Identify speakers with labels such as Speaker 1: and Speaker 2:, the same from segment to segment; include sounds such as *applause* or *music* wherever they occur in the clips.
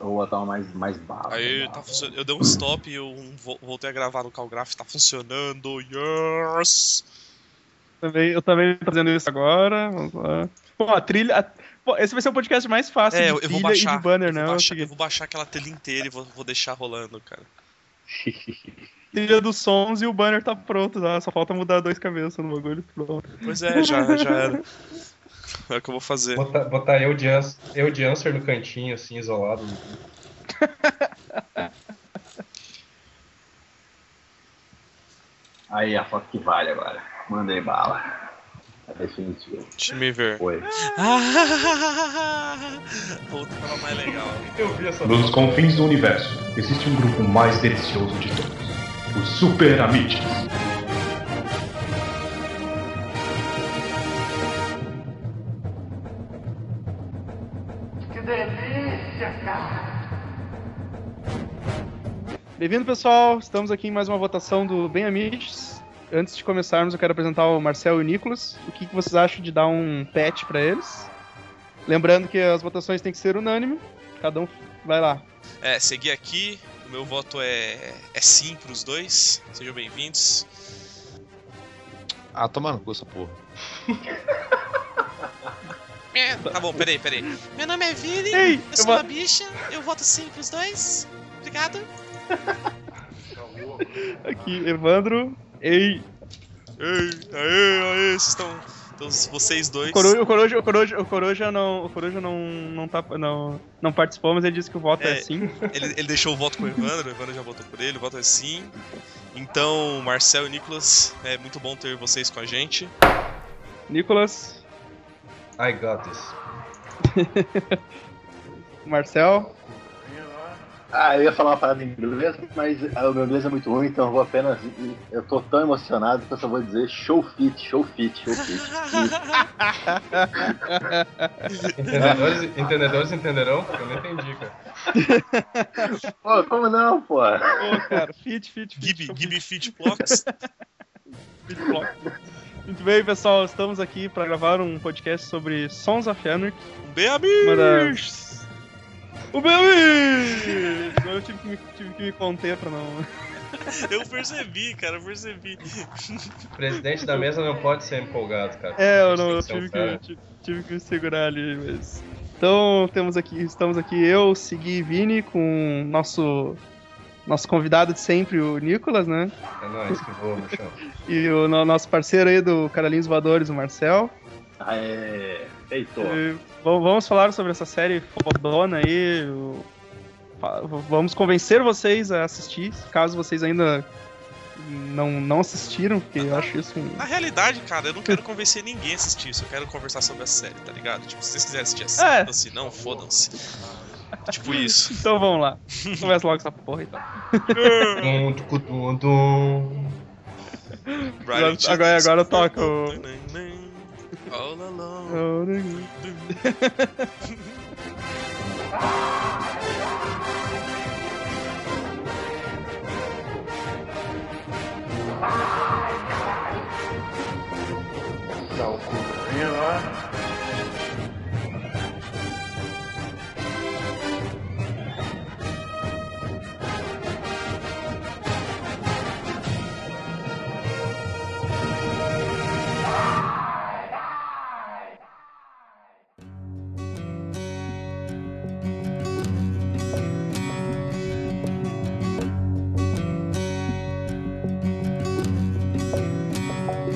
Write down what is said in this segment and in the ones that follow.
Speaker 1: Vou botar uma mais, mais bala. né,
Speaker 2: Aí
Speaker 1: bala.
Speaker 2: tá funcionando. Eu dei um stop e eu vo- voltei a gravar no Calgraph, tá funcionando. Yes!
Speaker 3: Também, eu também tô fazendo isso agora. Vamos lá. Pô, a trilha. a- Pô, esse vai ser o podcast mais fácil
Speaker 2: É,
Speaker 3: de
Speaker 2: eu, eu vou
Speaker 3: trilha e
Speaker 2: baixar.
Speaker 3: de banner,
Speaker 2: eu, vou
Speaker 3: né? Eu
Speaker 2: baixar
Speaker 3: cheguei.
Speaker 2: eu vou baixar aquela tela inteira e vou, vou deixar rolando, cara.
Speaker 3: Trilha dos sons e o banner tá pronto. Tá? Só falta mudar dois cabeças no bagulho. tá Pronto.
Speaker 2: Pois é, já, já era. *laughs* É o que eu vou fazer.
Speaker 4: Botar, botar eu, de ans- eu de Answer no cantinho, assim, isolado.
Speaker 1: Aí a foto que vale agora. Mandei bala. É definitivo.
Speaker 2: Deixa eu me *laughs* ver.
Speaker 1: Foi.
Speaker 2: Ah, outra tava mais legal.
Speaker 4: Eu vi essa
Speaker 5: Nos confins do universo, existe um grupo mais delicioso de todos: os Super Amigos.
Speaker 3: Bem-vindo, pessoal. Estamos aqui em mais uma votação do Bem Amigos. Antes de começarmos, eu quero apresentar o Marcel e o Nicolas. O que, que vocês acham de dar um pet pra eles? Lembrando que as votações têm que ser unânime. Cada um vai lá.
Speaker 2: É, segui aqui. O meu voto é, é sim pros dois. Sejam bem-vindos.
Speaker 6: Ah, toma no cu essa porra.
Speaker 2: *laughs* É, Tá bom, peraí, peraí. Meu nome é Vini,
Speaker 3: Ei,
Speaker 2: eu
Speaker 3: eu
Speaker 2: sou
Speaker 3: vou-
Speaker 2: uma bicha, eu voto sim pros dois. Obrigado.
Speaker 3: Aqui, Evandro. Ei,
Speaker 2: Ei, aê, aê, vocês estão. Então, vocês dois.
Speaker 3: O Coruja, o Coruja, o Coruja, o Coruja não, o Coruja não, não, tá, não, não participou, mas ele disse que o voto é,
Speaker 2: É.
Speaker 3: sim.
Speaker 2: Ele, ele deixou o voto com o Evandro, o Evandro já votou por ele, o voto é sim. Então, Marcel e Nicolas, é muito bom ter vocês com a gente.
Speaker 3: Nicolas,
Speaker 4: I got this.
Speaker 3: Marcel,
Speaker 1: Ah, eu ia falar uma parada em inglês, mas ah, o meu inglês é muito ruim, então eu vou apenas. Eu tô tão emocionado que eu só vou dizer show fit, show fit, show fit.
Speaker 4: Entendedores, entendedores entenderão? Eu não entendi, cara.
Speaker 1: *laughs* Pô, como não, pô?
Speaker 3: Ô, cara, *laughs* fit, fit, fit.
Speaker 2: Gibi, Gibi Fit Plox.
Speaker 3: fit block. Muito bem, pessoal, estamos aqui para gravar um podcast sobre Sons of Anarchy.
Speaker 2: Um bem amigo.
Speaker 3: Uma das... O meu Eu tive que, me, tive que me conter pra não...
Speaker 2: Eu percebi, cara, eu percebi.
Speaker 4: O presidente da mesa não pode ser empolgado, cara.
Speaker 3: É, eu não, eu
Speaker 4: Tem ser um
Speaker 3: tive que,
Speaker 4: cara.
Speaker 3: tive, tive que me segurar ali, mas. Então temos aqui, estamos aqui eu, Segui e Vini, com nosso nosso convidado de sempre, o Nicolas, né?
Speaker 4: É nóis que voa, bruxão.
Speaker 3: E o no- nosso parceiro aí do Caralhinhos Voadores, o Marcel.
Speaker 1: Aê, feito.
Speaker 3: E vam- vamos falar sobre essa série fodona aí. o- fa- Vamos convencer vocês a assistir, caso vocês ainda não, não assistiram, porque eu acho isso um.
Speaker 2: Na realidade, cara, eu não quero convencer ninguém a assistir isso. Eu quero conversar sobre a série, tá ligado? Tipo, se vocês quiserem assistir a série,
Speaker 3: É.
Speaker 2: foda-se, não, fodam-se. Tipo isso.
Speaker 3: Então vamos lá. Começa logo essa porra então.
Speaker 4: Dum, tucu, dum, dum.
Speaker 2: Brian
Speaker 3: Agora- agora-
Speaker 2: Jones.
Speaker 3: agora toca o-
Speaker 2: All alone.
Speaker 3: Então, né?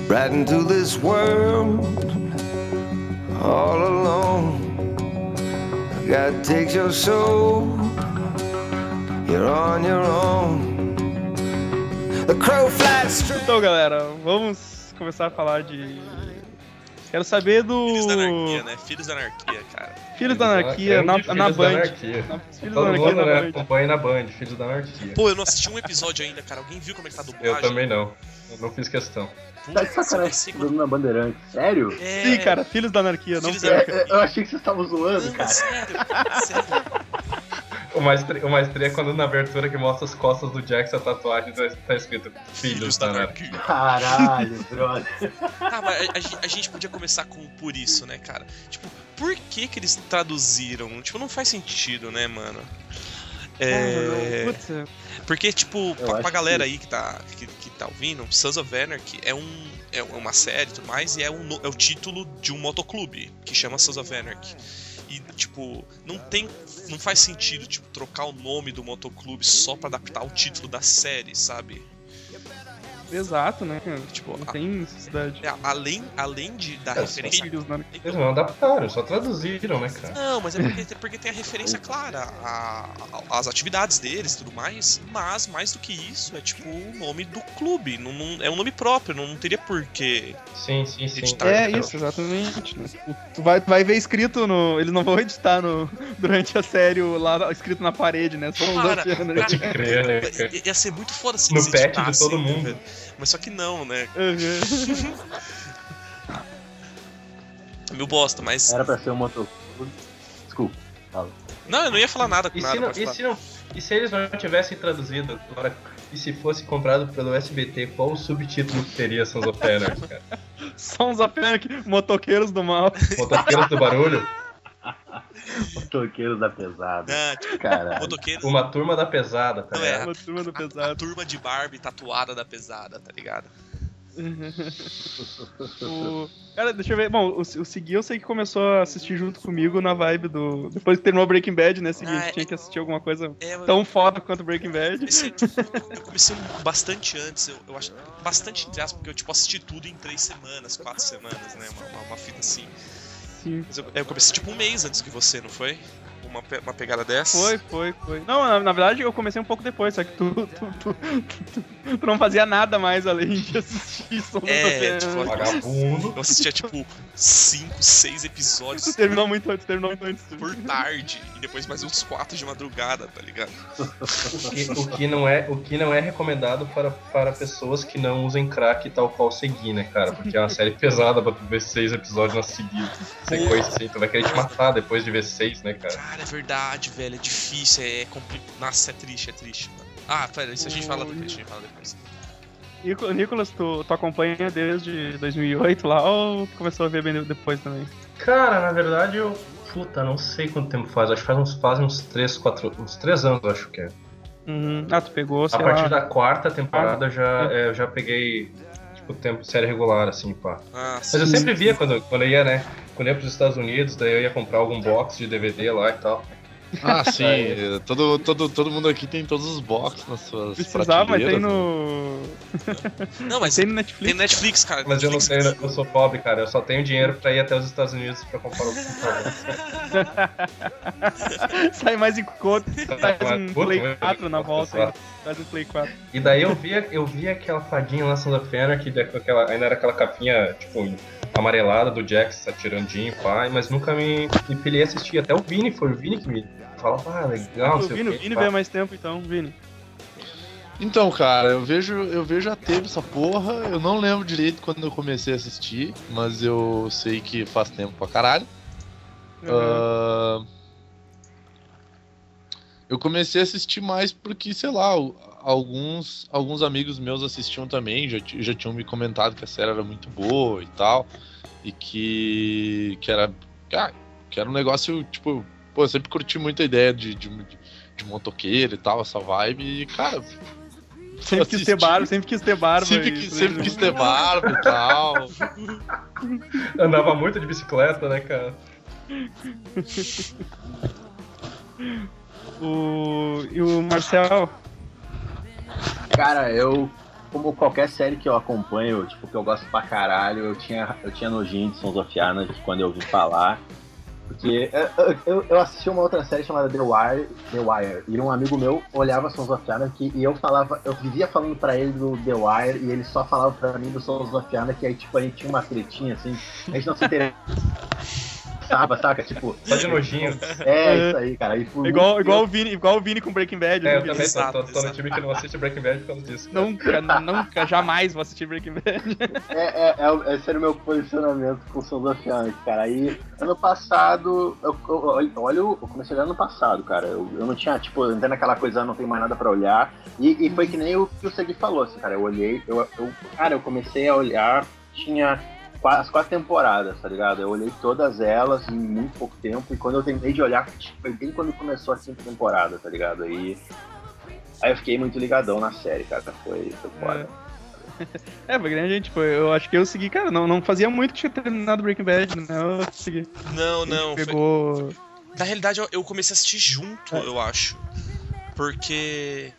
Speaker 7: right into this world all alone. God takes your soul, you're on your own. The crow flies straight.
Speaker 3: Então, galera, vamos começar a falar de. Quero saber do.
Speaker 2: Filhos da anarquia, né? Filhos da anarquia, cara.
Speaker 3: Filhos da Anarquia,
Speaker 4: Grande
Speaker 3: na,
Speaker 4: é um Filhos
Speaker 3: na
Speaker 4: da
Speaker 3: Band.
Speaker 4: Anarquia.
Speaker 3: Na- Filhos da
Speaker 4: Todo
Speaker 3: Anarquia
Speaker 4: mundo
Speaker 3: na
Speaker 4: né,
Speaker 3: Band.
Speaker 4: acompanha na Band, Filhos da Anarquia.
Speaker 2: Pô, eu não assisti um episódio ainda, cara. Alguém viu como é que tá a dublagem?
Speaker 4: Eu também não. Eu não fiz questão.
Speaker 1: Tá
Speaker 2: Puta,
Speaker 1: de sacanagem
Speaker 2: esqueci
Speaker 1: do
Speaker 2: quando-
Speaker 1: na Bandeirante. Sério?
Speaker 2: É,
Speaker 3: Sim, cara, Filhos da Anarquia, não
Speaker 2: Filhos da
Speaker 1: É,
Speaker 3: perca.
Speaker 1: é, Eu achei que vocês estavam
Speaker 2: Não,
Speaker 1: zoando, cara.
Speaker 2: sério, sério.
Speaker 4: O mais, tri- o mais tri é quando na abertura que mostra as costas do Jax a tatuagem tá, tá escrito Filhos da Anarquia.
Speaker 2: anarquia.
Speaker 1: Caralho, brother.
Speaker 2: Ah, mas a, a gen- a gente podia começar com por isso, né, cara? Tipo, por que que eles traduziram? Tipo, não faz sentido, né, mano? É...
Speaker 3: Puta,
Speaker 2: Porque, tipo, pra,
Speaker 1: acho
Speaker 2: pra
Speaker 1: que-
Speaker 2: galera aí que tá, que, que tá ouvindo, Sons of Anarchy é, um, é uma série e tudo mais, e é, um, no- é o título de um motoclube que chama Sons of Anarchy. E, tipo, não tem. Não faz sentido, tipo, trocar o nome do motoclube só pra adaptar o título da série, sabe?
Speaker 3: exato, né? cara?
Speaker 2: Tipo,
Speaker 3: Não
Speaker 2: a-
Speaker 3: tem necessidade.
Speaker 2: é, além, além de da
Speaker 4: É,
Speaker 2: referência.
Speaker 3: Filhos, né?
Speaker 4: Eles não adaptaram, só traduziram, né, cara?
Speaker 2: Não, mas é porque, é porque tem a referência clara a- a- às atividades deles e tudo mais. Mas, mais do que isso, é tipo o nome do clube. Não, não- é um nome próprio, não, não teria porquê.
Speaker 4: Sim, sim, sim.
Speaker 2: Editar.
Speaker 3: É isso, exatamente. né? Tipo, Tu vai, tu vai ver escrito no. Eles não vão editar no, durante a série o lá escrito na parede, né? Só os
Speaker 2: Para,
Speaker 3: anos, né?
Speaker 2: cara,
Speaker 4: Pode crer, né,
Speaker 2: Ia,
Speaker 4: cara?
Speaker 2: ia- ia ser muito foda se
Speaker 4: No
Speaker 2: eles
Speaker 4: patch de
Speaker 2: editassem,
Speaker 4: todo mundo.
Speaker 2: né, velho? Mas só que não, né?
Speaker 3: Uhum.
Speaker 2: Meu bosta, mas.
Speaker 1: Era pra ser um motor. Desculpa.
Speaker 2: Não, eu não ia falar nada com
Speaker 4: E
Speaker 2: nada.
Speaker 4: se, não,
Speaker 2: pode
Speaker 4: e,
Speaker 2: falar.
Speaker 4: se não, e se eles não tivessem traduzido agora, e se fosse comprado pelo SBT, qual o subtítulo que teria Sons of
Speaker 2: *laughs*
Speaker 4: Anarchy, cara?
Speaker 3: Só uns apenas aqui, motoqueiros do mal.
Speaker 4: Motoqueiros do Barulho?
Speaker 1: Motoqueiro da pesada.
Speaker 2: Não, tipo,
Speaker 1: Caralho.
Speaker 2: motoqueiro.
Speaker 4: Uma turma da pesada, tá
Speaker 2: Não é.
Speaker 4: ligado?
Speaker 3: Uma turma do
Speaker 2: A, a
Speaker 3: pesado.
Speaker 2: turma de Barbie tatuada da pesada, tá ligado?
Speaker 3: Uhum. *laughs* O- Cara, deixa eu ver. Bom, o, o Segui eu sei que começou a assistir junto comigo na vibe do. Depois que terminou Breaking Bad, né? Segui,
Speaker 2: Ah,
Speaker 3: a gente
Speaker 2: é-
Speaker 3: tinha que assistir alguma coisa
Speaker 2: É, eu-
Speaker 3: tão foda quanto Breaking Bad.
Speaker 2: comecei- eu comecei bastante antes, eu, eu acho. Bastante entre aspas, porque eu tipo, assisti tudo em três semanas, quatro semanas, né? Uma, uma, uma fita assim.
Speaker 3: Sim.
Speaker 2: Mas eu, eu comecei tipo um mês antes que você, não foi? Uma, pe- uma pegada dessa?
Speaker 3: Foi, foi, foi. Não, na, na verdade eu comecei um pouco depois, só que tu, tu, tu, tu- tu não fazia nada mais além de assistir Sons of
Speaker 2: É,
Speaker 3: Anarchy.
Speaker 2: tipo,
Speaker 4: Vagabundo.
Speaker 2: Eu assistia tipo cinco, seis episódios
Speaker 3: Tu terminou muito antes, terminou muito antes.
Speaker 2: por tarde e depois mais uns quatro de madrugada, tá ligado?
Speaker 4: O que, o que não é, o que não é recomendado para, para pessoas que não usem crack tal qual seguir, né, cara? Porque é uma série pesada pra tu ver seis episódios na seguida. Sequência, assim, tu vai querer te matar depois de ver seis, né, cara?
Speaker 2: Cara, é verdade, velho, é difícil, é complicado. Nossa, é triste, é triste, mano. Ah, pera, isso a gente fala depois, a gente fala depois.
Speaker 3: Nico- Nicolas, tu, tu acompanha desde 2008 lá ou tu começou a ver bem depois também?
Speaker 4: Cara, na verdade eu. Puta, não sei quanto tempo faz. Acho que faz uns, faz uns 3, 4. Uns 3 anos, acho que é.
Speaker 3: Uhum. Ah, tu pegou,
Speaker 4: A
Speaker 3: sei
Speaker 4: partir
Speaker 3: lá. Ah,
Speaker 4: da quarta temporada eu já, é, eu já peguei, tipo, tempo série regular, assim, pá.
Speaker 2: Nossa,
Speaker 4: Mas eu sempre via quando, quando eu ia, né? Quando eu ia pros Estados Unidos, daí eu ia comprar algum box de DVD lá e tal. *laughs*
Speaker 6: Ah, sim. eh, todo, todo, todo mundo aqui tem todos os boxes nas suas
Speaker 3: Precisava, mas tem
Speaker 6: prateleiras, né?
Speaker 3: no.
Speaker 2: não, mas
Speaker 3: Tem
Speaker 2: tem
Speaker 3: no Netflix.
Speaker 2: tem Netflix, cara.
Speaker 4: Mas eu não
Speaker 2: Netflix.
Speaker 4: tenho, eu sou pobre, cara. Eu só tenho dinheiro pra ir até os Estados Unidos pra comprar o box.
Speaker 3: Sai mais em conta, faz um
Speaker 4: Mas, puta,
Speaker 3: Play
Speaker 4: meu,
Speaker 3: 4 na
Speaker 4: nossa,
Speaker 3: volta
Speaker 4: lá.
Speaker 3: ainda. Faz um Play 4.
Speaker 4: E daí eu via, eu via aquela fadinha lá, Sons of Anarchy, da- com aquela, ainda era aquela capinha, tipo, amarelada do Jax atirandinho, pai, mas nunca me me pilhei a assistir. Até o Vini, foi o Vini que me falava, ah, legal,
Speaker 3: o
Speaker 4: sei o
Speaker 3: Vini, o
Speaker 4: quê,
Speaker 3: Vini
Speaker 4: pá."
Speaker 3: vê mais tempo então, Vini.
Speaker 6: Então, cara, eu vejo, eu vejo a teve essa porra. Eu não lembro direito quando eu comecei a assistir, mas eu sei que faz tempo pra caralho. Ah, eu comecei a assistir mais porque, sei lá, o- alguns, alguns amigos meus assistiam também, já, ti- já tinham me comentado que a série era muito boa e tal. E que. que era. ah, que era um negócio, tipo, pô, eu sempre curti muito a ideia de, de, de, de motoqueiro e tal, essa vibe, e, cara.
Speaker 3: Sempre quis ter
Speaker 6: assisti-
Speaker 3: barba, é né? sempre quis ter barba.
Speaker 6: Sempre,
Speaker 3: e-
Speaker 6: quis- sempre quis ter barba e tal.
Speaker 4: Andava muito de bicicleta, né, cara?
Speaker 3: O... E o Marcel,
Speaker 1: Cara, eu, como qualquer série que eu acompanho, tipo, que eu gosto pra caralho, eu tinha, eu tinha nojinho de Sons of Anarchy quando eu ouvi falar. Porque eu, eu- eu, eu assisti uma outra série chamada The Wire, The Wire, e um amigo meu olhava Sons of Anarchy e eu falava, eu vivia falando pra ele do The Wire e ele só falava pra mim do Sons of Anarchy, aí tipo, a gente tinha uma tretinha assim, a gente não se interessava caçava, saca? Tipo,
Speaker 4: Só
Speaker 2: *laughs*
Speaker 4: de nojinho.
Speaker 1: é isso aí, cara. E por
Speaker 3: Igual,
Speaker 1: muito
Speaker 3: igual, o Vini, igual o Vini com Breaking Bad.
Speaker 4: É,
Speaker 3: né,
Speaker 4: eu
Speaker 3: Vini?
Speaker 4: também tô,
Speaker 2: Exato,
Speaker 4: tô- tô no
Speaker 2: exato.
Speaker 4: time que não assiste Breaking Bad por causa disso.
Speaker 3: Nunca, nunca, jamais vou assistir Breaking Bad.
Speaker 1: É, é, é, o- esse era o meu posicionamento com o Sons of Anarchy, cara. Aí, ano passado, eu, eu- olha- olha, o- eu comecei a olhar ano passado, cara. Eu, eu não tinha, tipo, eu entrei naquela coisa, não tem mais nada pra olhar. E, e foi que nem o que o Segui falou, assim, cara. Eu olhei, eu, eu- cara, eu comecei a olhar, tinha qua- as quatro temporadas, tá ligado? Eu olhei todas elas em muito pouco tempo. E quando eu terminei de olhar, foi bem quando começou a cinco temporada, tá ligado? Aí, aí eu fiquei muito ligadão na série, cara. Foi, foi foda.
Speaker 3: É, foi grande, gente. Foi, eu acho que eu segui, cara. Não, não fazia muito que tinha terminado Breaking Bad, né? Eu segui.
Speaker 2: Não, não. foi-
Speaker 3: Pegou. É.
Speaker 2: Na realidade, eu, eu comecei a assistir junto, eu acho. Porque.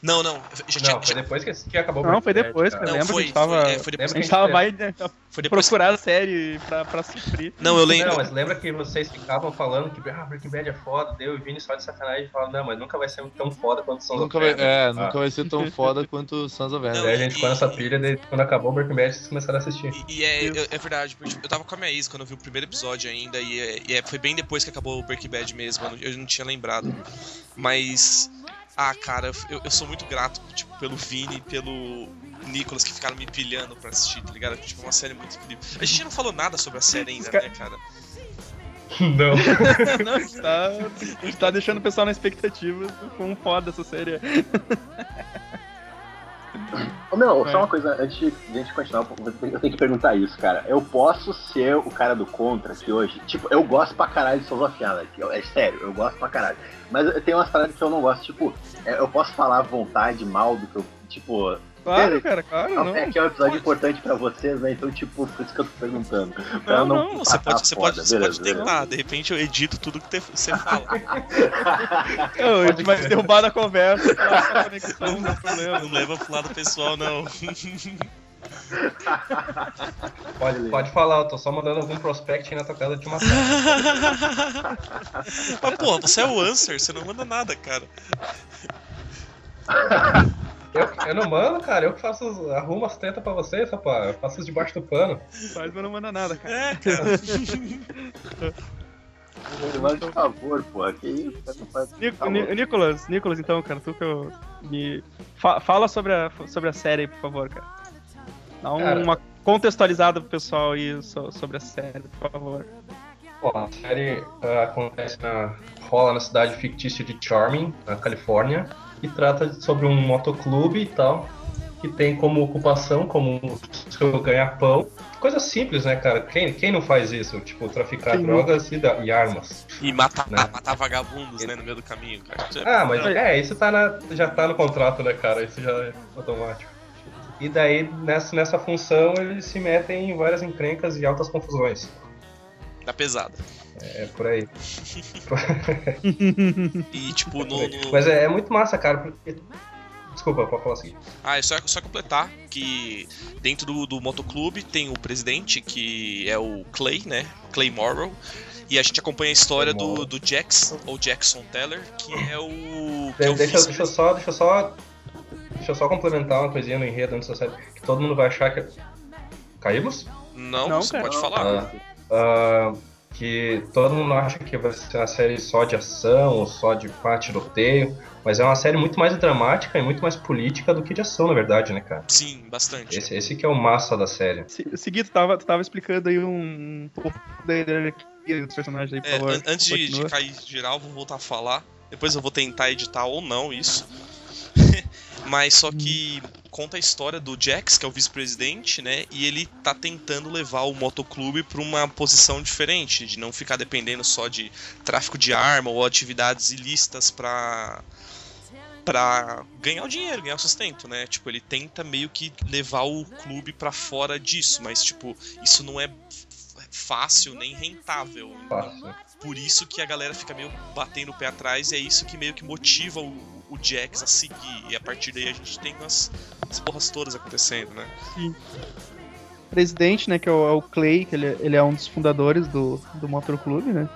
Speaker 2: Não, não. Já tinha,
Speaker 4: Não, foi
Speaker 2: já-
Speaker 4: depois que, que acabou o
Speaker 3: Não,
Speaker 4: Breaking
Speaker 3: foi
Speaker 4: Bad,
Speaker 3: depois, cara.
Speaker 4: cara.
Speaker 2: Não,
Speaker 3: Lembra que a
Speaker 2: foi-
Speaker 3: gente tava.
Speaker 2: foi- é, foi depois
Speaker 3: a gente
Speaker 4: que-
Speaker 3: tava mais né,
Speaker 2: foi depois.
Speaker 3: procurar é a série pra, pra suprir.
Speaker 2: Não, eu lembro.
Speaker 4: Não, mas lembra que vocês ficavam falando que ah, Breaking Bad é foda, deu e Vini só de sacanagem e falava, não, mas nunca vai ser um tão foda quanto Sons
Speaker 6: Nunca
Speaker 4: of
Speaker 6: vai,
Speaker 4: Anarchy.
Speaker 6: é,
Speaker 4: Ah.
Speaker 6: nunca vai ser tão foda quanto Sons of
Speaker 2: é.
Speaker 4: Daí
Speaker 6: Anarchy.
Speaker 4: a gente ficou nessa pilha, daí quando acabou o Breaking Bad, vocês começaram a assistir.
Speaker 2: E, e é, eu- é verdade, porque tipo, eu tava com a minha ex quando eu vi o primeiro episódio ainda, e, é- e é- foi bem depois que acabou o Breaking Bad mesmo, eu não, eu não tinha lembrado. Mas, ah, cara, eu, eu sou muito grato tipo, pelo Vini e pelo Nicolas que ficaram me pilhando pra assistir, tá ligado? Tipo, é uma série muito incrível. A gente não falou nada sobre a série ainda, né, cara?
Speaker 4: Não.
Speaker 3: não, a gente tá, a gente tá deixando o pessoal na expectativa do quão foda essa série é.
Speaker 1: Ô, meu,
Speaker 3: É.
Speaker 1: só uma coisa, antes de a gente continuar, eu tenho- eu tenho que perguntar isso, cara. Eu posso ser o cara do contra aqui hoje? Tipo, eu gosto pra caralho de Souls of Anarchy, eu- é sério, eu gosto pra caralho. Mas eu- tem umas paradas que eu não gosto, tipo, é, eu posso falar à vontade mal do que eu, tipo...
Speaker 3: Claro, cara, claro, não.
Speaker 1: É que é um episódio importante pra vocês, né? Então, tipo, por isso que eu tô perguntando. Pra eu
Speaker 3: Não, não,
Speaker 2: Não, você
Speaker 1: passar
Speaker 2: pode, você
Speaker 1: foda,
Speaker 2: pode, você pode
Speaker 1: beleza, beleza.
Speaker 2: tentar, de repente eu edito tudo que te- você fala.
Speaker 3: Não, a gente vai derrubar da conversa, falar que tá conexão, não tem problema.
Speaker 2: Não leva pro lado pessoal, não. *laughs*
Speaker 4: Pode, pode falar, eu tô só mandando algum prospect aí na tua casa de uma tarde.
Speaker 2: Mas, porra, você é o answer, você não manda nada, cara.
Speaker 4: Eu, eu não mando, cara, eu que faço, os- arrumo as tetas pra vocês, rapaz, eu faço isso debaixo do pano.
Speaker 3: Faz, mas não manda nada, cara.
Speaker 2: É, cara. um
Speaker 1: Mas, por favor, porra, que isso? Não faz-
Speaker 3: Nic-
Speaker 1: tá
Speaker 3: Ni-
Speaker 1: louco.
Speaker 3: Nicolas, Nicolas, então, cara, tu que eu me. fa- fala sobre a, sobre a série aí, por favor, cara. Dá um-
Speaker 4: Cara.
Speaker 3: uma contextualizada pro pessoal aí so- sobre a série, por favor.
Speaker 4: Bom, a série ah, acontece na. rola na cidade fictícia de Charming, na Califórnia, e trata de- sobre um motoclube e tal, que tem como ocupação, como um seu ganha-pão. Coisa simples, né, cara? Quem, quem não faz isso? Tipo, traficar
Speaker 3: Quem
Speaker 4: drogas e, da- e armas.
Speaker 2: E matar,
Speaker 4: Né?
Speaker 2: matar vagabundos, né, no meio do caminho, cara. Isso é-
Speaker 4: Ah, mas é, isso tá na- já tá no contrato, né, cara? Isso já é automático. E daí, nessa, nessa função, eles se metem em várias encrencas e altas confusões.
Speaker 2: Tá pesada.
Speaker 4: É por aí.
Speaker 2: E, tipo, no. no-
Speaker 4: Mas é, é muito massa, cara, porque. Desculpa, pode falar assim.
Speaker 2: Ah, é só, só completar que dentro do, do motoclube tem o presidente, que é o Clay, né? Clay Morrow. E a gente acompanha a história
Speaker 4: Clay
Speaker 2: do,
Speaker 4: Morrow.
Speaker 2: do Jax, ou Jackson Teller, que é o. Que é
Speaker 4: De-
Speaker 2: o
Speaker 4: Deixa, eu-
Speaker 2: vice-
Speaker 4: deixa eu só, deixa eu só. Deixa eu só complementar uma coisinha no enredo antes da série. Que todo mundo vai achar que. é- Caímos?
Speaker 2: Não,
Speaker 3: Não,
Speaker 2: você
Speaker 3: cara.
Speaker 2: pode falar.
Speaker 4: Ah, que todo mundo acha que vai ser uma série só de ação, ou só de pá, tiroteio. Mas é uma série muito mais dramática e muito mais política do que de ação, na verdade, né, cara?
Speaker 2: Sim, bastante.
Speaker 4: Esse, esse que é o massa da série.
Speaker 3: Se- Segui, tu tava, tu tava explicando aí um pouco da hierarquia dos personagens aí, por
Speaker 2: É,
Speaker 3: favor.
Speaker 2: an- antes de, de
Speaker 3: Continua.
Speaker 2: cair geral, vou voltar a falar. Depois eu vou tentar editar ou não isso. *laughs* Mas só que conta a história do Jax, que é o vice-presidente, né? E ele tá tentando levar o motoclube pra uma posição diferente, de não ficar dependendo só de tráfico de arma ou atividades ilícitas pra para ganhar o dinheiro, ganhar o sustento, né? Tipo, ele tenta meio que levar o clube pra fora disso, mas tipo, isso não é f- fácil nem rentável.
Speaker 4: Fácil.
Speaker 2: Por isso que a galera fica meio batendo o pé atrás e é isso que meio que motiva o, o Jax a seguir. E a partir daí a gente tem umas, as porras todas acontecendo, né?
Speaker 3: presidente, né, que é o, é o Clay, que ele, ele é um dos fundadores do, do motoclube, né?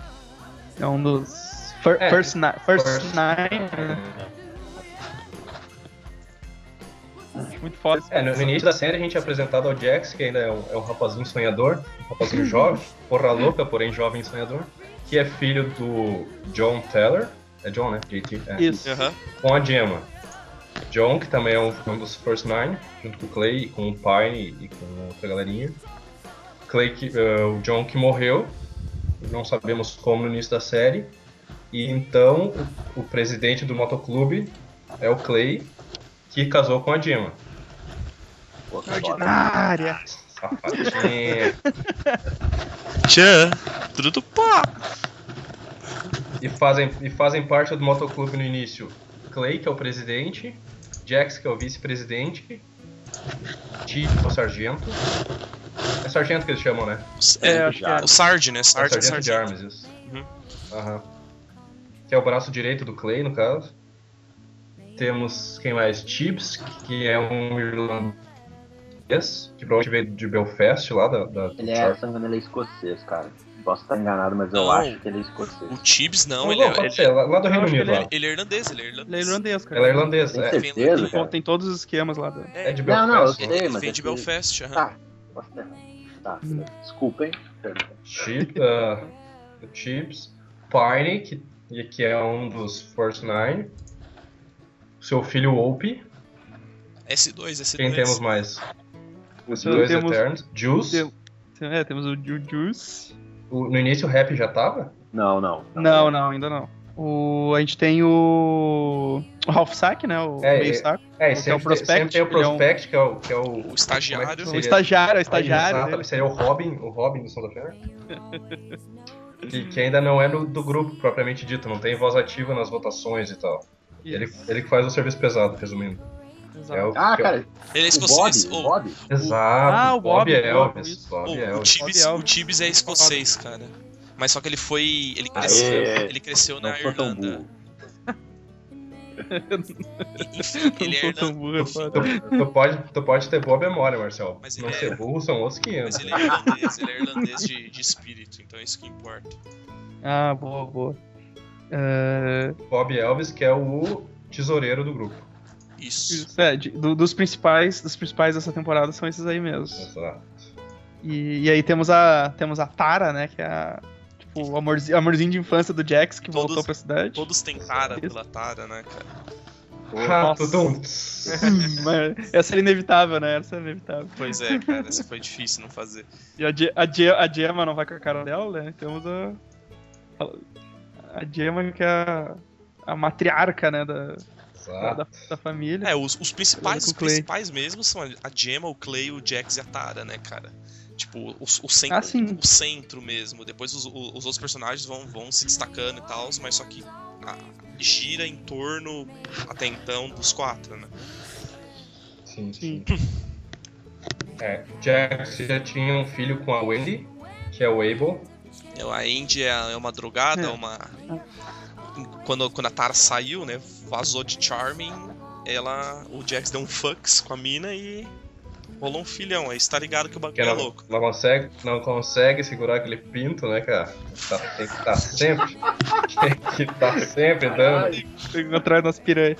Speaker 3: É um dos fir-
Speaker 4: É,
Speaker 3: first, né? ni- first
Speaker 4: first-
Speaker 3: nine, né? muito foda.
Speaker 4: É, no início da série a gente é apresentado ao Jax, que ainda é um, é um rapazinho sonhador, um rapazinho jovem, porra louca, porém jovem e sonhador, que é filho do John Teller, é John, né? JT, é,
Speaker 3: Isso.
Speaker 2: Aham.
Speaker 4: com a Gemma. John, que também é um, um dos First Nine, junto com o Clay, e com o Pine e com outra galerinha. Clay, que, eh, o John que morreu, não sabemos como no início da série. E então o, o presidente do motoclube é o Clay, que casou com a Gemma.
Speaker 1: Pô, que foda.
Speaker 3: Ordinária.
Speaker 4: Safadinha.
Speaker 2: Tchan, tudo pá.
Speaker 4: e, fazem, e fazem parte do motoclube no início. Clay, que é o presidente, Jax, que é o vice-presidente, T, que é o sargento. É sargento que eles chamam, né?
Speaker 2: É,
Speaker 3: É, acho que é.
Speaker 2: o Sarge, né?
Speaker 4: É o
Speaker 2: Sarge é
Speaker 4: sargento de
Speaker 2: Sarge.
Speaker 4: armas, isso.
Speaker 2: Uhum.
Speaker 4: Aham. Que é o braço direito do Clay, no caso. Temos quem mais? Chips, que é um irlandês, que provavelmente veio de Belfast, lá da. da
Speaker 1: Ele é, se não me engano, ele é escocês, cara. Posso estar enganado, mas eu
Speaker 2: Não.
Speaker 1: acho que ele é escocês.
Speaker 2: O Tibbs não,
Speaker 4: Não,
Speaker 2: ele, é,
Speaker 4: pode
Speaker 2: ele,
Speaker 4: ser, lá, lá do Reino
Speaker 3: acho que
Speaker 4: Unido,
Speaker 3: ele é-
Speaker 4: lá.
Speaker 2: ele é irlandês, ele é irlandês.
Speaker 3: Ele é irlandês, cara. Então,
Speaker 4: Ela é irlandesa,
Speaker 1: Tem
Speaker 4: é.
Speaker 1: certeza,
Speaker 2: Finlandês,
Speaker 1: cara?
Speaker 3: Tem todos os esquemas lá. Da...
Speaker 4: É de
Speaker 1: Não,
Speaker 4: Belfast.
Speaker 1: não, eu
Speaker 4: né?
Speaker 1: sei, mas.
Speaker 2: Vem
Speaker 1: é
Speaker 2: de
Speaker 1: que-
Speaker 2: Belfast, aham.
Speaker 1: Tá, posso ter. Tá, desculpem.
Speaker 4: Chip, ah, o Chips, Pine, que, que é um dos First Nine, seu filho Ope,
Speaker 2: S2, S2.
Speaker 4: quem temos mais? Os
Speaker 3: Então
Speaker 4: dois
Speaker 3: temos-
Speaker 4: Eternos, Juice,
Speaker 3: Tem- É, temos o Ju- Juice.
Speaker 4: o- no início o Rap já tava?
Speaker 1: Não, não.
Speaker 3: Não, não, ainda não. O... A gente tem o. O Ralph Sack, né? O
Speaker 4: É,
Speaker 3: meio
Speaker 4: é,
Speaker 3: saco.
Speaker 4: É,
Speaker 3: Que
Speaker 4: e
Speaker 3: é
Speaker 4: sempre,
Speaker 3: o Prospect,
Speaker 4: sempre tem o
Speaker 3: ele é um-
Speaker 4: Prospect, que é o... Que é o,
Speaker 2: O estagiário.
Speaker 4: como
Speaker 3: O
Speaker 4: é que seria?
Speaker 3: estagiário, o
Speaker 4: Ah,
Speaker 3: estagiário.
Speaker 4: exato,
Speaker 3: dele.
Speaker 4: Seria o Robin, o Robin do Santa Fé. que, que ainda não é do, do grupo propriamente dito, não tem voz ativa nas votações e tal. Ele, ele que faz o serviço pesado, resumindo.
Speaker 3: Exato.
Speaker 4: É
Speaker 1: Ah,
Speaker 4: o, que é o-
Speaker 1: cara,
Speaker 2: Ele é
Speaker 1: o Bob,
Speaker 2: escocês.
Speaker 1: o
Speaker 2: Ou-
Speaker 1: Bob?
Speaker 4: Exato.
Speaker 3: Ah, o
Speaker 4: o Bob,
Speaker 3: Bob
Speaker 4: é
Speaker 3: Bob,
Speaker 4: Elvis.
Speaker 3: isso.
Speaker 4: Bob
Speaker 2: ou-
Speaker 4: é
Speaker 2: o
Speaker 4: Elvis.
Speaker 2: Tibbs,
Speaker 3: Elvis.
Speaker 2: o Tibbs é escocês, cara. Mas só que ele foi. Ele cresceu,
Speaker 1: Aê.
Speaker 2: ele cresceu
Speaker 1: Não
Speaker 2: na
Speaker 1: sou tão
Speaker 2: Irlanda.
Speaker 1: burro.
Speaker 2: Enfim, ele é
Speaker 3: Eu não sou
Speaker 2: irlandês.
Speaker 3: tão burro, é foda.
Speaker 4: Tu pode, tu pode ter boa memória, Marcel.
Speaker 2: Mas
Speaker 4: Não
Speaker 2: ele
Speaker 4: ser
Speaker 2: é-
Speaker 4: burro são outros
Speaker 2: Mas
Speaker 4: 500.
Speaker 2: ele é
Speaker 3: *laughs*
Speaker 2: irlandês, ele é irlandês de, de espírito, então é isso que importa.
Speaker 3: Ah, boa, boa. É,
Speaker 4: Bob Elvis, que é o tesoureiro do grupo.
Speaker 2: Isso.
Speaker 3: isso é, de- do- dos principais dos principais dessa temporada são esses aí mesmo.
Speaker 4: Exato.
Speaker 3: E, e aí temos a, temos a Tara, né? Que é a, tipo, o amorzinho, amorzinho de infância do Jax que
Speaker 2: Todos-
Speaker 3: voltou pra cidade.
Speaker 2: Todos têm tara pela tara, né, cara?
Speaker 4: Ah,
Speaker 3: nossa.
Speaker 4: tudum.
Speaker 3: Hum, *laughs* mas essa era inevitável, né? Essa era inevitável.
Speaker 2: Pois é, cara, isso foi difícil não
Speaker 3: *laughs*
Speaker 2: fazer.
Speaker 3: E a, Ge- a, Ge- a Gemma não vai com a cara dela, né? Temos a. A, a Gemma que é a, a matriarca, né? Da,
Speaker 2: Ah.
Speaker 4: Exato.
Speaker 3: da, da família.
Speaker 2: É, os, os principais,
Speaker 3: Trabalhando
Speaker 2: os
Speaker 3: com o Clay.
Speaker 2: principais mesmo são a a Gemma, o Clay, o Jax e a Tara, né, cara? Tipo, o, o centro,
Speaker 3: Ah, sim.
Speaker 2: o centro mesmo. Depois os, o- os outros personagens vão, vão se destacando e tal, mas só que ah, gira em torno, até então, dos quatro, né?
Speaker 4: Sim, sim. É, Jax já tinha um filho com a Wendy, que é o Abel.
Speaker 2: Eu- A Andy é, é uma drogada,
Speaker 3: É.
Speaker 2: é uma. Quando, quando a Tara saiu, né? Vazou de Charming, ela. O Jax deu um fucks com a mina e. Rolou um filhão. Aí você tá ligado que o
Speaker 4: Que
Speaker 2: bagulho é
Speaker 4: ela
Speaker 2: louco.
Speaker 4: não consegue, não consegue segurar aquele pinto, né, cara? Tá- tem que estar sempre. *laughs* Tem que estar sempre dando.
Speaker 3: Pegou *laughs* atrás das piranhas.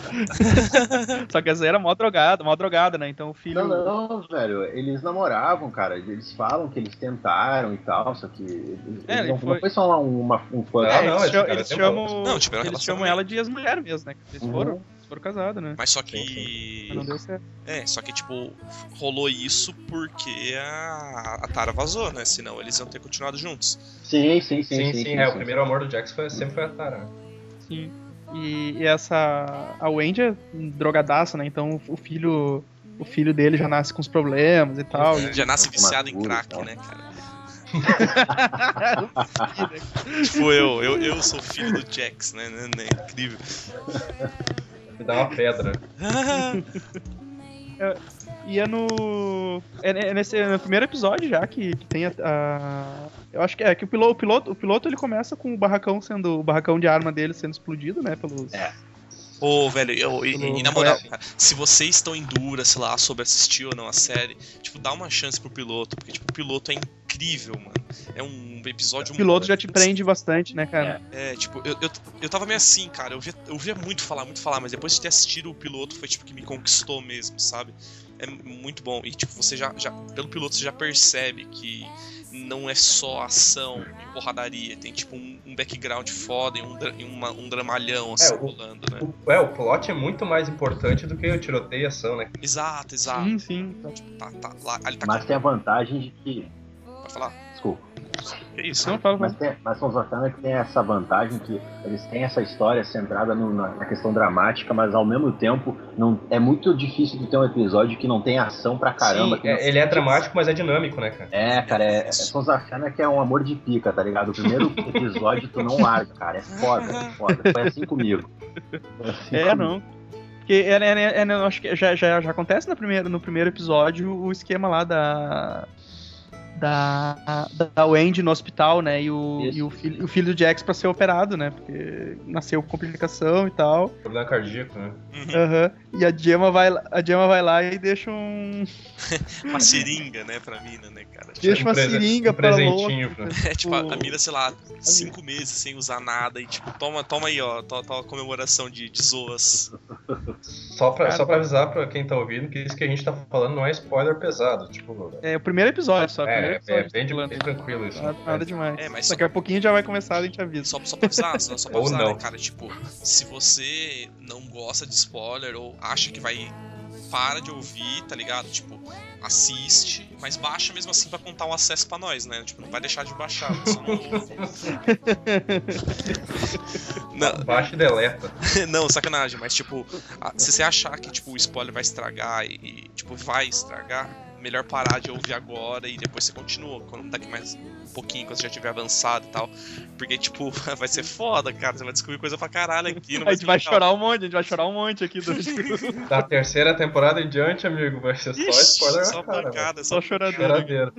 Speaker 3: Só que essa era mó drogada, mó drogada, né? Então o filho.
Speaker 1: Não, não, velho. Eles namoravam, cara. Eles falam que eles tentaram e tal, só que. Eles,
Speaker 3: É,
Speaker 1: eles
Speaker 3: ele
Speaker 1: não,
Speaker 3: foi-
Speaker 1: não foi só uma, uma, um fã.
Speaker 4: Ah,
Speaker 3: É, eles,
Speaker 4: não, esse
Speaker 3: chamam-
Speaker 4: cara
Speaker 3: eles
Speaker 4: tem
Speaker 3: chamam,
Speaker 2: Não,
Speaker 1: tipo,
Speaker 2: tipo, tiveram
Speaker 3: eles
Speaker 2: relacionamento.
Speaker 3: chamam ela de ex-mulher mesmo, né? Eles
Speaker 1: Uhum.
Speaker 3: foram, eles foram casados, né?
Speaker 2: Mas só
Speaker 4: Sim,
Speaker 2: que.
Speaker 3: Mas não deu certo.
Speaker 2: É, só que, tipo, rolou isso porque a, a Tara vazou, né? Senão eles iam ter continuado juntos.
Speaker 1: Sim, sim, sim.
Speaker 4: Sim, sim, é. O primeiro amor do Jax foi, sempre foi a Tara. né?
Speaker 3: Sim. E, e essa. A Wendy é drogadaça, né? Então o filho. O filho dele já nasce com os problemas e
Speaker 4: É,
Speaker 3: tal.
Speaker 1: *laughs*
Speaker 3: E... *laughs*
Speaker 2: Já nasce
Speaker 1: Uma
Speaker 2: viciado em
Speaker 1: dura,
Speaker 2: crack,
Speaker 1: então.
Speaker 2: né, cara? Tipo, eu, eu, eu sou filho do Jax, né? né, né,
Speaker 4: *laughs*
Speaker 2: Incrível.
Speaker 4: Me dá uma pedra.
Speaker 3: E é no. É, ne- é nesse é no primeiro episódio já que, que tem a, a- Eu acho que é que o piloto, o piloto, o piloto ele começa com o barracão sendo. O barracão de arma dele sendo explodido, né? Pelos.
Speaker 1: É.
Speaker 2: Pô, velho, eu, e, e- e na moral, cara, se vocês estão em dúvida, sei lá, sobre assistir ou não a série, tipo, dá uma chance pro piloto, porque, tipo, o piloto é incrível, mano. É um episódio.
Speaker 3: O piloto já te prende bastante, né, cara?
Speaker 2: É, tipo, eu, eu, eu tava meio assim, cara. Eu via, eu via muito falar, muito falar, mas depois de ter assistido o piloto foi tipo que me conquistou mesmo, sabe? É muito bom. E tipo, você já. já pelo piloto você já percebe que não é só ação e porradaria. Tem tipo um, um background foda e um, dra- e uma- um dramalhão assim
Speaker 4: o-
Speaker 2: rolando, né?
Speaker 4: O, é, o plot é muito mais importante do que o tiroteio e ação, né?
Speaker 1: É.
Speaker 2: Exato, exato.
Speaker 3: Sim, Então, sim.
Speaker 2: Tá, tá, lá, ali tá
Speaker 1: Mas tem a vantagem de que.
Speaker 2: pra falar.
Speaker 1: Desculpa.
Speaker 2: É isso?
Speaker 3: Não, fala,
Speaker 1: Mas,
Speaker 3: fala.
Speaker 1: tem, mas Sons of Anarchy tem essa vantagem que eles têm essa história centrada no- na, na questão dramática, mas ao mesmo tempo não, é muito difícil de ter um episódio que não tem ação pra caramba.
Speaker 4: Sim,
Speaker 1: que
Speaker 4: é-
Speaker 1: não-
Speaker 4: ele é dramático, mas é dinâmico, né, cara?
Speaker 1: É, cara, é, é Sons of Anarchy é um amor de pica, tá ligado? O
Speaker 2: *laughs*
Speaker 1: primeiro episódio tu não larga, cara. É foda, é foda. Foi assim comigo. Foi assim
Speaker 3: É,
Speaker 1: comigo.
Speaker 3: não. Porque é, é, é, é, não, acho que já, já, já acontece na primeira, no primeiro episódio o esquema lá da. Da, da Wendy no hospital, né? E, o,
Speaker 1: Isso.
Speaker 3: e o, filho, o filho do Jax pra ser operado, né? Porque nasceu com complicação e tal.
Speaker 4: Problema cardíaco, né?
Speaker 2: Uhum.
Speaker 3: Aham. E a Gemma, vai, lá- a Gemma vai lá e deixa um.
Speaker 2: Uma seringa, né, pra mina, né, cara?
Speaker 3: Deixa uma
Speaker 4: presen-
Speaker 3: seringa
Speaker 4: um
Speaker 3: pra
Speaker 4: presentinho
Speaker 3: louca.
Speaker 4: pra-
Speaker 2: É tipo, a, a
Speaker 3: Tipo,
Speaker 2: mina, sei lá, cinco meses sem usar nada e tipo, toma, toma aí, ó, toma, toma comemoração de, de zoas.
Speaker 4: Só pra,
Speaker 3: Cara.
Speaker 4: só pra avisar pra quem tá ouvindo que isso que a gente tá falando não é spoiler pesado. Tipo,
Speaker 3: É o primeiro episódio só. o primeiro
Speaker 4: é, é
Speaker 3: episódio,
Speaker 4: bem, de-
Speaker 3: falando.
Speaker 4: bem tranquilo isso.
Speaker 3: Nada, nada demais.
Speaker 2: É, mas só-
Speaker 3: Daqui a pouquinho já vai começar, a gente avisa.
Speaker 2: Só, só pra avisar, só, só pra
Speaker 4: Ou
Speaker 2: avisar,
Speaker 4: não.
Speaker 2: né, cara? Tipo, se você não gosta de spoiler ou acha que vai. Para de ouvir, tá ligado? Tipo, assiste, mas baixa mesmo assim pra contar o acesso pra nós, né? Tipo, não vai deixar de baixar. só não- não,
Speaker 4: É, Baixa e deleta.
Speaker 2: *laughs* Não, sacanagem, mas tipo, a- se você achar que tipo, o spoiler vai estragar e, e, tipo, vai estragar, melhor parar de ouvir agora e depois você continua, quando daqui mais um pouquinho, quando você já tiver avançado e tal. Porque, tipo, *laughs* vai ser foda, cara. Você vai descobrir coisa pra caralho aqui. Não
Speaker 3: A gente vai
Speaker 2: ser legal.
Speaker 3: chorar um monte, a gente vai chorar um monte aqui durante
Speaker 4: Da terceira temporada em diante, amigo, vai ser só
Speaker 2: Ixi,
Speaker 4: spoiler
Speaker 2: só
Speaker 4: na cara. velho.
Speaker 2: pancada, só
Speaker 3: só choradeira.
Speaker 4: Choradeira.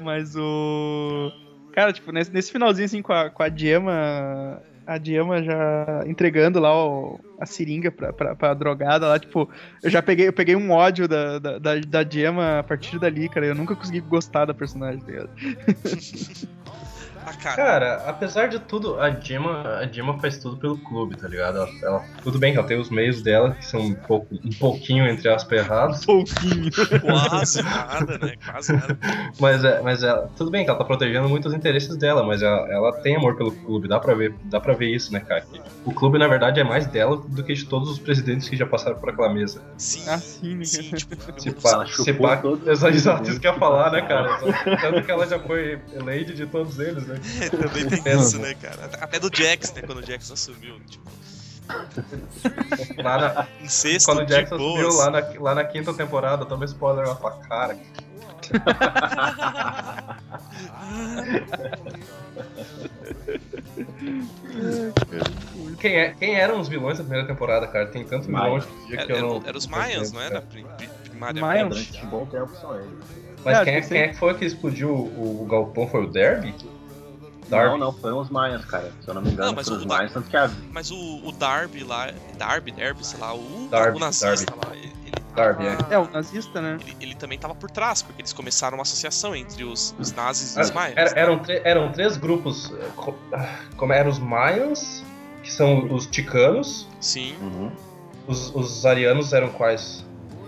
Speaker 3: Mas o. Cara, tipo, nesse, nesse finalzinho, assim, com a, com a Diema. A Diema já entregando lá o- a seringa pra, pra, pra drogada lá, tipo, eu já peguei, eu peguei um ódio da, da, da, da Diema a partir dali, cara. Eu nunca consegui gostar da personagem, tá
Speaker 4: *laughs*
Speaker 3: ligado?
Speaker 2: Ah, cara.
Speaker 4: Cara, apesar de tudo, a Dima, a Dima faz tudo pelo clube, tá ligado? Ela, ela- tudo bem que ela tem os meios dela, que são um, pouco, um pouquinho, entre aspas, errados,
Speaker 3: Pouquinho.
Speaker 2: Quase nada, né? Quase nada.
Speaker 4: mas, é, mas ela, tudo bem que ela tá protegendo muito os interesses dela, mas ela, ela tem amor pelo clube, dá pra, ver, dá pra ver isso, né, cara? Que o clube, na verdade, é mais dela do que de todos os presidentes que já passaram por aquela mesa.
Speaker 2: Sim,
Speaker 3: Assim,
Speaker 2: sim,
Speaker 3: né?
Speaker 2: tipo,
Speaker 4: Se
Speaker 2: eu-
Speaker 4: pá,
Speaker 1: Ela
Speaker 4: se
Speaker 1: chupou
Speaker 4: pá,
Speaker 1: todos
Speaker 4: exa-
Speaker 1: os
Speaker 4: exato,
Speaker 1: presidentes
Speaker 4: isso que eu ia falar, né, cara? Tanto que ela já foi lady de todos eles, né?
Speaker 2: também tem isso, né, cara? Até- Até do Jax, né? Quando o Jax assumiu. Tipo,
Speaker 4: Lá na,
Speaker 2: em sexto,
Speaker 4: Quando
Speaker 2: tipo
Speaker 4: o
Speaker 2: de assim.
Speaker 4: Jackson subiu
Speaker 2: boas.
Speaker 4: lá na, lá na quinta temporada, toma spoiler na tua cara. quem, é, quem eram os vilões da primeira temporada, cara? Tem tanto vilão
Speaker 1: Maia.
Speaker 4: hoje em dia
Speaker 2: Era,
Speaker 4: que eu
Speaker 2: era-
Speaker 4: não.
Speaker 2: era É, os Mayans, não era?
Speaker 4: cara.
Speaker 2: Pri- pri- Primária.
Speaker 3: Mayans?
Speaker 1: Durante um bom tempo são eles.
Speaker 4: Mas
Speaker 3: Cara,
Speaker 4: quem, é,
Speaker 3: tem
Speaker 4: quem é que foi que explodiu o, o galpão? Foi o Derby?
Speaker 1: Não,
Speaker 4: Darby.
Speaker 1: não, foram os Mayans, cara. Se eu não me engano,
Speaker 2: Não, mas
Speaker 1: foram os
Speaker 2: o-
Speaker 1: Mayans, tanto que a
Speaker 2: Mas o, o Darby lá, Darby, Derby, sei lá, o,
Speaker 4: Darby,
Speaker 2: o nazista lá, ele, ele
Speaker 4: Darby,
Speaker 2: tava-
Speaker 3: É, o nazista, né?
Speaker 2: ele, ele também tava por trás, porque eles começaram uma associação entre os, os nazis e os
Speaker 4: Era-
Speaker 2: maias.
Speaker 4: Ah, era- eram, tre- eram três grupos. eh, co- ah, Como eram os Mayans, que são os ticanos.
Speaker 2: Sim.
Speaker 1: Uhum.
Speaker 4: Os, os arianos eram quais?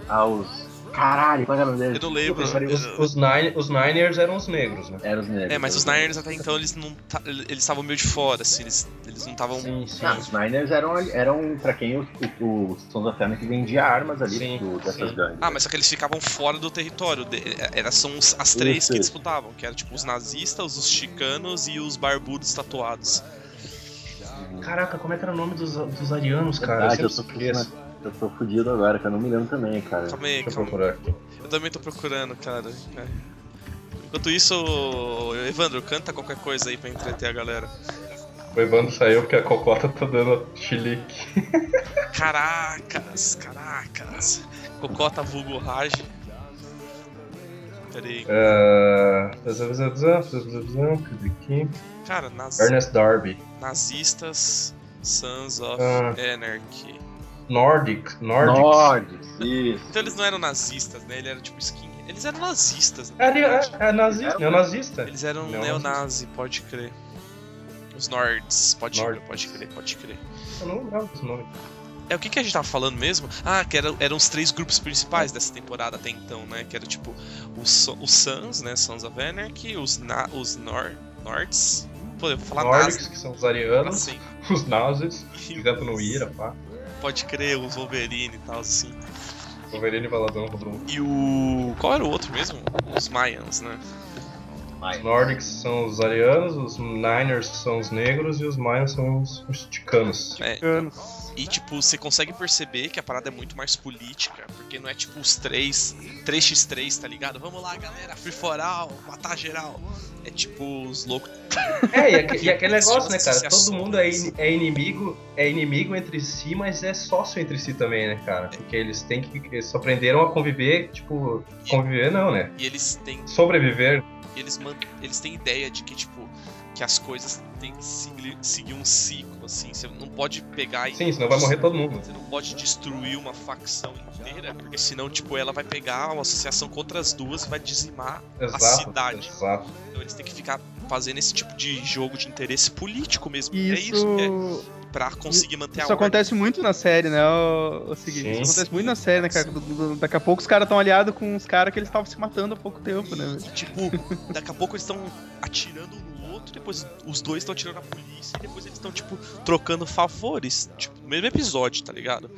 Speaker 1: aos. Ah, Caralho, qual era o nome
Speaker 2: Eu
Speaker 1: deles?
Speaker 2: não lembro.
Speaker 1: Puta que pariu,
Speaker 4: Os, os, nine, os Niners eram os negros, né?
Speaker 1: Eram os negros.
Speaker 2: É, mas os Niners até então eles não ta- eles estavam meio de fora, assim, eles, eles não estavam.
Speaker 4: Sim, sim.
Speaker 1: Ah, os Niners eram, eram pra quem o, o, o Sons of Anarchy vendia armas ali
Speaker 4: Sim,
Speaker 1: do- dessas
Speaker 4: sim.
Speaker 1: gangues.
Speaker 2: Ah, mas só que eles ficavam fora do território. De, é, era, são os- as três
Speaker 1: Isso,
Speaker 2: que
Speaker 1: isso.
Speaker 2: disputavam, que eram tipo os nazistas, os chicanos e os barbudos tatuados.
Speaker 4: Caraca, como é que era o nome dos, dos arianos, cara?
Speaker 1: Verdade, eu
Speaker 4: sempre
Speaker 1: tô né?
Speaker 4: esqueço.
Speaker 1: fudido. Eu tô fudido agora, que eu não me lembro também, cara.
Speaker 2: Calma aí,
Speaker 4: Deixa eu
Speaker 2: calma.
Speaker 4: procurar aqui.
Speaker 2: Eu também tô procurando, cara. É. Enquanto isso, Evandro, canta qualquer coisa aí pra entreter a galera.
Speaker 4: O Evandro saiu porque a cocota tá dando chilique.
Speaker 2: Caracas, caracas. Cocota vulgo rage. Peraí.
Speaker 4: Ah, cadê aqui?
Speaker 2: Cara, naz-
Speaker 4: Ernest Darby.
Speaker 2: nazistas, Sons of
Speaker 4: Ah.
Speaker 2: Anarchy.
Speaker 4: Nordic. Nordics.
Speaker 1: Nordics, isso.
Speaker 2: Então eles não eram nazistas, né? Ele era tipo skin. Eles eram nazistas, né?
Speaker 4: É, é, é nazista, neonazista.
Speaker 2: Eles eram
Speaker 4: Não,
Speaker 2: neonazi, pode crer. Os Nords, pode
Speaker 4: Nords.
Speaker 2: crer, pode crer, pode crer.
Speaker 4: Eu não lembro esse nome.
Speaker 2: É o que, que a gente tava falando mesmo? Ah, que era- eram os três grupos principais dessa temporada até então, né? Que era tipo os, So- os Suns, né? Sons of Anarchy, os, na, os Nor, Nords. Pô, eu vou falar
Speaker 4: Nórdicos,
Speaker 2: Nazis.
Speaker 4: que são os arianos,
Speaker 2: Assim,
Speaker 4: *laughs* os nazis, fizeram no Ira, pá.
Speaker 2: pode crer, os Wolverine e tal, assim.
Speaker 4: Wolverine e Baladão contra o-
Speaker 2: E o. Qual era o outro mesmo? Os Mayans, né?
Speaker 4: Os nórdicos são os arianos, os niners são os negros e os maias são os, os ticanos.
Speaker 2: É,
Speaker 3: Anos.
Speaker 2: E, tipo, você consegue perceber que a parada é muito mais política, porque não é tipo os três, 3x3, tá ligado? Vamos lá, galera, free for all, matar geral. É tipo os loucos.
Speaker 4: É, e, aque- e aquele negócio, né, cara?
Speaker 2: Associações.
Speaker 4: Todo mundo é, in- é inimigo, é inimigo entre si, mas é sócio entre si também, né, cara? Porque eles têm que. Eles só aprenderam a conviver, tipo, conviver não, né?
Speaker 2: E eles têm,
Speaker 4: Sobreviver.
Speaker 2: e eles man- eles têm ideia de que, tipo, que as coisas têm que segui- seguir um ciclo, assim. Você não pode pegar e.
Speaker 4: Sim, senão vai morrer todo mundo.
Speaker 2: Você não pode destruir uma facção inteira, porque senão, tipo, ela vai pegar uma associação contra as duas e vai dizimar
Speaker 4: Exato.
Speaker 2: cidade.
Speaker 4: Exato.
Speaker 2: Então eles têm que ficar fazendo esse tipo de jogo de interesse político mesmo.
Speaker 3: E
Speaker 2: É isso, é,
Speaker 3: isso,
Speaker 2: pra conseguir manter
Speaker 3: isso
Speaker 2: a ordem.
Speaker 3: acontece muito na série, né? O, o seguinte,
Speaker 4: Sim.
Speaker 3: isso acontece muito na série, né, cara? Do- do- Daqui a pouco os caras estão aliados com os caras que eles estavam se matando há pouco tempo, né?
Speaker 2: E, tipo, daqui a pouco eles estão atirando um no outro, depois os dois estão atirando na polícia, e depois eles estão, tipo, trocando favores. Tipo, no mesmo episódio, tá ligado?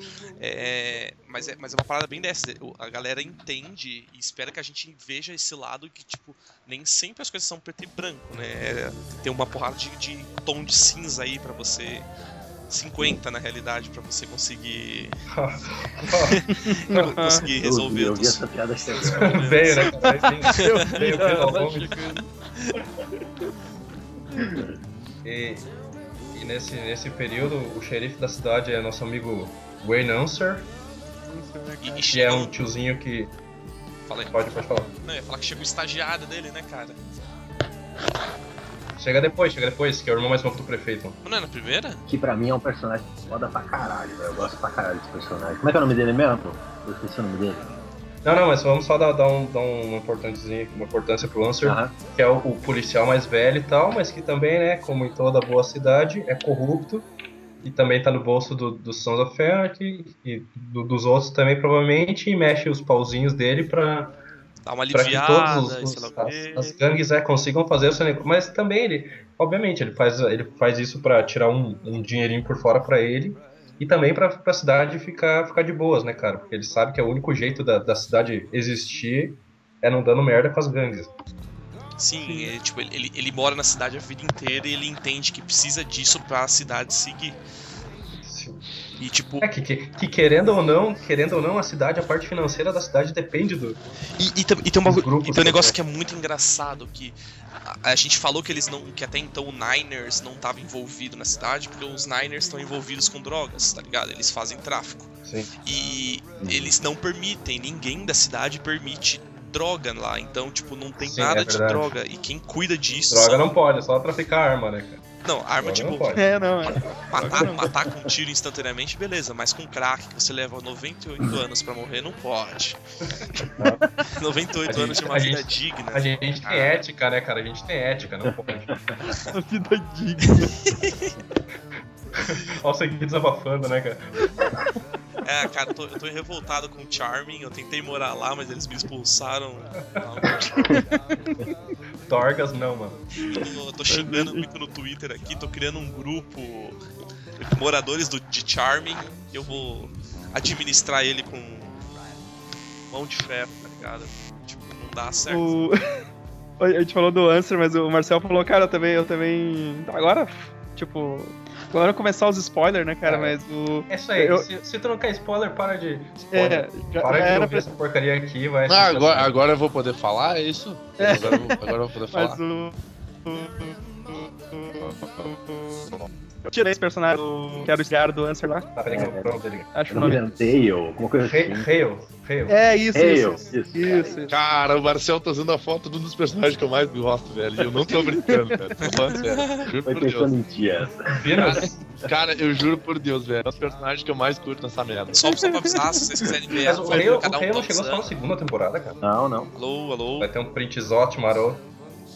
Speaker 2: É, mas, é, mas é uma parada bem dessa. o- A galera entende e espera que a gente veja esse lado que, tipo, nem sempre as coisas são preto e branco, né? É, Tem uma porrada de, de tom de cinza aí pra você. 50 na realidade, pra você conseguir, *laughs* conseguir
Speaker 1: Eu-
Speaker 2: resolver
Speaker 1: Eu vi
Speaker 2: os
Speaker 1: essa piada sempre.
Speaker 2: seus problemas.
Speaker 4: *laughs* Veio, né? cara?
Speaker 3: *laughs*
Speaker 4: Veio, veio pelo
Speaker 3: Ela
Speaker 2: *laughs*
Speaker 4: nome.
Speaker 3: chegando.
Speaker 4: E, e nesse, nesse período, o xerife da cidade é nosso amigo Wayne Anser,
Speaker 2: E, e
Speaker 4: que é
Speaker 2: chega
Speaker 4: um tiozinho que.
Speaker 2: Fala aí.
Speaker 4: Pode, pode falar.
Speaker 2: Não, eu ia falar que chegou o estagiário dele, né, cara?
Speaker 4: Chega depois, chega depois, que é o irmão mais novo do prefeito.
Speaker 2: Mas Não é na primeira?
Speaker 1: Que pra mim é um personagem foda pra caralho, velho. Eu gosto pra caralho desse personagem. Como é que é o nome dele mesmo? Eu esqueci o nome dele.
Speaker 4: Não, não, mas vamos só dar, dar, um, dar um importantezinho, uma importância pro Anser,
Speaker 1: Aham.
Speaker 4: que é o, o policial mais velho e tal, mas que também, né, como em toda boa cidade, é corrupto e também tá no bolso do, do Sons of Anarchy e do- dos outros também, provavelmente, e mexe os pauzinhos dele pra,
Speaker 2: Dá uma
Speaker 4: para que
Speaker 2: aliviada,
Speaker 4: todos os,
Speaker 2: sei lá
Speaker 4: os-
Speaker 2: o quê.
Speaker 4: as, as gangues é, consigam fazer o seu negócio. Mas também ele, obviamente, ele faz, ele faz isso para tirar um, um dinheirinho por fora para ele e também para a cidade ficar, ficar de boas, né, cara? Porque ele sabe que é o único jeito da, da cidade existir é não dando merda com as gangues.
Speaker 2: Sim, é, tipo, ele, ele, ele mora na cidade a vida inteira e ele entende que precisa disso pra cidade seguir. E tipo,
Speaker 4: É que, que, que querendo ou não, querendo ou não, a cidade, a parte financeira da cidade depende do.
Speaker 2: E, e tam- e tem, um
Speaker 4: Os
Speaker 2: bagulho-
Speaker 4: grupos
Speaker 2: e tem um negócio
Speaker 4: também.
Speaker 2: que é muito engraçado, que a, a gente falou que eles não. que até então o Niners não estava envolvido na cidade, porque os Niners estão envolvidos com drogas, tá ligado? Eles fazem tráfico.
Speaker 4: Sim.
Speaker 2: E eles não permitem, ninguém da cidade permite droga lá. Então, tipo, não tem
Speaker 4: Sim,
Speaker 2: nada
Speaker 4: é
Speaker 2: de
Speaker 4: verdade.
Speaker 2: droga. E quem cuida disso.
Speaker 4: Droga
Speaker 2: são-
Speaker 4: não pode, é só traficar arma, né, cara?
Speaker 2: não, arma
Speaker 4: Droga
Speaker 2: de
Speaker 4: não
Speaker 2: boa.
Speaker 4: pode.
Speaker 3: É, não, é.
Speaker 2: Matar,
Speaker 3: Droga não.
Speaker 2: matar com um tiro instantaneamente, beleza, mas com crack, que você leva 98
Speaker 4: *laughs*
Speaker 2: anos pra morrer, não pode. *laughs* 98
Speaker 4: A
Speaker 2: anos de
Speaker 4: gente-
Speaker 2: uma
Speaker 4: a
Speaker 2: vida
Speaker 4: gente-
Speaker 2: digna.
Speaker 4: A gente tem ética, né, cara? A gente tem ética, não pode.
Speaker 3: *laughs* A vida é digna.
Speaker 4: *laughs* Olha o seguinte desabafando, né, cara?
Speaker 2: É, cara, eu tô, eu tô revoltado com o Charming, eu tentei morar lá, mas eles me
Speaker 4: *laughs*
Speaker 2: expulsaram. Não,
Speaker 4: Dorgas não, mano.
Speaker 2: Eu tô, eu tô xingando muito no Twitter aqui, tô criando um grupo moradores do, de Charming, eu vou administrar ele com mão de ferro, tá ligado? Tipo, não dá certo.
Speaker 3: O... *laughs* A gente falou do Answer, mas o Marcel falou, cara, eu também, eu também. Tá, Agora, tipo. Agora começar os spoilers, né, cara?
Speaker 4: É.
Speaker 3: Mas o.
Speaker 4: É isso aí.
Speaker 3: Eu-
Speaker 4: Se, se tu não quer spoiler, para de.
Speaker 3: É,
Speaker 4: Spoiler.
Speaker 3: já,
Speaker 4: para
Speaker 3: já
Speaker 4: de
Speaker 3: era
Speaker 4: ouvir
Speaker 3: pra
Speaker 4: essa porcaria aqui, vai.
Speaker 6: Ah, agora, agora eu vou poder falar, é isso?
Speaker 3: É.
Speaker 6: Agora, eu vou- agora eu vou poder falar.
Speaker 3: Mas o. Eu tirei esse personagem do- que era o diário do Answer lá,
Speaker 4: Tá, peraí, que eu vou pro nome dele.
Speaker 3: acho
Speaker 1: O
Speaker 3: o
Speaker 1: nome
Speaker 3: nome.
Speaker 1: dele é Dale, alguma coisa
Speaker 4: Re-
Speaker 1: assim.
Speaker 4: Rail, Rail.
Speaker 3: É, isso,
Speaker 1: Hale,
Speaker 3: isso.
Speaker 1: isso,
Speaker 3: Isso, isso.
Speaker 6: Cara, o Marcel tá usando a foto de um dos personagens que eu mais gosto, velho. E eu não tô brincando, cara. Tô falando sério. Juro
Speaker 1: Foi
Speaker 6: por Deus.
Speaker 1: pensando em dias.
Speaker 2: é
Speaker 4: Venus.
Speaker 6: Cara, eu juro por Deus, velho. É os personagens que eu mais curto nessa merda.
Speaker 2: Só, só pra avisar, se vocês quiserem ver
Speaker 4: Mas
Speaker 2: a-
Speaker 4: o Rei, o
Speaker 2: cada um
Speaker 4: Rei não
Speaker 2: dançando.
Speaker 4: chegou só na segunda temporada, cara.
Speaker 1: Não, não.
Speaker 2: Alô, alô.
Speaker 4: Vai ter um printzote maroto.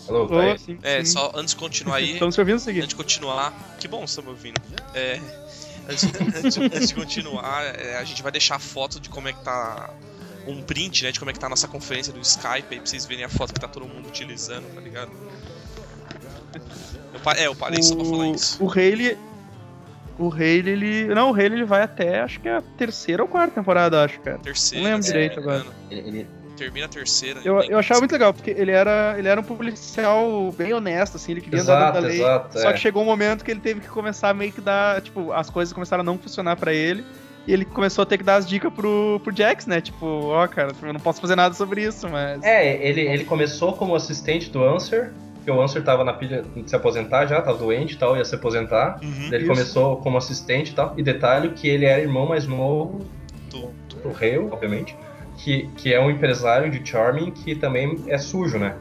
Speaker 4: Alô, tá
Speaker 3: Oh,
Speaker 4: aí.
Speaker 3: sim,
Speaker 2: É,
Speaker 3: sim. Então,
Speaker 2: só antes de continuar aí,
Speaker 3: Estamos te ouvindo seguir.
Speaker 2: antes de continuar, que bom que estão me ouvindo. É, antes, antes- antes de continuar, é, a gente vai deixar a foto de como é que tá um print, né, de como é que tá a nossa conferência do Skype aí pra vocês verem a foto que tá todo mundo utilizando, tá ligado? Eu pa- é, eu parei só pra falar isso.
Speaker 3: O Rayleigh. O Rayleigh, ele. Não, o Rayleigh ele vai até, acho que é a terceira ou quarta temporada, acho, cara.
Speaker 2: Terceira.
Speaker 3: não lembro
Speaker 2: se
Speaker 3: direito
Speaker 2: me engano.
Speaker 1: Ele, ele-
Speaker 2: Termina a terceira.
Speaker 3: É,
Speaker 2: né?
Speaker 3: Eu,
Speaker 2: nem-
Speaker 3: eu achava muito legal, porque ele era, ele era um policial bem honesto, assim, ele queria andar
Speaker 4: Exato,
Speaker 3: dentro da lei.
Speaker 4: exato.
Speaker 3: Só
Speaker 4: é.
Speaker 3: que chegou um momento que ele teve que começar a meio que dar, tipo, as coisas começaram a não funcionar pra ele. E ele começou a ter que dar as dicas pro, pro Jax, né? Tipo, ó, cara, eu não posso fazer nada sobre isso, mas.
Speaker 4: É, ele, ele começou como assistente do Answer, porque o Answer tava na pilha de se aposentar já, tava doente e tal, ia se aposentar.
Speaker 2: Uhum,
Speaker 4: Daí ele
Speaker 3: Isso.
Speaker 4: começou como assistente e tal. E detalhe que ele era irmão mais novo
Speaker 2: do-
Speaker 4: do rei, obviamente, que, que é um empresário de Charming que também é sujo, né?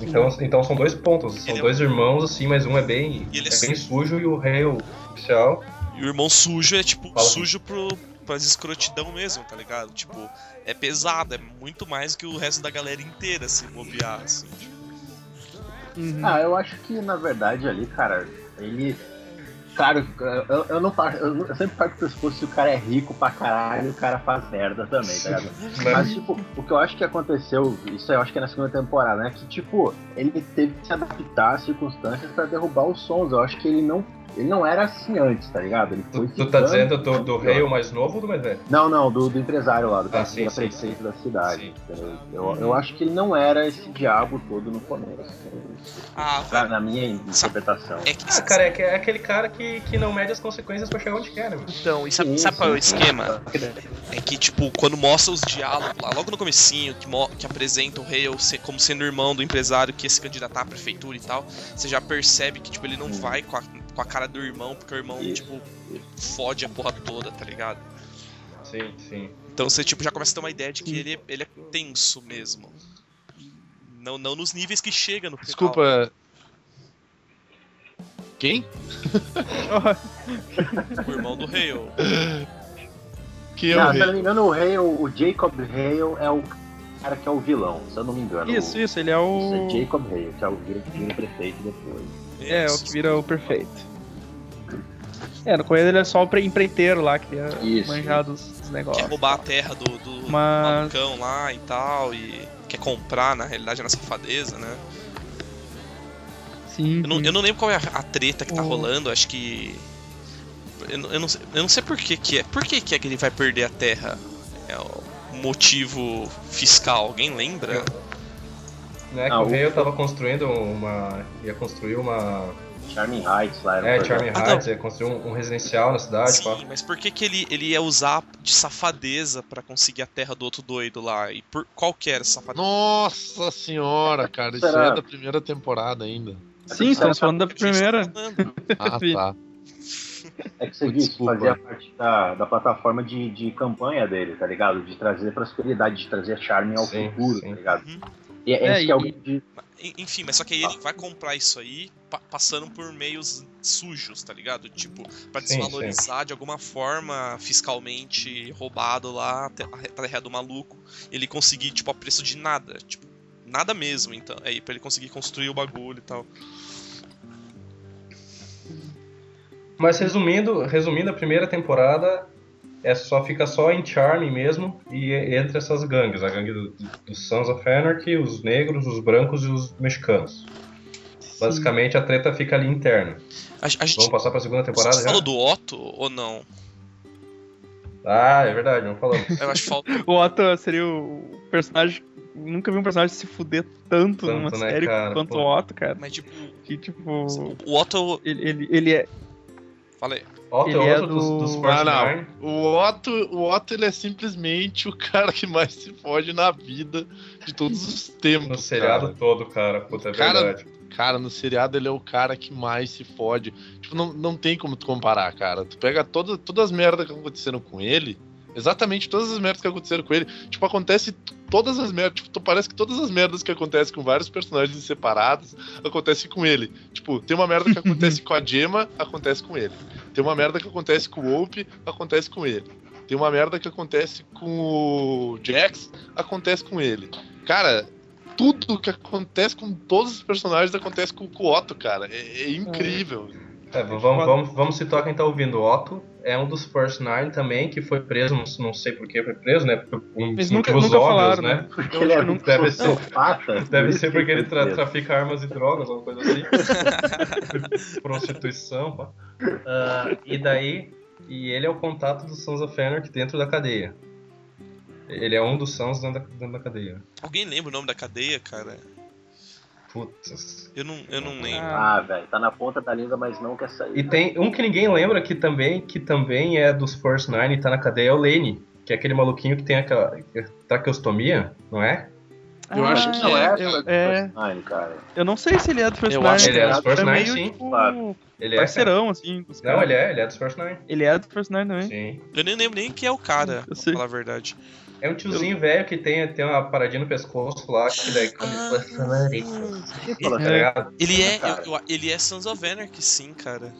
Speaker 4: Então, então são dois pontos, são
Speaker 2: Ele é
Speaker 4: dois irmãos assim, mas um é bem,
Speaker 2: E ele é
Speaker 4: é bem sujo e o rei o oficial.
Speaker 2: E o irmão sujo é tipo
Speaker 4: Fala.
Speaker 2: sujo pro, pras escrotidão mesmo, tá ligado? Tipo, é pesado, é muito mais que o resto da galera inteira se bobear, assim. tipo.
Speaker 3: Uhum.
Speaker 1: Ah, eu acho que na verdade ali, cara, ele. Cara, eu, eu não par- eu, não- eu sempre parto do pressuposto se o cara é rico pra caralho, o cara faz merda também, tá ligado?
Speaker 4: Né?
Speaker 1: Mas, tipo, o que eu acho que aconteceu, isso eu acho que é na segunda temporada, né? Que, tipo, ele teve que se adaptar às circunstâncias pra derrubar os sons. Eu acho que ele não. Ele não era assim antes, tá ligado? Ele foi
Speaker 4: Tu, tu tá
Speaker 1: ficando-
Speaker 4: dizendo do, do rei o mais novo ou do mais velho?
Speaker 1: Não, não, do, do empresário lá, do
Speaker 4: Ah,
Speaker 1: cara
Speaker 4: sim,
Speaker 1: que
Speaker 4: sim.
Speaker 1: era prefeito da cidade.
Speaker 4: Sim. Uhum.
Speaker 1: entendeu? Eu, eu acho que ele não era esse diabo todo no começo.
Speaker 2: Ah,
Speaker 1: Pra-
Speaker 2: velho.
Speaker 1: Na minha interpretação.
Speaker 8: É que,
Speaker 4: Ah, cara, é, que- é aquele cara que, que não mede as consequências pra chegar onde quer, né? meu?
Speaker 8: então,
Speaker 3: *laughs*
Speaker 8: e sabe, sabe qual é o
Speaker 4: Ah,
Speaker 8: esquema?
Speaker 2: É que, tipo, quando mostra os diálogos lá, logo no comecinho, que, mo- que apresenta o Hale se- como sendo irmão do empresário que ia se candidatar à prefeitura e tal, você já percebe que, tipo, ele
Speaker 4: Hum.
Speaker 2: não vai com a, com a cara do irmão, porque o irmão,
Speaker 1: Isso.
Speaker 2: tipo, fode a porra toda, tá ligado?
Speaker 4: Sim, sim.
Speaker 2: Então você, tipo, já começa a ter uma ideia
Speaker 4: Hum.
Speaker 2: de que ele, ele é tenso mesmo. Não, não nos níveis que chega no final.
Speaker 6: Desculpa. Quem?
Speaker 2: tipo, O irmão do
Speaker 3: *laughs*
Speaker 2: Hale.
Speaker 6: Que eu
Speaker 1: não, se eu não
Speaker 6: rei.
Speaker 1: me engano, o Hale, o Jacob Hale é o cara que é o vilão, se eu não me engano.
Speaker 3: Isso,
Speaker 1: o,
Speaker 3: isso, ele é
Speaker 1: isso
Speaker 3: o.
Speaker 1: é Jacob Hale, que é o que vira prefeito depois.
Speaker 3: É, o que vira o perfeito. É, no Coelho ele é só o pre- empreiteiro lá, que ia
Speaker 1: Isso.
Speaker 3: manjar dos, dos
Speaker 2: Quer
Speaker 3: negócios.
Speaker 2: roubar a terra do, do
Speaker 3: Mas.
Speaker 2: malucão lá e tal, e quer comprar, na realidade, é na safadeza, né?
Speaker 3: Sim.
Speaker 2: Eu não, eu não lembro qual é a, a treta que tá
Speaker 3: O-
Speaker 2: rolando, acho que. Eu, não- eu não, sei- eu não sei por que, que é. Por que, que é que ele vai perder a terra? É o motivo fiscal, alguém lembra?
Speaker 4: Né, que
Speaker 1: Ah,
Speaker 4: o
Speaker 1: o-
Speaker 4: rei eu tava construindo uma. ia construir uma.
Speaker 1: Charming Heights lá era um
Speaker 4: É,
Speaker 1: projeto-
Speaker 4: Charming
Speaker 2: Ah,
Speaker 4: Heights, ia construir um, um residencial na cidade, pá.
Speaker 2: Sim, mas por que, que ele, ele ia usar de safadeza pra conseguir a terra do outro doido lá? E por qual que era essa safadeza?
Speaker 6: Nossa senhora, cara, isso
Speaker 1: Será?
Speaker 6: é da primeira temporada ainda.
Speaker 3: Sim, estamos falando da
Speaker 2: A gente tá
Speaker 3: primeira.
Speaker 2: falando.
Speaker 6: Ah, tá.
Speaker 1: É que você disse,
Speaker 6: Desculpa.
Speaker 1: fazia parte da, da plataforma de, de campanha dele, tá ligado? De trazer prosperidade, de trazer charme ao
Speaker 4: Sim,
Speaker 1: futuro,
Speaker 4: sim.
Speaker 1: tá ligado?
Speaker 2: Uhum.
Speaker 1: E é,
Speaker 3: É,
Speaker 1: esse
Speaker 3: e-
Speaker 1: que é o de,
Speaker 2: En- Enfim, mas só que aí ele vai comprar isso aí pa- passando por meios sujos, tá ligado? Tipo, pra
Speaker 4: Sim,
Speaker 2: desvalorizar de alguma forma fiscalmente roubado lá a te- a terra do maluco, ele conseguir, tipo, a preço de nada, tipo, nada mesmo, então, aí pra ele conseguir construir o bagulho e tal.
Speaker 4: Mas resumindo, resumindo a primeira temporada é só fica só em Charming mesmo e é- entre essas gangues, a gangue do, do, do Sons of Anarchy, os negros, os brancos e os mexicanos. Basicamente a treta fica ali interna.
Speaker 2: A, a gente
Speaker 4: Vamos passar pra segunda temporada já?
Speaker 2: falou do Otto ou não?
Speaker 4: Ah, é verdade, não falamos.
Speaker 2: Eu acho que falta
Speaker 3: O Otto seria o personagem. Nunca vi um personagem se fuder tanto,
Speaker 4: Tanto,
Speaker 3: numa
Speaker 4: né,
Speaker 3: série
Speaker 4: cara?
Speaker 3: quanto
Speaker 4: Pô.
Speaker 3: o Otto, cara.
Speaker 2: mas tipo,
Speaker 3: Que tipo.
Speaker 2: o Otto,
Speaker 3: Ele, ele, ele é.
Speaker 2: falei,
Speaker 4: Otto
Speaker 3: Ele é
Speaker 4: é outro dos,
Speaker 3: do-
Speaker 4: dos
Speaker 6: Ah, não.
Speaker 4: Fortnite.
Speaker 6: O Otto, o Otto ele é simplesmente o cara que mais se fode na vida de todos os tempos.
Speaker 4: No seriado
Speaker 6: Cara.
Speaker 4: todo, cara. Puta, é
Speaker 6: Cara-
Speaker 4: verdade.
Speaker 6: Cara, no seriado ele é o cara que mais se fode. Tipo, não, não tem como tu comparar, cara. Tu pega toda, todas as merdas que estão acontecendo com ele, Exatamente todas as merdas que aconteceram com ele. Tipo, acontece todas as merdas. Tipo, tu- parece que todas as merdas que acontecem com vários personagens separados acontecem com ele. Tipo, tem uma merda que acontece com a Gemma, acontece com ele. Tem uma merda que acontece com o Wolpe, acontece com ele. Tem uma merda que acontece com o Jax, acontece com ele. Cara, tudo que acontece com todos os personagens acontece com o Otto, cara. É, é incrível.
Speaker 4: É, v- vamos, vamos, vamos situar quem tá ouvindo. O Otto é um dos First Nine também, que foi preso, não, não sei por que foi preso, né? Por um
Speaker 3: Eles
Speaker 4: dos
Speaker 3: nunca-
Speaker 4: motivos
Speaker 3: nunca
Speaker 4: óbvios,
Speaker 3: falaram,
Speaker 4: né?
Speaker 1: Porque ele é muito
Speaker 4: Deve ser-
Speaker 1: sociopata.
Speaker 4: Deve ser porque ele tra- trafica armas e drogas, alguma coisa assim. Prostituição, pá. Ah, e daí, e ele é o contato do Sons of Anarchy dentro da cadeia. Ele é um dos Sons dentro da, dentro da cadeia.
Speaker 2: Alguém lembra o nome da cadeia, cara?
Speaker 4: Putz.
Speaker 2: Eu não, eu não lembro.
Speaker 3: Ah,
Speaker 1: Ah, velho, tá na ponta da língua, mas não quer sair.
Speaker 4: E tem um que ninguém lembra que também, que também é dos First Nine e tá na cadeia, é o Lenny. Que é aquele maluquinho que tem aquela traqueostomia, não é?
Speaker 6: Eu acho que
Speaker 1: não
Speaker 6: é.
Speaker 1: é,
Speaker 6: eu-
Speaker 3: ah, é,
Speaker 1: Ai, cara.
Speaker 3: eu não sei se ele é do First
Speaker 6: Eu
Speaker 3: Nine.
Speaker 6: acho
Speaker 4: que ele é do
Speaker 3: cara.
Speaker 4: First
Speaker 3: Ele
Speaker 4: Nine,
Speaker 3: meio,
Speaker 4: sim,
Speaker 3: tipo,
Speaker 1: claro.
Speaker 4: Ele é.
Speaker 3: parceirão, assim. dos
Speaker 4: Não,
Speaker 3: caras.
Speaker 4: ele é, ele é dos First Nine.
Speaker 3: Ele é do First Nine também.
Speaker 4: Sim.
Speaker 2: Eu nem lembro nem quem é o cara,
Speaker 3: Eu
Speaker 2: pra
Speaker 3: sei.
Speaker 2: falar a verdade.
Speaker 4: É um tiozinho velho que tem, tem uma paradinha no pescoço lá, que daí quando ele fala, "Fala isso",
Speaker 1: Quem fala
Speaker 4: tá
Speaker 1: assim?
Speaker 4: ligado?
Speaker 2: Ele é,
Speaker 1: Cara.
Speaker 2: eu- eu- ele é Sons of Anarchy, sim, cara.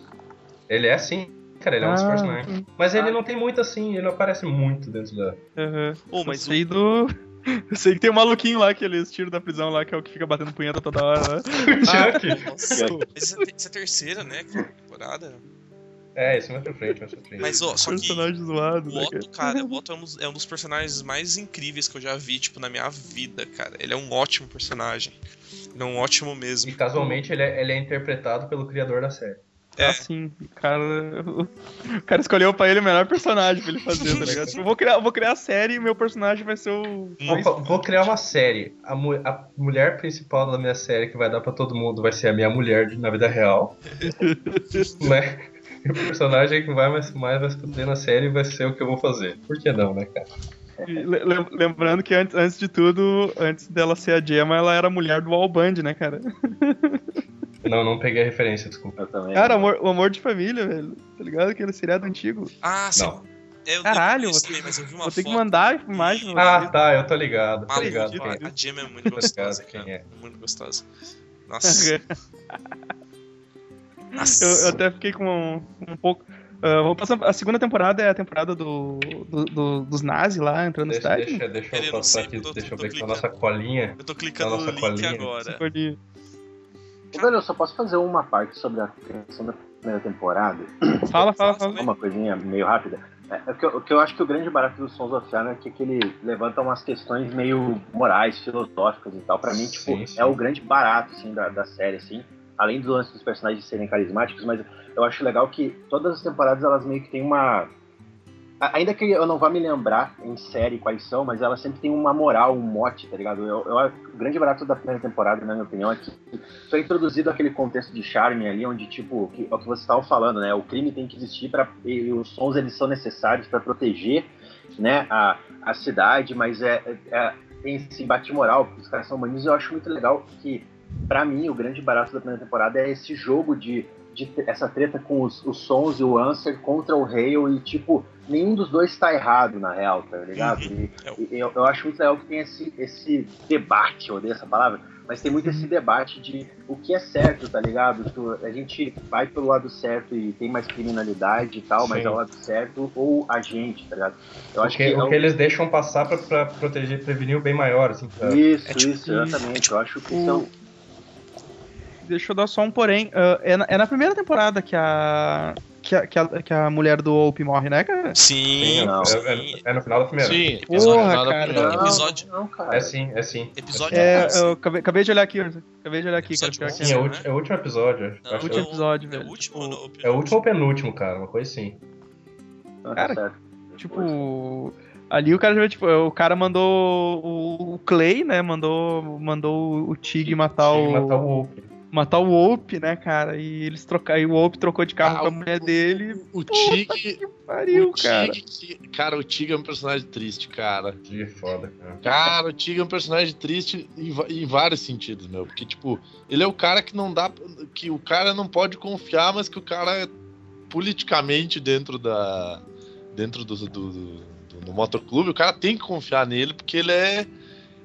Speaker 4: Ele é assim, cara, ele é um dos
Speaker 3: Ah,
Speaker 4: First Nine. Mas ele não tem muito assim, ele não aparece muito dentro da.
Speaker 3: Aham.
Speaker 2: Oh,
Speaker 3: Mas
Speaker 2: mas o,
Speaker 3: sei do. *laughs* Eu sei que tem um maluquinho lá que eles tiram da prisão lá, que é o que fica batendo punheta toda hora. Né?
Speaker 4: Chuck!
Speaker 2: nossa, mas essa, essa é a terceira, né, que é a temporada.
Speaker 4: É, isso mais pra frente, mais pra frente.
Speaker 2: Mas, ó, só que
Speaker 3: Personagem zoado,
Speaker 2: o
Speaker 3: né, cara?
Speaker 2: Otto, cara, o Otto é um, dos, é um dos personagens mais incríveis que eu já vi, tipo, na minha vida, cara. Ele é um ótimo personagem. Ele é um ótimo
Speaker 4: E
Speaker 2: mesmo.
Speaker 4: casualmente ele é, ele é interpretado pelo criador da série.
Speaker 2: É.
Speaker 3: Assim, o cara. O cara escolheu pra ele o melhor personagem pra ele fazer, tá ligado? Tipo, eu vou criar, eu vou criar a série e meu personagem vai ser o.
Speaker 4: Vou, fa- vou criar uma série. A, mu- a mulher principal da minha série que vai dar pra todo mundo vai ser a minha mulher de- na vida
Speaker 2: *laughs*
Speaker 4: real. né? E *laughs* o personagem que vai mais, mais vai se fuder na série vai ser o que eu vou fazer. Por que não, né, cara?
Speaker 3: Le- le- Lembrando que antes, antes de tudo, antes dela ser a Gemma, ela era a mulher do Alband, né, cara?
Speaker 4: Não, não peguei a referência, desculpa.
Speaker 1: Eu também. né?
Speaker 3: Cara, amor, o amor de família, velho. Tá ligado? Aquele seriado antigo.
Speaker 2: Ah, sim.
Speaker 4: Não.
Speaker 2: É, eu-
Speaker 3: Caralho,
Speaker 2: eu vi
Speaker 3: vou
Speaker 2: isso também, mas eu vi uma
Speaker 3: Vou ter que
Speaker 2: foto.
Speaker 3: mandar a imagem pra
Speaker 4: Ah,
Speaker 3: vocês.
Speaker 4: tá, eu tô ligado, tô
Speaker 2: Maluco,
Speaker 4: ligado.
Speaker 2: ó,
Speaker 4: quem é.
Speaker 2: a Gemma é muito gostosa,
Speaker 4: quem
Speaker 2: cara.
Speaker 4: é.
Speaker 2: Muito
Speaker 3: *laughs*
Speaker 2: gostosa. Nossa. Nossa.
Speaker 3: *laughs* Eu, eu até fiquei com um, um pouco. Ah, vou passar, a segunda temporada é a temporada do, do- do- dos nazis lá entrando na
Speaker 1: Tá
Speaker 4: Deixa,
Speaker 3: cidade.
Speaker 4: deixa, deixa
Speaker 2: Ele
Speaker 4: eu
Speaker 2: não
Speaker 4: passar
Speaker 2: sei,
Speaker 4: aqui,
Speaker 2: eu tô-
Speaker 4: deixa eu
Speaker 2: tô
Speaker 4: ver aqui na
Speaker 2: clicando.
Speaker 4: nossa colinha.
Speaker 2: Eu tô clicando
Speaker 4: Na
Speaker 2: no
Speaker 4: nossa
Speaker 2: link
Speaker 4: colinha.
Speaker 2: agora.
Speaker 3: Ficou de-
Speaker 1: Velho, eu só posso fazer uma parte sobre a criação da primeira temporada.
Speaker 3: Fala, fala, fala.
Speaker 4: é
Speaker 1: Uma coisinha meio rápida. É, é que, eu, que eu acho que o grande barato do Sons of Anarchy é que ele levanta umas questões meio morais, filosóficas e tal. Pra mim, tipo,
Speaker 4: Sim, sim.
Speaker 1: é o grande barato, assim, da, da série, assim. Além do lance dos personagens serem carismáticos, mas eu acho legal que todas as temporadas elas meio que têm uma... a- Ainda que eu não vá me lembrar em série quais são, mas ela sempre tem uma moral, um mote, tá ligado? Eu, eu, acho- o grande barato da primeira temporada, na minha opinião, é que foi introduzido aquele contexto de charme ali, onde, tipo, que, é o que você estava falando, né? O crime tem que existir pra, e os sons eles são necessários para proteger né, a, a cidade, mas é, é- é- tem esse bate moral, porque os caras são humanos, e eu acho muito legal que, pra mim, o grande barato da primeira temporada é esse jogo de, de tre- essa treta com os, os sons e o Answer contra o Hale, e, tipo, nenhum dos dois tá errado, na real, tá ligado? E- e eu, eu acho muito legal que tem esse, esse debate, eu odeio essa palavra, mas tem muito esse debate de o que é certo, tá ligado? Tu- A gente vai pelo lado certo e tem mais criminalidade e tal, mas
Speaker 4: Sim.
Speaker 1: é o lado certo ou a gente, tá ligado? Eu
Speaker 4: O
Speaker 1: acho
Speaker 4: que,
Speaker 1: que, é
Speaker 4: o
Speaker 1: um-
Speaker 4: que eles deixam passar pra, pra proteger, prevenir o bem maior, assim, pra-
Speaker 1: Isso,
Speaker 2: É tipo-
Speaker 1: isso, é um exatamente. eu acho que
Speaker 3: O-
Speaker 1: são.
Speaker 3: Deixa eu dar só um porém. Ah, é, na, é na primeira temporada que a. Que a, que a, que a mulher do Ope morre, né, cara?
Speaker 2: Sim.
Speaker 1: Não.
Speaker 4: É, é- é no final da primeira.
Speaker 6: Sim,
Speaker 2: Porra,
Speaker 6: é, episódio
Speaker 3: cara.
Speaker 6: primeiro.
Speaker 2: episódio-
Speaker 1: Não, cara.
Speaker 4: É sim, é sim.
Speaker 2: Episódio
Speaker 3: É,
Speaker 2: 11.
Speaker 3: eu acabei, acabei de olhar aqui, Urza. acabei de olhar aqui, cara.
Speaker 2: Episódio
Speaker 3: pior que
Speaker 4: Sim, é o, ulti- é o último episódio. acho-
Speaker 2: Não,
Speaker 4: acho
Speaker 3: último
Speaker 4: que
Speaker 3: episódio,
Speaker 2: É
Speaker 3: velho.
Speaker 2: o último ou não?
Speaker 4: é o último ou penúltimo, cara? Uma coisa assim.
Speaker 1: Não, tá
Speaker 3: cara,
Speaker 1: certo.
Speaker 3: Tipo, ali o cara já vê, tipo, o cara mandou o- o Clay, né? Mandou, mandou o Tig matar
Speaker 4: Tinha que matar
Speaker 3: Tá o
Speaker 4: o Wolf.
Speaker 3: matar o Ope, né, cara? E eles trocar e o Ope trocou de carro
Speaker 6: Ah,
Speaker 3: com a
Speaker 6: o-
Speaker 3: mulher dele.
Speaker 6: O
Speaker 3: Puta
Speaker 6: Tig.
Speaker 3: que pariu,
Speaker 6: o Tig,
Speaker 3: cara.
Speaker 6: que- cara, o Tig é um personagem triste, cara.
Speaker 4: Que foda, cara.
Speaker 6: Cara, o Tig é um personagem triste em, va- em vários sentidos, meu. Porque, tipo, ele é o cara que não dá. Que o cara não pode confiar, mas que o cara é politicamente dentro da. Dentro do, do, do- do, do motoclube, o cara tem que confiar nele porque ele é.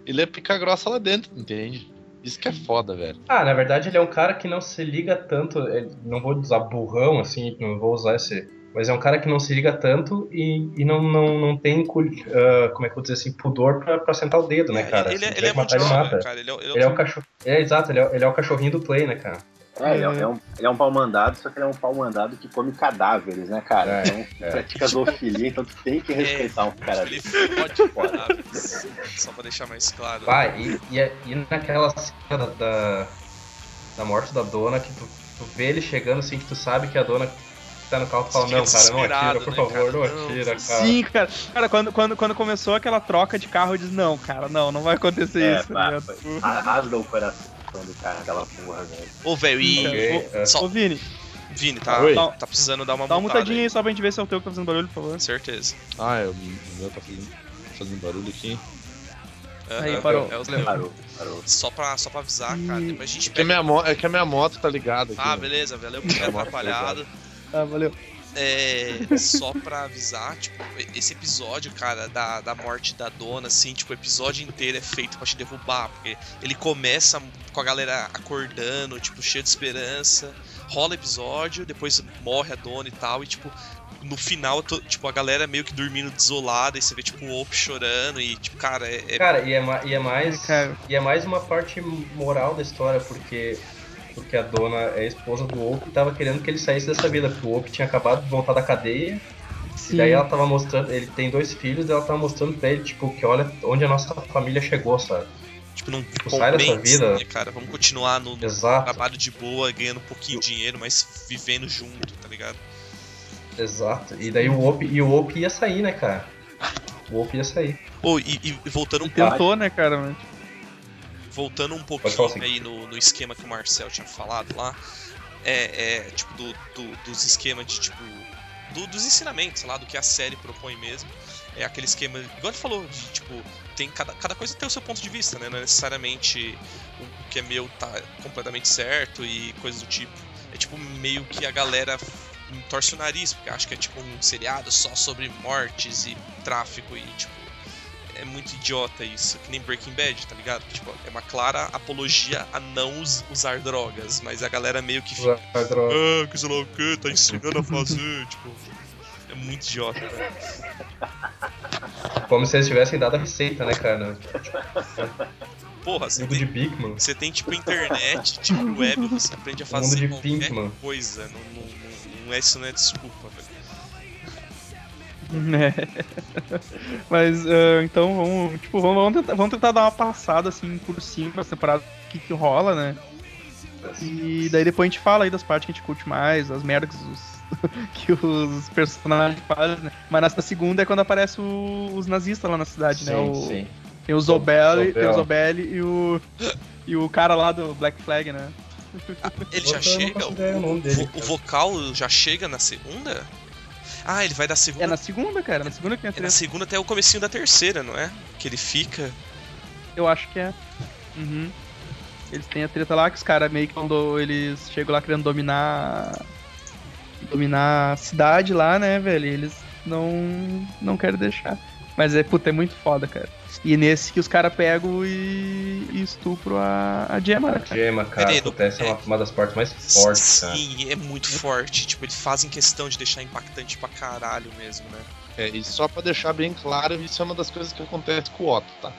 Speaker 6: Ele é pica grossa lá dentro, entende? Isso que é foda, velho.
Speaker 4: Ah, na verdade ele é um cara que não se liga tanto. ele- Não vou usar burrão assim, não vou usar esse. Mas é um cara que não se liga tanto e, e não, não, não tem, cul- ah, como é que eu vou dizer assim, pudor pra, pra sentar o dedo, né, cara?
Speaker 2: ele,
Speaker 4: Se
Speaker 2: ele
Speaker 4: tiver
Speaker 2: é
Speaker 4: que matar, ele
Speaker 2: mundial,
Speaker 4: mata.
Speaker 2: né, cara? Ele é, ele é
Speaker 4: Ele é
Speaker 2: um-
Speaker 4: o cachorro. É, exato, ele é, ele é o cachorrinho do play, né, cara?
Speaker 1: É, ele é, é um, ele é um pau mandado, só que ele é um pau mandado que come cadáveres, né, cara?
Speaker 4: É,
Speaker 1: Então,
Speaker 4: é.
Speaker 1: pratica zoofilia, então tu tem que respeitar um cara
Speaker 2: Ele
Speaker 1: desse.
Speaker 2: fode cadáveres. Só pra deixar mais claro.
Speaker 4: Vai, e, e, é- e naquela cena da, da, da morte da dona, que tu, tu vê ele chegando assim, que tu sabe que a dona tá no carro tu fala,
Speaker 2: Fica
Speaker 4: não, cara, não atira,
Speaker 2: desesperado,
Speaker 4: por
Speaker 2: né,
Speaker 4: favor,
Speaker 2: cara?
Speaker 4: não
Speaker 2: Não,
Speaker 4: atira, cara.
Speaker 3: Sim, cara. Cara, quando, quando, quando começou aquela troca de carro, eu disse, não, cara, não, não vai acontecer
Speaker 1: É,
Speaker 3: isso.
Speaker 1: pá,
Speaker 3: né?
Speaker 1: foi. Arrasou o coração do cara, aquela porra, né? velho.
Speaker 2: Ô, velho, e.
Speaker 4: Ok, é.
Speaker 2: Só,
Speaker 3: Ô, Vini,
Speaker 2: Vini, tá,
Speaker 6: Oi.
Speaker 2: tá precisando dar uma
Speaker 3: dá uma
Speaker 2: mutada
Speaker 3: mutadinha
Speaker 2: aí.
Speaker 3: aí só pra gente ver se é o teu que tá fazendo barulho, por favor.
Speaker 2: Certeza.
Speaker 6: Ah, eu, o meu tá fazendo, fazendo barulho aqui.
Speaker 3: Aí,
Speaker 2: Aham,
Speaker 3: parou.
Speaker 2: é os-
Speaker 1: Parou, parou.
Speaker 2: só, pra, só pra avisar, cara.
Speaker 3: E-
Speaker 2: Depois a gente
Speaker 6: É que a
Speaker 2: pega.
Speaker 6: minha, mo- é que a minha moto tá ligada aqui.
Speaker 2: Ah,
Speaker 6: né?
Speaker 2: beleza, valeu
Speaker 4: Tá
Speaker 2: por ter atrapalhado.
Speaker 3: Ah, valeu.
Speaker 2: É, só pra avisar, tipo, esse episódio, cara, da, da morte da dona, assim, tipo, o episódio inteiro é feito pra te derrubar, porque ele começa com a galera acordando, tipo, cheio de esperança, rola episódio, depois morre a dona e tal, e tipo, no final, to- tipo, a galera meio que dormindo desolada, e você vê, tipo, o Op chorando, e tipo, cara, é. é-
Speaker 4: Cara, e é, ma- e é mais.
Speaker 3: Cara.
Speaker 4: E é mais uma parte moral da história, porque. Porque a dona é a esposa do Oak e tava querendo que ele saísse dessa vida, porque o Oak tinha acabado de voltar da cadeia. E daí ela tava mostrando, ele tem dois filhos, e ela tava mostrando pra ele, tipo, que olha onde a nossa família chegou, sabe?
Speaker 2: Tipo, não
Speaker 4: sai dessa
Speaker 2: compensa,
Speaker 4: vida.
Speaker 2: né, cara? Vamos continuar no, no
Speaker 4: Exato,
Speaker 2: trabalho de boa, ganhando um pouquinho de dinheiro, mas vivendo junto, tá ligado?
Speaker 4: exato. E daí o Oak, e o Oak ia sair, né, cara? O Oak ia sair.
Speaker 2: Ô, e, e- e voltando um pouco.
Speaker 3: Tentou, né, cara? Mas...
Speaker 2: voltando um
Speaker 4: Pode falar,
Speaker 2: pouquinho
Speaker 4: sim.
Speaker 2: aí no, no esquema que o Marcel tinha falado lá, é, é, tipo, do- do- dos esquemas de, tipo, do- dos ensinamentos lá, do que a série propõe mesmo. É aquele esquema, igual ele falou, de, tipo, tem cada, cada coisa tem o seu ponto de vista, né? Não é necessariamente o que é meu tá completamente certo e coisas do tipo. É, tipo, meio que a galera torce o nariz, porque acha que é, tipo, um seriado só sobre mortes e tráfico e, tipo, é muito idiota isso, que nem Breaking Bad, tá ligado? Tipo, é uma clara apologia a não us- usar drogas, mas a galera meio que fica,
Speaker 4: A droga.
Speaker 2: ah, que sei lá o que, tá ensinando a fazer, *laughs* tipo, é muito idiota. né?
Speaker 4: Como se eles tivessem dado a receita, né, cara?
Speaker 2: Porra, você
Speaker 4: Jogo de
Speaker 2: tem,
Speaker 4: Big, mano.
Speaker 2: você tem tipo internet, *laughs* tipo web, você aprende a
Speaker 4: Mundo
Speaker 2: fazer
Speaker 4: de
Speaker 2: qualquer
Speaker 4: Pinkman.
Speaker 2: coisa, não, não- não- não é isso, não é desculpa, velho.
Speaker 3: É. Mas ah, então vamos, tipo, vamos, vamos tentar, vamos tentar dar uma passada assim por cima, separado o que, que rola, né? E daí depois a gente fala aí das partes que a gente curte mais, as merdas que os, *laughs* que os personagens fazem, né? Mas nessa segunda é quando aparece o- os nazistas lá na cidade, né? O- Tem o Zobelli,
Speaker 4: Zobel.
Speaker 3: tem o Zobelli e o. E o cara lá do Black Flag, né?
Speaker 2: Ele já
Speaker 4: Puta, eu não
Speaker 2: chega,
Speaker 4: faço
Speaker 2: o,
Speaker 4: ideia o nome dele,
Speaker 2: vo- o
Speaker 4: cara.
Speaker 2: vocal já chega na segunda? Ah, ele vai da segunda
Speaker 3: É na segunda, cara. Na segunda que tem
Speaker 2: É
Speaker 3: a
Speaker 2: na
Speaker 3: treta.
Speaker 2: segunda até o comecinho da terceira, não é? Que ele fica.
Speaker 3: Eu acho que é. Uhum. Eles têm a treta lá que os caras meio que quando eles chegam lá querendo dominar. Dominar a cidade lá, né, velho? E eles não. não querem deixar. Mas é, puta, é muito foda, cara. E é nesse que os caras pegam e, e estupro a, a Gemma, né, cara?
Speaker 4: Gema, cara,
Speaker 2: Menino,
Speaker 4: acontece
Speaker 2: é-
Speaker 4: uma, uma das partes mais fortes, cara. *laughs*
Speaker 2: Sim, é muito forte. Tipo, eles fazem questão de deixar impactante pra caralho mesmo, né?
Speaker 6: É, e só pra deixar bem claro, isso é uma das coisas que acontece com o Otto,
Speaker 4: *laughs*
Speaker 6: tá?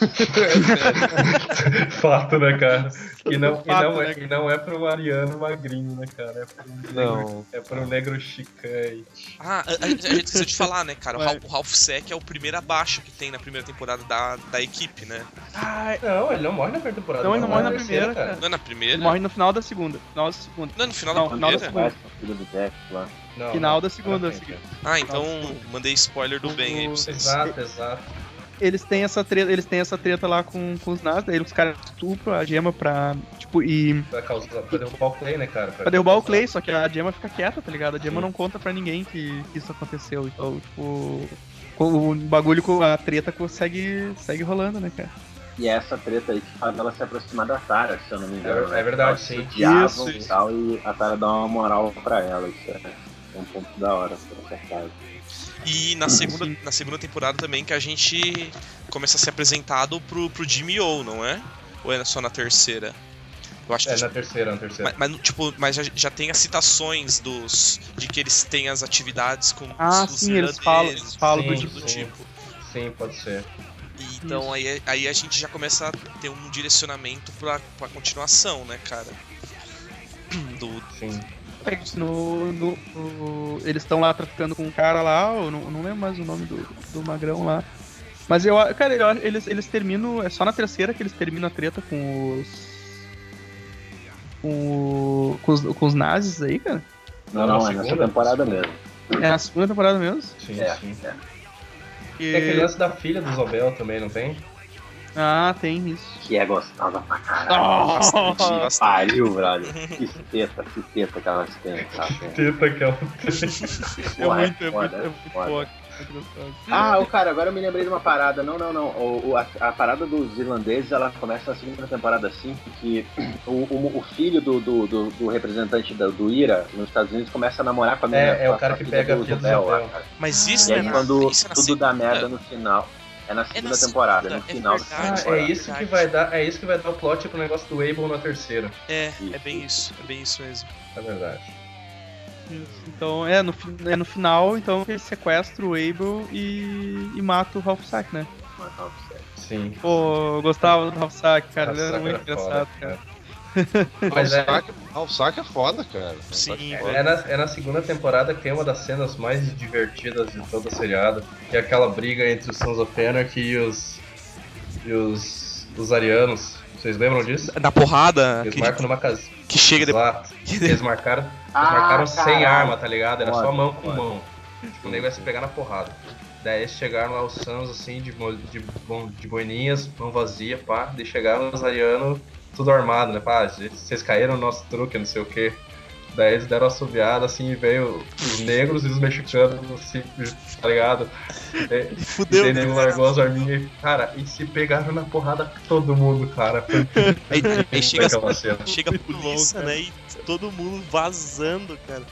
Speaker 6: É sério.
Speaker 4: Fato, né, cara? E não, e
Speaker 3: Fato,
Speaker 4: não, é,
Speaker 3: né?
Speaker 4: e não é pro Mariano Magrinho, né, cara? É pro negro,
Speaker 6: Não.
Speaker 4: é pro negro chicante.
Speaker 2: Ah, a, a- a gente esqueceu de falar, né, cara? O
Speaker 3: *laughs* Vai.
Speaker 2: Ralph, o Ralph Sec é o primeiro abaixo que tem na primeira temporada da, da equipe, né?
Speaker 3: Ah,
Speaker 4: Não, ele não morre na primeira temporada.
Speaker 3: Não, ele não morre na
Speaker 4: terceira,
Speaker 3: primeira, cara.
Speaker 2: Não é na primeira?
Speaker 3: ele morre no final da segunda. Final da segunda.
Speaker 2: Não é no final
Speaker 3: Não,
Speaker 2: da
Speaker 3: final da
Speaker 1: né?
Speaker 2: primeira?
Speaker 3: segunda.
Speaker 1: Filho do Jack lá.
Speaker 4: Não,
Speaker 3: Final
Speaker 4: não.
Speaker 3: da segunda. assim.
Speaker 2: ah, então mandei spoiler do bem aí pra vocês.
Speaker 4: Exato, exato.
Speaker 3: eles têm essa treta, eles têm essa treta lá com, com os nazis, daí os caras estupram a Gema pra, tipo, e
Speaker 4: Pra, causar, pra derrubar o Clay, né, cara?
Speaker 3: pra derrubar o Clay, só que a Gema fica quieta, tá ligado? A Gema não conta pra ninguém que, que isso aconteceu, então, tipo, co- o bagulho com a treta co- segue, segue rolando, né, cara?
Speaker 1: E é essa treta aí que faz ela se aproximar da Tara, se eu não me engano.
Speaker 4: É,
Speaker 1: né?
Speaker 4: é verdade, sim.
Speaker 1: Elas se odiavam
Speaker 3: Isso,
Speaker 1: e
Speaker 3: isso.
Speaker 1: tal, e a Tara dá uma moral pra ela. Isso é. É um ponto da hora pra essa fase.
Speaker 2: E na segunda, na segunda temporada também que a gente começa a ser apresentado pro, pro Jimmy O, não é? Ou é só na terceira? Eu acho que
Speaker 4: É, na terceira, na terceira.
Speaker 2: Mas, mas, tipo, mas já, já tem as citações dos. de que eles têm as atividades com
Speaker 3: Ah,
Speaker 2: os
Speaker 3: sim, eles falam-
Speaker 2: irlandeses,
Speaker 3: eles falam
Speaker 2: coisa
Speaker 4: do
Speaker 2: do
Speaker 4: Jimmy.
Speaker 2: tipo.
Speaker 4: Sim, pode ser.
Speaker 2: E então aí, aí a gente já começa a ter um direcionamento pra, pra continuação, né, cara? Do,
Speaker 3: *laughs*
Speaker 4: Sim.
Speaker 3: É isso, no- no- no- eles estão lá traficando com um cara lá, eu não, eu não lembro mais o nome do, do magrão lá. Mas eu, a- cara, eu acho- eles, eles terminam, é só na terceira que eles terminam a treta com os. Com, o- com, os, com os nazis aí, cara.
Speaker 1: Não, não,
Speaker 4: Na
Speaker 1: é nessa
Speaker 4: segunda?
Speaker 1: temporada mesmo.
Speaker 3: É na segunda temporada mesmo.
Speaker 4: Sim,
Speaker 1: É,
Speaker 4: sim.
Speaker 3: E-
Speaker 4: Tem aquele lance da filha do Zobel também, não tem?
Speaker 3: Ah, tem isso.
Speaker 1: Que é gostosa pra caralho.
Speaker 3: Oh,
Speaker 1: Que pariu,
Speaker 3: *laughs*
Speaker 1: brother. Que teta, que teta que ela tem. tá tendo.
Speaker 4: Teta que ela
Speaker 3: é
Speaker 1: Porra,
Speaker 3: muito, é muito,
Speaker 1: foda,
Speaker 3: é muito
Speaker 1: foda.
Speaker 3: boa. muito gostoso.
Speaker 1: Ah, o cara, agora eu me lembrei de uma parada. Não, não, não. O, o- a, a parada dos irlandeses, ela começa na segunda temporada assim, que *clears throat* o, o- o filho do, do, do- do representante da- do IRA nos Estados Unidos começa a namorar com a menina.
Speaker 4: É, é o
Speaker 1: com a-
Speaker 4: cara
Speaker 1: com
Speaker 4: que pega a filha do
Speaker 1: Zobel lá,
Speaker 4: Zobel.
Speaker 1: cara.
Speaker 2: Mas isso
Speaker 1: E
Speaker 2: é
Speaker 1: aí
Speaker 2: na,
Speaker 1: quando
Speaker 2: isso é na
Speaker 1: tudo
Speaker 2: segunda.
Speaker 1: dá merda no final. É na segunda
Speaker 2: segunda,
Speaker 1: temporada, no
Speaker 2: é
Speaker 1: final da
Speaker 2: verdade.
Speaker 1: segunda
Speaker 4: Ah,
Speaker 1: temporada.
Speaker 4: é isso que vai dar, é isso que vai dar o plot pro negócio do Abel na terceira,
Speaker 2: É, é bem isso, é bem isso mesmo.
Speaker 4: na verdade.
Speaker 3: Isso, Então, é no, fi- é no final, então, ele sequestra o Abel e, e mata o Ralph Sack, né?
Speaker 4: Sim.
Speaker 3: Pô, eu gostava do Ralph Sack, cara. Ele era
Speaker 4: Nossa,
Speaker 3: muito
Speaker 4: era
Speaker 3: engraçado,
Speaker 4: foda,
Speaker 3: cara.
Speaker 4: Mas é,
Speaker 6: Alsaca é foda, cara.
Speaker 2: Sim, né?
Speaker 6: Foda.
Speaker 4: é, na, é na segunda temporada que tem uma das cenas mais divertidas de toda a seriada, que é aquela briga entre os Sons of Anarchy e os. e os. os arianos. Vocês lembram disso?
Speaker 2: É Na
Speaker 3: Ah,
Speaker 2: porrada
Speaker 4: Eles
Speaker 2: que,
Speaker 4: marcam numa casa.
Speaker 2: que chega depois. *laughs*
Speaker 4: Exato. Eles marcaram, eles
Speaker 1: Ah,
Speaker 4: marcaram sem arma, tá ligado? Era só mão com mão. Tipo, o nego ia se pegar na porrada. Daí eles chegaram lá os Sans, assim, de, mo- de, bom- de boininhas, mão vazia, pá. Daí chegaram os arianos, tudo armado, né? Pá, gente, vocês caíram no nosso truque, não sei o quê. Daí eles deram a assoviada, assim, e veio os negros e os mexicanos, assim, tá ligado? E-
Speaker 2: Fudeu,
Speaker 4: daí
Speaker 2: né?
Speaker 4: o nego largou as arminhas e, cara, e se pegaram na porrada com todo mundo, cara. Foi
Speaker 2: *laughs*
Speaker 4: é
Speaker 2: Aí, aí chega,
Speaker 4: aquela cena.
Speaker 2: chega a polícia, né? E todo mundo vazando, cara.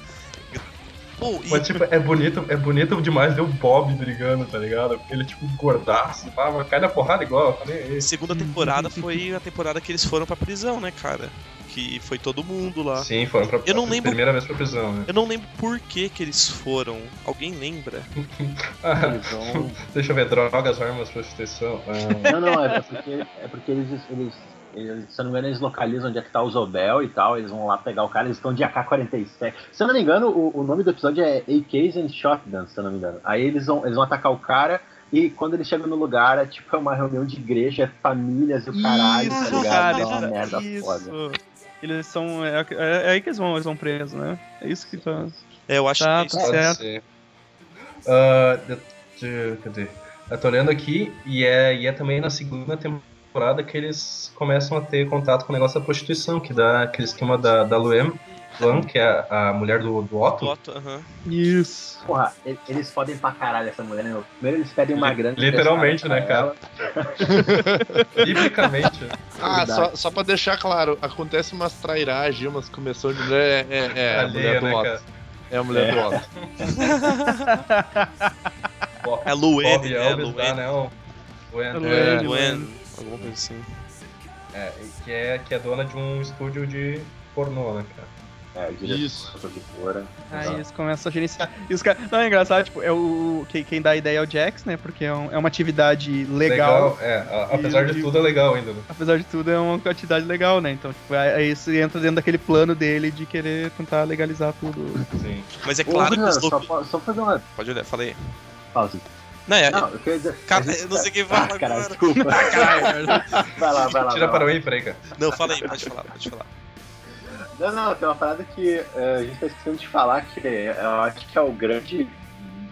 Speaker 2: Pô, e
Speaker 4: Mas, tipo, é bonito, é bonito demais ver o Bob brigando, tá ligado? Ele, tipo, gordaço, pá, mas cai na porrada igual. eu falei, é
Speaker 2: a segunda temporada foi a temporada que eles foram pra prisão, né, cara? Que foi todo mundo lá.
Speaker 4: Sim, foram pra
Speaker 2: Ah. Eu não lembro-
Speaker 4: primeira vez pra prisão, né? *laughs*
Speaker 2: Eu não lembro por que que eles foram. Alguém lembra?
Speaker 4: Ah,
Speaker 1: Eles vão-
Speaker 4: deixa eu ver, drogas, armas, prostituição.
Speaker 2: *laughs*
Speaker 4: Ah,
Speaker 1: Não, não, é porque, é porque eles, eles, eles, se eu não me engano, eles localizam onde é que tá o Zobel e tal, eles vão lá pegar o cara, eles estão de AK-47. Se eu não me engano, o, o nome do episódio é AKs and Shotguns, se eu não me engano. Aí eles vão, eles vão atacar o cara e quando eles chegam no lugar, é tipo é uma reunião de igreja, é famílias e o caralho, tá
Speaker 3: Isso,
Speaker 1: ligado?
Speaker 3: cara,
Speaker 1: é uma
Speaker 3: isso-
Speaker 1: merda
Speaker 3: isso.
Speaker 1: foda.
Speaker 3: Eles são. É, é- é aí que eles vão, eles vão presos, né? É isso que tá.
Speaker 2: É, eu acho
Speaker 3: Tá,
Speaker 2: que é isso.
Speaker 3: tá. certo.
Speaker 4: ser. Ah, de- de- cadê? Eu tô olhando aqui e é, e é também na segunda temporada que eles começam a ter contato com o negócio da prostituição, que dá aquele esquema da, da Luem, Luan, que é a, a mulher do, do Otto.
Speaker 2: Otto, aham.
Speaker 3: Isso.
Speaker 1: Porra, e- eles podem pra caralho essa mulher, né? meu? Primeiro eles pedem uma
Speaker 4: Li-
Speaker 1: grande.
Speaker 4: literalmente,
Speaker 1: emprestada
Speaker 4: né,
Speaker 1: pra
Speaker 4: cara?
Speaker 1: ela.
Speaker 4: *laughs* Biblicamente.
Speaker 6: Ah,
Speaker 1: Verdade.
Speaker 6: só, só pra deixar claro, acontece umas trairagens, umas começou de mulher. É, é, é a
Speaker 4: Alheia,
Speaker 6: mulher do
Speaker 4: né,
Speaker 6: Otto.
Speaker 4: cara?
Speaker 6: É a mulher do Otto.
Speaker 4: Bo-
Speaker 2: É Luene,
Speaker 4: Bob
Speaker 2: né?
Speaker 4: Elvis lá,
Speaker 2: Luene.
Speaker 4: né? o- Luene,
Speaker 6: É.
Speaker 2: Luene, alguma coisa assim.
Speaker 4: é, que, é, que é dona de um estúdio de pornô, né, cara?
Speaker 1: É, o diretor,
Speaker 6: Isso.
Speaker 1: a produtora.
Speaker 3: Aí
Speaker 1: Exato.
Speaker 3: eles começam a gerenciar. E os caras. Não, é engraçado, tipo, é o. Quem, quem dá a ideia é o Jax, né? Porque é, um- é uma atividade legal.
Speaker 4: é, a-
Speaker 3: E
Speaker 4: apesar
Speaker 3: eu
Speaker 4: de
Speaker 3: digo-
Speaker 4: tudo, é legal ainda, né?
Speaker 3: Apesar de tudo, é uma atividade legal, né? Então, tipo, aí aí isso entra dentro daquele plano dele de querer tentar legalizar tudo.
Speaker 4: Sim.
Speaker 2: Mas é claro
Speaker 1: Ô,
Speaker 2: que os
Speaker 1: Renan, só
Speaker 2: loucos.
Speaker 1: fa- Só fazer uma
Speaker 2: Pode olhar, falei.
Speaker 1: pausa.
Speaker 2: Não, é,
Speaker 1: Não, eu queria dizer.
Speaker 2: Cara, eu não sei quem vai
Speaker 1: *laughs* Ah, cara,
Speaker 2: agora.
Speaker 1: desculpa.
Speaker 4: *laughs*
Speaker 1: vai lá, vai lá.
Speaker 4: Tira
Speaker 1: vai lá.
Speaker 4: para o emprego.
Speaker 2: Não, fala aí, pode falar, pode falar.
Speaker 1: Não, não, tem uma parada que eh, a gente tá esquecendo de falar, que eh, eu acho que é o grande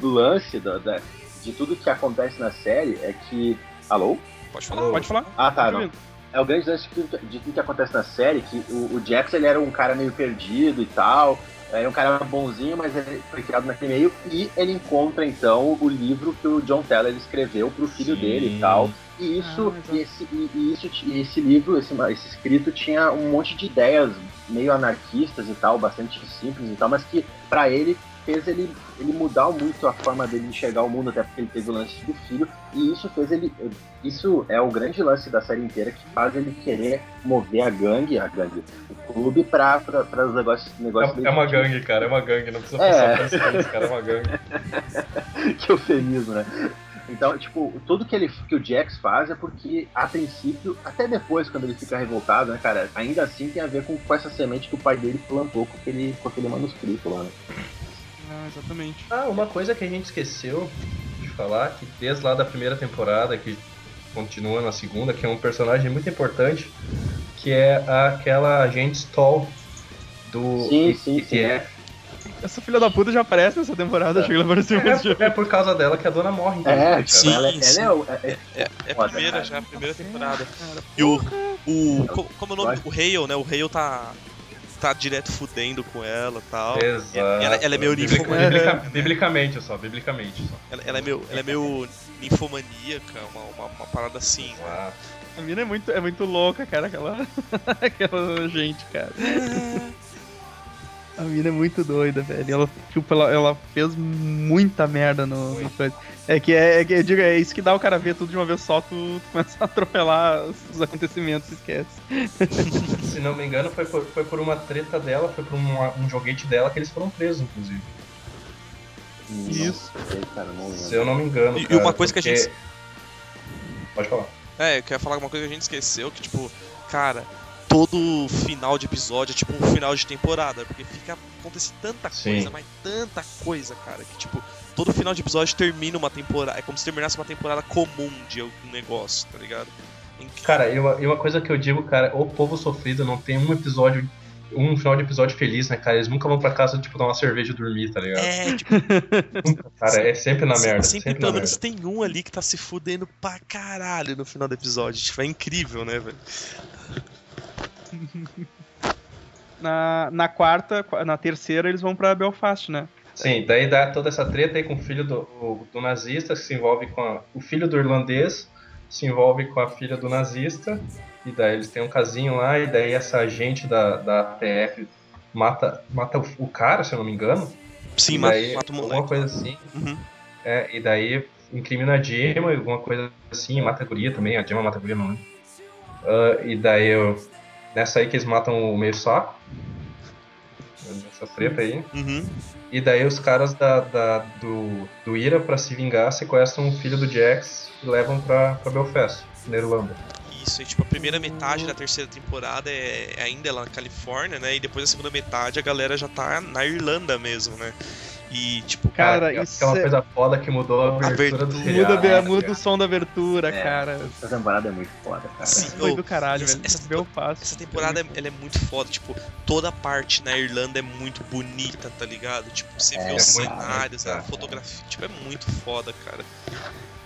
Speaker 1: lance da- da- de tudo que acontece na série, é que. Alô?
Speaker 2: Pode falar.
Speaker 3: Pode falar?
Speaker 1: Ah, tá,
Speaker 3: Tá
Speaker 1: não.
Speaker 3: ouvindo?
Speaker 1: É o grande lance de tudo que- de tudo que acontece na série, que o, o Jax ele era um cara meio perdido e tal, era um cara bonzinho, mas ele foi criado naquele meio, e ele encontra então o livro que o John Teller escreveu pro filho
Speaker 4: Sim.
Speaker 1: dele e tal. E isso,
Speaker 3: Ah, exato.
Speaker 1: e esse, e, e isso, ti- e esse livro, esse, ma- esse escrito tinha um monte de ideias meio anarquistas e tal, bastante simples e tal, mas que pra ele fez ele, ele mudar muito a forma dele enxergar o mundo, até porque ele teve o lance do filho, e isso fez ele. Isso é o grande lance da série inteira que faz ele querer mover a gangue, a gangue, o clube, para os negócios, negócios
Speaker 4: É, é uma gangue, cara, é uma gangue, não precisa
Speaker 1: É.
Speaker 4: passar por isso, cara, é uma gangue.
Speaker 1: que eufemismo, né? Então, tipo, tudo que, ele, que o Jax faz é porque, a princípio, até depois, quando ele fica revoltado, né, cara, ainda assim tem a ver com, com essa semente que o pai dele plantou com aquele, com aquele manuscrito lá, né?
Speaker 3: Ah, exatamente.
Speaker 4: Ah, uma coisa que a gente esqueceu de falar, que desde lá da primeira temporada, que continua na segunda, que é um personagem muito importante, que é aquela agente Stoll do é,
Speaker 1: Sim, sim,
Speaker 4: ETF.
Speaker 1: sim.
Speaker 3: Essa filha da puta já aparece nessa temporada, chega lá para cima.
Speaker 4: É, é por causa dela que a dona morre. então.
Speaker 1: É,
Speaker 2: Sim,
Speaker 1: ela, ela
Speaker 2: sim.
Speaker 1: é o- é, é,
Speaker 2: É, é a
Speaker 1: Foda,
Speaker 2: primeira
Speaker 1: cara.
Speaker 2: já, a primeira
Speaker 3: é,
Speaker 2: temporada. E o. o co- como é o nome? O Hale, né? O Hale tá. tá direto fudendo com ela e tal.
Speaker 4: Exato.
Speaker 2: Ela- ela é meio
Speaker 4: Biblica-
Speaker 2: ninfomania.
Speaker 4: biblica- Biblicamente só, biblicamente só.
Speaker 2: Ela, ela é meio. Ela é meio ninfomaníaca, uma, uma, uma parada assim.
Speaker 4: Exato.
Speaker 3: A mina é muito, é muito louca, cara, aquela. *laughs* aquela gente, cara. A mina é muito doida, velho. Ela, tipo, ela, ela fez muita merda no, no coisa. É que é, é que eu digo, é isso que dá o cara ver tudo de uma vez só, tu, *laughs* tu começa a atropelar os, os acontecimentos, esquece.
Speaker 4: Se não me engano, foi por, foi por uma treta dela, foi por uma- um joguete dela que eles foram presos, inclusive.
Speaker 3: Isso.
Speaker 1: Não sei, cara, não lembro.
Speaker 4: Se eu não me engano.
Speaker 2: E- e
Speaker 4: cara,
Speaker 2: uma coisa que a gente-
Speaker 4: porque- Pode falar.
Speaker 2: É, eu queria falar uma coisa que a gente esqueceu, que tipo, cara, todo final de episódio é tipo um final de temporada, porque fica acontece tanta
Speaker 4: Sim.
Speaker 2: coisa, mas tanta coisa, cara, que tipo, todo final de episódio termina uma temporada, é como se terminasse uma temporada comum de algum negócio, tá ligado? Em que-
Speaker 4: Cara, e uma, e uma coisa que eu digo, cara, o povo sofrido não tem um episódio, um final de episódio feliz, né, cara? Eles nunca vão pra casa, tipo, dar uma cerveja e dormir, tá ligado?
Speaker 2: é, tipo,
Speaker 4: cara, é sempre na
Speaker 2: se-
Speaker 4: merda, sempre,
Speaker 2: sempre
Speaker 4: na
Speaker 2: pelo
Speaker 4: merda.
Speaker 2: menos tem um ali que tá se fudendo pra caralho no final do episódio. Tipo, é incrível, né, velho?
Speaker 3: Na, na quarta, qua- na terceira, eles vão pra Belfast, né?
Speaker 4: Sim, daí dá toda essa treta aí com o filho do, o- do nazista, que se envolve com a, o filho do irlandês, se envolve com a filha do nazista, e daí eles têm um casinho lá, e daí essa agente da, da TF mata, mata o, o cara, se eu não me engano.
Speaker 2: Sim,
Speaker 4: E
Speaker 2: mata,
Speaker 4: daí,
Speaker 2: mata o
Speaker 4: Alguma
Speaker 2: moleque.
Speaker 4: coisa assim.
Speaker 2: Uhum.
Speaker 4: É, e daí incrimina a Dima, alguma coisa assim, mata a guria também, a Dima mata a guria, não lembro. Ah, e daí eu. Nessa aí que eles matam o meio saco. Nessa treta aí.
Speaker 2: Uhum.
Speaker 4: E daí os caras da, da- do, do Ira, pra se vingar, sequestram o filho do Jax e levam pra, pra Belfast, na Irlanda.
Speaker 2: Isso, e tipo, a primeira metade da terceira temporada é é ainda lá na Califórnia, né? E depois a segunda metade a galera já tá na Irlanda mesmo, né? E tipo,
Speaker 3: Cara,
Speaker 4: que-
Speaker 3: isso
Speaker 4: Aquela
Speaker 3: é-
Speaker 4: coisa foda que mudou a abertura do
Speaker 2: Abertura.
Speaker 4: seriado,
Speaker 3: Muda, bem-
Speaker 2: é,
Speaker 4: né,
Speaker 3: muda
Speaker 4: cara?
Speaker 3: o som da abertura,
Speaker 1: É.
Speaker 3: cara.
Speaker 1: Essa temporada é muito foda, cara.
Speaker 2: Sim.
Speaker 3: Foi
Speaker 2: Ô,
Speaker 3: do caralho,
Speaker 2: essa-
Speaker 3: velho.
Speaker 2: essa-
Speaker 3: Belfast.
Speaker 2: essa temporada ela é muito foda, tipo, toda parte na Irlanda é muito bonita, tá ligado? Tipo, você vê os
Speaker 4: É, muito
Speaker 2: cenários,
Speaker 4: bonita,
Speaker 2: a fotografia, tipo, é muito foda, cara.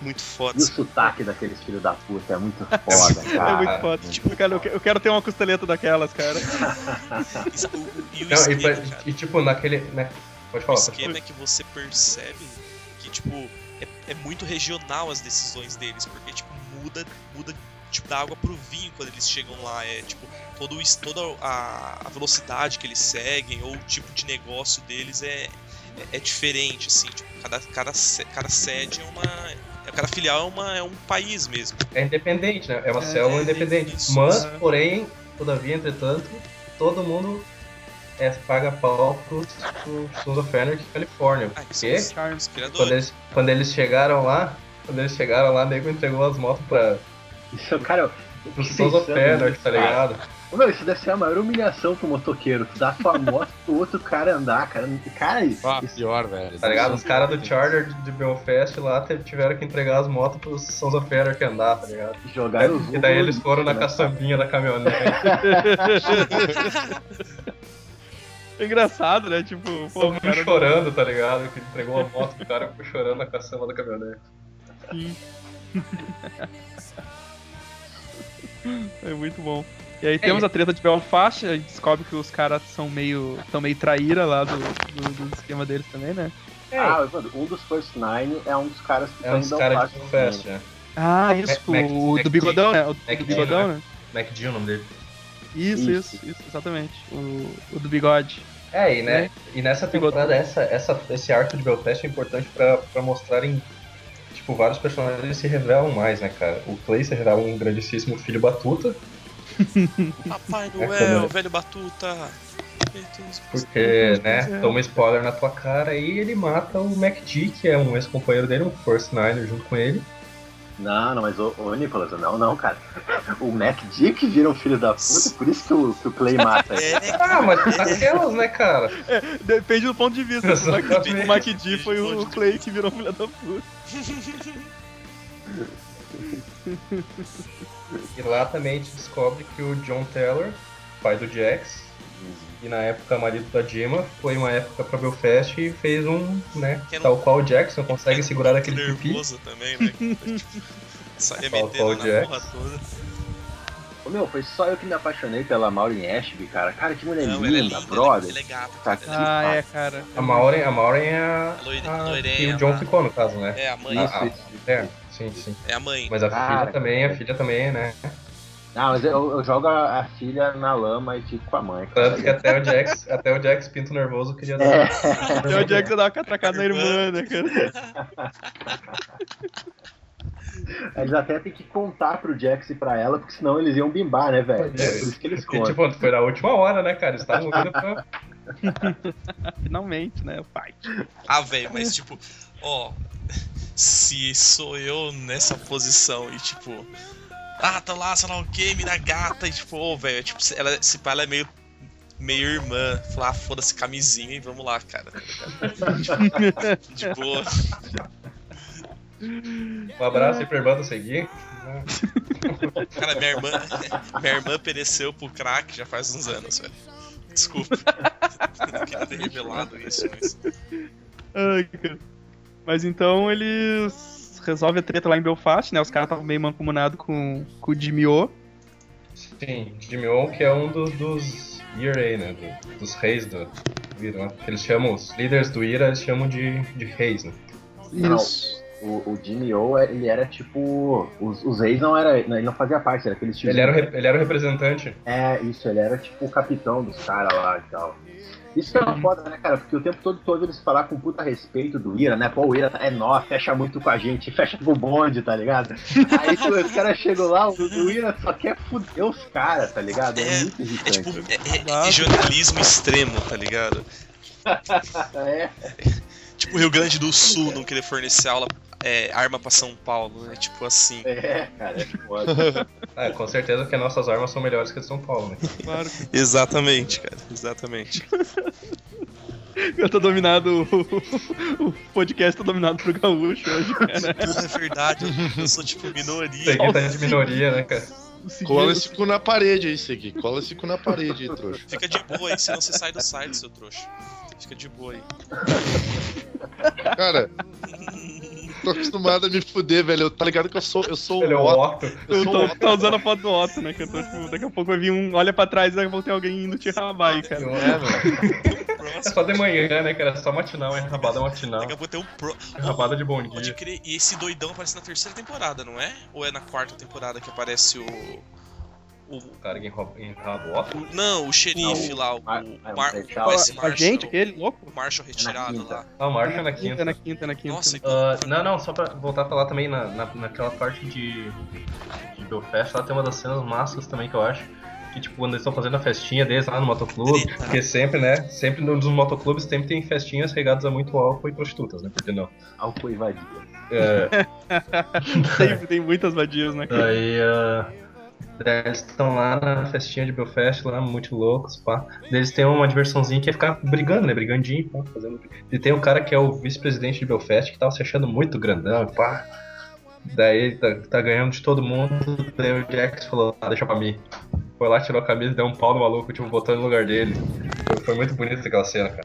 Speaker 2: Muito foda.
Speaker 4: *laughs*
Speaker 1: E o sotaque daqueles filhos da puta é muito
Speaker 4: Sim.
Speaker 1: foda, cara.
Speaker 3: *laughs* É muito foda. Tipo, cara, eu que- eu quero ter uma costeleta daquelas, *laughs* cara.
Speaker 2: E sa- o- o- E o
Speaker 4: Não, e,
Speaker 2: esquema,
Speaker 4: pra-
Speaker 2: cara,
Speaker 4: e tipo, naquele. Né, pode
Speaker 2: o
Speaker 4: falar. pode falar.
Speaker 2: esquema é que você percebe que, tipo, é, é muito regional as decisões deles, porque, tipo, muda, muda tipo, da água pro vinho quando eles chegam lá. É tipo, todo, o es- toda a, a velocidade que eles seguem ou o tipo de negócio deles é, é, é diferente, assim. Tipo, cada, cada, se- cada sede é uma. é- Cada filial é, uma, é um país mesmo.
Speaker 4: É independente, né? É uma
Speaker 3: É,
Speaker 4: célula
Speaker 2: é,
Speaker 4: independente.
Speaker 2: isso,
Speaker 4: Mas,
Speaker 3: isso.
Speaker 4: porém, todavia, entretanto, todo mundo é, paga pau pros pro Sons of Anarchy Califórnia.
Speaker 2: Ah, que
Speaker 4: Porque
Speaker 2: são os, os
Speaker 4: quando
Speaker 2: criadores.
Speaker 4: eles, quando eles chegaram lá, quando eles chegaram lá, o nego entregou as motos pra,
Speaker 1: Isso, é cara, eu fico
Speaker 4: pro Sons of
Speaker 1: pensando
Speaker 4: Anarchy,
Speaker 1: nisso,
Speaker 4: tá
Speaker 1: cara.
Speaker 4: ligado?
Speaker 1: Ô, Meu, isso deve ser a maior humilhação pro motoqueiro. Tu dá tua moto pro outro cara andar, cara. Cara, isso.
Speaker 6: Ah, pior, velho.
Speaker 4: Tá ligado? Os caras do Charter de Belfast lá te- tiveram que entregar as motos pros Sons of Anarchy andar, tá ligado?
Speaker 1: Jogar os
Speaker 4: E daí
Speaker 1: ovos,
Speaker 4: eles foram na
Speaker 1: né?
Speaker 4: caçambinha da caminhonete.
Speaker 3: É engraçado, né? Tipo, pô,
Speaker 4: Todo
Speaker 3: o
Speaker 4: mundo
Speaker 3: cara
Speaker 4: chorando, tá ligado? Que entregou a moto pro cara ficou chorando na caçamba da caminhonete.
Speaker 3: é muito bom. E aí temos a treta de Belfast, a gente descobre que os caras são meio. tão meio traíra lá do, do, do esquema deles também, né?
Speaker 1: Ah, mano, um dos First Nine é um dos caras que
Speaker 4: É
Speaker 1: tá
Speaker 4: uns
Speaker 1: indo ao
Speaker 4: caras
Speaker 1: passe
Speaker 4: de
Speaker 1: também.
Speaker 4: Belfast, né?
Speaker 3: Ah, isso,
Speaker 4: Mac- Mac-
Speaker 3: o
Speaker 4: Mac-
Speaker 3: do bigodão, né? O
Speaker 4: Mac-
Speaker 3: do bigodão, né?
Speaker 4: MacD é o nome dele.
Speaker 3: Isso,
Speaker 1: Isso.
Speaker 3: isso, isso, exatamente. O, o do bigode.
Speaker 4: É, e, né, e nessa temporada, essa, essa, esse arco de Belfast é importante pra, pra mostrarem. Tipo, vários personagens eles se revelam mais, né, cara? O Clay se revela um grandíssimo filho batuta, é-
Speaker 2: Papai
Speaker 4: câmera.
Speaker 2: Noel, velho Batuta.
Speaker 4: porque, né, toma spoiler na tua cara e ele mata o MacD, que é um ex-companheiro dele, um First Niner junto com ele.
Speaker 1: Não, não, mas ô, ô Nicolas, não, não, cara. O Mac Dick vira um filho da puta, por isso que o, que o Clay mata
Speaker 2: *laughs*
Speaker 1: ele.
Speaker 2: É,
Speaker 4: Ah, *laughs* mas aquelas, né, cara?
Speaker 3: Depende do ponto de vista. O Mac-
Speaker 4: Exatamente.
Speaker 3: O Mac D foi o Clay que virou filha da puta.
Speaker 4: E lá também a gente descobre que o John Taylor, pai do Jax, e na época marido da Dima, foi uma época pra Belfast e fez um, né,
Speaker 2: Que era
Speaker 4: tal qual o Jax, não consegue
Speaker 2: Era
Speaker 4: segurar
Speaker 2: um
Speaker 4: aquele pipi.
Speaker 2: nervoso também,
Speaker 4: *laughs*
Speaker 2: né? Saia
Speaker 4: Paulo
Speaker 2: metendo na
Speaker 4: Jackson.
Speaker 2: porra toda.
Speaker 1: Ô, meu, foi só eu que me apaixonei pela Maureen Ashby, cara. Cara, que mulher
Speaker 2: Não, ela é
Speaker 1: linda,
Speaker 2: linda,
Speaker 1: brother.
Speaker 2: ela é gata.
Speaker 1: Tá
Speaker 2: cara,
Speaker 1: aqui.
Speaker 2: ela
Speaker 3: Ah, é, cara.
Speaker 4: A Maureen, a Maureen é a,
Speaker 2: A loire-
Speaker 4: a-
Speaker 2: loirenha
Speaker 4: que o John
Speaker 2: lá.
Speaker 4: ficou, no caso, né?
Speaker 2: é- É a mãe,
Speaker 4: Ah,
Speaker 1: Isso, isso.
Speaker 4: É, sim, sim.
Speaker 2: é a mãe.
Speaker 4: Mas a
Speaker 1: Cara,
Speaker 4: filha também, a filha também, né?
Speaker 1: Não, mas eu, eu jogo a, a filha na lama e fico com a mãe.
Speaker 4: Tanto que
Speaker 1: Cara.
Speaker 4: até o
Speaker 1: *laughs*
Speaker 4: Jax, até o Jax Pinto Nervoso queria dar.
Speaker 1: É.
Speaker 3: Até o Jackson dava uma catracada *laughs* na irmã, né, cara?
Speaker 1: Eles até têm que contar pro Jax e pra ela, porque senão eles iam bimbar, né, velho? É por isso que eles
Speaker 4: E,
Speaker 1: contam.
Speaker 4: tipo, foi na última hora, né, cara? Eles estavam ouvindo pra
Speaker 3: Finalmente, né, o *laughs* pai.
Speaker 2: Ah, velho, mas tipo, ó. Se sou eu nessa posição e tipo. Ah, tá lá, sei lá o que, mina gata. E tipo, ô, velho, é tipo, se ela, se pá, ela é meio. Meio irmã, falar, ah, foda-se, camisinha e vamos lá, cara. De boa.
Speaker 4: Um abraço aí pra irmã do Segui.
Speaker 2: Cara, minha irmã, *laughs* minha irmã pereceu pro crack já faz uns anos, velho. Desculpa. *laughs* Não queria ter revelado isso, mas.
Speaker 3: Ai, cara. Mas então eles resolvem a treta lá em Belfast, né? Os caras estavam meio mancomunados com, com o Jimmy O.
Speaker 4: Sim, Jimmy On, que é um do- dos Yirei, né? do- dos reis do do Ira, né? Que eles chamam, os líderes do Ira, eles chamam de, de reis, né?
Speaker 1: Não.
Speaker 3: Isso.
Speaker 1: O, o Jimmy O, ele era tipo. Os, os reis não era. Ele não fazia parte, era aquele tipo.
Speaker 4: Ele era, o rep- ele era o representante.
Speaker 1: É, isso, ele era tipo o capitão dos caras lá e tal. Isso que é uma foda, né, cara? Porque o tempo todo, todo eles falaram com puta respeito do Ira, né? Pô, o Ira é nó, fecha muito com a gente, fecha com o bonde, tá ligado? Aí tu- os caras chegam lá, o, o Ira só quer fuder os caras, tá ligado? É,
Speaker 2: É,
Speaker 1: muito
Speaker 2: É tipo,
Speaker 1: irritante.
Speaker 2: é, é- é jornalismo extremo, tá ligado?
Speaker 1: É,
Speaker 2: Tipo, o Rio Grande do Sul não querer fornecer aula, é, arma pra São Paulo, né? Tipo assim.
Speaker 1: é, cara, é foda.
Speaker 4: Ah, com certeza que nossas armas são melhores que as de São Paulo, né?
Speaker 3: Claro
Speaker 2: Exatamente, cara, exatamente.
Speaker 3: que eu tô dominado. O, o podcast tá dominado pro gaúcho hoje, cara.
Speaker 2: Porra, é verdade, eu sou tipo minoria.
Speaker 4: Segui tá de minoria, né, cara?
Speaker 6: Cola é esse cu na parede aí, Segui. Cola esse cu na parede aí, trouxa.
Speaker 2: Fica de boa aí, senão você sai do site, seu trouxa. Fica de boa aí.
Speaker 6: Cara, tô acostumado a me fuder, velho. Eu- Tá ligado que eu sou. Eu sou
Speaker 4: Ele é o Otto.
Speaker 6: Otto. Eu
Speaker 3: Eu
Speaker 6: sou o
Speaker 3: tô,
Speaker 6: Otto.
Speaker 3: tá usando a foto do Otto, né? Que eu tô, tipo, daqui a pouco vai vir um. Olha pra trás e daqui a pouco tem alguém indo te rabar aí, cara.
Speaker 4: É, mano. É
Speaker 2: Próximo.
Speaker 4: só de manhã, né, cara? É só matinal, é rabada matinal.
Speaker 2: Daqui a pouco tem um pro.
Speaker 4: É rabada de bom
Speaker 2: Pode
Speaker 4: dia.
Speaker 2: crer, e esse doidão aparece na terceira temporada, não é? Ou é na quarta temporada que aparece o. o-
Speaker 4: O cara que enroba- enraba o Otto.
Speaker 2: o- não, o xerife
Speaker 1: Não,
Speaker 2: lá, o.
Speaker 1: Mar-
Speaker 2: o
Speaker 1: é, o
Speaker 2: Mar-
Speaker 1: Marshall.
Speaker 2: qual é
Speaker 1: A-
Speaker 2: esse
Speaker 3: A
Speaker 2: Marshall?
Speaker 3: gente, aquele louco? Tá
Speaker 2: O Marshall retirado
Speaker 1: quinta.
Speaker 2: lá.
Speaker 4: Ah, o Marca na
Speaker 3: Na
Speaker 4: quinta.
Speaker 3: quinta, na quinta.
Speaker 2: Nossa, então,
Speaker 4: Ah, não, não, só pra voltar a falar também na, na- naquela parte de, de Belfast, lá tem uma das cenas massas também que eu acho. Que tipo, quando eles estão fazendo a festinha deles lá no motoclube,
Speaker 2: Treta.
Speaker 4: porque sempre, né? Sempre nos motoclubes sempre tem festinhas regadas a muito álcool e prostitutas, né? Por que não?
Speaker 1: Álcool e vadia.
Speaker 4: É,
Speaker 3: Sempre tem muitas vadias, né? cara?
Speaker 4: daí. ah, daí eles estão lá na festinha de Belfast, lá, muito loucos, pá. Daí eles têm uma diversãozinha que é ficar brigando, né? Brigandinho, pá, fazendo. E tem um cara que é o vice-presidente de Belfast que tava se achando muito grandão, pá. Daí tá, tá ganhando de todo mundo. Daí o Jax falou, ah, deixa pra mim. Foi lá, tirou a camisa e deu um pau no maluco, tipo, botou no lugar dele. Foi- Foi muito bonito aquela cena, cara.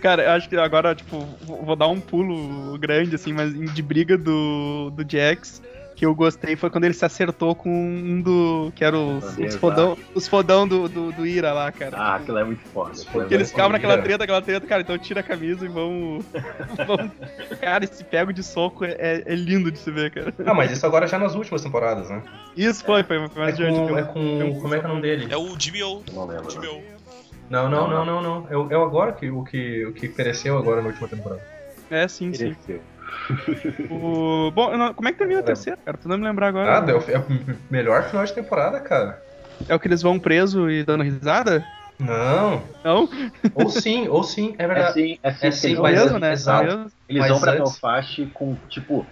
Speaker 3: Cara, eu acho que agora, tipo, vou vou dar um pulo grande, assim, mas de briga do, do Jax. Que eu gostei foi quando ele se acertou com um do. que era os, os fodão, os fodão do, do, do Ira lá, cara.
Speaker 1: Ah, aquilo é muito foda. aquilo é
Speaker 3: Porque eles ficavam naquela
Speaker 4: Ah, Ira.
Speaker 3: treta, aquela treta, cara, então tira a camisa e
Speaker 4: *laughs*
Speaker 3: vamos. vamos cara, esse pego de soco é, é- é lindo de se ver, cara.
Speaker 4: Ah, mas isso agora já nas últimas temporadas, né?
Speaker 3: Isso foi, foi, foi
Speaker 4: É
Speaker 3: mais diante.
Speaker 4: com, é com. Como é que é o nome dele?
Speaker 2: É o Jimmy O.
Speaker 1: muito- Não lembro.
Speaker 2: Jimmy
Speaker 1: não.
Speaker 2: O.
Speaker 4: Não, não, não, não, não. É, o- é o agora que o, que o que pereceu agora na última temporada.
Speaker 3: É, sim, sim.
Speaker 1: Pereceu.
Speaker 3: O... Bom, eu não- como é que termina a terceira, cara? Tô tentando me lembrar agora.
Speaker 4: Ah, é o, é o melhor final de temporada, cara.
Speaker 3: É o que eles vão preso e dando risada?
Speaker 4: Não.
Speaker 3: Não?
Speaker 4: Ou sim, ou sim, é
Speaker 1: É
Speaker 4: verdade.
Speaker 1: sim, é sim.
Speaker 4: É sim,
Speaker 1: eles
Speaker 3: É o
Speaker 1: vão-
Speaker 4: mas-
Speaker 3: mesmo, né? É
Speaker 4: exato.
Speaker 3: o mesmo.
Speaker 1: eles
Speaker 4: mas
Speaker 1: vão pra
Speaker 4: antes-
Speaker 1: Belfast com, tipo,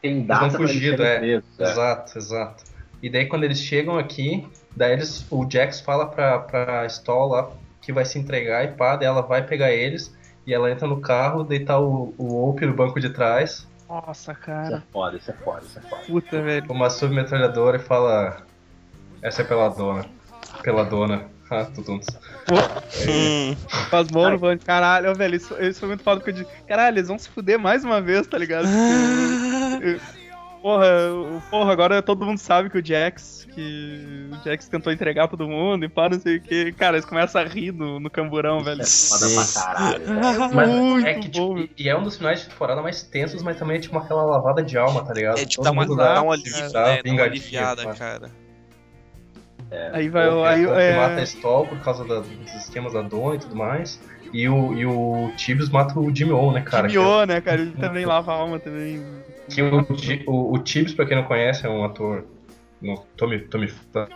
Speaker 1: tem data pra eles
Speaker 4: fugido,
Speaker 1: serem
Speaker 4: é.
Speaker 1: presos, é.
Speaker 4: Exato, exato. E daí quando eles chegam aqui, daí eles, o Jax fala pra, pra Stall lá que vai se entregar e pá, daí ela vai pegar eles e ela entra no carro, deitar o, o Ope no banco de trás,
Speaker 1: Isso
Speaker 3: Nossa,
Speaker 1: é
Speaker 3: cara.
Speaker 1: foda, isso é foda, isso é foda.
Speaker 3: Puta, velho.
Speaker 4: uma submetralhadora e fala. Essa é pela dona. Pela dona. Ah, tudo.
Speaker 2: Hum,
Speaker 3: Faz mão no banco. Caralho, ó, velho, isso, isso foi muito foda porque eu disse, caralho, eles vão se fuder mais uma vez, tá ligado?
Speaker 4: Ah.
Speaker 3: Porra, o- porra, agora todo mundo sabe que o Jax, que o Jax tentou entregar todo mundo e pá, não sei o que. Cara, eles começam a rir no, no camburão, velho.
Speaker 1: é Foda pra caralho. velho.
Speaker 4: É. Ah. Mas
Speaker 3: Muito
Speaker 4: é que, tipo,
Speaker 3: bom.
Speaker 4: e- e é um dos finais de temporada mais tensos, mas também é tipo aquela lavada de alma, tá ligado?
Speaker 2: é tipo,
Speaker 4: Todo
Speaker 2: dá uma,
Speaker 4: mundo
Speaker 2: dá um
Speaker 4: lá,
Speaker 2: alívio,
Speaker 4: dá
Speaker 2: né? Dá uma
Speaker 4: pingadinha,
Speaker 2: aliviada,
Speaker 4: Tá, pá.
Speaker 2: cara.
Speaker 3: Aí vai o.
Speaker 4: o
Speaker 3: Aí,
Speaker 4: Reator
Speaker 3: é,
Speaker 4: mata a Stall por causa da- dos esquemas da Dona e tudo mais. E o, e o Tibius mata o Jimmy O, né, cara?
Speaker 3: Jimmy O, né, cara? Ele também lava a alma também.
Speaker 4: Que, que o, Ti- o, o Tibius, pra quem não conhece, é um ator. No, Tommy, Tommy Futa,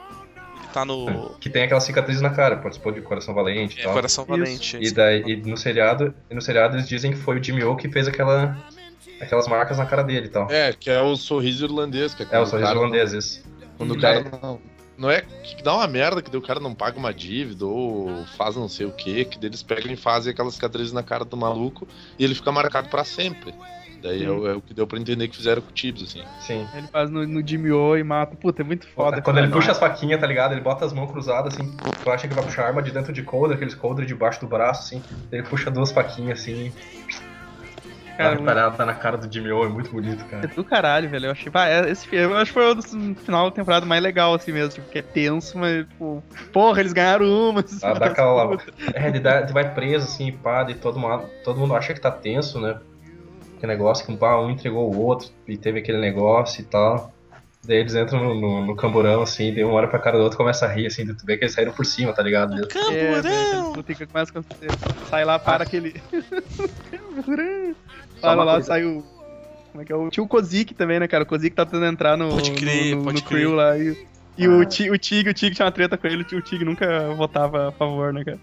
Speaker 2: Tá no.
Speaker 4: que tem aquela cicatriz na cara, participou de Coração Valente e
Speaker 2: É,
Speaker 4: tal.
Speaker 2: coração valente.
Speaker 4: Então, E daí e no seriado, e no seriado eles dizem que foi o Jimmy O que fez aquela, aquelas marcas na cara dele e tal.
Speaker 6: É, que é o sorriso irlandês. Que é,
Speaker 4: É,
Speaker 6: quando
Speaker 4: o sorriso
Speaker 6: cara-
Speaker 4: irlandês, isso.
Speaker 6: Quando o
Speaker 4: É.
Speaker 6: cara não. Não é que dá uma merda que daí o cara não paga uma dívida ou faz não sei o que, que daí eles pegam e fazem aquelas cicatrizes na cara do maluco e ele fica marcado pra sempre. Daí é, o- é o que deu pra entender que fizeram com o Tibbs, assim.
Speaker 4: Sim.
Speaker 3: Ele faz no, no Jimmy O e mata. Puta, é muito foda.
Speaker 4: Quando
Speaker 3: cara.
Speaker 4: ele puxa as faquinhas, tá ligado? Ele bota as mãos cruzadas, assim. Tu acha que vai puxar arma de dentro de coldre, aqueles coldre debaixo do braço, assim. Ele puxa duas faquinhas, assim.
Speaker 3: Cara,
Speaker 4: Cara, preparado, tá na cara do Jimmy O, é muito bonito,
Speaker 3: É
Speaker 4: cara.
Speaker 3: do caralho, velho. Eu achei. Bah, é- esse filme, eu acho que foi o do final da temporada mais legal, assim mesmo. Tipo, que é tenso, mas, tipo, porra, eles ganharam uma. esses
Speaker 4: Ah,
Speaker 3: filhos
Speaker 4: dá
Speaker 3: da
Speaker 4: aquela
Speaker 3: puta.
Speaker 4: lava. É, ele, dá- ele vai preso, assim, pá, e todo mundo, todo mundo acha que tá tenso, né? Que negócio que pá, um entregou o outro e teve aquele negócio e tal. Daí eles entram no, no, no camburão, assim, daí um olha pra cara do outro e começa a rir, assim, tu vê que eles saíram por cima, tá ligado?
Speaker 3: É, velho,
Speaker 2: Camburão!
Speaker 3: puta, que começa com- Sai lá, para aquele. *laughs* Camburão.
Speaker 1: Só
Speaker 3: para
Speaker 1: uma
Speaker 3: lá,
Speaker 1: coisa.
Speaker 3: sai o. Como é que é? O... Tinha o Kozik também, né, cara? O Kozik tá tentando entrar no.
Speaker 2: Pode crer,
Speaker 3: no, no,
Speaker 2: pode
Speaker 3: no
Speaker 2: crer.
Speaker 3: crew lá. E, e o
Speaker 1: Ah.
Speaker 3: Ti- o Tig, o Tig tinha uma treta com ele, o Tig nunca votava a favor, né, cara?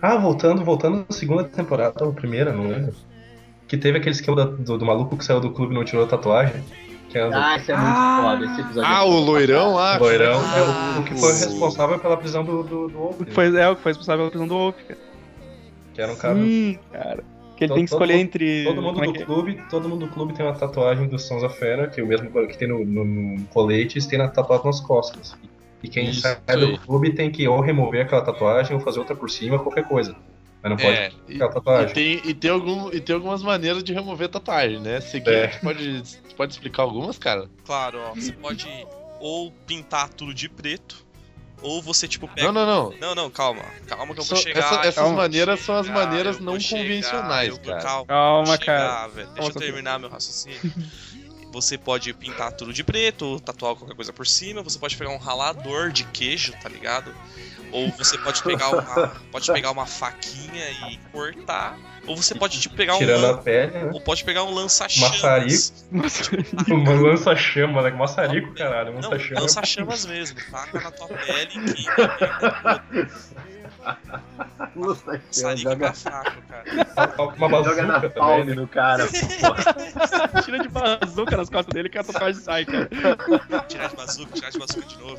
Speaker 4: Ah, voltando, voltando na segunda temporada, ou primeira, não lembro. Que teve aquele esquema da- do, do maluco que saiu do clube e não tirou a tatuagem. Que é o
Speaker 1: Ah, isso é muito
Speaker 2: Ah.
Speaker 1: foda. Esse episódio é
Speaker 6: Ah, o
Speaker 1: foda.
Speaker 6: loirão lá.
Speaker 4: loirão,
Speaker 2: ah,
Speaker 4: é o, o que foi o
Speaker 2: sim.
Speaker 4: responsável pela prisão do, do, do Oakley,
Speaker 3: Foi, é o que foi responsável pela prisão do Wolf, cara.
Speaker 4: que era um cara.
Speaker 3: Sim, cara. Que ele
Speaker 4: Todo-
Speaker 3: tem que escolher
Speaker 4: todo-
Speaker 3: entre.
Speaker 4: Todo mundo
Speaker 3: como é
Speaker 4: do
Speaker 3: que é?
Speaker 4: clube, todo mundo do clube tem uma tatuagem do Sons of Fera, que é o mesmo que tem no, no, no colete, eles têm na tatuagem nas costas. E quem
Speaker 6: Isso
Speaker 4: sai
Speaker 6: aí.
Speaker 4: do clube tem que ou remover aquela tatuagem ou fazer outra por cima, qualquer coisa. Mas não pode
Speaker 6: É, e,
Speaker 4: ficar a tatuagem.
Speaker 6: e tem, e, tem algum, e tem algumas maneiras de remover tatuagem, né? Seguinte,
Speaker 4: É.
Speaker 6: tu pode, tu pode explicar algumas, cara?
Speaker 2: Claro, ó. Você pode ou pintar tudo de preto, ou você, tipo, pega.
Speaker 6: Não, não, não.
Speaker 2: Não, não, calma. Calma que eu vou
Speaker 6: São-
Speaker 2: chegar.
Speaker 6: essa- essas
Speaker 2: calma.
Speaker 6: maneiras são as
Speaker 2: Chegar,
Speaker 6: maneiras
Speaker 2: eu
Speaker 6: não
Speaker 2: vou chegar,
Speaker 6: convencionais,
Speaker 2: eu vou-
Speaker 6: cara.
Speaker 2: Calma,
Speaker 3: Calma,
Speaker 2: vou chegar,
Speaker 3: cara.
Speaker 2: velho. Deixa
Speaker 3: Calma,
Speaker 2: eu
Speaker 3: só um
Speaker 2: terminar meu raciocínio. Você pode pintar tudo de preto, ou tatuar qualquer coisa por cima, você pode pegar um ralador de queijo, tá ligado? Ou você pode pegar
Speaker 6: *laughs*
Speaker 2: uma, pode pegar uma faquinha e cortar, ou você pode tipo, pegar um
Speaker 4: Tirando a
Speaker 2: lan-
Speaker 4: pele, né?
Speaker 2: ou pode pegar um lança-chamas.
Speaker 4: Maçarico. *laughs* Uma
Speaker 6: Um
Speaker 4: lança-chama, né? Maçarico, caralho.
Speaker 2: Não,
Speaker 4: Lança-chama.
Speaker 2: lança-chamas mesmo, taca na tua
Speaker 6: *laughs*
Speaker 2: pele que
Speaker 1: Puta que pariu,
Speaker 2: maçarico
Speaker 1: joga,
Speaker 2: tá fraco, cara.
Speaker 4: Uma
Speaker 1: joga
Speaker 4: bazuca
Speaker 1: na
Speaker 4: também,
Speaker 1: palma
Speaker 4: né?
Speaker 1: no *laughs* cara. pô.
Speaker 3: *laughs* Tira de bazuca nas costas dele que é a tatuagem sai, *laughs* cara.
Speaker 2: Tirar de bazuca, tirar de bazuca de novo.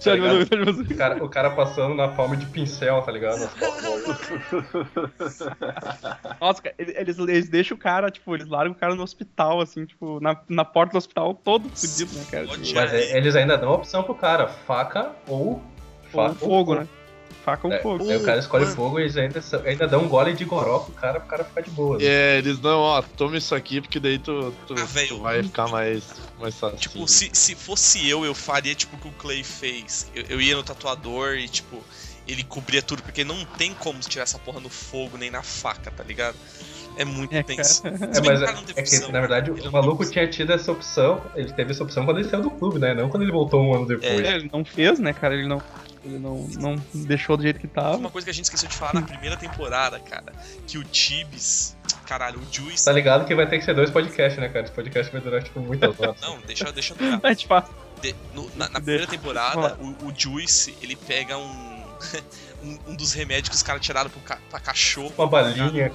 Speaker 3: Tira de
Speaker 4: ligado?
Speaker 3: bazuca, tira de bazuca.
Speaker 4: O cara, o cara passando na palma de pincel, tá ligado?
Speaker 3: Nossa, cara, ele- eles, eles deixam o cara, tipo, eles largam o cara no hospital, assim, tipo, na, na porta do hospital todo fudido, né, cara?
Speaker 2: Pode
Speaker 3: Tipo,
Speaker 4: Mas é- eles ainda dão a opção pro cara, faca ou... É.
Speaker 3: com
Speaker 4: faca
Speaker 3: fogo, né? Faca ou fogo.
Speaker 4: Aí o cara escolhe fogo e eles ainda, são- ainda dão um gole de goró pro cara, pro cara ficar de boa. né?
Speaker 6: É, eles não, ó, toma isso aqui porque daí tu, tu,
Speaker 2: Ah, velho.
Speaker 6: tu vai ficar mais, mais fácil.
Speaker 2: Tipo, se, se fosse eu, eu faria tipo o que o Clay fez. Eu, eu ia no tatuador e, tipo, ele cobria tudo, porque não tem como tirar essa porra no fogo nem na faca, tá ligado? É muito
Speaker 3: É, *laughs*
Speaker 2: tenso.
Speaker 4: É,
Speaker 2: Se bem
Speaker 4: mas
Speaker 2: que o
Speaker 4: é,
Speaker 2: cara não teve
Speaker 4: é que,
Speaker 2: opção.
Speaker 4: na verdade,
Speaker 2: Ele
Speaker 4: o
Speaker 2: não
Speaker 4: maluco
Speaker 2: teve
Speaker 4: tinha tido essa opção, ele teve essa opção quando ele saiu do clube, né? Não quando ele voltou um ano depois.
Speaker 3: É, ele não fez, né, cara? Ele não, ele não, não deixou do jeito que
Speaker 2: Uma
Speaker 3: tava.
Speaker 2: coisa que a gente esqueceu de falar na primeira temporada, cara, que o Tibis, caralho, o Juice.
Speaker 4: Tá ligado que vai ter que ser dois podcasts, né, cara? Esse podcast vai durar,
Speaker 3: *laughs*
Speaker 4: tipo, muitas horas.
Speaker 2: Não, deixa, deixa eu durar.
Speaker 3: A gente fala,
Speaker 2: De- no- na, na primeira temporada, o, o Juice, ele pega um, *laughs* um, um dos remédios que os caras tiraram pro ca, pra cachorro. tá
Speaker 4: Uma balinha.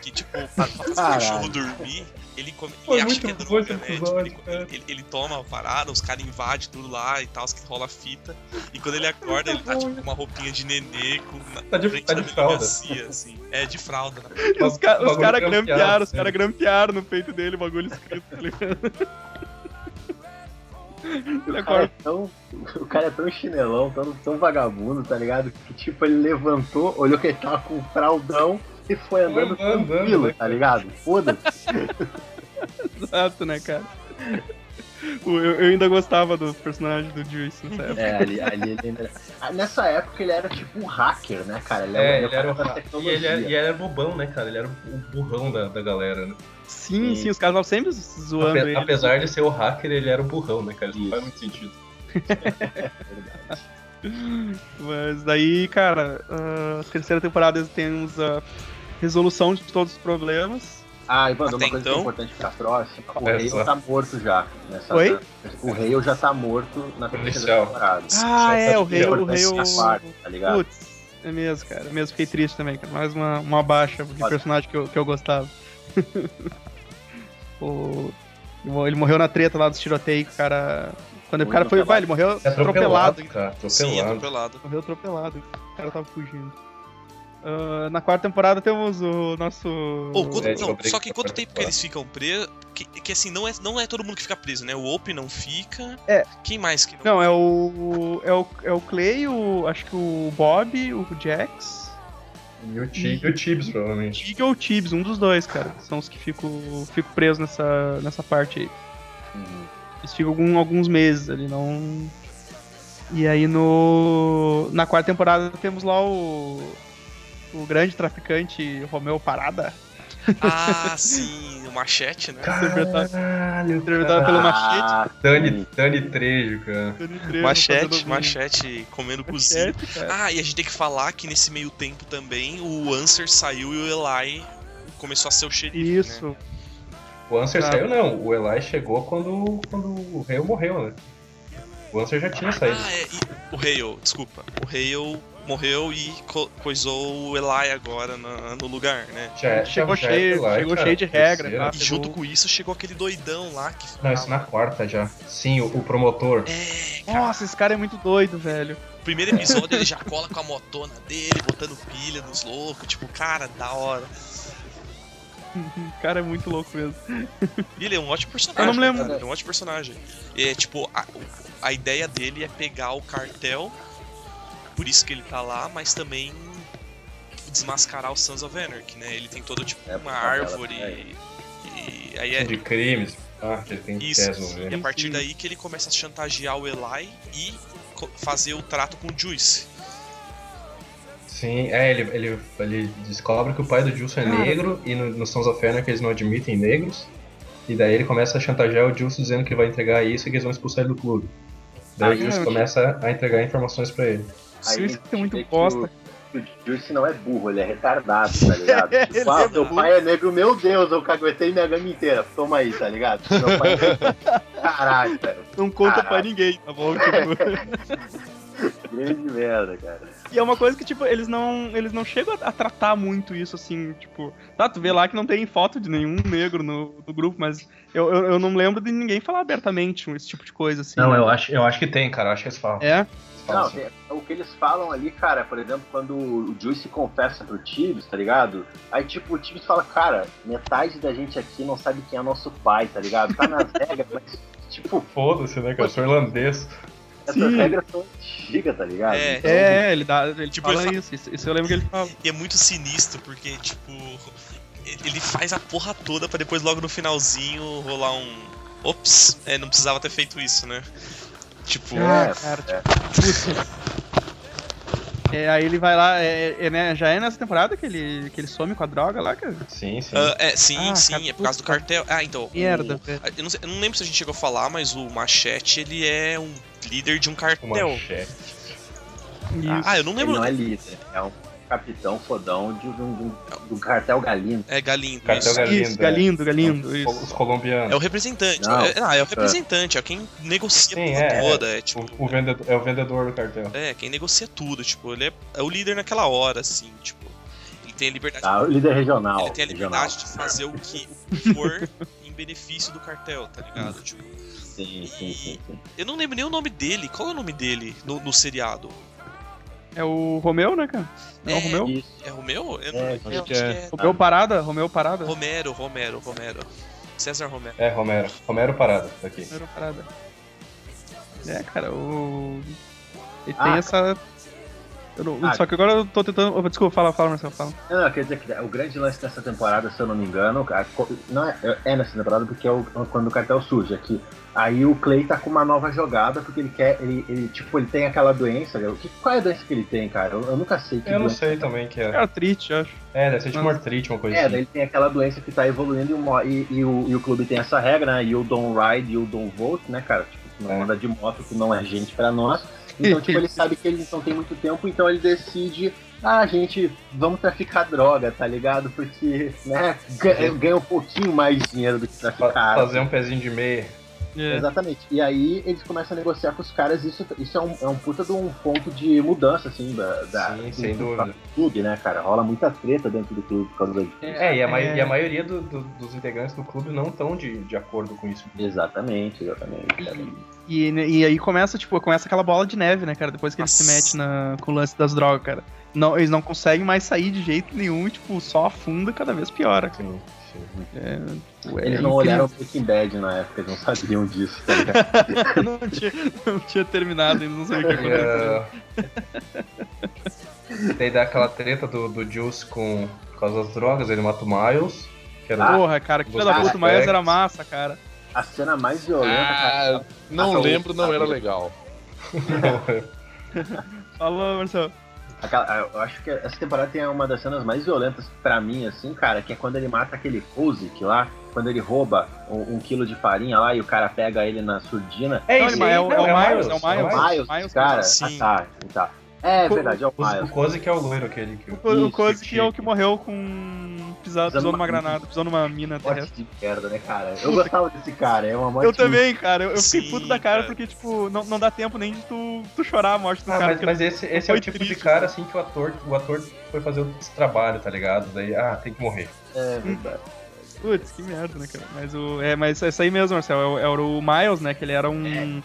Speaker 2: Que, tipo, pra, pra fazer o
Speaker 1: Caralho.
Speaker 2: cachorro dormir, ele come.
Speaker 4: Foi
Speaker 2: ele acha
Speaker 4: muito
Speaker 2: que é
Speaker 4: bom
Speaker 2: droga,
Speaker 4: esse
Speaker 2: né? Tipo,
Speaker 4: episódio,
Speaker 2: ele,
Speaker 4: cara.
Speaker 2: ele- ele toma a parada, os caras invadem tudo lá e tal, os que rola a fita. E quando ele acorda, ele tá, tipo, com uma roupinha de nenê, com, na
Speaker 4: Tá de-
Speaker 2: frente
Speaker 4: tá
Speaker 2: da
Speaker 4: de fralda.
Speaker 2: delegacia, assim. É, de fralda, na
Speaker 3: e os ca- os
Speaker 4: Bagulho
Speaker 3: caras
Speaker 4: grampeado,
Speaker 3: grampearam, os
Speaker 4: né?
Speaker 3: caras grampearam no peito dele o bagulho *laughs* escrito, tá ligado? Ele
Speaker 1: O cara, é
Speaker 3: acorda.
Speaker 1: tão, *laughs* o cara é tão chinelão, tão, tão vagabundo, tá ligado? Que tipo, ele levantou, olhou que ele tava com um fraldão e foi andando
Speaker 4: Foi andando,
Speaker 1: tranquilo,
Speaker 4: né?
Speaker 1: tá ligado? Foda-se.
Speaker 3: Exato, né, cara? O- Eu, eu ainda gostava do personagem do Juice nessa época.
Speaker 1: É, ali, ali ele ainda... Ah, Nessa época ele era tipo um hacker, né, cara? Ele
Speaker 4: É,
Speaker 1: um
Speaker 4: ele era
Speaker 1: cara
Speaker 4: o
Speaker 1: da
Speaker 4: ra- *laughs* E
Speaker 1: tecnologia.
Speaker 4: ele era, e era bobão, né, cara? Ele era o burrão da, da galera, né?
Speaker 3: Sim,
Speaker 1: Sim.
Speaker 3: sim, os caras estavam sempre zoando
Speaker 4: Ape-
Speaker 3: ele. né?
Speaker 4: apesar de ser o hacker, ele era o burrão, né, cara? Isso não faz muito sentido.
Speaker 3: Mas daí, cara, a terceira temporada temos a resolução de todos os problemas.
Speaker 1: Ah, Ivandro,
Speaker 2: Até
Speaker 1: uma coisa que
Speaker 2: então-
Speaker 1: é importante pra próxima, o
Speaker 4: É,
Speaker 1: rei
Speaker 4: só.
Speaker 1: tá morto já. Nessa
Speaker 3: Oi?
Speaker 1: O rei já tá morto na terceira
Speaker 4: Policial.
Speaker 1: temporada.
Speaker 3: Ah, é, o rei,
Speaker 1: Ele
Speaker 3: o
Speaker 1: morto
Speaker 3: rei,
Speaker 1: na quarta,
Speaker 3: o...
Speaker 1: tá ligado?
Speaker 3: Putz, é mesmo, cara, é mesmo, fiquei triste também, cara, mais uma, uma baixa de
Speaker 1: Olha.
Speaker 3: personagem que eu, que eu gostava. *laughs* o... Ele morreu na treta lá dos tiroteios, que o cara... Quando o
Speaker 1: Foi
Speaker 3: cara foi,
Speaker 1: atropelado.
Speaker 3: vai, ele morreu
Speaker 4: É
Speaker 3: atropelado,
Speaker 4: atropelado, cara. Atropelado.
Speaker 2: Sim, atropelado.
Speaker 3: Morreu atropelado, o cara tava fugindo. Ah, na quarta temporada temos o nosso.
Speaker 2: Pô, quanto-
Speaker 4: É,
Speaker 2: não,
Speaker 4: sobre-
Speaker 2: só que quanto tempo que
Speaker 4: falar.
Speaker 2: eles ficam presos? Que, que, assim, não é, não é todo mundo que fica preso, né? O Ope não fica.
Speaker 3: É.
Speaker 2: Quem mais que não?
Speaker 3: Não, é o. É o, é o Clay, o, acho que o Bob, o Jax.
Speaker 4: E o Ti- e o Tibbs, provavelmente.
Speaker 3: Tig ou o Tibbs, um dos dois, cara. São os que ficam fico presos nessa, nessa parte aí.
Speaker 1: Hum.
Speaker 3: Eles ficam algum- alguns meses ali, não. E aí no. Na quarta temporada temos lá o. O grande traficante Romeu Parada.
Speaker 2: *laughs* Ah, sim, o Machete, né?
Speaker 4: Caralho,
Speaker 3: Interpretado pelo Machete.
Speaker 1: Ah,
Speaker 4: Dani, Dani Trejo, cara.
Speaker 3: Dani Trejo
Speaker 2: Machete,
Speaker 3: fazendo-
Speaker 2: machete comendo cozinha.
Speaker 3: Machete, cara.
Speaker 2: Ah, e a gente tem que falar que nesse meio tempo também o Answer saiu e o Eli começou a ser o xerife. Né?
Speaker 3: Isso,
Speaker 4: O Answer
Speaker 3: Cara.
Speaker 4: saiu, não. O Eli chegou quando, quando o rei morreu, né? O Answer já tinha saído.
Speaker 2: Ah, é, e o Hale, desculpa. O Hale morreu e co- coisou o Eli agora na- no lugar, né?
Speaker 4: Já,
Speaker 3: Chegou
Speaker 4: já
Speaker 3: cheio-
Speaker 4: era o Eli,
Speaker 3: chegou
Speaker 4: cara,
Speaker 3: cheio de regra,
Speaker 4: terceira.
Speaker 2: E
Speaker 3: Chegou-
Speaker 2: junto com isso chegou aquele doidão lá que.
Speaker 4: Não, isso na quarta já. Sim, o, o promotor.
Speaker 2: É, cara.
Speaker 3: Nossa, esse cara é muito doido, velho.
Speaker 2: Primeiro episódio ele já cola com a motona dele, botando pilha nos loucos, tipo, cara, da hora.
Speaker 3: O cara é muito louco mesmo.
Speaker 2: E ele é um ótimo personagem.
Speaker 3: Eu não me lembro.
Speaker 2: cara, Ele é um ótimo personagem. É, tipo, a, a ideia dele é pegar o cartel, por isso que ele tá lá, mas também desmascarar o Sons of Anarchy, né? Ele tem todo, tipo,
Speaker 1: É, por
Speaker 2: uma
Speaker 1: favor,
Speaker 2: árvore.
Speaker 1: é.
Speaker 2: E aí é
Speaker 4: De crimes. Ah, que ele tem
Speaker 2: isso.
Speaker 4: teses, né?
Speaker 2: E a partir daí que ele começa a chantagear o Eli e co- fazer o trato com o Juice.
Speaker 4: Sim, é, ele, ele, ele descobre que o pai do Juice
Speaker 1: Ah.
Speaker 4: é negro e no, no Sons of Anarchy eles não admitem negros. E daí ele começa a chantagear o Juice dizendo que vai entregar isso e que eles vão expulsar ele do clube. Daí
Speaker 1: Ah,
Speaker 4: o Juice
Speaker 3: não.
Speaker 4: começa a entregar informações pra ele.
Speaker 1: Aí
Speaker 3: Isso é muito
Speaker 1: vê que
Speaker 3: bosta.
Speaker 1: O, o Juice não é burro, ele é retardado, tá ligado?
Speaker 3: É, *laughs* ele
Speaker 1: Tipo, ah,
Speaker 3: é
Speaker 1: meu
Speaker 3: burro.
Speaker 1: pai é negro, meu Deus, eu caguetei minha gama inteira. Toma aí, tá ligado? Meu pai é
Speaker 3: *laughs*
Speaker 1: negro. Caralho, velho.
Speaker 3: Não conta
Speaker 1: Caraca.
Speaker 3: pra ninguém, tá bom? *laughs* Tipo,
Speaker 1: Grande merda, cara.
Speaker 3: e é uma coisa que, tipo, eles não, eles não chegam a, a tratar muito isso, assim, tipo... Tá, tu vê lá que não tem foto de nenhum negro no, no grupo, mas eu, eu, eu não lembro de ninguém falar abertamente esse tipo de coisa, assim. né?
Speaker 4: acho, eu acho que tem, cara. Eu acho que eles falam. assim.
Speaker 3: É?
Speaker 1: Não, tem- o que eles falam ali, cara, por exemplo, quando o Juice confessa pro Tibbs, tá ligado? Aí, tipo, o Tibbs fala, cara, metade da gente aqui não sabe quem é nosso pai, tá ligado? Tá nas regras, mas, tipo,
Speaker 4: Foda-se, né, cara? Eu sou irlandês.
Speaker 1: essas
Speaker 3: Sim.
Speaker 1: regras são antigas, tá ligado?
Speaker 2: É.
Speaker 1: Então,
Speaker 3: É, ele, dá, ele
Speaker 2: Tipo,
Speaker 3: fala
Speaker 2: ele fala-
Speaker 3: isso, isso. isso eu lembro que ele fala.
Speaker 2: E é muito sinistro, porque, tipo, ele faz a porra toda pra depois, logo no finalzinho, rolar um. Ops, é, não precisava ter Tipo, feito isso, né? Tipo,
Speaker 3: Ah, cara,
Speaker 1: é.
Speaker 3: Putz. É, aí ele vai lá, é, é, né, já é nessa temporada que ele, que ele some com a droga lá, cara?
Speaker 4: Sim, sim.
Speaker 2: Ah, é, sim,
Speaker 3: Ah,
Speaker 2: sim,
Speaker 3: cara,
Speaker 2: é por causa do
Speaker 3: puta
Speaker 2: cartel. Ah, então. o-
Speaker 3: Merda, velho.
Speaker 2: eu, não sei- eu não lembro se a gente chegou a falar, mas o Machete, ele é um líder de um
Speaker 4: Uma
Speaker 2: cartel.
Speaker 4: chefe.
Speaker 2: Ah, eu não
Speaker 1: Ele
Speaker 2: lembro.
Speaker 1: não é líder, é um capitão fodão de, de, um- de um cartel galindo.
Speaker 2: É Galindo.
Speaker 4: Cartel
Speaker 2: isso.
Speaker 4: Galindo,
Speaker 3: Isso, Ah, Galindo, Galindo,
Speaker 4: Os,
Speaker 3: isso.
Speaker 2: É o
Speaker 4: colombianos.
Speaker 2: representante.
Speaker 1: Não.
Speaker 2: É, ah, é o representante, é quem negocia
Speaker 4: Sim,
Speaker 2: tudo
Speaker 4: é,
Speaker 2: toda. É, tipo.
Speaker 4: O, o vendedor, é o vendedor do cartel.
Speaker 2: É, quem negocia tudo, tipo, ele é, é o líder naquela hora, assim, tipo. Ele tem a liberdade.
Speaker 4: Ah,
Speaker 1: Tá, o líder regional.
Speaker 2: ele tem a
Speaker 1: regional.
Speaker 2: liberdade de fazer o que o que for em benefício do cartel, tá ligado? Tipo,
Speaker 1: Sim, sim, sim, sim.
Speaker 2: eu não lembro nem o nome dele. Qual é o nome dele no, no seriado?
Speaker 3: É o Romeu, né, cara? Não,
Speaker 2: É,
Speaker 3: o Romeu?
Speaker 1: Isso.
Speaker 2: É Romeu? Eu não
Speaker 1: É,
Speaker 2: lembro,
Speaker 6: acho
Speaker 2: acho
Speaker 6: que
Speaker 2: que
Speaker 6: é.
Speaker 2: é.
Speaker 3: Romeu Parada, Romeu Parada.
Speaker 2: Romero, Romero, Romero. César Romero.
Speaker 4: É, Romero. Romero Parada, tá aqui.
Speaker 3: Romeu Parada. É, cara, o... Ele
Speaker 1: Ah.
Speaker 3: tem essa... eu não-
Speaker 1: Ah.
Speaker 3: Só que agora eu tô tentando... oh, Desculpa, fala, fala, Marcelo, fala.
Speaker 1: Não, quer dizer que o grande lance dessa temporada, se eu não me engano, a co- não é, é nessa temporada porque é o- quando o cartel surge, é que aí o Clay tá com uma nova jogada porque ele quer, ele, ele, tipo, ele tem aquela doença, né? O que, qual é a doença que ele tem, cara? Eu, eu nunca sei que
Speaker 4: Eu não
Speaker 1: doença.
Speaker 4: sei também que
Speaker 3: É
Speaker 4: é.
Speaker 3: artrite, eu acho.
Speaker 4: É, deve ser tipo uma artrite, uma coisa
Speaker 1: É, daí
Speaker 4: assim.
Speaker 1: ele tem aquela doença que tá evoluindo e, o, e, e o, e o clube tem essa regra, né? E o don't ride e o don't vote, né, cara? Tipo, tu não
Speaker 4: É.
Speaker 1: anda de moto, tu não é gente pra nós. Então, tipo, ele sabe que ele não tem muito tempo, então ele decide, ah, gente, vamos traficar droga, tá ligado? Porque, né, ga- ganha um pouquinho mais dinheiro do que
Speaker 4: Fa-
Speaker 1: traficar.
Speaker 4: Fazer um pezinho de meia.
Speaker 3: É.
Speaker 1: Exatamente. E aí eles começam a negociar com os caras, isso, isso é, um, é um puta de um ponto de mudança, assim, da, da-
Speaker 4: Sim,
Speaker 1: do,
Speaker 4: sem
Speaker 1: do
Speaker 4: dúvida.
Speaker 1: clube, né, cara? Rola muita treta dentro do clube por causa disso.
Speaker 4: É, e a, mai-
Speaker 3: É.
Speaker 4: e a maioria do- do- dos integrantes do clube não estão de, de acordo com isso.
Speaker 1: Exatamente, exatamente. cara.
Speaker 3: E, e aí começa, tipo, começa aquela bola de neve, né, cara? Depois que ele se mete na, com o lance das drogas, cara. Não, eles não conseguem mais sair de jeito nenhum, e, tipo, só afunda cada vez piora. cara.
Speaker 4: Sim, sim.
Speaker 3: Tipo, é
Speaker 1: Eles não
Speaker 3: incrível.
Speaker 1: olharam Breaking Bad na época, eles não sabiam disso. tá ligado?
Speaker 3: *laughs* Eu não tinha, não tinha terminado, ainda não sabia o que aconteceu.
Speaker 4: É. *laughs* Daí dá aquela treta do, do Juice com por causa das drogas, ele mata o Miles, que
Speaker 1: Ah.
Speaker 4: *laughs* era
Speaker 3: Porra, cara, que filha da puta, o Miles era massa, cara.
Speaker 1: A cena mais violenta, cara.
Speaker 6: Ah, não
Speaker 1: Ah,
Speaker 6: lembro, não
Speaker 1: tá.
Speaker 6: era legal.
Speaker 4: É
Speaker 3: Falou, Marcelo.
Speaker 1: aquela- eu acho que essa temporada tem uma das cenas mais violentas pra mim, assim, cara, que é quando ele mata aquele Kozik lá, quando ele rouba um, um quilo de farinha lá e o cara pega ele na surdina.
Speaker 4: É
Speaker 3: Não,
Speaker 4: isso
Speaker 3: ele-
Speaker 4: aí,
Speaker 3: é o-
Speaker 4: não,
Speaker 3: é o Miles, é o
Speaker 1: É o
Speaker 3: Miles.
Speaker 1: Miles,
Speaker 3: Miles,
Speaker 1: cara.
Speaker 2: sim.
Speaker 1: Ah, tá, tá. É verdade, é o
Speaker 4: O
Speaker 1: Miles.
Speaker 4: Cozy que é o loiro aquele que
Speaker 3: O
Speaker 1: Isso,
Speaker 3: Cozy que é o que
Speaker 4: chique.
Speaker 3: morreu com. Pisado, pisou numa granada, pisou numa mina terrestre.
Speaker 1: Pote de merda, né, cara? Eu gostava desse cara, é uma morte
Speaker 3: Eu também, cara. Eu, eu fiquei
Speaker 2: Sim,
Speaker 3: puto da cara
Speaker 2: cara.
Speaker 3: porque, tipo, não, não dá tempo nem de tu, tu chorar a morte do
Speaker 4: Ah,
Speaker 3: cara.
Speaker 4: mas,
Speaker 3: porque-
Speaker 4: mas esse, esse é
Speaker 3: foi
Speaker 4: o tipo de
Speaker 3: triste,
Speaker 4: cara assim que o ator, o ator foi fazer o trabalho, tá ligado? Daí, ah, tem que morrer.
Speaker 1: É verdade.
Speaker 3: Putz, que merda, né, cara? Mas o. É, mas é isso aí mesmo, Marcelo. É o- Era o Miles, né? Que ele era um.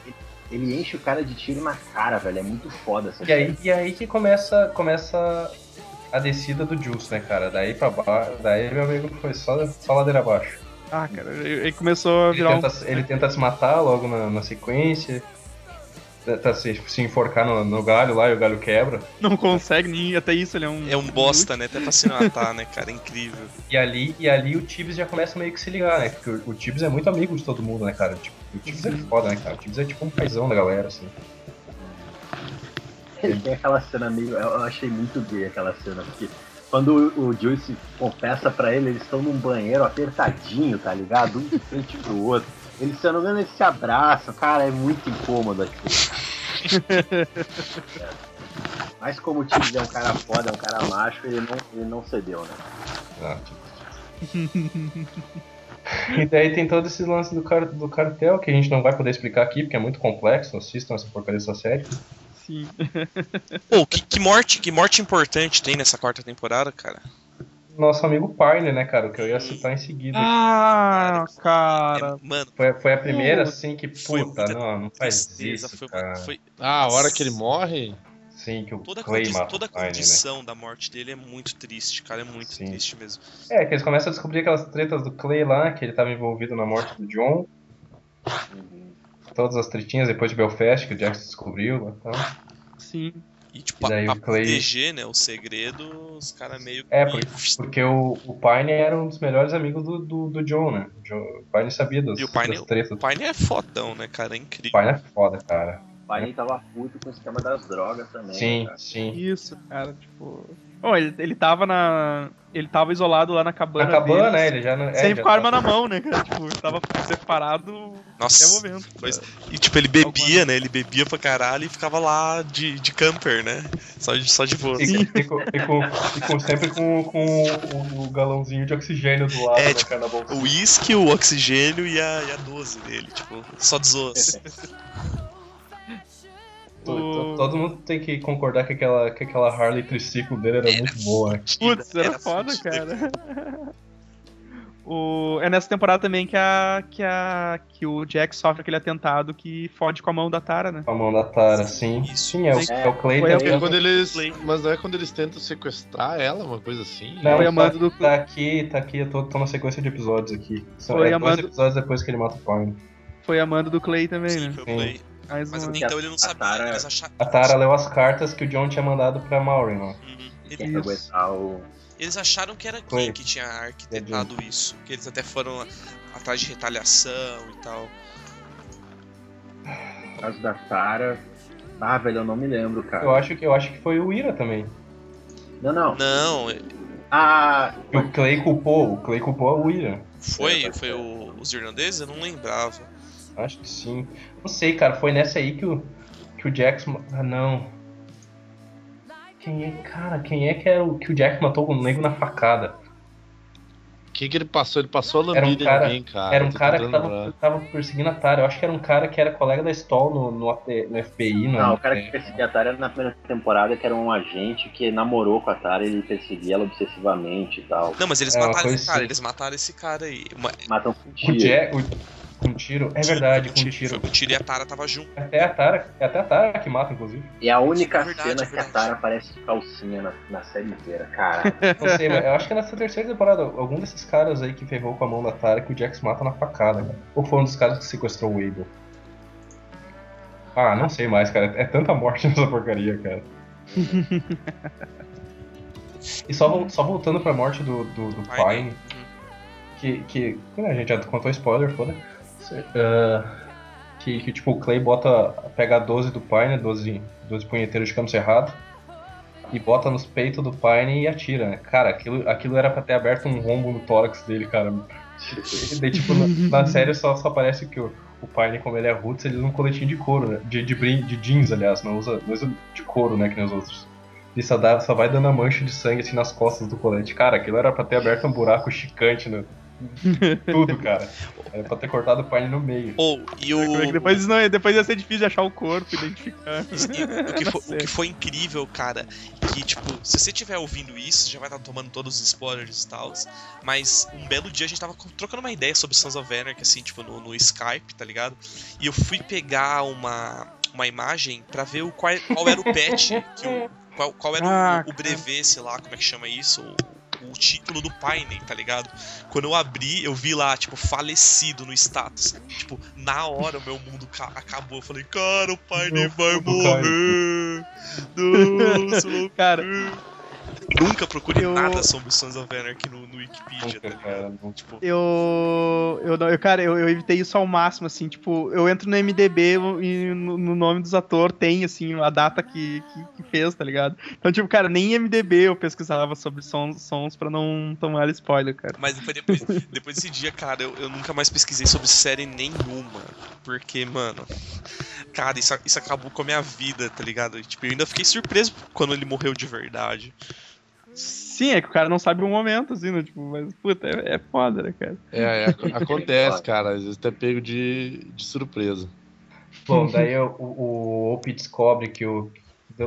Speaker 1: Ele enche o cara de tiro na cara, velho. É muito foda essa
Speaker 4: E aí, e aí que começa, começa a descida do Juice, né, cara? Daí pra baixo, daí meu amigo foi só, só ladeira abaixo.
Speaker 3: Ah, cara, ele ele começou a
Speaker 4: Ele
Speaker 3: virar um.
Speaker 4: tenta, ele tenta se matar logo na, na sequência, tenta se, se enforcar no, no galho lá e o galho quebra.
Speaker 3: Não consegue nem. Até isso, ele é um.
Speaker 2: É um bosta, né? Até pra se matar, né, cara? É incrível.
Speaker 4: E ali, e ali o Tibbs já começa meio que se ligar, né? Porque o, o Tibbs é muito amigo de todo mundo, né, cara? Tipo, o Tibbs é foda, né, cara? O Tibbs é tipo um paizão da galera, assim.
Speaker 1: Ele tem aquela cena meio. Eu achei muito gay aquela cena, porque quando o, o Juice confessa pra ele, eles estão num banheiro apertadinho, tá ligado? Um de frente pro outro. Eles, se eu não me engano, eles se abraçam, cara, é muito incômodo aquilo. cara.
Speaker 4: *laughs*
Speaker 1: É. Mas como o Tibbs é um cara foda, é um cara macho, ele não, ele não cedeu, né?
Speaker 4: Ah, *laughs* e daí tem todo esse lance do, car do cartel que a gente não vai poder explicar aqui, porque é muito complexo, assistam essa porcaria dessa série.
Speaker 3: Sim.
Speaker 2: Pô, que, que morte, que morte importante tem nessa quarta temporada, cara.
Speaker 4: Nosso amigo Parner, né, cara? O que eu ia citar em seguida.
Speaker 3: Ah, cara.
Speaker 2: É, mano,
Speaker 4: Foi, foi a primeira, assim, que
Speaker 2: foi
Speaker 4: puta,
Speaker 2: muita
Speaker 4: não, não faz
Speaker 2: tristeza.
Speaker 4: isso,
Speaker 2: Foi,
Speaker 4: cara.
Speaker 2: foi
Speaker 6: Ah, a hora que ele morre,
Speaker 4: Sim, que o
Speaker 2: toda a,
Speaker 4: Clay
Speaker 2: condi-
Speaker 4: mata
Speaker 2: toda
Speaker 4: o
Speaker 2: a
Speaker 4: Parner, né?
Speaker 2: condição da morte dele é muito triste, cara. É muito
Speaker 4: Sim.
Speaker 2: triste mesmo.
Speaker 4: É, que eles começam a descobrir aquelas tretas do Clay lá, que ele tava envolvido na morte do John. Todas as tretinhas depois de Belfast, que o Jackson descobriu. Então.
Speaker 3: Sim.
Speaker 2: E, tipo,
Speaker 4: E
Speaker 2: a,
Speaker 4: daí
Speaker 2: pra
Speaker 4: o Clay-
Speaker 2: proteger, né, o segredo, os caras meio que...
Speaker 4: É, Porque o, o Pine era um dos melhores amigos do, do, do John, né? O, John, o Pine sabia das,
Speaker 2: E o Pine-
Speaker 4: das tretas.
Speaker 2: O Pine é fodão, né, cara? É
Speaker 4: O
Speaker 2: incrível.
Speaker 4: Pine é foda, cara.
Speaker 1: Biden tava puto com o esquema das drogas também. né,
Speaker 4: Sim,
Speaker 1: cara.
Speaker 4: sim. É
Speaker 3: Isso, cara, tipo. Bom, ele, ele tava na. Ele tava isolado lá na cabana.
Speaker 4: Na
Speaker 3: deles,
Speaker 4: cabana, né? Ele já não. é,
Speaker 3: Sempre
Speaker 4: já
Speaker 3: com a arma
Speaker 4: tá-
Speaker 3: na mão, né, cara? Tipo, ele tava separado até o
Speaker 2: Nossa.
Speaker 3: momento.
Speaker 2: Pois- E tipo, ele bebia, né? Ele bebia pra caralho e ficava lá de, de camper, né? Só de, só de boa.
Speaker 3: assim.
Speaker 4: E, e com- e com- e com- sempre com, com o, o galãozinho de oxigênio do lado,
Speaker 2: É,
Speaker 4: né,
Speaker 2: tipo,
Speaker 4: cara, na bolsa.
Speaker 2: O uísque, o oxigênio e a, e a 12 dele, tipo, só
Speaker 1: É,
Speaker 2: 12.
Speaker 4: To- to- Todo mundo tem que concordar que aquela, que aquela Harley triciclo dele
Speaker 2: É.
Speaker 4: era muito boa. né?
Speaker 3: Putz, era, foda,
Speaker 2: fudida.
Speaker 3: cara. O... É nessa temporada também que, a, que, a, que o Jack sofre aquele atentado que fode com a mão da Tara, né?
Speaker 4: Com a mão da Tara, sim.
Speaker 2: Isso.
Speaker 4: Sim, é o, é o Clayton.
Speaker 3: Foi a-
Speaker 6: Porque
Speaker 4: né?
Speaker 6: quando eles. Mas não é quando eles tentam sequestrar ela, uma coisa assim?
Speaker 4: Não,
Speaker 3: Foi
Speaker 4: tá-
Speaker 3: amando do-
Speaker 4: Tá aqui, tá aqui, eu tô, tô na sequência de episódios aqui. São
Speaker 3: Foi
Speaker 4: é, dois
Speaker 3: amando-
Speaker 4: episódios depois que ele mata o Pine.
Speaker 3: Foi a mando do Clay também,
Speaker 2: Sim,
Speaker 3: né?
Speaker 2: foi o play.
Speaker 3: Mais
Speaker 2: Mas
Speaker 3: uma.
Speaker 2: até então ele não
Speaker 1: A
Speaker 2: sabia,
Speaker 1: Tara-
Speaker 2: eles acharam.
Speaker 4: A Tara leu as cartas que o John tinha mandado pra Maureen, né? ó.
Speaker 2: Uhum.
Speaker 1: Ele
Speaker 2: Ele-
Speaker 1: quer aguentar o.
Speaker 2: Eles acharam que era quem
Speaker 4: Foi.
Speaker 2: que tinha arquitetado isso. Que eles até foram atrás de retaliação e tal.
Speaker 1: o caso da Sarah. Ah, velho, eu não me lembro,
Speaker 4: Eu
Speaker 1: cara.
Speaker 4: acho, que, eu acho que foi o Ira também.
Speaker 1: Não, não.
Speaker 2: Não,
Speaker 1: Ah,
Speaker 4: E o Clay culpou, o Clay culpou o Ira. É,
Speaker 2: foi,
Speaker 4: tá
Speaker 2: foi o- os irlandeses? Eu não lembrava.
Speaker 4: Acho que sim. Não sei, cara, foi nessa aí que o, que o Jax. ma- Ah, não. Quem é, cara, quem é que era o que o Jax matou o nego na facada?
Speaker 6: Quem que ele passou? Ele passou a
Speaker 4: Era um
Speaker 6: lambida em
Speaker 4: cara-
Speaker 6: alguém, cara.
Speaker 4: era um
Speaker 6: Ah, Tô
Speaker 4: cara que
Speaker 6: tentando
Speaker 4: tava,
Speaker 6: lembrar.
Speaker 4: tava perseguindo a Tara. Eu acho que era um cara que era colega da Stall no, no, AT no FBI. No,
Speaker 1: Não, o cara que perseguia a Tara era na primeira temporada, que era um agente que namorou com a Tara e ele perseguia ela obsessivamente e tal.
Speaker 2: Não, mas eles
Speaker 4: É, uma
Speaker 2: mataram
Speaker 4: coisa
Speaker 2: esse cara,
Speaker 4: assim.
Speaker 2: eles mataram esse cara aí. Uma-
Speaker 1: Matam com
Speaker 4: Com
Speaker 1: tiro.
Speaker 4: tiro. Com tiro. É verdade, com tiro.
Speaker 2: Foi um tiro e a Tara tava junto.
Speaker 4: Até a Tara, é até a Tara que mata, inclusive.
Speaker 1: É a única
Speaker 2: É verdade,
Speaker 1: cena
Speaker 2: é
Speaker 1: que a
Speaker 2: verdade.
Speaker 1: Tara aparece de calcinha na, na série inteira, cara. *laughs*
Speaker 4: Não sei, mas eu acho que nessa terceira temporada, algum desses caras aí que ferrou com a mão da Tara que o Jax mata na facada, cara. Ou foi um dos caras que sequestrou o Abel? Ah, não sei mais, cara. É tanta morte *laughs* nessa porcaria, cara. e só, vol- só voltando pra morte do, do, do Pine, que, que. né, A gente já contou spoiler, foda. Ah, que, que tipo, o Clay bota. Pega a 12 do Pine, 12, 12 punheteiros de campo cerrado. E bota nos peitos do Pine e atira, né? Cara, aquilo, aquilo era pra ter aberto um rombo no tórax dele, cara. E daí, tipo, na, na série só, só parece que o, o Pine, como ele é roots, ele usa um coletinho de couro, né? De, de, brin- de jeans, aliás, não usa, não usa de couro, né, que nem os outros. Ele só, dá, só vai dando a mancha de sangue, assim, nas costas do colete. Cara, aquilo era pra ter aberto um buraco chicante no... Tudo, cara. Era pra ter cortado o Pine no meio.
Speaker 2: Ou, e o.
Speaker 3: Como é que depois, não, depois ia ser difícil de achar o corpo, identificar. *laughs*
Speaker 2: E o, que foi, o
Speaker 3: série.
Speaker 2: que foi incrível, cara, que, tipo, se você estiver ouvindo isso, já vai estar tomando todos os spoilers e tal. Mas um belo dia a gente tava co- trocando uma ideia sobre Sons of Anarchy, assim, tipo, no, no Skype, tá ligado? E eu fui pegar uma, uma imagem pra ver o qual, qual era o patch, que o- qual, qual era o-
Speaker 3: Ah,
Speaker 2: o, brevet, sei lá, como é que chama isso, o, o título do Painem, tá ligado? Quando eu abri, eu vi lá, tipo, falecido no status. Tipo, na hora o meu mundo ca- acabou. Eu falei, cara, o Painem vai
Speaker 4: mundo cai.
Speaker 2: morrer. Não, seu louco.
Speaker 3: Cara,
Speaker 2: Nunca procure
Speaker 3: Eu-
Speaker 2: nada sobre o Sons of Anarchy no, no Wikipedia, tá
Speaker 4: Nunca,
Speaker 2: ligado?
Speaker 4: cara, nunca.
Speaker 2: Tipo,
Speaker 3: eu. Eu, não, eu cara, eu, eu evitei isso ao máximo, assim. Tipo, eu entro no MDB e no, no nome dos atores tem, assim, a data que, que, que fez, tá ligado? Então, tipo, cara, nem MDB eu pesquisava sobre sons, sons pra não tomar spoiler, cara.
Speaker 2: Mas foi depois, depois desse dia, cara, eu, eu nunca mais pesquisei sobre série nenhuma. Porque, mano. Cara, isso, isso acabou com a minha vida, tá ligado? E, Tipo, eu ainda fiquei surpreso quando ele morreu de verdade.
Speaker 3: Sim, é que o cara não sabe o momento, assim, né? Tipo, mas, puta, é, é foda, né, cara?
Speaker 6: É, é,
Speaker 4: *laughs*
Speaker 6: ac- acontece, cara. Às vezes tá pego de, de surpresa.
Speaker 4: Bom, daí o, o Opie descobre que o.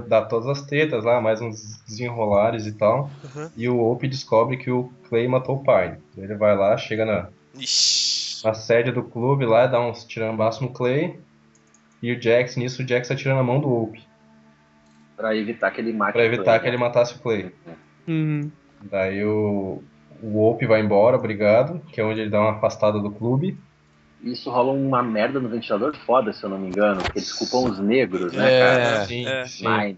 Speaker 4: Dá todas as tretas lá, mais uns desenrolares e tal.
Speaker 2: Uhum.
Speaker 4: E o Opie descobre que o Clay matou o pai. Ele vai lá, chega na,
Speaker 2: Ixi.
Speaker 4: na sede do clube lá, dá uns tirambaço no Clay. E o Jax, nisso, o Jax atira na mão do Opie.
Speaker 1: Pra evitar que ele mate.
Speaker 4: Pra
Speaker 1: o
Speaker 4: evitar
Speaker 1: Clay,
Speaker 4: que ele
Speaker 1: né?
Speaker 4: matasse o Clay.
Speaker 3: Uhum.
Speaker 4: Daí o, o Opie vai embora, obrigado. Que é onde ele dá uma afastada do clube.
Speaker 1: Isso rola uma merda no ventilador foda, se eu não me engano. Porque eles culpam os negros, né,
Speaker 6: É.
Speaker 1: cara?
Speaker 4: sim,
Speaker 2: é.
Speaker 4: sim,
Speaker 1: Mas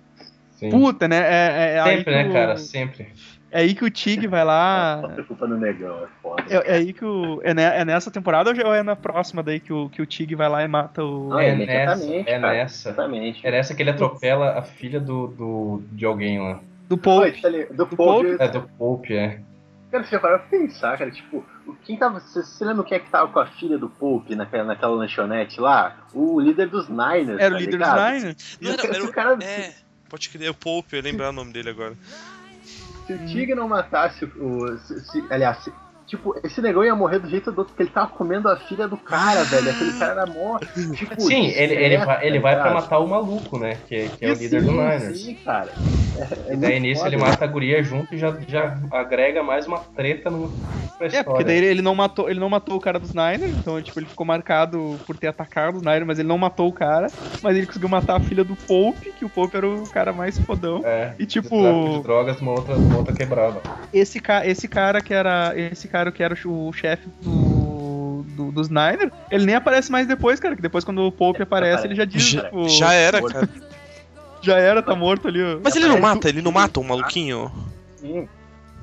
Speaker 4: sim.
Speaker 3: Puta, né? É, é, é aí
Speaker 4: Sempre,
Speaker 3: que
Speaker 4: né,
Speaker 3: o-
Speaker 4: cara? Sempre.
Speaker 3: É aí que o Tig vai
Speaker 2: Ah.
Speaker 3: lá.
Speaker 1: Nossa, culpa do negão, é foda.
Speaker 3: É, é aí que o. É, ne- é nessa temporada ou já- ou é na próxima daí que o, que o Tig vai lá e mata o.
Speaker 1: Não,
Speaker 4: É
Speaker 1: ele
Speaker 4: nessa,
Speaker 1: exatamente,
Speaker 4: é
Speaker 1: cara.
Speaker 4: nessa.
Speaker 1: Exatamente.
Speaker 4: É nessa que ele atropela a filha do, do, de alguém lá.
Speaker 3: do Paul.
Speaker 1: Oi, tá ali- do
Speaker 3: Do
Speaker 1: Pope.
Speaker 4: É do Pope, é.
Speaker 1: Cara, assim, você parou pra pensar, cara, tipo, o- quem tava. Você, você lembra quem é que tava com a filha do Pope naquela, naquela lanchonete lá? O líder dos Niners.
Speaker 3: Era
Speaker 1: tá
Speaker 3: o líder dos
Speaker 1: ligado?
Speaker 3: Niners?
Speaker 2: Não,
Speaker 1: E
Speaker 2: era,
Speaker 1: o-
Speaker 2: era
Speaker 1: se o
Speaker 2: o-
Speaker 1: cara.
Speaker 2: É, pode crer, o Pope, eu ia lembrar o nome dele agora.
Speaker 1: Se o Tigre não matasse o. se- se- aliás, se- tipo, esse negão ia morrer do jeito do outro, porque ele tava comendo a filha do
Speaker 3: Ah.
Speaker 1: cara, velho. Aquele cara era mó. Tipo,
Speaker 4: Sim, ele, ele
Speaker 1: discreto,
Speaker 4: vai, ele vai pra
Speaker 1: cara.
Speaker 4: matar o maluco, né? Que, que é o
Speaker 3: Sim,
Speaker 4: líder do
Speaker 1: Sim,
Speaker 4: Niners.
Speaker 1: Sim, cara. É- é
Speaker 4: E daí
Speaker 1: muito
Speaker 4: nisso
Speaker 1: foda,
Speaker 4: ele
Speaker 1: né?
Speaker 4: mata a guria junto e já, já agrega mais uma treta no, pra história.
Speaker 3: É, porque daí ele não matou, ele não matou o cara dos Niners, então tipo, ele ficou marcado por ter atacado os Niners, mas ele não matou o cara, mas ele conseguiu matar a filha do Pope, que o Pope era o cara mais fodão.
Speaker 4: É,
Speaker 3: E
Speaker 4: de tráfico de
Speaker 3: tipo,
Speaker 4: drogas, uma outra, uma outra quebrava.
Speaker 3: esse, ca esse cara que era. Esse cara que era o ch- o chefe do, do- dos Niners, ele nem aparece mais depois, cara. Que depois quando o Pope aparece, ele já diz,
Speaker 2: Já-
Speaker 3: tipo,
Speaker 2: Já
Speaker 3: já,
Speaker 2: era,
Speaker 1: Morto.
Speaker 2: cara.
Speaker 3: era, tá morto ali. ó.
Speaker 2: Mas ele não mata, ele não mata um maluquinho?
Speaker 1: Sim.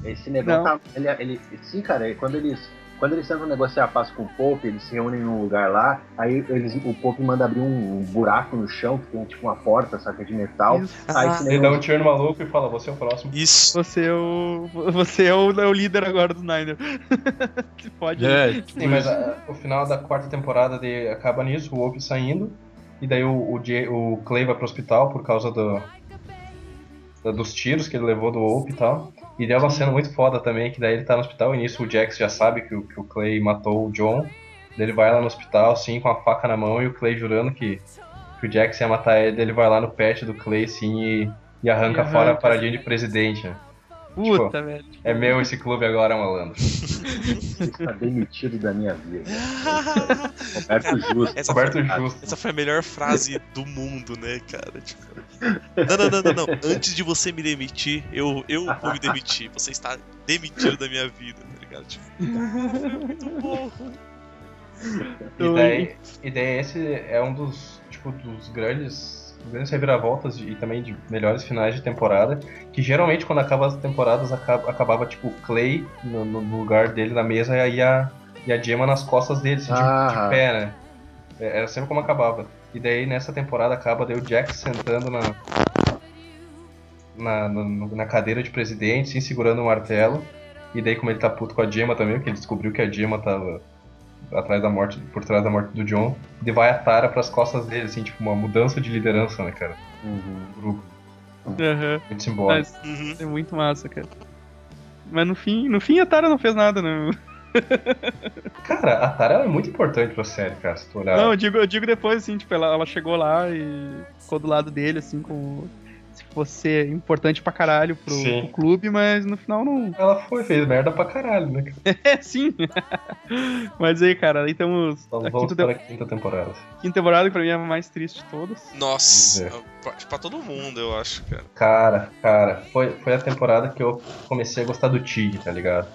Speaker 1: Esse negão
Speaker 3: Não.
Speaker 1: tá. Ele, ele, sim, cara, ele- quando eles. Quando eles tentam negociar a paz com o Pope, eles se reúnem num lugar lá, aí eles, o Pope manda abrir um, buraco no chão, que tem tipo uma porta, saca, de metal.
Speaker 3: Isso.
Speaker 1: aí esse
Speaker 4: Ele dá
Speaker 1: negão
Speaker 6: Então-
Speaker 4: um tiro no maluco e fala, você é o próximo.
Speaker 2: Isso.
Speaker 3: Você é o. Você é o, é o líder agora dos Niners. *laughs* que né? pode.
Speaker 6: É,
Speaker 4: Sim, mas a-
Speaker 3: ah,
Speaker 4: o final da quarta temporada de, acaba nisso, o Wolf saindo, e daí o, o, Jay- o Clay vai pro hospital por causa do, da- dos tiros que ele levou do Wolf e tal. E daí é uma cena muito foda também, que daí ele tá no hospital, e nisso o Jax já sabe que o, que o Clay matou o John. Daí ele vai lá no hospital, assim, com a faca na mão, e o Clay jurando que, que o Jax ia matar ele, daí ele vai lá no pet do Clay, assim, e, e arranca
Speaker 3: E
Speaker 4: fora a
Speaker 3: arranca.
Speaker 4: paradinha de presidente. né?
Speaker 3: Puta,
Speaker 4: tipo,
Speaker 3: velho.
Speaker 4: É meu esse clube agora, malandro.
Speaker 1: está tá demitido da minha vida.
Speaker 3: *laughs*
Speaker 1: É Roberto Justo.
Speaker 2: Essa foi,
Speaker 4: Roberto Justo.
Speaker 2: essa foi a melhor frase do mundo, né, cara? Tipo, não, não, não, não, não. Antes de você me demitir, eu, eu vou me demitir. Você está demitido da minha vida, tá ligado? Tipo,
Speaker 4: E daí, e daí esse é um dos, tipo, dos grandes, grandes reviravoltas e também de melhores finais de temporada, que geralmente quando acaba as temporadas acaba, acabava tipo o Clay no, no- no lugar dele na mesa e aí a, e a Gemma nas costas dele, assim, de- de,
Speaker 1: Ah.
Speaker 4: pé, né? É- Era sempre como acabava. E daí nessa temporada acaba daí o Jack sentando na na, no- na cadeira de presidente, assim, segurando o martelo. E daí como ele tá puto com a Gemma também, porque ele descobriu que a Gemma tava atrás da morte, por trás da morte do John, ele vai a Tara pras costas dele, assim, tipo, uma mudança de liderança, né, cara?
Speaker 1: Uhum.
Speaker 4: do grupo,
Speaker 3: Aham.
Speaker 4: muito simbólico.
Speaker 3: Mas
Speaker 2: uhum.
Speaker 3: é muito massa, cara. Mas no fim, no fim a Tara não fez nada, né? não.
Speaker 4: Cara, a Tara ela é muito importante pra série, cara, se tu olhar.
Speaker 3: Não, eu digo, eu digo depois, assim, tipo, ela, ela chegou lá e ficou do lado dele, assim, como se fosse importante pra caralho pro,
Speaker 4: Sim.
Speaker 3: pro clube, mas no final não.
Speaker 4: Ela foi, fez merda pra caralho, né? cara?
Speaker 3: É, sim. *laughs* mas aí, cara, aí temos
Speaker 4: Então
Speaker 3: a
Speaker 4: vamos
Speaker 3: quinta,
Speaker 4: para
Speaker 3: de-
Speaker 4: a quinta temporada.
Speaker 3: quinta temporada, que pra mim é a mais triste de todas.
Speaker 2: Nossa, um
Speaker 4: É.
Speaker 2: pra, tipo, pra todo mundo, eu acho, cara.
Speaker 4: Cara, cara, foi, foi a temporada que eu comecei a gostar do Tig, tá ligado?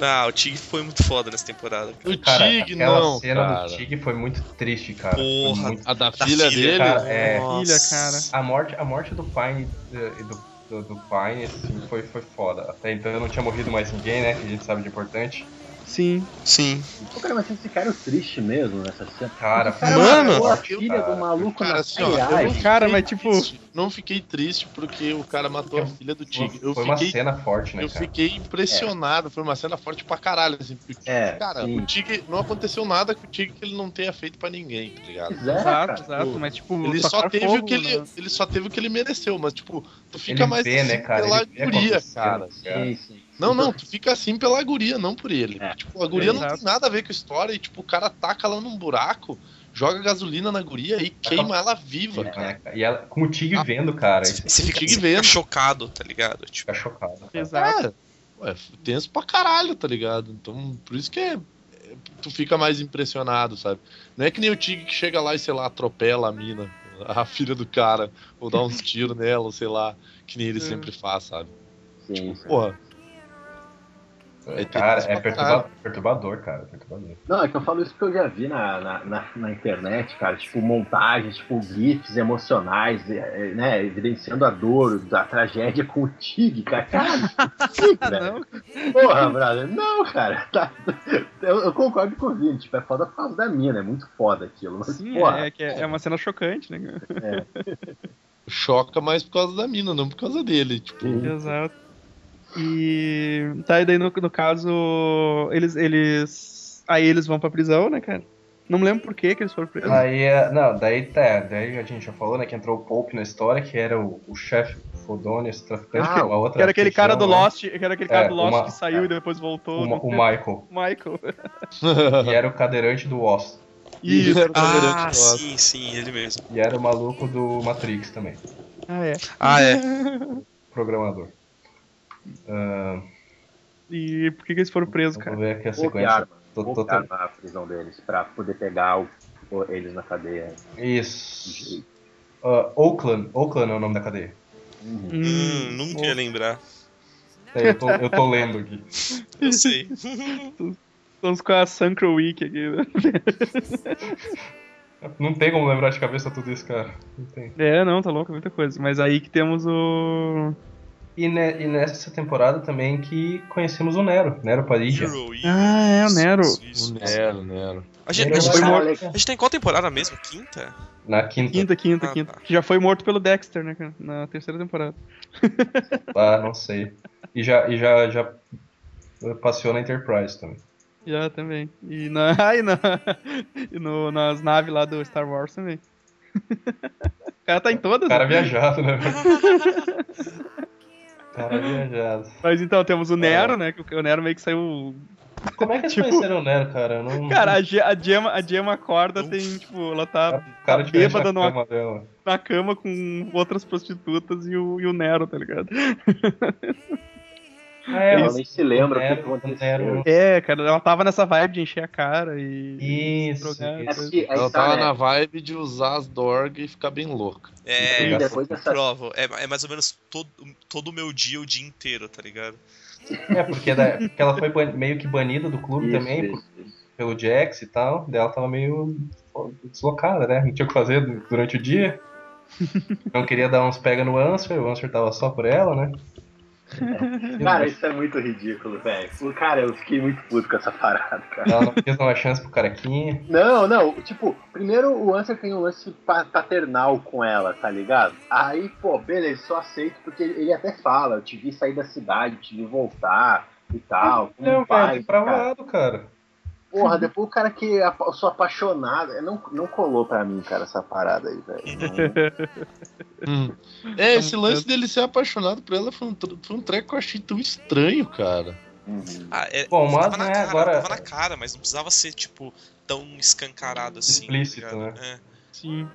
Speaker 2: Ah, o Tig foi muito foda nessa temporada. cara.
Speaker 6: o
Speaker 4: Cara,
Speaker 6: Tig
Speaker 4: aquela
Speaker 6: não,
Speaker 4: cena
Speaker 6: cara.
Speaker 4: do Tig foi muito triste, cara. Foi
Speaker 2: Porra,
Speaker 4: muito-
Speaker 6: A da
Speaker 2: Da
Speaker 6: filha dele?
Speaker 4: cara. é.
Speaker 2: Nossa.
Speaker 3: Filha, cara.
Speaker 4: A morte, a morte do Pine eh, e do, do, do Pine, assim, foi, foi foda. Até então não tinha morrido mais ninguém, né? Que a gente sabe de importante.
Speaker 3: Sim.
Speaker 2: Sim.
Speaker 1: Pô, cara, mas esse cara é triste mesmo nessa cena.
Speaker 4: Cara,
Speaker 1: O cara
Speaker 2: Mano!
Speaker 1: matou a
Speaker 4: Cara,
Speaker 1: filha do maluco
Speaker 6: Cara,
Speaker 1: na
Speaker 6: assim, ó,
Speaker 1: friagem.
Speaker 6: eu não
Speaker 3: Cara,
Speaker 6: fiquei
Speaker 3: mas, tipo-
Speaker 6: triste, não fiquei triste porque o cara matou a filha do
Speaker 4: foi,
Speaker 6: Tig. Eu
Speaker 4: foi uma
Speaker 6: fiquei
Speaker 4: cena forte, né,
Speaker 6: Eu
Speaker 4: cara?
Speaker 6: fiquei impressionado, foi uma cena forte pra caralho, assim, porque,
Speaker 1: É,
Speaker 6: cara,
Speaker 1: sim.
Speaker 6: o Tig, não aconteceu nada com o Tig que ele não tenha feito pra ninguém, tá ligado?
Speaker 1: Pois é,
Speaker 3: Exato,
Speaker 1: cara.
Speaker 3: exato. Mas, tipo,
Speaker 6: Ele só
Speaker 3: tocaram
Speaker 6: teve
Speaker 3: fogo né?
Speaker 6: o que ele,
Speaker 3: na-
Speaker 6: ele só teve o que ele mereceu, mas, tipo, tu fica
Speaker 4: Ele
Speaker 6: mais
Speaker 4: vê, né,
Speaker 6: assim
Speaker 4: cara?
Speaker 6: pela
Speaker 4: Ele vê
Speaker 6: guria,
Speaker 4: acontecendo,
Speaker 6: cara.
Speaker 1: Sim, sim.
Speaker 6: Não, não, tu fica assim pela guria, não por ele.
Speaker 1: É.
Speaker 6: Tipo, a guria não
Speaker 3: Exato.
Speaker 6: tem nada a ver com a história e, tipo, o cara taca ela num buraco, joga gasolina na guria
Speaker 4: É,
Speaker 6: e queima ela viva,
Speaker 4: Sim,
Speaker 6: cara.
Speaker 4: né, cara? E ela, com o
Speaker 6: Ah.
Speaker 4: Tig vendo, cara, isso
Speaker 2: Você fica,
Speaker 6: Tig
Speaker 2: você fica
Speaker 6: vendo.
Speaker 2: chocado, tá ligado? Tipo,
Speaker 4: fica chocado. cara.
Speaker 3: Exato.
Speaker 6: É, ué, tenso pra caralho, tá ligado? Então, por isso que é, é, tu fica mais impressionado, sabe? Não é que nem o Tig que chega lá e, sei lá, atropela a mina, a filha do cara, ou dá
Speaker 4: *laughs*
Speaker 6: uns tiros nela, ou sei lá, que nem ele
Speaker 3: É.
Speaker 6: sempre faz, sabe?
Speaker 1: Sim, sim.
Speaker 6: Porra, É
Speaker 4: Cara,
Speaker 6: tenso
Speaker 4: é
Speaker 6: pra
Speaker 4: perturba- perturbador, cara. Perturbador.
Speaker 1: Não, é que eu falo isso porque eu já vi na, na, na, na internet, cara, tipo, montagens, tipo, gifs emocionais, é, é, né, evidenciando a dor, da tragédia com o Tig, cara. Caralho, Tig,
Speaker 3: Ah,
Speaker 1: velho. Porra, brother, não, cara, tá- eu, eu concordo com o Vini, tipo, é foda por causa da mina, é muito foda aquilo, mas,
Speaker 3: Sim,
Speaker 1: porra,
Speaker 3: é, é que é, é uma cena chocante, né? cara?
Speaker 6: Choca mais por causa da mina, não por causa dele. Tipo,
Speaker 4: Uhum.
Speaker 3: Exato. E. Tá, e daí no, no caso. Eles, eles. Aí eles vão pra prisão, né, cara? Não me lembro por que que eles foram presos.
Speaker 4: Aí, é, não, daí tá, daí a gente já falou, né, que entrou o Pope na história, que era o, o chefe fodone, esse traficante,
Speaker 3: Ah,
Speaker 4: que é uma outra
Speaker 3: que era aquele cara do
Speaker 4: região, né?
Speaker 3: Lost, que era aquele cara
Speaker 4: É,
Speaker 3: do Lost
Speaker 4: uma-
Speaker 3: que saiu
Speaker 4: é.
Speaker 3: e depois voltou.
Speaker 4: O,
Speaker 3: não
Speaker 4: Ma- o
Speaker 3: sei.
Speaker 4: Michael,
Speaker 3: Michael.
Speaker 4: que era o cadeirante do Oz,
Speaker 3: Isso.
Speaker 6: era um o cadeirante
Speaker 2: Ah,
Speaker 6: do lado.
Speaker 2: sim, sim, ele mesmo.
Speaker 4: e era o maluco do Matrix também,
Speaker 3: Ah, é.
Speaker 2: Ah, é.
Speaker 4: programador. Ah,
Speaker 3: E por que, que eles foram presos,
Speaker 4: vou
Speaker 3: cara?
Speaker 4: Então,
Speaker 3: é
Speaker 4: ver aqui a
Speaker 1: pouca
Speaker 4: sequência.
Speaker 1: arma,
Speaker 4: Tô- tô-
Speaker 1: pouca arma a prisão deles, pra poder pegar o- o- eles na cadeia.
Speaker 4: Isso. Ah, Oakland, Oakland é o nome da cadeia.
Speaker 1: Uhum.
Speaker 2: Hum, nunca ia lembrar.
Speaker 4: Peraí, É, Eu tô, eu tô lendo aqui.
Speaker 2: Eu
Speaker 3: *laughs*
Speaker 2: sei.
Speaker 3: Estamos com a Suncro Week aqui, né?
Speaker 4: Não tem como lembrar de cabeça tudo isso, cara. Não tem.
Speaker 3: É, não, tá louco, é muita coisa. Mas aí que temos o.
Speaker 4: E, ne- e nessa temporada também que conhecemos o Nero, Nero Padilha.
Speaker 2: Hero, isso,
Speaker 3: Ah, é, o Nero.
Speaker 2: isso, isso.
Speaker 6: Nero, Nero.
Speaker 2: A gente,
Speaker 4: Nero é
Speaker 2: a gente
Speaker 4: foi
Speaker 2: tá-
Speaker 4: morto.
Speaker 2: a gente tá em qual temporada mesmo? Quinta?
Speaker 4: Na quinta.
Speaker 3: Quinta, quinta,
Speaker 2: Ah,
Speaker 3: quinta.
Speaker 2: tá.
Speaker 3: Que já foi morto pelo Dexter, né, cara? Na terceira temporada.
Speaker 4: Ah, não sei. E já, e já, já passeou na Enterprise também.
Speaker 3: Já também. E, na... *laughs* e, na... e no... nas naves lá do Star Wars também. *laughs* o cara tá em
Speaker 4: O
Speaker 3: todas.
Speaker 4: cara
Speaker 3: né?
Speaker 4: viajado, né? O cara viajado.
Speaker 3: Mas então temos o Nero, né? Que o Nero meio que saiu.
Speaker 4: Como é que eles
Speaker 3: Tipo-
Speaker 4: conheceram o Nero, cara? Eu não...
Speaker 3: Cara, a Ge- a Gemma, a Gemma acorda,
Speaker 4: Uhum.
Speaker 3: tem, tipo, ela tá
Speaker 4: o cara
Speaker 3: tá
Speaker 4: te mexe na
Speaker 3: bêbado numa-
Speaker 4: cama dela.
Speaker 3: na cama com outras prostitutas e o, e o Nero, tá ligado?
Speaker 4: Ah, é,
Speaker 1: Ela
Speaker 4: o
Speaker 1: nem se lembra o que
Speaker 4: Nero, o Nero.
Speaker 1: aconteceu.
Speaker 3: É, cara, ela tava nessa vibe de encher a cara e.
Speaker 4: Isso,
Speaker 3: Drogar, assim.
Speaker 1: É
Speaker 4: isso.
Speaker 1: que aí
Speaker 6: Ela
Speaker 1: tá,
Speaker 6: tava
Speaker 1: né?
Speaker 6: na vibe de usar as dorgas e ficar bem louca.
Speaker 2: É,
Speaker 1: E depois dessa
Speaker 2: provo. É, é mais ou menos todo todo o meu dia, o dia inteiro, tá ligado?
Speaker 4: É, porque, da- porque ela foi ban- meio que banida do clube
Speaker 1: Isso,
Speaker 4: também,
Speaker 1: isso, isso.
Speaker 4: pelo Jax e tal, daí ela tava meio pô, deslocada, né? Não tinha o que fazer du- durante o dia. Não queria dar uns pega no Answer, o Answer tava só por ela, né?
Speaker 1: Cara, isso é muito ridículo, velho. Cara, eu fiquei muito puto com essa parada, cara.
Speaker 4: Ela não quis dar uma chance pro carequinha.
Speaker 1: Não, não, tipo, primeiro o Answer tem um lance pa- paternal com ela, tá ligado? Aí, pô, beleza, só aceito porque ele ele até fala, eu te vi sair da cidade, te vi voltar e tal, como
Speaker 4: *laughs* Não,
Speaker 1: pai,
Speaker 4: velho, pra um
Speaker 1: cara.
Speaker 4: lado, cara.
Speaker 1: Porra, depois o cara que apa- eu sou apaixonado, é, não, não colou pra mim, cara, essa parada aí, velho.
Speaker 6: Hum. É, esse lance dele ser apaixonado por ela foi um, tr- foi um treco que eu achei tão estranho, cara.
Speaker 1: Não- Uhum.
Speaker 2: Ah, é,
Speaker 4: Bom, mas,
Speaker 2: tava na
Speaker 4: né,
Speaker 2: cara,
Speaker 4: agora-
Speaker 2: tava na cara, mas não precisava ser, tipo, tão escancarado assim. tá
Speaker 4: Explícito, né?
Speaker 2: ligado? É.
Speaker 3: Sim.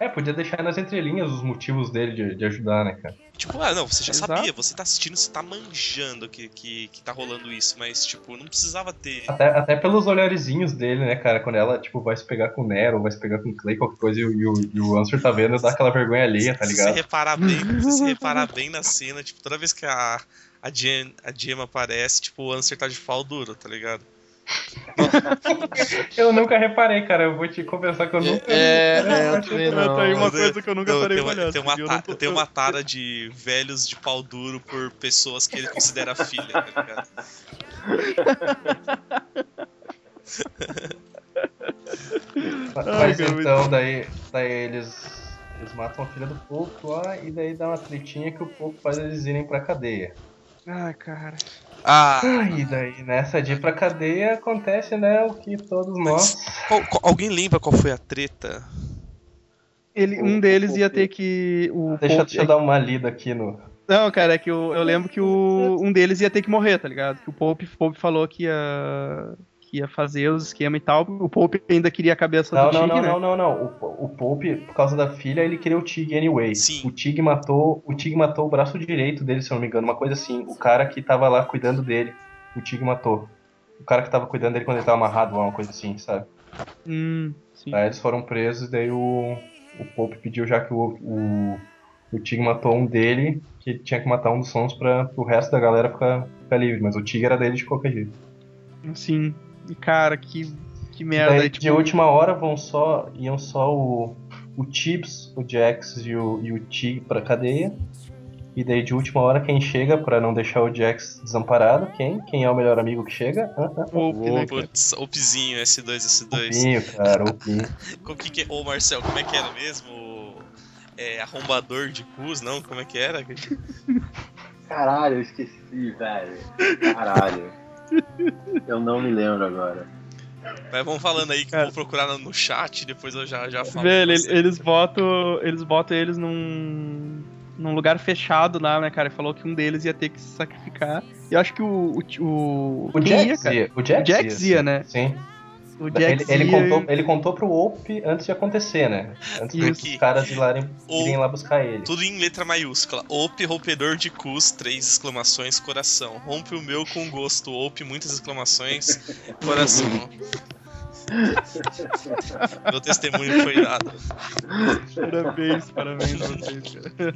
Speaker 4: É, podia deixar nas entrelinhas os motivos dele de, de ajudar, né, cara?
Speaker 2: Tipo, ah, não, você já
Speaker 3: Exato.
Speaker 2: sabia, você tá assistindo, você tá manjando que, que, que tá rolando isso, mas, tipo, não precisava ter.
Speaker 4: Até, até pelos olharezinhos dele, né, cara? Quando ela, tipo, vai se pegar com o Nero, vai se pegar com o Clay, qualquer coisa, e, o- e o, e o Answer tá vendo, dá aquela vergonha alheia, tá
Speaker 2: se
Speaker 4: ligado?
Speaker 2: você reparar bem, se você
Speaker 3: *laughs*
Speaker 2: reparar bem na cena, tipo, toda vez que a, a, Jen, a Gemma aparece, tipo, o Answer tá de pau duro, tá ligado?
Speaker 4: Eu nunca reparei, cara. Eu vou te confessar que eu nunca.
Speaker 6: É, eu também
Speaker 3: Eu tenho
Speaker 6: não.
Speaker 3: uma coisa que eu nunca
Speaker 2: Eu
Speaker 3: parei
Speaker 2: tenho,
Speaker 3: pra
Speaker 2: uma-
Speaker 3: olhar.
Speaker 2: eu tenho uma
Speaker 3: assim, eu
Speaker 2: ta-
Speaker 3: não tô-
Speaker 2: eu tenho uma tara de velhos de pau duro por pessoas que ele considera filha, tá ligado?
Speaker 4: Mas
Speaker 3: Ai, cara,
Speaker 4: então, daí, daí eles, eles matam a filha do Popo lá e daí dá uma tretinha que o Popo faz eles irem pra cadeia.
Speaker 3: Ah, cara.
Speaker 2: Ah,
Speaker 4: E daí nessa de ir pra cadeia acontece, né, o que todos nós.
Speaker 2: qual- qual- alguém lembra qual foi a treta?
Speaker 3: Ele, um deles ia ter que. O
Speaker 4: Deixa,
Speaker 3: Pope-
Speaker 4: deixa eu dar uma lida aqui no.
Speaker 3: Não, cara, é que eu, eu lembro que o, um deles ia ter que morrer, tá ligado? Que o Pope, Pope falou que ia, que ia fazer os esquemas e tal. O Pope ainda queria a cabeça
Speaker 4: Não,
Speaker 3: do
Speaker 4: não,
Speaker 3: Tig,
Speaker 4: não,
Speaker 3: né?
Speaker 4: não, não, não. O, o Pope, por causa da filha, ele queria o Tig anyway.
Speaker 2: Sim.
Speaker 4: O Tig matou. O Tig matou o braço direito dele, se eu não me engano. Uma coisa assim. O cara que tava lá cuidando dele. O Tig matou. O cara que tava cuidando dele quando ele tava amarrado lá, uma coisa assim, sabe?
Speaker 3: Hum, sim.
Speaker 4: Aí eles foram presos, daí o, o Pope pediu já que o, o, o Tig matou um dele, que ele tinha que matar um dos sons pra o resto da galera ficar ficar livre, mas o Tig era dele de qualquer jeito.
Speaker 3: Assim, e cara, que, que merda.
Speaker 4: É. Daí,
Speaker 3: aí, tipo,
Speaker 4: de última hora vão só. iam só o, o Chips, o Jax e o, e o Tig pra cadeia. E daí de última hora quem chega pra não deixar o Jax desamparado? Quem? Quem é o melhor amigo que chega? Ah, ah,
Speaker 3: Wolf, né, cara?
Speaker 2: Putz, opzinho, S2, S2.
Speaker 4: Pinho, cara, o Pinho.
Speaker 2: Como que que é? Ô, Marcel, como é que era mesmo? É, arrombador de cus, não? Como é que era?
Speaker 1: Caralho, eu esqueci, velho. Caralho. Eu não me lembro agora.
Speaker 2: Mas vamos falando aí que eu
Speaker 3: Cara.
Speaker 2: vou procurar no- no chat, depois eu já, já falo.
Speaker 3: Velho,
Speaker 2: com
Speaker 3: ele-
Speaker 2: você.
Speaker 3: eles botam. Eles botam eles num. num lugar fechado lá, né, cara? E falou que um deles ia ter que se sacrificar. E eu acho que o. O, *laughs* o,
Speaker 4: O
Speaker 3: quem ia,
Speaker 4: Jax
Speaker 3: cara?
Speaker 4: ia. O Jax,
Speaker 3: O Jax ia, né?
Speaker 4: Sim.
Speaker 3: O
Speaker 4: Ele,
Speaker 3: Jax
Speaker 4: ele
Speaker 3: ia e-
Speaker 4: contou, ele contou pro Wolf antes de acontecer, né? Antes
Speaker 2: Isso.
Speaker 4: dos caras irem,
Speaker 2: Ou-
Speaker 4: irem lá buscar ele.
Speaker 2: Tudo em letra maiúscula. Op, rompedor de cus, três exclamações, coração. Rompe o meu com gosto. Op, muitas exclamações, coração. meu testemunho foi dado.
Speaker 3: Parabéns, parabéns a vocês, cara.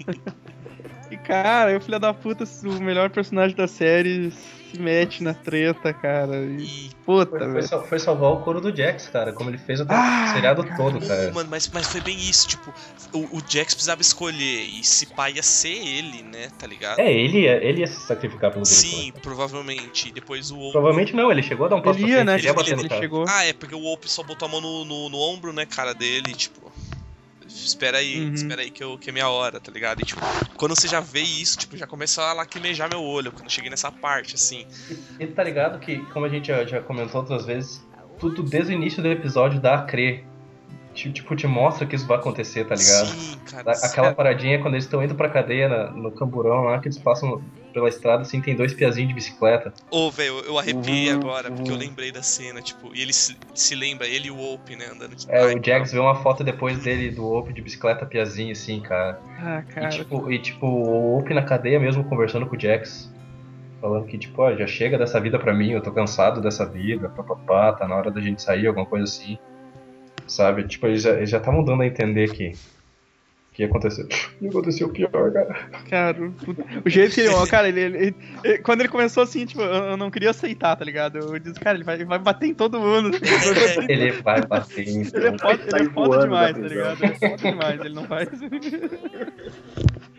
Speaker 3: E cara, eu filho da puta, o melhor personagem da série se mete na treta, cara. E,
Speaker 2: E,
Speaker 3: puta,
Speaker 4: Foi, foi
Speaker 3: velho.
Speaker 4: sal- foi salvar o couro do Jax, cara, como ele fez o
Speaker 3: Ah,
Speaker 4: seriado todo, cara.
Speaker 2: Pô, uh, mano, mas, mas foi bem isso. Tipo, o, o Jax precisava escolher. E se pá ia ser ele, né? Tá ligado?
Speaker 4: É, ele ia, ele ia se sacrificar pelo grupo.
Speaker 2: Sim,
Speaker 4: né?
Speaker 2: provavelmente. E depois o Op.
Speaker 4: Provavelmente não, ele chegou a dar um passo
Speaker 3: Ele ia,
Speaker 4: pra frente,
Speaker 3: né?
Speaker 4: ele ia
Speaker 3: Ele,
Speaker 4: bater no cara.
Speaker 3: chegou.
Speaker 2: Ah, é, porque o Op só botou a mão no, no, no ombro, né, cara, dele, tipo. Espera aí,
Speaker 3: Uhum.
Speaker 2: espera aí que, eu, que é minha hora, tá ligado? E, tipo, quando você já vê isso, tipo, já começou a lacrimejar meu olho quando eu cheguei nessa parte, assim.
Speaker 4: E tá ligado que, como a gente já, já comentou outras vezes, tudo desde o início do episódio dá a crer. Ti- Tipo, te mostra que isso vai acontecer, tá ligado?
Speaker 2: Sim, cara.
Speaker 4: Da-
Speaker 2: sim.
Speaker 4: Aquela paradinha quando eles estão indo pra cadeia na- no camburão lá, que eles passam pela estrada assim, tem dois piazinhos de bicicleta.
Speaker 2: Ô, velho, eu arrepiei
Speaker 1: Uhum,
Speaker 2: agora, porque eu
Speaker 1: uhum.
Speaker 2: lembrei da cena, tipo, e ele se, se lembra, ele e o Op, né, andando de
Speaker 4: É,
Speaker 2: bike.
Speaker 4: o Jax vê uma foto depois dele do Op de bicicleta piazinho, assim, cara.
Speaker 3: Ah,
Speaker 4: E
Speaker 3: cara.
Speaker 4: tipo, e tipo, o Op na cadeia mesmo conversando com o Jax. Falando que, tipo, ó, já chega dessa vida pra mim, eu tô cansado dessa vida, papapá, tá na hora da gente sair, alguma coisa assim. Sabe? Tipo, eles já, eles já estavam dando a entender que. Que ia acontecer. *laughs* Ia acontecer o pior, cara.
Speaker 3: Cara, o- o jeito que ele. ó, Cara, ele, ele- ele- Quando ele começou assim, tipo, eu eu não queria aceitar, tá ligado? Eu disse, cara, ele vai, ele vai bater em todo mundo. tá
Speaker 2: né,
Speaker 3: ligado?
Speaker 4: *laughs* Ele vai bater em.
Speaker 3: Ele é foda,
Speaker 1: sair
Speaker 3: ele é foda
Speaker 1: voando
Speaker 3: demais,
Speaker 1: da
Speaker 3: tá
Speaker 1: prisão.
Speaker 3: ligado? Ele é foda demais, ele não faz. e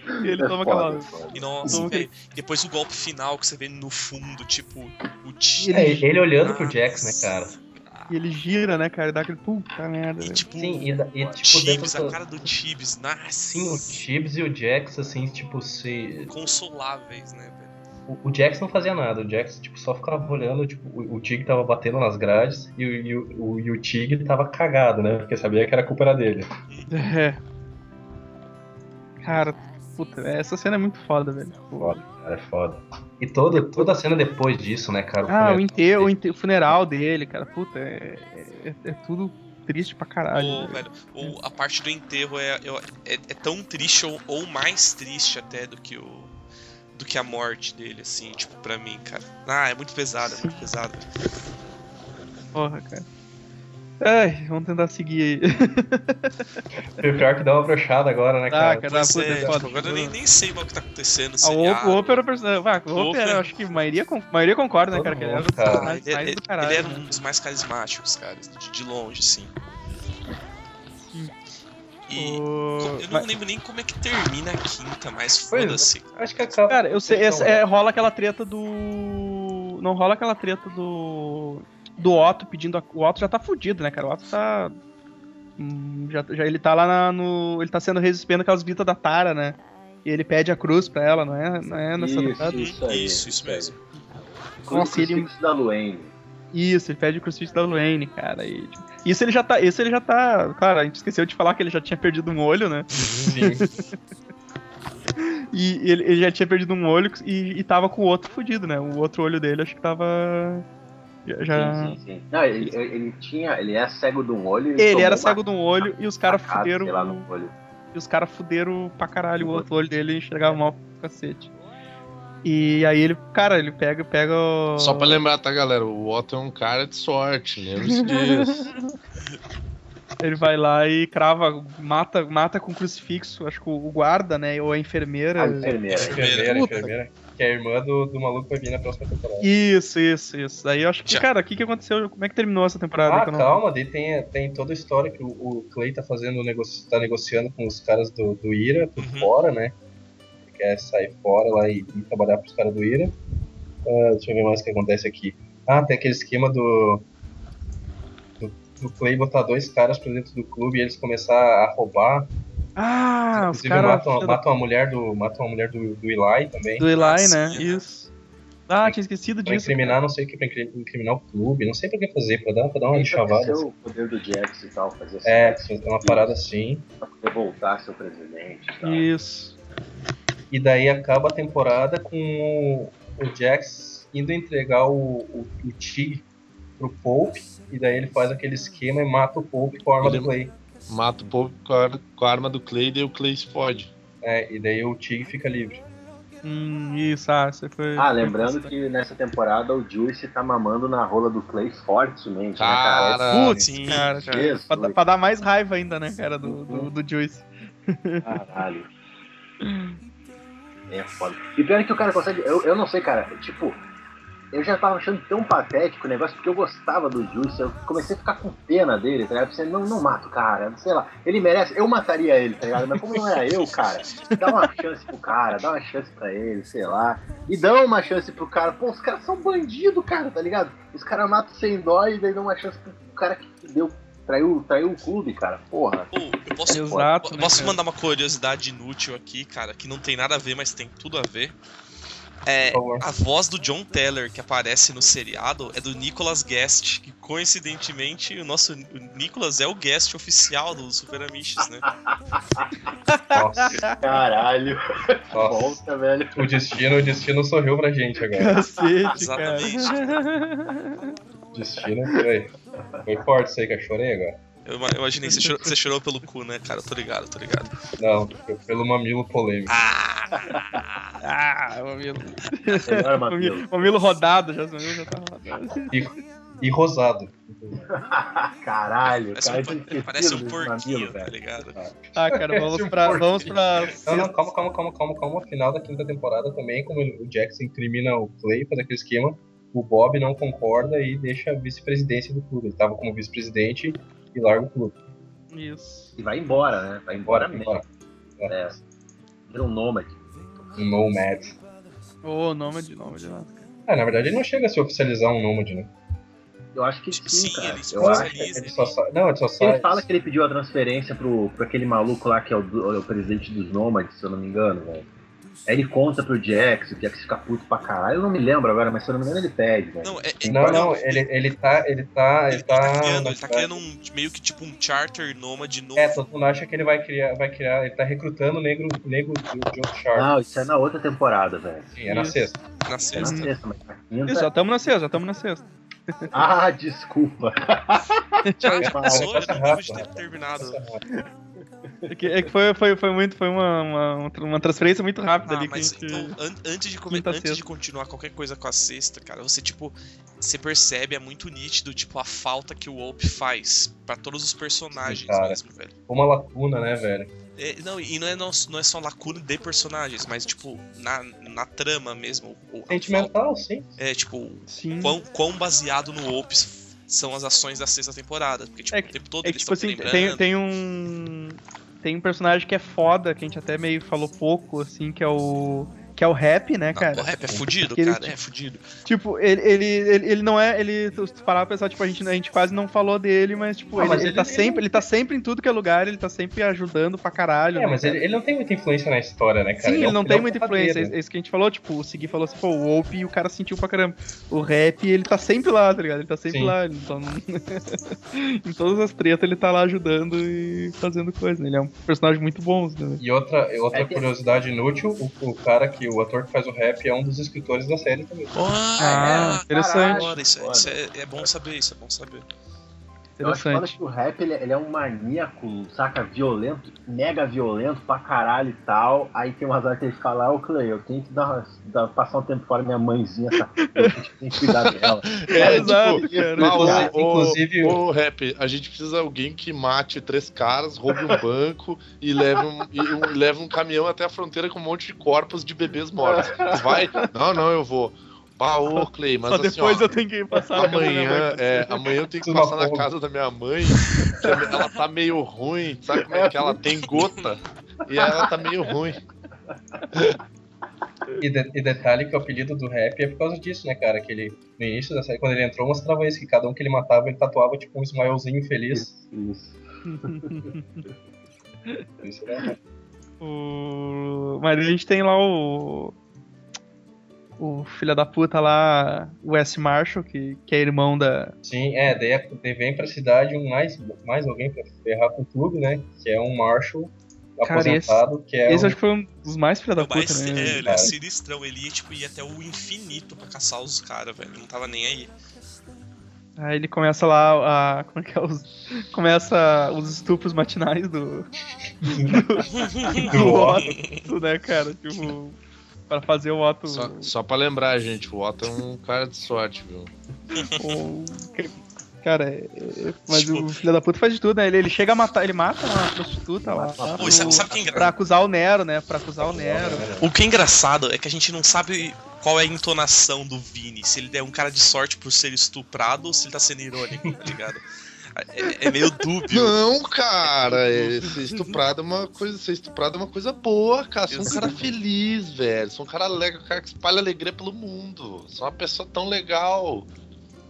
Speaker 1: É
Speaker 3: ele toma aquela.
Speaker 2: E nossa,
Speaker 4: Uhum.
Speaker 3: Como que
Speaker 2: velho. Depois o golpe final que você vê no fundo, tipo, o
Speaker 4: É,
Speaker 2: Jax.
Speaker 4: ele olhando pro Jax, né, cara?
Speaker 3: E ele gira, né, cara? E dá aquele. Puta merda.
Speaker 2: E
Speaker 3: velho.
Speaker 2: tipo,
Speaker 4: Sim, e, da- e tipo, dentro
Speaker 2: Chibs, a
Speaker 4: do,
Speaker 2: cara do Chibs, nossa.
Speaker 4: Sim, o Chibs e o Jax, assim, tipo, se.
Speaker 2: Consoláveis, né, velho?
Speaker 4: O, o Jax não fazia nada, o Jax, tipo, só ficava olhando, tipo, o, o Tig tava batendo nas grades e, o- e o, o- e o Tig tava cagado, né? Porque sabia que era culpa era dele.
Speaker 3: É. Cara, puta, essa cena é muito foda, velho.
Speaker 4: Foda, cara, é foda. E todo, toda a cena depois disso, né, cara? o
Speaker 3: Ah,
Speaker 4: funeral
Speaker 3: o enterro, o
Speaker 4: dele.
Speaker 3: enterro- o funeral dele, cara. Puta, é, é- é tudo triste pra caralho.
Speaker 2: Ou,
Speaker 3: velho.
Speaker 2: velho, ou a parte do enterro é, eu- é, é tão triste ou, ou mais triste até do que o. Do que a morte dele, assim, tipo, pra mim, cara. Ah, é muito pesado, é muito pesado.
Speaker 3: Porra, cara. Ai, vamos tentar seguir aí.
Speaker 4: Pior que dá uma brochada agora, né, cara?
Speaker 3: Ah, *laughs* cara,
Speaker 2: Pois
Speaker 3: puta,
Speaker 2: é,
Speaker 3: é
Speaker 2: tipo,
Speaker 3: foda.
Speaker 2: agora eu nem, nem sei mais o que tá acontecendo. assim, no
Speaker 3: Ah, o Op-
Speaker 2: seriado.
Speaker 3: o Op era o personagem. Ah, o Op
Speaker 2: Op
Speaker 3: era,
Speaker 2: era-
Speaker 3: acho que a maioria, con- a maioria concorda, né,
Speaker 4: Todo
Speaker 3: cara? Que ele
Speaker 4: mundo,
Speaker 3: era um dos
Speaker 4: cara.
Speaker 2: Ah,
Speaker 3: personagens
Speaker 2: ele,
Speaker 3: mais
Speaker 2: ele-
Speaker 3: do caralho.
Speaker 2: ele era
Speaker 3: né?
Speaker 2: um dos mais carismáticos, cara, de, de longe, assim. E. Eu
Speaker 3: O-
Speaker 2: não
Speaker 3: Hum. mas-
Speaker 2: lembro nem como é que termina a quinta, mas
Speaker 4: Pois é.
Speaker 2: foda-se.
Speaker 4: Acho que acaba.
Speaker 3: Cara, eu sei, essa- é, rola aquela treta do. Não rola aquela treta do. Do Otto pedindo. A... O Otto já tá fudido, né, cara? O Otto tá. hum, Já, já ele tá lá na- no. Ele tá sendo resistindo aquelas vitas da Tara, né? E ele pede a cruz pra ela, não é? Não é nessa
Speaker 1: Isso,
Speaker 3: isso.
Speaker 1: isso aí.
Speaker 2: Isso, isso mesmo.
Speaker 1: Nossa, ele... da Luane.
Speaker 3: isso, ele pede o crucifixo da Luane, cara. E, tipo, isso ele já tá. Isso ele já tá. Cara, a gente esqueceu de falar que ele já tinha perdido um
Speaker 1: *laughs*
Speaker 3: olho, né?
Speaker 4: Sim.
Speaker 3: E ele, ele já tinha perdido um olho e, e tava com o outro fudido, né? O outro olho dele acho que tava. Já. já-
Speaker 1: Sim, sim, sim. Não, ele, ele tinha. Ele é cego de um olho. e
Speaker 3: Ele
Speaker 1: tomou
Speaker 3: era
Speaker 1: uma
Speaker 3: cego de um olho e os caras
Speaker 1: facada,
Speaker 3: fuderam.
Speaker 1: sei lá, no olho.
Speaker 3: E os caras fuderam pra caralho o outro olho dele e
Speaker 1: É.
Speaker 3: enxergava mal pro cacete. E aí ele, cara, ele pega, pega o.
Speaker 6: Só pra lembrar, tá, galera? O Otto é um cara de sorte, né? lembre-se disso.
Speaker 3: Ele vai lá e crava, mata, mata com crucifixo, acho que o guarda, né? Ou a enfermeira.
Speaker 4: Ah, é.
Speaker 1: A Ah, enfermeira.
Speaker 4: Enfermeira, enfermeira. que é a irmã do, do maluco vai vir na próxima temporada.
Speaker 3: Isso, isso, isso. Daí eu acho que,
Speaker 2: Já.
Speaker 3: cara, o que, que aconteceu? Como é que terminou essa temporada?
Speaker 4: Ah,
Speaker 3: Que eu não-
Speaker 4: calma, daí tem, tem toda a história que o, o Clay tá fazendo, o negócio, tá negociando com os caras do, do Ira, por
Speaker 2: Uhum.
Speaker 4: fora, né? Ele quer sair fora lá e, e trabalhar pros caras do Ira. Ah, deixa eu ver mais o que acontece aqui. Ah, tem aquele esquema do, do, do Clay botar dois caras pra dentro do clube e eles começar a roubar.
Speaker 3: Ah, os
Speaker 4: Inclusive
Speaker 3: caras
Speaker 4: matam, matam a mulher do. Matam a mulher do, do Eli também.
Speaker 3: do Eli, né?
Speaker 2: Sim, aham.
Speaker 3: Isso. Ah, tinha esquecido
Speaker 4: Pra
Speaker 3: disso.
Speaker 4: incriminar, não sei o é que, pra incri- incriminar o clube, não sei pra que fazer, pra dar, pra dar uma
Speaker 1: Esse
Speaker 4: enxavada.
Speaker 1: é o poder do Jax e tal, fazer assim,
Speaker 4: É, é uma parada assim.
Speaker 1: pra poder voltar seu presidente e tal.
Speaker 3: Isso.
Speaker 4: E daí acaba a temporada com o, o Jax indo entregar o, o, o Tig pro Pope. E daí ele faz aquele esquema e mata o Pope com a arma
Speaker 6: Ele-
Speaker 4: do Clay.
Speaker 6: Mata o povo com a, com a arma do Clay, daí o Clay se fode.
Speaker 4: É, e daí o Tig fica livre.
Speaker 3: Hum, isso, ah, você foi.
Speaker 1: Ah, lembrando que nessa temporada o Juice tá mamando na rola do Clay fortemente, né, cara?
Speaker 6: Cara,
Speaker 3: Putz,
Speaker 2: Ah, Sim,
Speaker 3: cara,
Speaker 1: cara.
Speaker 3: cara.
Speaker 1: Jesus.
Speaker 3: Pra, dar- pra dar mais raiva ainda, né, cara, do, do, do Juice.
Speaker 1: Caralho. É foda. E pior é que o cara consegue. Eu, eu não sei, cara. Tipo, eu já tava achando tão patético o negócio porque eu gostava do Juice. Eu comecei a ficar com pena dele, tá ligado? Você não, não mata o cara, sei lá. Ele merece. Eu mataria ele, tá ligado? Mas como não era eu, cara, dá uma chance pro cara, dá uma chance pra ele, sei lá. E dá uma chance pro cara. Pô, os caras são bandido, cara, tá ligado? Os caras matam sem dó e daí dão uma chance pro cara que deu. Traiu, traiu o clube, cara. Porra.
Speaker 2: Pô, eu posso,
Speaker 3: Exato,
Speaker 2: po-
Speaker 3: né,
Speaker 2: posso
Speaker 3: cara?
Speaker 2: mandar uma curiosidade inútil aqui, cara, que não tem nada a ver, mas tem tudo a ver. É,
Speaker 4: Por favor.
Speaker 2: a voz do John Teller que aparece no seriado é do Nicolas Guest, que coincidentemente o nosso o Nicolas é o guest oficial do Super Amiches, né?
Speaker 4: Nossa,
Speaker 1: Caralho.
Speaker 4: nossa.
Speaker 1: Volta, velho.
Speaker 4: O destino, o destino sorriu pra gente agora.
Speaker 3: *laughs* Cacete, cara.
Speaker 2: Ah, Exatamente.
Speaker 4: O destino foi. Foi forte isso aí que eu chorei agora.
Speaker 2: Eu ima- eu imaginei, você chorou, você chorou pelo cu, né, cara? Tô ligado, tô ligado.
Speaker 4: Não, foi pelo mamilo polêmico.
Speaker 3: Ah, o mamilo.
Speaker 1: *laughs* Melhor,
Speaker 3: *laughs*
Speaker 1: Matheus.
Speaker 3: O mamilo- o mamilo rodado, já, o mamilo já tá rodado.
Speaker 4: E rosado.
Speaker 1: Caralho,
Speaker 2: Parece
Speaker 1: cara, é
Speaker 2: um,
Speaker 1: tinha
Speaker 2: por-
Speaker 1: esquecido
Speaker 2: parece um
Speaker 1: desse
Speaker 2: porquinho,
Speaker 1: né, mamilo,
Speaker 2: tá
Speaker 1: velho.
Speaker 2: ligado?
Speaker 3: Tá,
Speaker 4: *laughs*
Speaker 3: cara, vamos pra. Vamos pra
Speaker 4: Não, não, calma, calma, calma, calma, calma. Final da quinta temporada também, como o Jackson incrimina o Clay, faz aquele esquema, o Bob não concorda e deixa a vice-presidência do clube. Ele tava como vice-presidente e larga o clube.
Speaker 3: Isso.
Speaker 1: E vai embora, né? Vai embora
Speaker 4: Bora,
Speaker 1: mesmo.
Speaker 4: bora.
Speaker 1: É. Vira um nômade.
Speaker 4: Um nomad.
Speaker 3: Ô, nome de nome de nada.
Speaker 4: Ah, na verdade ele não chega a se oficializar um nomad, né?
Speaker 1: Eu acho que sim,
Speaker 2: Sim,
Speaker 1: cara.
Speaker 2: ele
Speaker 1: Eu acho.
Speaker 2: esponsoriza.
Speaker 4: Ele só sai... Não, ele só sai...
Speaker 1: Ele fala que ele pediu a transferência pro, pro aquele maluco lá que é o, do- é o presidente dos nômades, se eu não me engano, velho. Aí ele conta pro Jax, o Jax fica puto pra caralho. Eu não me lembro agora, mas se eu não me engano ele pede, velho.
Speaker 2: Não, é, é-
Speaker 4: Não, não, ele, ele tá... Ele tá...
Speaker 2: Ele
Speaker 4: Ele
Speaker 2: tá,
Speaker 4: tá...
Speaker 2: criando, ele tá criando um, meio que tipo um charter nômade novo.
Speaker 4: É, todo mundo acha que ele vai criar... Vai criar... Ele tá recrutando o negro, negro de de outro Sharp.
Speaker 1: Não, isso é na outra temporada, velho.
Speaker 4: Sim, é na
Speaker 3: isso.
Speaker 4: sexta.
Speaker 2: na
Speaker 1: É na
Speaker 2: sexta.
Speaker 1: sexta, mas na
Speaker 3: Isso, já
Speaker 1: quinta.
Speaker 3: estamos na sexta, já estamos
Speaker 2: *laughs*
Speaker 3: na sexta.
Speaker 1: Ah, desculpa.
Speaker 2: Já, já
Speaker 4: Essa-
Speaker 2: passou,
Speaker 4: essa
Speaker 2: já não de
Speaker 4: raça,
Speaker 2: ter terminado. né?
Speaker 3: É que, é que foi, foi, foi muito, foi uma, uma, um uma transferência muito rápida
Speaker 2: Ah,
Speaker 3: ali.
Speaker 2: mas
Speaker 3: que a gente-
Speaker 2: então, an- antes, de come-
Speaker 3: Quinta,
Speaker 2: antes de
Speaker 3: sexta.
Speaker 2: continuar qualquer coisa com a sexta, cara, você tipo, você percebe, é muito nítido, tipo, a falta que o Ope faz pra todos os personagens
Speaker 4: cara.
Speaker 2: mesmo, velho.
Speaker 4: Uma lacuna, né, velho?
Speaker 2: É, não, e não é, não, não é só lacuna de personagens, mas tipo, na, na trama mesmo. o- a falta-
Speaker 4: Sentimental, sim.
Speaker 2: É, tipo,
Speaker 3: Sim.
Speaker 2: quão, quão baseado no Ope são as ações da sexta temporada. Porque, tipo,
Speaker 3: É
Speaker 2: o tempo todo
Speaker 3: É que,
Speaker 2: eles tá,
Speaker 3: tipo
Speaker 2: estão
Speaker 3: assim,
Speaker 2: lembrando.
Speaker 3: tem, tem um. Tem um personagem que é foda, que a gente até meio falou pouco, assim, que é o. Que é o rap,
Speaker 2: Não,
Speaker 3: né, cara?
Speaker 2: o rap é fudido,
Speaker 3: Aquele
Speaker 2: cara, é fudido.
Speaker 3: Tipo, ele, ele, ele, ele não é. Ele, se tu parar pra pensar, tipo, a gente, a gente quase não falou dele, mas, tipo,
Speaker 4: Ah,
Speaker 3: ele,
Speaker 4: mas
Speaker 3: ele
Speaker 4: ele-
Speaker 3: tá
Speaker 4: ele
Speaker 3: sempre.
Speaker 4: não-
Speaker 3: Ele tá sempre em tudo que é lugar, ele tá sempre ajudando pra caralho.
Speaker 4: É,
Speaker 3: né,
Speaker 4: mas
Speaker 3: cara?
Speaker 4: ele, ele não tem muita influência na história, né, cara?
Speaker 3: Sim, ele
Speaker 4: é um-
Speaker 3: não tem
Speaker 4: é um
Speaker 3: muita
Speaker 4: porradeiro.
Speaker 3: influência. É isso que a gente falou, tipo, o Segui falou assim, pô, o Wolpe e o cara sentiu pra caramba. O rap, ele tá sempre lá, tá ligado? Ele tá sempre
Speaker 4: Sim.
Speaker 3: lá. Ele tá num- *laughs* em todas as tretas, ele tá lá ajudando e fazendo coisa. né? Ele é um personagem muito bom, né?
Speaker 4: E outra, e outra
Speaker 1: É que-
Speaker 4: curiosidade inútil, o, o cara que, o ator que faz o rap é um dos escritores da série também.
Speaker 2: Ah,
Speaker 3: interessante.
Speaker 2: Agora, isso, é-
Speaker 1: Foda.
Speaker 2: isso é, é bom saber, isso é bom saber.
Speaker 1: Eu acho foda
Speaker 3: Interessante.
Speaker 1: que o rap ele, ele é um maníaco, saca? Violento, mega violento pra caralho e tal. Aí tem umas horas que ele fala, "Ah, ô Clay, eu tenho que dar, dar- passar um tempo fora da minha mãezinha, tá saca? Eu tenho que cuidar dela.
Speaker 6: É,
Speaker 3: exato,
Speaker 6: tipo,
Speaker 3: cara.
Speaker 6: ah, o-
Speaker 4: Inclusive-
Speaker 6: o-
Speaker 4: inclusive-
Speaker 6: o rap, a gente precisa de alguém que mate três caras, roube um banco e leve um, e um- leve um caminhão até a fronteira com um monte de corpos de bebês mortos. Tu Vai? Não, não, eu vou. Bah, ô, Clay, mas
Speaker 3: Só
Speaker 6: assim,
Speaker 3: depois
Speaker 6: ó,
Speaker 3: eu tenho que ir passar na casa da minha
Speaker 6: Amanhã,
Speaker 3: mãe.
Speaker 6: é, amanhã eu tenho que
Speaker 4: Uma
Speaker 6: passar na
Speaker 4: porra.
Speaker 6: casa da minha mãe, que a- ela tá meio ruim, sabe como é que ela tem gota? E ela tá meio ruim.
Speaker 4: E, de- e detalhe que o apelido do rap é por causa disso, né, cara? Que ele, no início da série, quando ele entrou, mostrava isso, que cada um que ele matava, ele tatuava tipo um Ismaelzinho feliz.
Speaker 1: Isso.
Speaker 4: Isso é-
Speaker 3: O... Mas a gente tem lá o. O filho da puta lá, o S. Marshall, que, que é irmão da.
Speaker 4: Sim, é, daí, é- daí vem pra cidade um mais, mais alguém pra ferrar com tudo, né? Que é um Marshall
Speaker 3: Cara, esse-
Speaker 4: aposentado, que é
Speaker 3: Esse
Speaker 4: um-
Speaker 3: acho que foi um dos mais filha da puta,
Speaker 2: Mas é, *laughs*
Speaker 3: né?
Speaker 2: ele é
Speaker 4: cara?
Speaker 2: sinistrão, ele ia, tipo, ia até o infinito pra caçar os caras, velho. Não tava nem aí.
Speaker 3: Aí ele começa lá a. Como é que é? Os, começa os estupros matinais do. Do, do Otto, né, cara? Tipo. Pra fazer o Otto.
Speaker 6: Só, só pra lembrar, gente, o Otto é um cara de sorte, viu?
Speaker 3: o- Cara, é- é- mas o filho da puta faz de tudo, né? Ele, ele chega a matar, ele mata uma prostituta lá. tá?
Speaker 2: Pô, e sabe, sabe o que é engra-
Speaker 3: Pra acusar o Nero, né? Pra acusar o Nero.
Speaker 2: O que é engraçado é que a gente não sabe qual é a entonação do Vini. Se ele é um cara de sorte por ser estuprado ou se ele tá sendo irônico, tá ligado? É, é meio dúbio.
Speaker 6: Não, cara, é, ser estuprado é uma coisa, ser estuprado é uma coisa boa, cara. Sou um cara feliz, velho. Sou um cara alegre, um cara que espalha alegria pelo mundo. Sou uma pessoa tão legal. *laughs*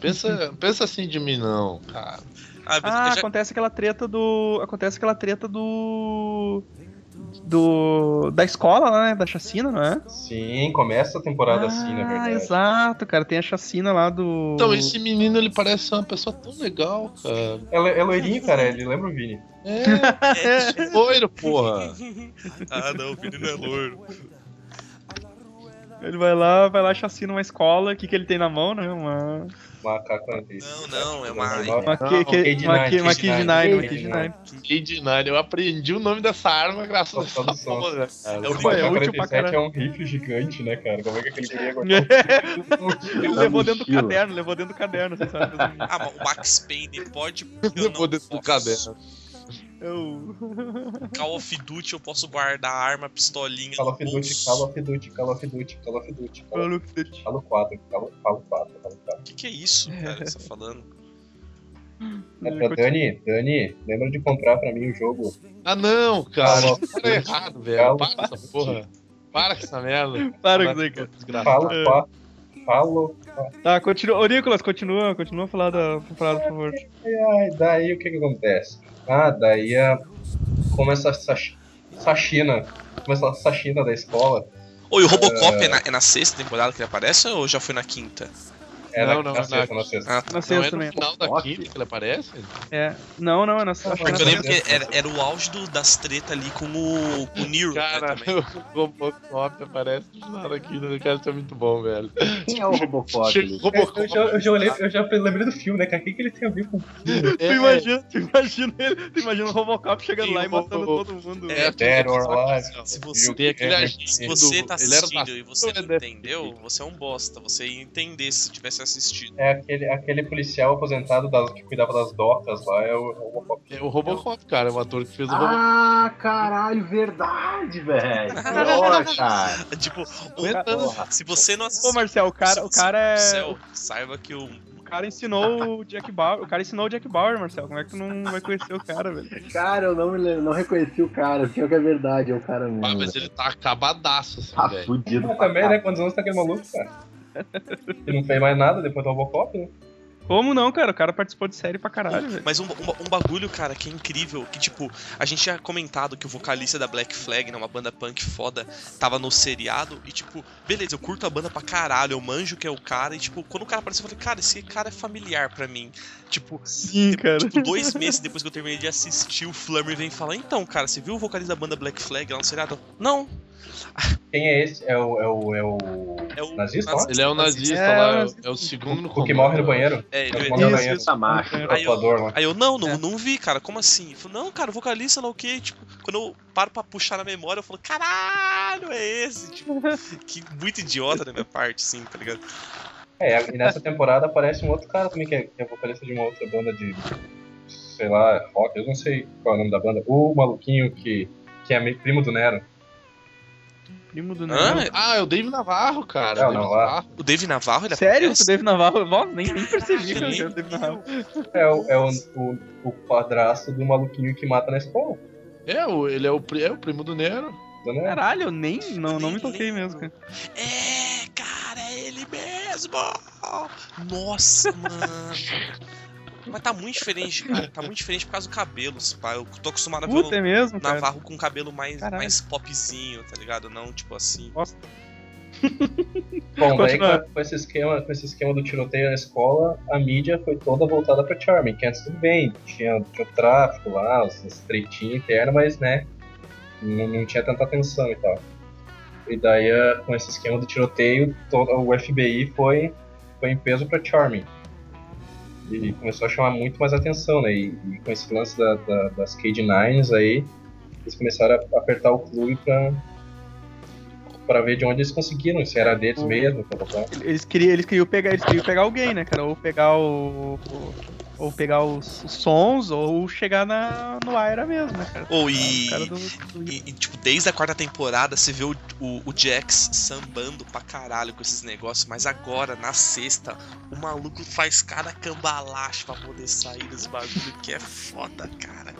Speaker 6: Pensa, pensa assim de mim, não, cara.
Speaker 2: Ah,
Speaker 3: Ah,
Speaker 2: já-
Speaker 3: acontece aquela treta do. Acontece aquela treta do. Do. Da escola lá, né? Da chacina, não é?
Speaker 4: Sim, começa a temporada assim, na verdade.
Speaker 3: Ah, exato, cara. Tem a chacina lá do.
Speaker 6: Então, esse menino, ele parece ser uma pessoa tão legal, cara.
Speaker 4: É, lo- é loirinho, cara, ele lembra o Vini.
Speaker 6: *laughs* É,
Speaker 2: é-
Speaker 6: loiro, porra.
Speaker 2: *laughs* ah, não, o Vini não é loiro.
Speaker 3: Ele vai lá, vai lá, chacina uma escola. O que, que ele tem na mão, né? Uma.
Speaker 4: Uma K-47.
Speaker 2: Não,
Speaker 4: né? Tipo,
Speaker 2: não, é uma-
Speaker 3: Uma
Speaker 6: Não,
Speaker 3: K-
Speaker 4: K9,
Speaker 3: uma K- uma
Speaker 4: K9,
Speaker 3: K9, uma
Speaker 4: K9.
Speaker 3: K9.
Speaker 6: K-9, eu aprendi o nome dessa arma graças a
Speaker 4: Por causa do
Speaker 6: essa
Speaker 4: som.
Speaker 6: porra.
Speaker 4: É,
Speaker 2: o
Speaker 4: o
Speaker 2: Lima
Speaker 4: Lima
Speaker 3: útil pra
Speaker 4: 47
Speaker 3: caralho.
Speaker 4: é um riff gigante, né, cara? Como é que aquele guri agora...
Speaker 3: *laughs* Ele
Speaker 1: Na
Speaker 3: levou dentro do
Speaker 1: mochila.
Speaker 3: caderno, levou dentro do caderno, você sabe? assim.
Speaker 2: Ah, mas o Max Payne pode.
Speaker 6: Eu vou dentro
Speaker 2: posso.
Speaker 6: do caderno.
Speaker 3: Eu- *laughs*
Speaker 2: Call of Duty eu posso guardar a arma, a pistolinha.
Speaker 4: Call
Speaker 2: no
Speaker 4: of Duty,
Speaker 2: bolso.
Speaker 4: Call of Duty, Call of Duty, Call of Duty, Call of Duty,
Speaker 3: Call of Duty.
Speaker 4: Call of 4, Call of- Call of 4, Call of 4.
Speaker 2: O que, que é isso, cara, que você tá falando?
Speaker 4: É pra Dani, Dani, lembra de comprar pra mim o jogo.
Speaker 6: Ah, não, cara.
Speaker 4: Call
Speaker 6: Tá
Speaker 2: é
Speaker 6: errado, velho. Para com essa porra. Para com essa merda.
Speaker 3: Para com isso aí, cara.
Speaker 4: Falo
Speaker 6: Desgraçado.
Speaker 4: 4, Falo...
Speaker 3: Tá, continua. Ô, Nicolas, continua, continua a falar da parada, por favor.
Speaker 6: é
Speaker 4: Ai, daí o que que acontece? Ah, daí a... começa essa sachina, começa essa sachina da escola.
Speaker 2: Oi, o Robocop é, na, é na sexta temporada que ele aparece ou já foi na quinta?
Speaker 4: É
Speaker 6: Não,
Speaker 4: na,
Speaker 6: não,
Speaker 4: na
Speaker 6: não,
Speaker 4: sexta, na
Speaker 6: não.
Speaker 4: sexta.
Speaker 2: Ah, tá.
Speaker 3: Na
Speaker 6: Não
Speaker 3: sexta
Speaker 6: é no
Speaker 3: também.
Speaker 6: final da
Speaker 1: Rock.
Speaker 6: quinta que ele aparece?
Speaker 3: É. Não, não, é na sexta.
Speaker 4: Porque
Speaker 2: Porque eu lembro que
Speaker 4: Nossa.
Speaker 2: era, era o auge do- das tretas ali com o, com o Nero. né,
Speaker 6: Cara,
Speaker 2: também.
Speaker 6: *laughs* o Robocop aparece do nada aqui, né? cara, isso é muito bom, velho.
Speaker 1: Quem é o Robocop?
Speaker 6: Chega o
Speaker 1: ali?
Speaker 6: Robocop.
Speaker 4: É, Eu já, eu já olhei, eu já lembrei do filme, né, cara? O que, que ele tem a ver com
Speaker 6: É,
Speaker 3: Tu imagina, tu imagina ele, tu imagina o Robocop chegando
Speaker 6: Sim,
Speaker 3: lá e
Speaker 6: o-
Speaker 3: matando
Speaker 6: o-
Speaker 3: todo mundo.
Speaker 6: É,
Speaker 4: Dead or
Speaker 6: sabe,
Speaker 4: Alive?
Speaker 6: assim,
Speaker 2: Se
Speaker 6: ó,
Speaker 2: você,
Speaker 6: Tem aquele
Speaker 4: É,
Speaker 6: agente
Speaker 2: se
Speaker 6: do-
Speaker 2: você tá
Speaker 6: ele era
Speaker 2: assistindo e você
Speaker 6: da-
Speaker 2: não entendeu, você é um bosta. Você ia entender se tivesse assistido. *laughs*
Speaker 4: É aquele, aquele policial aposentado das- que cuidava das docas lá, é o Robocop.
Speaker 6: É o Robocop, cara, é o ator que fez o Robocop.
Speaker 1: Ah, caralho, verdade, velho. Pior, cara.
Speaker 2: Tipo,
Speaker 6: Aguenta,
Speaker 1: Porra.
Speaker 2: o- se você não assistiu.
Speaker 3: Pô, Marcel, o cara, o cara é.
Speaker 2: Céu, saiba que o.
Speaker 3: O cara ensinou o Jack Bauer. O cara ensinou o Jack Bauer, Marcel. Como é que tu não vai conhecer o cara, velho?
Speaker 1: Cara, eu não, me lembro, não reconheci o cara. Pior que é verdade, é o cara mesmo.
Speaker 6: Ah, mas
Speaker 1: velho.
Speaker 6: ele tá acabadaço, assim,
Speaker 1: Tá
Speaker 6: velho.
Speaker 1: fudido.
Speaker 4: Ah,
Speaker 1: pra
Speaker 4: também, né? Quantos anos tá aquele maluco, cara? Ele não fez mais nada depois do Robocop, né?
Speaker 3: Como não, cara? O cara participou de série pra caralho, velho.
Speaker 2: Mas um, um- um bagulho, cara, que é incrível. Que, tipo, a gente tinha comentado que o vocalista da Black Flag, né, uma banda punk foda, tava no seriado. E, tipo, beleza, eu curto a banda pra caralho, eu manjo que é o cara. E, tipo, quando o cara apareceu, eu falei, cara, esse cara é familiar pra mim. Tipo,
Speaker 3: Sim, cara.
Speaker 2: Tipo, dois meses depois que eu terminei de assistir, o Flummer vem falar: Então, cara, você viu o vocalista da banda Black Flag lá no seriado? Não.
Speaker 4: Quem é esse? É o. É o. É o.
Speaker 2: É o
Speaker 4: Nazista?
Speaker 6: Ele é o
Speaker 4: assim,
Speaker 6: nazista um
Speaker 3: É,
Speaker 6: lá,
Speaker 3: é o
Speaker 6: é, o-
Speaker 3: nazista.
Speaker 6: é o segundo no
Speaker 4: O que morre no
Speaker 6: comando.
Speaker 4: banheiro?
Speaker 2: É, ele-
Speaker 4: O que
Speaker 2: ele-
Speaker 4: morre no
Speaker 3: Isso,
Speaker 4: banheiro.
Speaker 3: isso.
Speaker 1: Samacho.
Speaker 4: O
Speaker 2: Aí eu-
Speaker 4: tatuador lá.
Speaker 2: Aí eu, não, não,
Speaker 3: É.
Speaker 2: não vi, cara, como assim? Eu falei, não, cara, vocalista, não o quê? Tipo, quando eu paro pra puxar na memória, eu falo, caralho, é esse?
Speaker 3: *laughs*
Speaker 2: Tipo, que muito idiota da minha parte, sim, tá ligado?
Speaker 4: É, e nessa temporada aparece um outro cara também que é, que é vocalista de uma outra banda de. sei lá, rock, eu não sei qual é o nome da banda. O maluquinho que, que é meio primo do Nero.
Speaker 3: Primo do Nero.
Speaker 2: Hã?
Speaker 6: Ah, é o Dave Navarro, cara.
Speaker 4: Não,
Speaker 6: o Dave
Speaker 4: não, lá.
Speaker 6: Navarro.
Speaker 2: O Dave Navarro, ele é
Speaker 3: Sério? O
Speaker 2: aparece?
Speaker 3: Dave Navarro? Nossa, nem, nem percebi que eu
Speaker 2: Nem
Speaker 3: era o Dave Navarro.
Speaker 4: É o, é o, o, o padrasto do maluquinho que mata na escola.
Speaker 6: É, o- ele é o, pri- é o primo do Nero.
Speaker 4: Do Nero.
Speaker 3: Caralho, eu nem. Não, não me toquei mesmo, cara.
Speaker 2: É, cara, é ele mesmo! Nossa, *laughs* mano. Mas tá muito diferente, cara. Tá muito diferente por causa do cabelo, se pá. Eu tô acostumado a ver
Speaker 3: Puta, é
Speaker 2: o
Speaker 3: mesmo, cara.
Speaker 2: Navarro com um cabelo mais,
Speaker 3: Caralho.
Speaker 2: mais popzinho, tá ligado? Não, tipo assim.
Speaker 3: Nossa,
Speaker 4: Bom, daí
Speaker 3: Continua.
Speaker 4: com, com esse esquema, com esse esquema do tiroteio na escola, a mídia foi toda voltada pra Charming, que antes tudo bem, tinha, tinha o tráfico lá, as, as tretinhas internas, mas né, não, não tinha tanta atenção e tal. E daí, eh, com esse esquema do tiroteio, todo, o FBI foi, foi em peso pra Charming. E começou a chamar muito mais atenção, né? E, e com esse lance da- da- das Cade Nines aí, eles começaram a apertar o clube pra, pra ver de onde eles conseguiram, se era deles mesmo, tá, blá, blá, blá.
Speaker 3: Eles queriam, eles queriam pegar, eles queriam pegar alguém, né, cara? Ou pegar o. o- Ou pegar os, os sons, ou chegar na, no Aira mesmo, né, cara?
Speaker 2: Ou e.
Speaker 3: O cara do- do-
Speaker 2: E, e, tipo, desde a quarta temporada você vê o, o, o Jax sambando pra caralho com esses negócios, mas agora, na sexta, o maluco faz cada cambalacho pra poder sair desse bagulho que é foda, cara.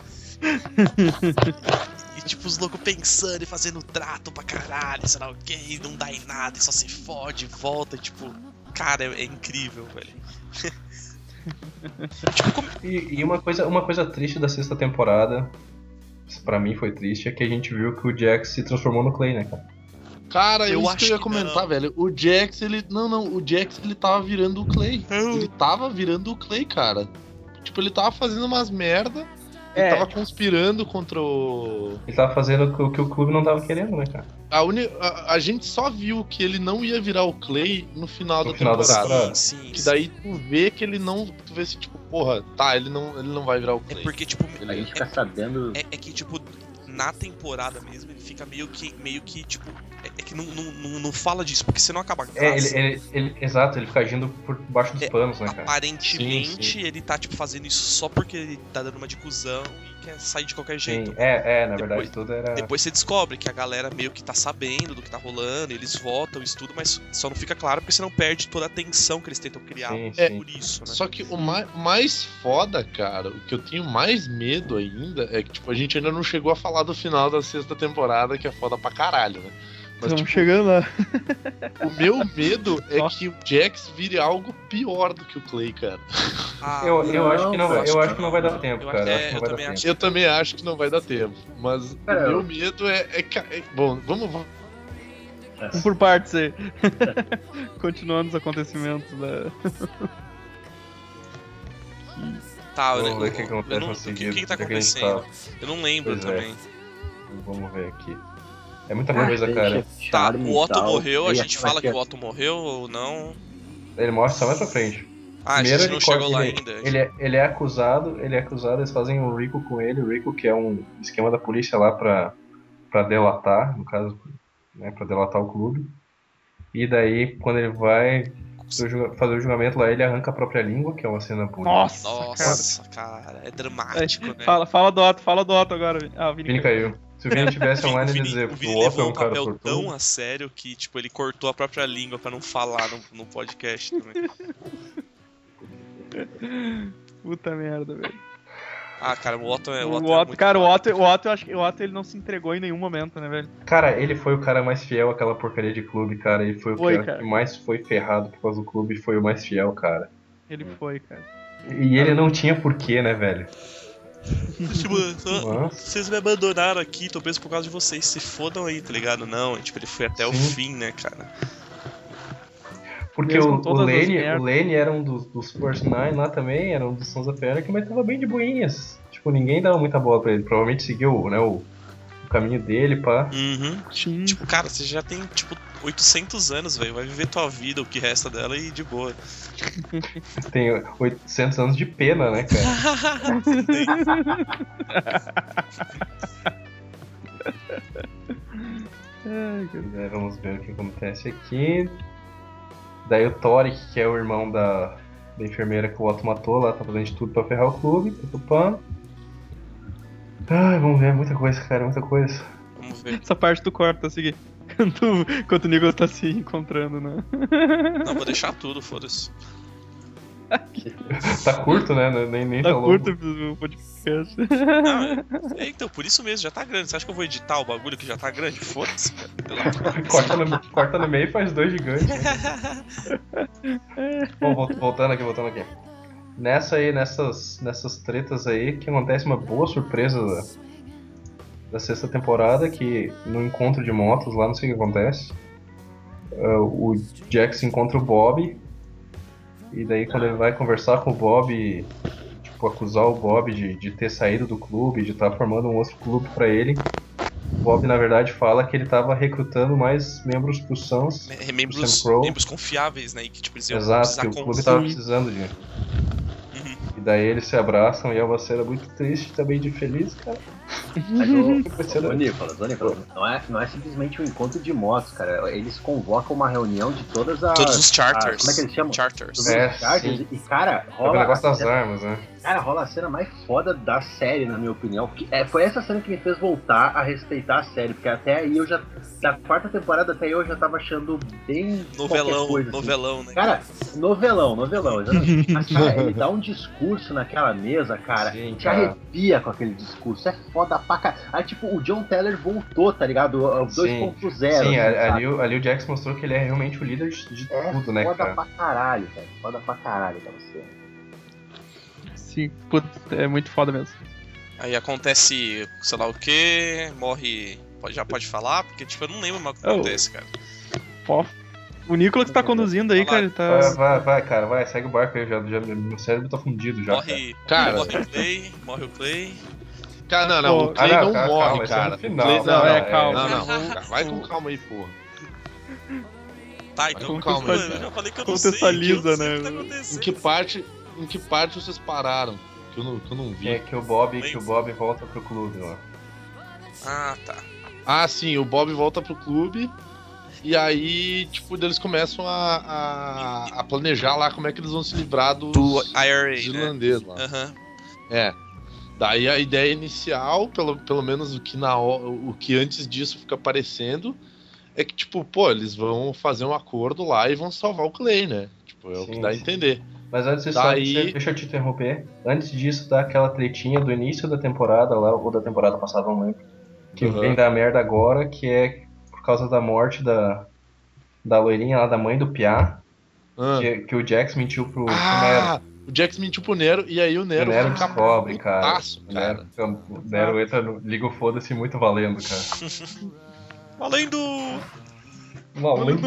Speaker 2: E, tipo, os loucos pensando e fazendo trato pra caralho, sei lá o quê, e não dá em nada, e só se fode, volta, tipo. Cara, é, é incrível, velho. tipo, como-
Speaker 4: E, e uma, coisa, uma coisa triste da sexta temporada, isso pra mim foi triste, é que a gente viu que o Jack se transformou no Clay, né, cara?
Speaker 6: Cara,
Speaker 2: Eu
Speaker 6: eu isso
Speaker 2: acho
Speaker 6: que eu ia
Speaker 2: que
Speaker 6: comentar, velho. O Jax, ele. Não, não, o Jax, ele tava virando o Clay. Ele tava virando o Clay, cara. Tipo, ele tava fazendo umas merda. Ele
Speaker 3: É.
Speaker 6: tava conspirando contra o.
Speaker 4: Ele tava fazendo o que- o que o clube não tava querendo, né, cara?
Speaker 6: A, uni... a, a gente só viu que ele não ia virar o Clay no final
Speaker 4: No
Speaker 6: da
Speaker 4: final da
Speaker 6: temporada.
Speaker 4: temporada.
Speaker 2: sim, sim,
Speaker 6: Que
Speaker 2: sim.
Speaker 6: daí tu vê que ele não. Tu vê assim, tipo, porra, tá, ele não, ele não vai virar o
Speaker 2: É
Speaker 6: Clay.
Speaker 2: porque, tipo,
Speaker 1: A gente fica sabendo.
Speaker 2: É, é que, tipo, na temporada mesmo, ele fica meio que, meio que tipo. É, é que não, não, não, não fala disso, porque senão acaba a
Speaker 4: É,
Speaker 2: graça.
Speaker 4: ele, ele, ele- exato, ele fica agindo por baixo dos
Speaker 2: É,
Speaker 4: panos, né, cara?
Speaker 2: Aparentemente,
Speaker 6: Sim,
Speaker 2: ele tá, tipo, fazendo isso só porque ele tá dando uma de cuzão e quer sair de qualquer jeito.
Speaker 4: Sim, é, é, na
Speaker 2: Depois-
Speaker 4: verdade tudo era.
Speaker 2: Depois você descobre que a galera meio que tá sabendo do que tá rolando, eles votam, estudam, mas só não fica claro porque senão perde toda a tensão que eles tentam criar
Speaker 4: Sim,
Speaker 6: É.
Speaker 4: sim.
Speaker 2: por isso, né?
Speaker 6: Só que o mai- mais foda, cara, o que eu tenho mais medo ainda é que, tipo, a gente ainda não chegou a falar do final da sexta temporada, que é foda pra caralho, né? Mas,
Speaker 3: Estamos
Speaker 6: tipo,
Speaker 3: chegando lá.
Speaker 6: o meu medo é
Speaker 3: Nossa.
Speaker 6: que o Jax vire algo pior do que o Clay, cara.
Speaker 2: Ah,
Speaker 4: Eu, eu, acho que não,
Speaker 1: Não,
Speaker 4: vai- eu acho que não vai dar tempo,
Speaker 2: Eu
Speaker 4: cara.
Speaker 2: acho-
Speaker 4: eu
Speaker 2: é,
Speaker 4: acho que
Speaker 2: eu
Speaker 4: não vai dar
Speaker 2: também
Speaker 4: tempo.
Speaker 2: acho.
Speaker 6: Eu também acho que não vai dar tempo, mas
Speaker 1: Cara,
Speaker 6: o
Speaker 1: eu-
Speaker 6: meu medo é, é ca- é- Bom, vamos, vamos-
Speaker 1: né?
Speaker 3: Um por partes aí. *laughs* Continuando os acontecimentos da.
Speaker 2: tá, eu,
Speaker 4: Vamos
Speaker 2: eu-
Speaker 4: ver o que
Speaker 2: eu
Speaker 4: acontece
Speaker 2: não-
Speaker 4: no
Speaker 2: o que, o
Speaker 4: seguinte.
Speaker 2: que que tá
Speaker 4: o que a gente
Speaker 2: acontecendo? Eu não lembro
Speaker 4: Pois é.
Speaker 2: também.
Speaker 4: Vamos ver aqui. É muita coisa, cara.
Speaker 2: Tá, o Otto morreu, é a gente fala que o Otto morreu ou não.
Speaker 4: Ele mostra só mais pra frente.
Speaker 2: Ah, a gente não
Speaker 4: corta-
Speaker 2: chegou lá
Speaker 4: ele,
Speaker 2: ainda.
Speaker 4: Ele é, ele é acusado, ele é acusado, eles fazem o Rico com ele, o Rico que é um esquema da polícia lá pra, pra delatar, no caso, né, pra delatar o clube. E daí, quando ele vai do julga- fazer o julgamento lá, ele arranca a própria língua, que é uma cena bonita.
Speaker 3: Nossa, cara.
Speaker 2: Nossa, cara, é dramático, né?
Speaker 3: Fala, fala do Otto, fala do Otto agora. Vini. Ah, o Vini
Speaker 4: Vini caiu. Se o Vini
Speaker 2: O
Speaker 4: tivesse
Speaker 2: Vini- *laughs*
Speaker 4: online,
Speaker 2: o
Speaker 4: ele ia
Speaker 2: Vini,
Speaker 4: dizer,
Speaker 2: o Vini
Speaker 4: o Otto é
Speaker 2: levou
Speaker 4: um
Speaker 2: um
Speaker 4: cara
Speaker 2: papel tão
Speaker 4: fortudo.
Speaker 2: a sério que, tipo, ele cortou a própria língua pra não falar no, no podcast também.
Speaker 3: Puta merda, velho.
Speaker 2: Ah, cara, o Otto é
Speaker 3: o
Speaker 2: o Otto. é
Speaker 3: Otto,
Speaker 2: muito
Speaker 3: cara, o
Speaker 2: mal.
Speaker 3: Otto, o Otto, eu acho que o Otto ele não se entregou em nenhum momento, né, velho?
Speaker 4: Cara, ele foi o cara mais fiel àquela porcaria de clube, cara. Ele foi o
Speaker 3: Foi,
Speaker 4: cara
Speaker 3: cara.
Speaker 4: que mais foi ferrado por causa do clube e foi o mais fiel, cara.
Speaker 3: Ele foi, cara.
Speaker 4: E ele não tinha porquê, né, velho?
Speaker 2: Tipo, só-
Speaker 4: Nossa.
Speaker 2: vocês me abandonaram aqui, tô preso por causa de vocês. Se fodam aí, tá ligado? Não, tipo, ele foi até o
Speaker 4: Sim.
Speaker 2: fim, né, cara?
Speaker 4: Porque
Speaker 3: Mesmo
Speaker 4: o,
Speaker 3: com
Speaker 4: o,
Speaker 3: todas as
Speaker 4: Lane,
Speaker 3: merdas.
Speaker 4: o Lane era um dos, dos First Nine lá também, era um dos Sons of Anarchy, mas tava bem de boinhas. Tipo, ninguém dava muita bola pra ele. Provavelmente seguiu né, o o caminho dele, pá.
Speaker 2: Uhum.
Speaker 3: Sim.
Speaker 2: Tipo, cara, você já tem, tipo, 800 anos, velho. Vai viver tua vida, o que resta dela e de boa.
Speaker 3: *laughs*
Speaker 4: Tem 800 anos de pena, né, cara? É, vamos ver o que acontece aqui. Daí o Toric, que é o irmão da, da enfermeira que o Otto matou lá, tá fazendo de tudo pra ferrar o clube. Tutupã. Ai, vamos ver, muita coisa, cara, muita coisa.
Speaker 2: Vamos ver.
Speaker 3: Essa parte do corta assim. Quando, quando o Nicolas tá se encontrando, né?
Speaker 2: Não, vou deixar tudo, foda-se.
Speaker 4: Tá curto, né? Nem, nem
Speaker 3: Tá
Speaker 4: longo.
Speaker 3: curto o podcast. *laughs*
Speaker 2: Não, é- então, por isso mesmo, já tá grande. Você acha que eu vou editar o bagulho que já tá grande? Foda-se, cara. Pelo amor de Deus.
Speaker 4: *laughs* Corta no, corta no meio e faz dois gigantes. Bom, vol- voltando aqui, voltando aqui. Nessa aí, nessas, nessas tretas aí, que acontece uma boa surpresa da, da sexta temporada, que no encontro de motos lá, não sei o que acontece, ah, o Jax encontra o Bob, e daí quando ele vai conversar com o Bob, tipo, acusar o Bob de, de ter saído do clube, de estar formando um outro clube pra ele, o Bob na verdade fala que ele tava recrutando mais membros pro Sans.
Speaker 2: Me- É, Membros,
Speaker 4: Sam Crow.
Speaker 2: membros confiáveis, né? E que tipo, eles iam
Speaker 4: Exato,
Speaker 2: precisar
Speaker 4: que o clube
Speaker 2: confiar.
Speaker 4: tava precisando de. E daí eles se abraçam e é uma cena muito triste também de feliz, cara.
Speaker 1: Mas, ô,
Speaker 4: Uma
Speaker 1: Ô,
Speaker 4: cena-
Speaker 1: Nicolas, ô, Nicolas, não é, não é simplesmente um encontro de motos, cara. Eles convocam uma reunião de todas as.
Speaker 2: Todos os charters.
Speaker 1: Ah, como é que eles chamam?
Speaker 2: Charters.
Speaker 1: todos os
Speaker 4: É,
Speaker 1: charters.
Speaker 4: sim.
Speaker 1: E, cara,
Speaker 4: É o
Speaker 1: rola.
Speaker 4: negócio
Speaker 1: a
Speaker 4: das
Speaker 1: cena-
Speaker 4: armas, né?
Speaker 1: Cara, rola a cena mais foda da série, na minha opinião. Que- é, foi essa cena que me fez voltar a respeitar a série, porque até aí eu já. Da quarta temporada até aí eu já tava achando bem. qualquer
Speaker 2: Novelão,
Speaker 1: coisa, assim.
Speaker 2: novelão, né?
Speaker 1: Cara, novelão, novelão, exatamente. Mas, cara, ele dá um discurso naquela mesa, cara,
Speaker 4: Sim,
Speaker 1: te
Speaker 4: cara.
Speaker 1: arrepia com aquele discurso. É foda pra caralho. Aí, tipo, o John Teller voltou, tá ligado? O
Speaker 4: Sim.
Speaker 1: 2.0.
Speaker 4: Sim,
Speaker 1: assim,
Speaker 4: a-
Speaker 1: sabe?
Speaker 4: ali, o- ali o Jax mostrou que ele é realmente o líder de de
Speaker 1: É
Speaker 4: tudo, né,
Speaker 1: foda
Speaker 4: cara?
Speaker 1: pra caralho, velho. Foda pra caralho pra você.
Speaker 3: Sim, puta, é muito foda mesmo.
Speaker 2: Aí acontece, sei lá o que, morre. pode- já pode falar, porque tipo, eu não lembro mais o que
Speaker 3: Oh.
Speaker 2: acontece, cara.
Speaker 3: Ó, O Nicolas que tá conduzindo aí, cara, ele tá.
Speaker 4: Vai, vai, vai, cara, vai, segue o barco aí, já, já, meu cérebro tá fundido já, cara.
Speaker 2: Morre,
Speaker 6: Cara.
Speaker 2: morre o Clay, morre o Clay.
Speaker 6: Cara, não, não,
Speaker 3: Pô,
Speaker 6: o Clay
Speaker 4: ah,
Speaker 6: não
Speaker 4: calma, calma, isso
Speaker 6: morre,
Speaker 4: é
Speaker 6: cara.
Speaker 4: no
Speaker 6: O
Speaker 4: final,
Speaker 6: Clay-
Speaker 4: não,
Speaker 3: não, é, calma.
Speaker 6: Não, não, cara, vai com calma aí, porra.
Speaker 2: Tá, então.
Speaker 6: Com calma,
Speaker 2: mano,
Speaker 6: cara.
Speaker 2: eu já falei que eu não sei. que eu
Speaker 3: Contextualiza,
Speaker 2: não sei o que tá
Speaker 3: né?
Speaker 6: Em
Speaker 2: acontecendo.
Speaker 6: que parte, em que parte vocês pararam? Que eu não, que eu não vi.
Speaker 4: Que, é que o Bob, que o Bob volta pro clube lá.
Speaker 2: Ah, tá.
Speaker 6: Ah, sim, o Bob volta pro clube. E aí, tipo, eles começam a, a- a planejar lá como é que eles vão se livrar dos,
Speaker 2: Do
Speaker 6: dos
Speaker 2: IRA, né?
Speaker 6: irlandeses lá.
Speaker 2: Aham.
Speaker 6: É. Daí a ideia inicial, pelo, pelo menos o que, na, ho- o que antes disso fica aparecendo, é que, tipo, pô, eles vão fazer um acordo lá e vão salvar o Clay, né? Tipo, é o que
Speaker 4: Sim,
Speaker 6: dá a
Speaker 4: sim.
Speaker 6: entender.
Speaker 4: Mas antes disso,
Speaker 6: Daí-
Speaker 4: deixa eu- deixa eu te interromper. Antes disso, dá aquela tretinha do início da temporada lá, ou da temporada passada, não lembro. Que
Speaker 6: Uhum.
Speaker 4: vem da merda agora, que é por causa da morte da, da loirinha lá, da mãe do Piá,
Speaker 6: Ah,
Speaker 4: que, que o Jax mentiu pro, pro
Speaker 6: Ah, o Jax mentiu pro Nero e aí o
Speaker 4: Nero.
Speaker 6: Nero,
Speaker 4: O Nero
Speaker 6: fica
Speaker 4: descobre, cara.
Speaker 6: putaço,
Speaker 4: O
Speaker 6: cara.
Speaker 4: Nero, fica- o Nero entra no Liga o Foda-se muito valendo, cara.
Speaker 2: Além *laughs* do.
Speaker 4: Valendo!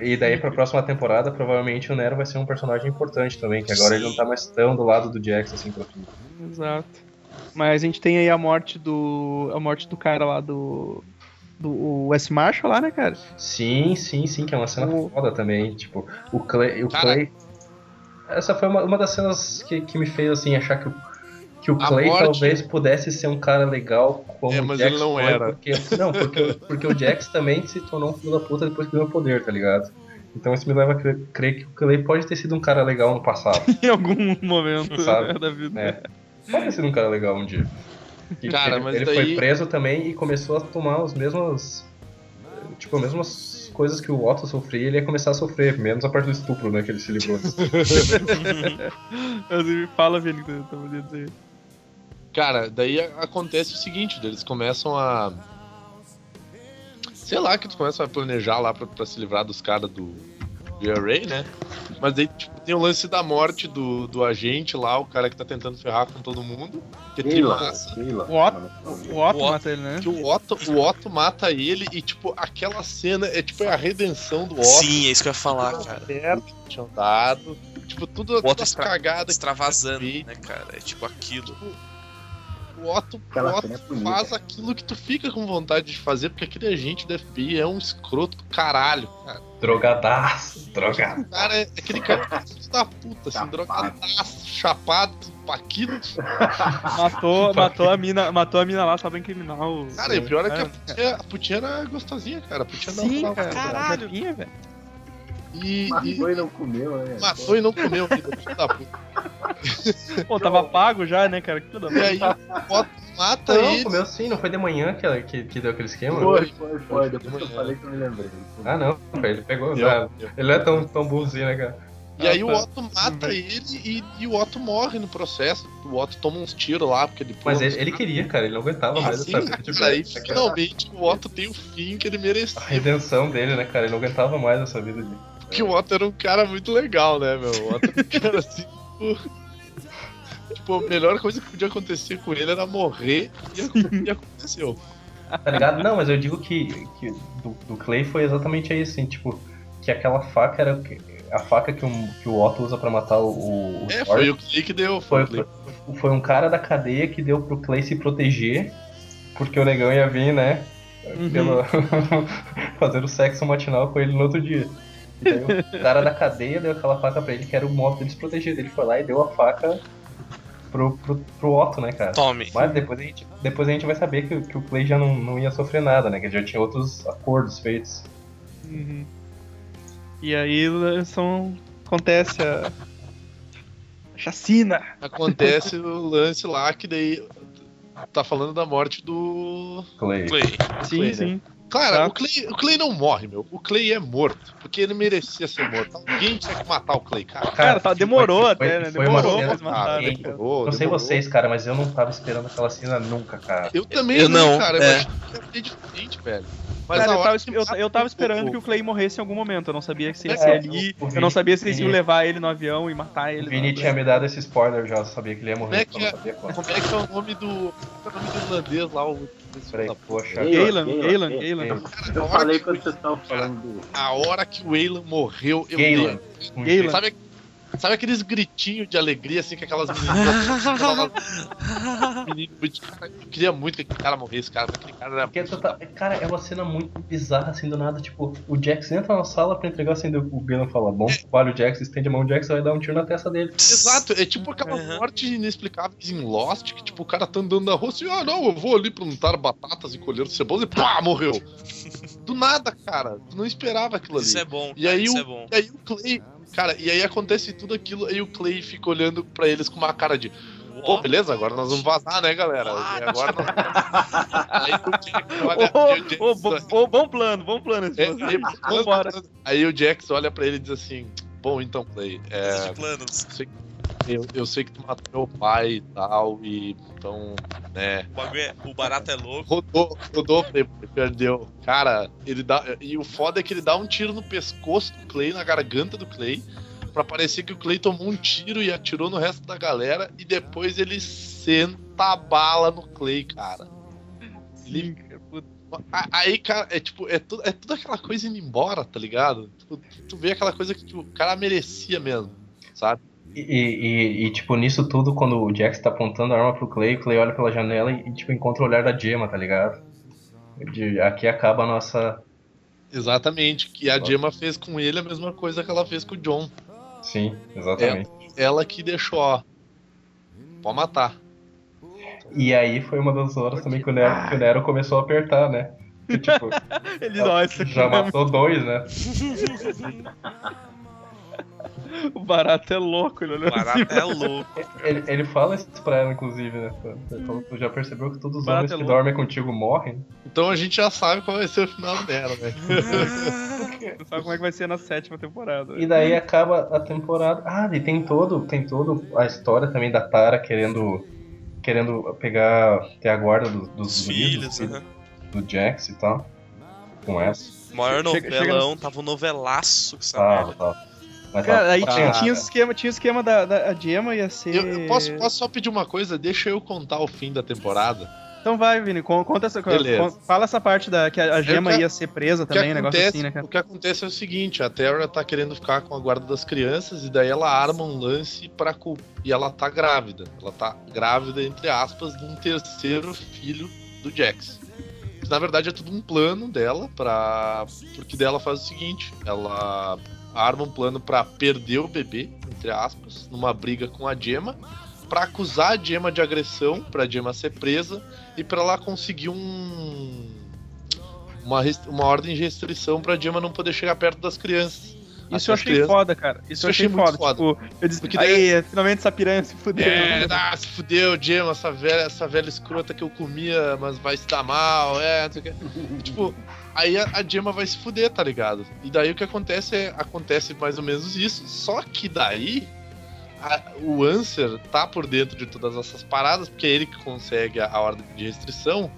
Speaker 4: E daí pra próxima temporada, provavelmente o Nero vai ser um personagem importante também, que agora ele não tá mais tão do lado do Jax assim pro fim.
Speaker 3: Exato. Mas a gente tem aí a morte do. A morte do cara lá do. Do o S. Marshall lá, né, cara?
Speaker 4: Sim, sim, sim, que é uma cena
Speaker 3: O-
Speaker 4: foda também. Tipo, o Clay. O
Speaker 6: Cara.
Speaker 4: Clay... Essa foi uma, uma das cenas que, que me fez assim achar que o, que o
Speaker 6: A
Speaker 4: Clay
Speaker 6: morte-
Speaker 4: talvez pudesse ser um cara legal como
Speaker 6: É,
Speaker 4: o
Speaker 6: mas
Speaker 4: Jax
Speaker 6: ele não
Speaker 4: foi,
Speaker 6: era.
Speaker 4: Porque, não, porque, porque o Jax também se tornou um filho da puta depois que ganhou poder, tá ligado? Então isso me leva a crer, crer que o Clay pode ter sido um cara legal no passado,
Speaker 3: *laughs* Em algum momento
Speaker 4: Sabe,
Speaker 3: né, da vida.
Speaker 4: né? Pode ter sido um cara legal um dia. E
Speaker 6: Cara,
Speaker 4: ele,
Speaker 6: mas
Speaker 4: ele
Speaker 6: daí-
Speaker 4: foi preso também e começou a tomar os mesmos tipo, as mesmas coisas que o Otto sofria, ele ia começar a sofrer, menos a parte do estupro, né, que ele se *laughs* livrou.
Speaker 3: Mas ele fala, velho, que eu tava querendo dizer.
Speaker 6: Cara, daí a- acontece o seguinte, eles começam a. Sei lá, que eles começam a planejar lá pra, pra se livrar dos caras do Ray, né? Mas daí tipo, tem o lance da morte do, do agente lá, o cara que tá tentando ferrar com todo mundo. Que tem
Speaker 1: Sheila,
Speaker 6: massa.
Speaker 1: Sheila.
Speaker 3: What? O Otto
Speaker 2: O Otto.
Speaker 3: mata ele, né?
Speaker 6: Que o Otto, o Otto mata ele e, tipo, aquela cena é tipo é a redenção do Otto.
Speaker 2: Sim, é isso que eu ia falar, cara.
Speaker 6: Certo, que tinham dado. Tipo, tudo,
Speaker 2: Otto
Speaker 6: todas as
Speaker 2: estra-
Speaker 6: cagadas
Speaker 2: Extravasando, né, cara? É tipo aquilo.
Speaker 6: O Otto,
Speaker 1: Aquela
Speaker 6: o Otto
Speaker 1: cena é bonita.
Speaker 6: faz aquilo que tu fica com vontade de fazer, porque aquele agente do FBI é um escroto do caralho, cara.
Speaker 4: Drogadaço, drogado.
Speaker 6: O cara é aquele cara é um filho da puta, assim,
Speaker 1: Chapado.
Speaker 6: drogadaço, chapado, paquito.
Speaker 3: *laughs* Matou, matou, a mina, matou a mina lá só pra incriminar o.
Speaker 6: Cara, e o pior é que a putinha, a putinha era gostosinha, cara. A putinha não
Speaker 3: Sim,
Speaker 6: não-
Speaker 3: cara.
Speaker 2: Caralho.
Speaker 3: Joguinha, tá velho.
Speaker 6: E, e
Speaker 1: Matou e não comeu, né?
Speaker 6: matou e não comeu, filho da puta.
Speaker 3: Pô, tava pago já, né, cara? Que tudo
Speaker 6: E aí o Otto mata
Speaker 4: Não,
Speaker 6: ele.
Speaker 4: comeu sim, não foi de manhã que, ela- que, que deu aquele esquema?
Speaker 1: Foi, foi, foi. Depois que eu falei que eu me lembrei.
Speaker 4: Ah, não, cara, ele pegou.
Speaker 6: Deu,
Speaker 4: ah,
Speaker 6: deu.
Speaker 4: Ele não é tão, tão bonzinho, né, cara?
Speaker 6: E aí o
Speaker 3: tá.
Speaker 6: Otto mata ele e, e o Otto morre no processo. O Otto toma uns tiros lá, porque ele
Speaker 4: Mas
Speaker 6: pula
Speaker 4: ele,
Speaker 6: nos
Speaker 4: ele queria, cara, ele não tipo, aguentava mais
Speaker 6: Assim,
Speaker 4: essa vida de
Speaker 6: aí
Speaker 4: merda, cara.
Speaker 6: finalmente o Otto tem o fim que ele merecia.
Speaker 4: A redenção dele, né, cara? Ele não aguentava mais essa vida de.
Speaker 6: Porque o Otto era um cara muito legal, né, meu? O Otto era um cara assim. Tipo, tipo, a melhor coisa que podia acontecer com ele era morrer e ac- e aconteceu.
Speaker 4: Tá ligado? Não, mas eu digo que, que do, do Clay foi exatamente aí, assim, tipo, que aquela faca era o que- a faca que, um, que o Otto usa pra matar o, o, o
Speaker 6: É,
Speaker 4: Thor.
Speaker 6: foi o Clay que deu. Foi o Clay.
Speaker 4: Foi um cara da cadeia que deu pro Clay se proteger, porque o negão ia vir, né?
Speaker 3: Uhum.
Speaker 4: Pelo... *laughs* fazendo sexo matinal com ele no outro dia. E daí o cara da cadeia deu aquela faca pra ele, que era o modo dele se proteger. Ele foi lá e deu a faca pro, pro, pro Otto, né, cara?
Speaker 2: Tome.
Speaker 4: Mas depois a gente, depois a gente vai saber que, que o Clay já não, não ia sofrer nada, né? Que ele já tinha outros acordos feitos.
Speaker 3: Uhum. E aí são... acontece a. a Chacina!
Speaker 6: Acontece o lance lá que daí. Tá falando da morte do.
Speaker 4: Clay.
Speaker 2: Play.
Speaker 3: Sim,
Speaker 6: Clay, né?
Speaker 3: sim.
Speaker 6: Cara,
Speaker 3: Tá.
Speaker 6: o, Clay, o Clay não morre, meu. O Clay é morto. Porque ele merecia ser morto. Alguém tinha que matar o Clay, cara.
Speaker 3: Cara, tá, demorou
Speaker 4: foi-
Speaker 3: até,
Speaker 4: foi-
Speaker 3: né?
Speaker 4: foi uma
Speaker 3: demorou
Speaker 4: cena-
Speaker 3: pra eles matarem.
Speaker 4: Cara,
Speaker 3: cara.
Speaker 6: Demorou,
Speaker 4: Não sei
Speaker 6: demorou.
Speaker 4: vocês, cara, mas eu não tava esperando aquela cena nunca, cara.
Speaker 6: Eu também né,
Speaker 2: Eu não,
Speaker 6: cara.
Speaker 2: é.
Speaker 6: Eu achei que ia ser diferente, velho. Mas
Speaker 3: Cara,
Speaker 6: a
Speaker 3: eu
Speaker 6: hora
Speaker 3: tava,
Speaker 6: que
Speaker 3: eu- eu
Speaker 6: mata
Speaker 3: tava esperando
Speaker 6: o-
Speaker 3: que o Clay morresse em algum momento. Eu não sabia que se ia
Speaker 4: É,
Speaker 3: ser ali.
Speaker 4: o- o
Speaker 3: eu não
Speaker 4: Vini-
Speaker 3: sabia se eles iam
Speaker 4: Vini-
Speaker 3: levar ele no avião e matar ele.
Speaker 4: O Vini
Speaker 3: não. né?
Speaker 4: tinha me dado esse spoiler já, eu sabia que ele ia morrer,
Speaker 6: Como
Speaker 4: eu
Speaker 6: é
Speaker 4: não
Speaker 6: que
Speaker 4: sabia quando.
Speaker 6: Como é que é o nome do. Como é que é o nome do irlandês lá? O...
Speaker 4: Peraí, poxa.
Speaker 3: Galen, né?
Speaker 1: Galen,
Speaker 3: Galen,
Speaker 1: Galen.
Speaker 3: Galen.
Speaker 6: Cara, a
Speaker 1: Eu
Speaker 6: hora
Speaker 1: falei
Speaker 6: que-
Speaker 1: quando vocês estavam falando do.
Speaker 6: A hora que o Waylon morreu, eu
Speaker 4: Galen.
Speaker 3: Galen.
Speaker 6: Sabe, sabe aqueles gritinhos de alegria, assim, que aquelas
Speaker 3: *laughs*
Speaker 6: meninas. Menino, cara, eu queria muito que aquele cara morresse, cara. porque Aquele cara era
Speaker 4: Porque tu tá- Cara, é uma cena muito bizarra, assim, do nada. Tipo, o Jax entra na sala pra entregar, assim, o Galen fala, bom
Speaker 3: É.
Speaker 4: trabalho, Jax, estende a mão, Jax vai dar um tiro na testa dele.
Speaker 6: Exato, é tipo aquela
Speaker 2: Aham.
Speaker 6: morte inexplicável em Lost, que tipo, o cara tá andando na rua assim, ah não, eu vou ali plantar batatas e colher cebola e pá, morreu. Do nada, cara, tu não esperava aquilo ali.
Speaker 2: Isso é bom.
Speaker 6: E aí
Speaker 2: isso
Speaker 6: o-
Speaker 2: é bom.
Speaker 6: E aí o Clay, cara, e aí acontece tudo aquilo, aí o Clay fica olhando pra eles com uma cara de, pô, beleza, agora nós vamos vazar, né, galera? E agora nós Aí o Jack olha... e o Jack-
Speaker 3: Ô, ô, bo- ô, bom plano, bom plano. esse
Speaker 6: É,
Speaker 3: plano.
Speaker 6: aí-
Speaker 3: Vambora.
Speaker 6: Aí o Jax olha pra ele e diz assim, bom, então, Clay, é...
Speaker 2: Os planos.
Speaker 6: Eu, eu sei que tu matou meu pai e tal, e então, né,
Speaker 2: O, bagulho é- o barato é louco.
Speaker 6: rodou, rodou, Clay, perdeu. Cara, ele dá. E o foda é que ele dá um tiro no pescoço do Clay, na garganta do Clay, pra parecer que o Clay tomou um tiro e atirou no resto da galera, e depois ele senta a bala no Clay, cara.
Speaker 3: Sim, cara, puta.
Speaker 6: A- Aí, cara, é tipo, é, tu, é tudo aquela coisa indo embora, tá ligado? Tu, tu vê aquela coisa que tipo, o cara merecia mesmo, sabe?
Speaker 4: E, e- e, tipo, nisso tudo, quando o Jax tá apontando a arma pro Clay, o Clay olha pela janela e, tipo, encontra o olhar da Gemma, tá ligado? De- aqui acaba a nossa...
Speaker 6: Exatamente, que a Gemma fez com ele a mesma coisa que ela fez com o John.
Speaker 4: Sim, exatamente.
Speaker 6: ela que deixou, ó. Pode matar.
Speaker 4: E aí foi uma das horas também que
Speaker 3: Ah.
Speaker 4: o Nero, que o Nero começou a apertar, né? Que,
Speaker 3: *laughs*
Speaker 4: tipo,
Speaker 3: Ele, nossa,
Speaker 4: já
Speaker 3: cara,
Speaker 4: matou dois, né?
Speaker 3: o barato é louco, ele
Speaker 2: O
Speaker 3: olhou assim.
Speaker 2: barato é louco.
Speaker 4: Ele, ele fala isso pra ela, inclusive, né? Ele falou, Tu já percebeu que todos os
Speaker 3: Barato
Speaker 4: homens
Speaker 3: é
Speaker 4: que
Speaker 3: louco."
Speaker 4: dormem contigo morrem?
Speaker 6: Então a gente já sabe qual vai ser o final dela, velho.
Speaker 3: Sabe como é que vai ser na sétima temporada?
Speaker 4: E daí acaba a temporada. Ah, e tem todo, tem todo a história também da Tara querendo querendo pegar ter a guarda do- dos
Speaker 2: Os
Speaker 4: filhos
Speaker 2: filhos,
Speaker 4: do,
Speaker 2: né?
Speaker 4: do Jax e tal. Com essa.
Speaker 2: Maior
Speaker 3: Chega- chega
Speaker 2: novelão, tava um novelaço que essa
Speaker 4: Tá,
Speaker 2: merda.
Speaker 4: tá. Mas
Speaker 3: Cara,
Speaker 4: tá-
Speaker 3: aí
Speaker 4: tá
Speaker 3: tinha,
Speaker 4: nada.
Speaker 3: tinha o esquema, tinha o esquema da, da a Gemma ia ser. É.
Speaker 6: Eu, eu posso, posso só pedir uma coisa? Deixa eu contar o fim da temporada.
Speaker 3: Então vai, Vini, con- conta essa coisa.
Speaker 6: Beleza.
Speaker 3: con- Fala essa parte da que a, a gema
Speaker 6: que-
Speaker 3: ia ser presa
Speaker 6: O que,
Speaker 3: também, um negócio
Speaker 6: acontece,
Speaker 3: assim, né, cara?
Speaker 6: o que acontece é o seguinte, a Terra tá querendo ficar com a guarda das crianças e daí ela arma um lance para e ela tá grávida. Ela tá grávida entre aspas de um terceiro filho do Jax. Isso, Na verdade é tudo um plano dela para porque dela faz o seguinte, ela arma um plano para perder o bebê, entre aspas, numa briga com a Gemma, para acusar a Gemma de agressão, para Gemma ser presa e para ela conseguir um uma, res- uma ordem de restrição pra Gemma não poder chegar perto das crianças.
Speaker 3: Isso eu
Speaker 6: As
Speaker 3: achei
Speaker 6: crianças-
Speaker 3: foda, cara. Isso, eu achei,
Speaker 6: muito
Speaker 3: foda. Tipo, eu disse,
Speaker 6: Porque daí-
Speaker 3: aí, finalmente essa piranha se fudeu.
Speaker 6: É, ah, se fudeu, Gemma, essa velha, essa velha escrota que eu comia, mas vai se dar mal, é, não sei o quê. Tipo, aí a, a Gemma vai se fuder, tá ligado? E daí o que acontece é, acontece mais ou menos isso, só que daí a- o Answer tá por dentro de todas essas paradas, porque é ele que consegue a, a ordem de restrição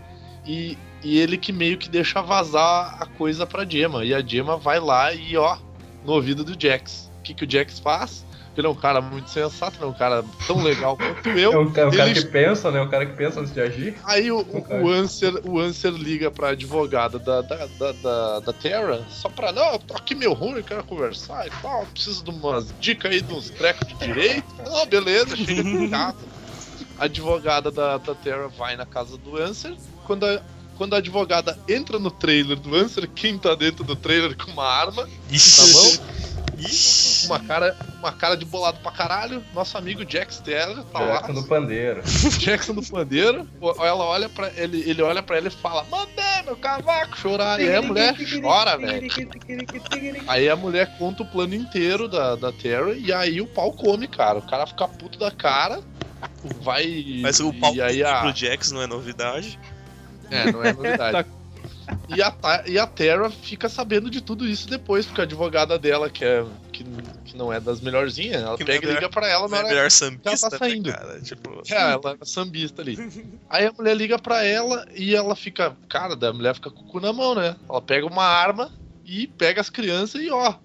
Speaker 6: e, e ele que meio que deixa vazar a coisa pra Gemma. E a Gemma vai lá e ó, no ouvido do Jax. O que, que o Jax faz? Ele é um cara muito sensato, ele é um cara tão legal quanto eu.
Speaker 4: É o, ca- o cara
Speaker 6: Ele-
Speaker 4: que pensa, né? O cara que pensa antes de agir.
Speaker 6: Aí o, o,
Speaker 4: Concordo.
Speaker 6: o Answer, o Answer liga pra advogada da, da, da, da, da Terra só pra, não, eu tô aqui meio ruim, eu quero conversar e tal, eu preciso de umas dicas aí, de uns trecos de direito. *laughs* Não, beleza, chega aqui em casa. A advogada da, da Terra vai na casa do Answer. Quando a, quando a advogada entra no trailer do Answer, quem tá dentro do trailer com uma arma,
Speaker 2: Ixi.
Speaker 6: Tá
Speaker 2: Ixi.
Speaker 6: uma cara, uma cara de bolado pra caralho, nosso amigo Jax Terra tá lá.
Speaker 4: Jackson do pandeiro.
Speaker 6: Jackson do pandeiro, o- ela olha pra ele, ele olha pra ela e fala: Mandei meu cavaco chorar. E aí a mulher chora, velho.
Speaker 3: *laughs*
Speaker 6: Aí a mulher conta o plano inteiro da, da Terra e aí o pau come, cara. O cara fica puto da cara, vai.
Speaker 2: Mas o pau
Speaker 6: e aí a-
Speaker 2: pro Jax não é novidade.
Speaker 6: é, não é
Speaker 2: *laughs*
Speaker 6: novidade. E a, Ta- e a Terra fica sabendo de tudo isso depois, porque a advogada dela, que, é, que, que não é das melhorzinhas, ela
Speaker 2: Que não é
Speaker 6: pega e
Speaker 2: melhor-
Speaker 6: liga pra ela
Speaker 2: Não
Speaker 6: na
Speaker 2: é
Speaker 6: hora
Speaker 2: melhor sambista, né,
Speaker 6: saindo.
Speaker 2: cara? Tipo,
Speaker 6: É, ela é sambista ali. Aí a mulher liga pra ela e ela fica. Cara, da mulher fica com o cu na mão, né? Ela pega uma arma e pega as crianças e ó.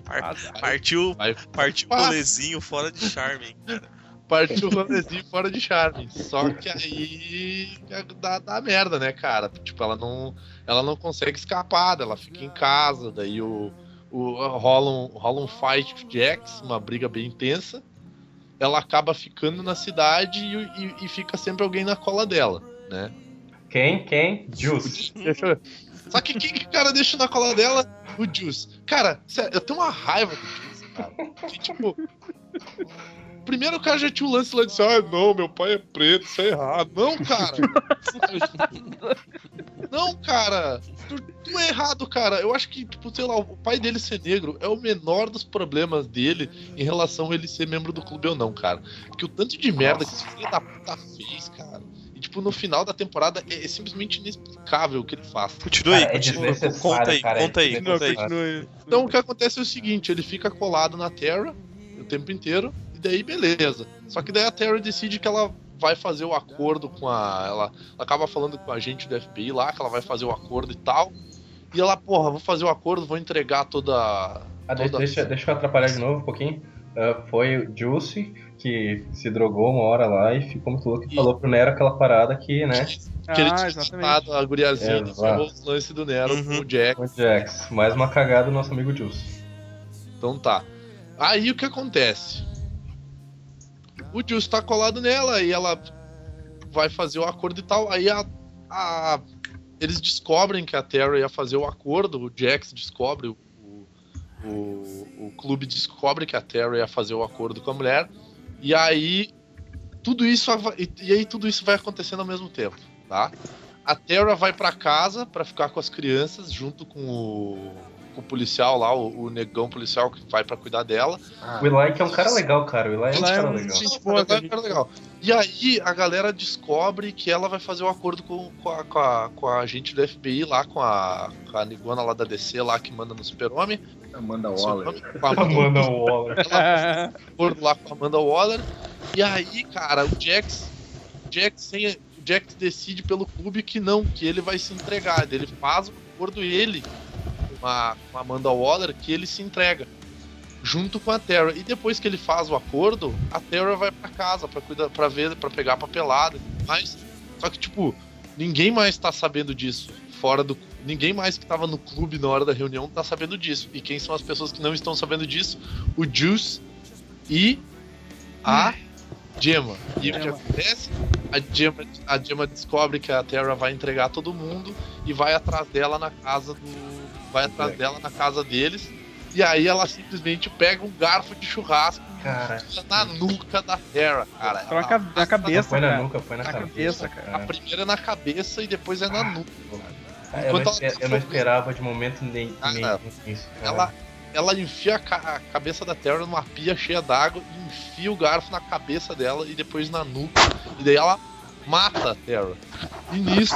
Speaker 2: partiu,
Speaker 6: Vai-
Speaker 2: partiu o
Speaker 6: Ah.
Speaker 2: bolezinho fora de charme. hein?
Speaker 6: Partiu o rolezinho *laughs* fora de charme. Só que aí é, dá, dá merda, né, cara? Tipo, ela não, ela não consegue escapar, ela fica em casa, daí o, o, rola, um, rola um fight com o Jax, uma briga bem intensa. Ela acaba ficando na cidade e, e- e fica sempre alguém na cola dela, né?
Speaker 4: Quem? Quem? Juice.
Speaker 6: Deixa- Só que quem que o cara deixa na cola dela? O Juice. Cara, sério, eu tenho uma raiva do Juice, cara. Que, tipo. Primeiro o cara já tinha o lance lá de assim, ah, não, meu pai é preto, isso é errado. Não, cara. não, cara. Tu, tu é errado, cara. Eu acho que, tipo, sei lá, o pai dele ser negro é o menor dos problemas dele em relação a ele ser membro do clube ou não, cara. Porque o tanto de merda que esse filho da puta fez, cara. E, tipo, no final da temporada é, é simplesmente inexplicável o que ele faz.
Speaker 2: Continua aí,
Speaker 4: Cara, é
Speaker 2: continua.
Speaker 4: desnecessário,
Speaker 2: Conta aí,
Speaker 4: cara, é
Speaker 2: conta aí,
Speaker 4: desnecessário.
Speaker 2: conta aí.
Speaker 6: Então o que acontece é o seguinte, ele fica colado na Terra o tempo inteiro, e daí beleza. Só que daí a Terra decide que ela vai fazer o acordo com a. Ela, ela acaba falando com a gente do FBI lá, que ela vai fazer o acordo e tal. E ela, porra, vou fazer o acordo, vou entregar toda.
Speaker 4: Ah, de-
Speaker 6: toda-
Speaker 4: deixa, deixa eu atrapalhar de novo um pouquinho. Ah, foi o Juice que se drogou uma hora lá e ficou muito louco e
Speaker 6: E-
Speaker 4: falou pro Nero aquela parada que, né?
Speaker 6: Que ele
Speaker 3: Ah,
Speaker 6: tinha
Speaker 3: exatamente.
Speaker 6: matado a guriazinha
Speaker 4: Exato.
Speaker 6: do famoso lance do Nero com
Speaker 2: Uhum.
Speaker 6: o Jack.
Speaker 4: O Jax. é, Mais uma cagada do nosso amigo Juice.
Speaker 6: Então tá. Aí o que acontece? O Juice tá colado nela e ela vai fazer o acordo e tal. Aí a, a- eles descobrem que a Terra ia fazer o acordo, o Jax descobre, o, o- o clube descobre que a Terra ia fazer o acordo com a mulher. E aí tudo isso ava- e, e aí tudo isso vai acontecendo ao mesmo tempo, tá? A Terra vai pra casa pra ficar com as crianças junto com o, com o policial lá, o, o negão policial que vai pra cuidar dela.
Speaker 4: O Eli que é um cara legal, cara. O Eli é um
Speaker 3: Eli é
Speaker 4: cara
Speaker 3: um
Speaker 4: legal.
Speaker 3: gente
Speaker 6: Pô,
Speaker 3: boa,
Speaker 6: agora
Speaker 3: cara.
Speaker 6: fica legal. E aí a galera descobre que ela vai fazer um acordo com, com, a, com, a, com a gente do FBI lá, com a, com a Niguana lá da DC lá que manda no Super-Homem.
Speaker 1: Amanda Waller.
Speaker 6: Super-Homem,
Speaker 3: *laughs*
Speaker 6: Com a Amanda
Speaker 4: Amanda Waller.
Speaker 3: É.
Speaker 6: acordo lá com a Amanda Waller. E aí, cara, o Jax, o Jax, sem- o Jax decide pelo clube que não, que ele vai se entregar. Ele faz o acordo ele com a, com a Amanda Waller que ele se entrega. Junto com a Terra. E depois que ele faz o acordo, a Terra vai pra casa pra cuidar, para ver, para pegar a papelada e tudo mais. Só que, tipo, ninguém mais tá sabendo disso. Fora do. Ninguém mais que tava no clube na hora da reunião tá sabendo disso. E quem são as pessoas que não estão sabendo disso? O Juice e a Gemma. E o que
Speaker 3: Gemma.
Speaker 6: acontece? A Gemma, a Gemma descobre que a Terra vai entregar todo mundo e vai atrás dela na casa do. Vai atrás dela na casa deles. E aí ela simplesmente pega um garfo de churrasco tá
Speaker 4: Cara,
Speaker 6: na nuca da Terra, cara. tá
Speaker 3: Então, na, ca- na cabeça,
Speaker 4: foi na
Speaker 3: cara.
Speaker 4: nuca, foi na,
Speaker 3: Na cabeça, cara.
Speaker 6: A primeira é na cabeça e depois é na nuca.
Speaker 4: Ah, eu, não
Speaker 6: Enquanto
Speaker 4: espe-
Speaker 6: ela tá
Speaker 4: eu não
Speaker 6: sofrendo.
Speaker 4: esperava de momento nem,
Speaker 6: Ah,
Speaker 4: nem
Speaker 6: não.
Speaker 4: isso, cara.
Speaker 6: Ela, ela enfia a, ca- a cabeça da Terra numa pia cheia d'água, e enfia o garfo na cabeça dela e depois na nuca. E daí ela mata a Terra. E nisso,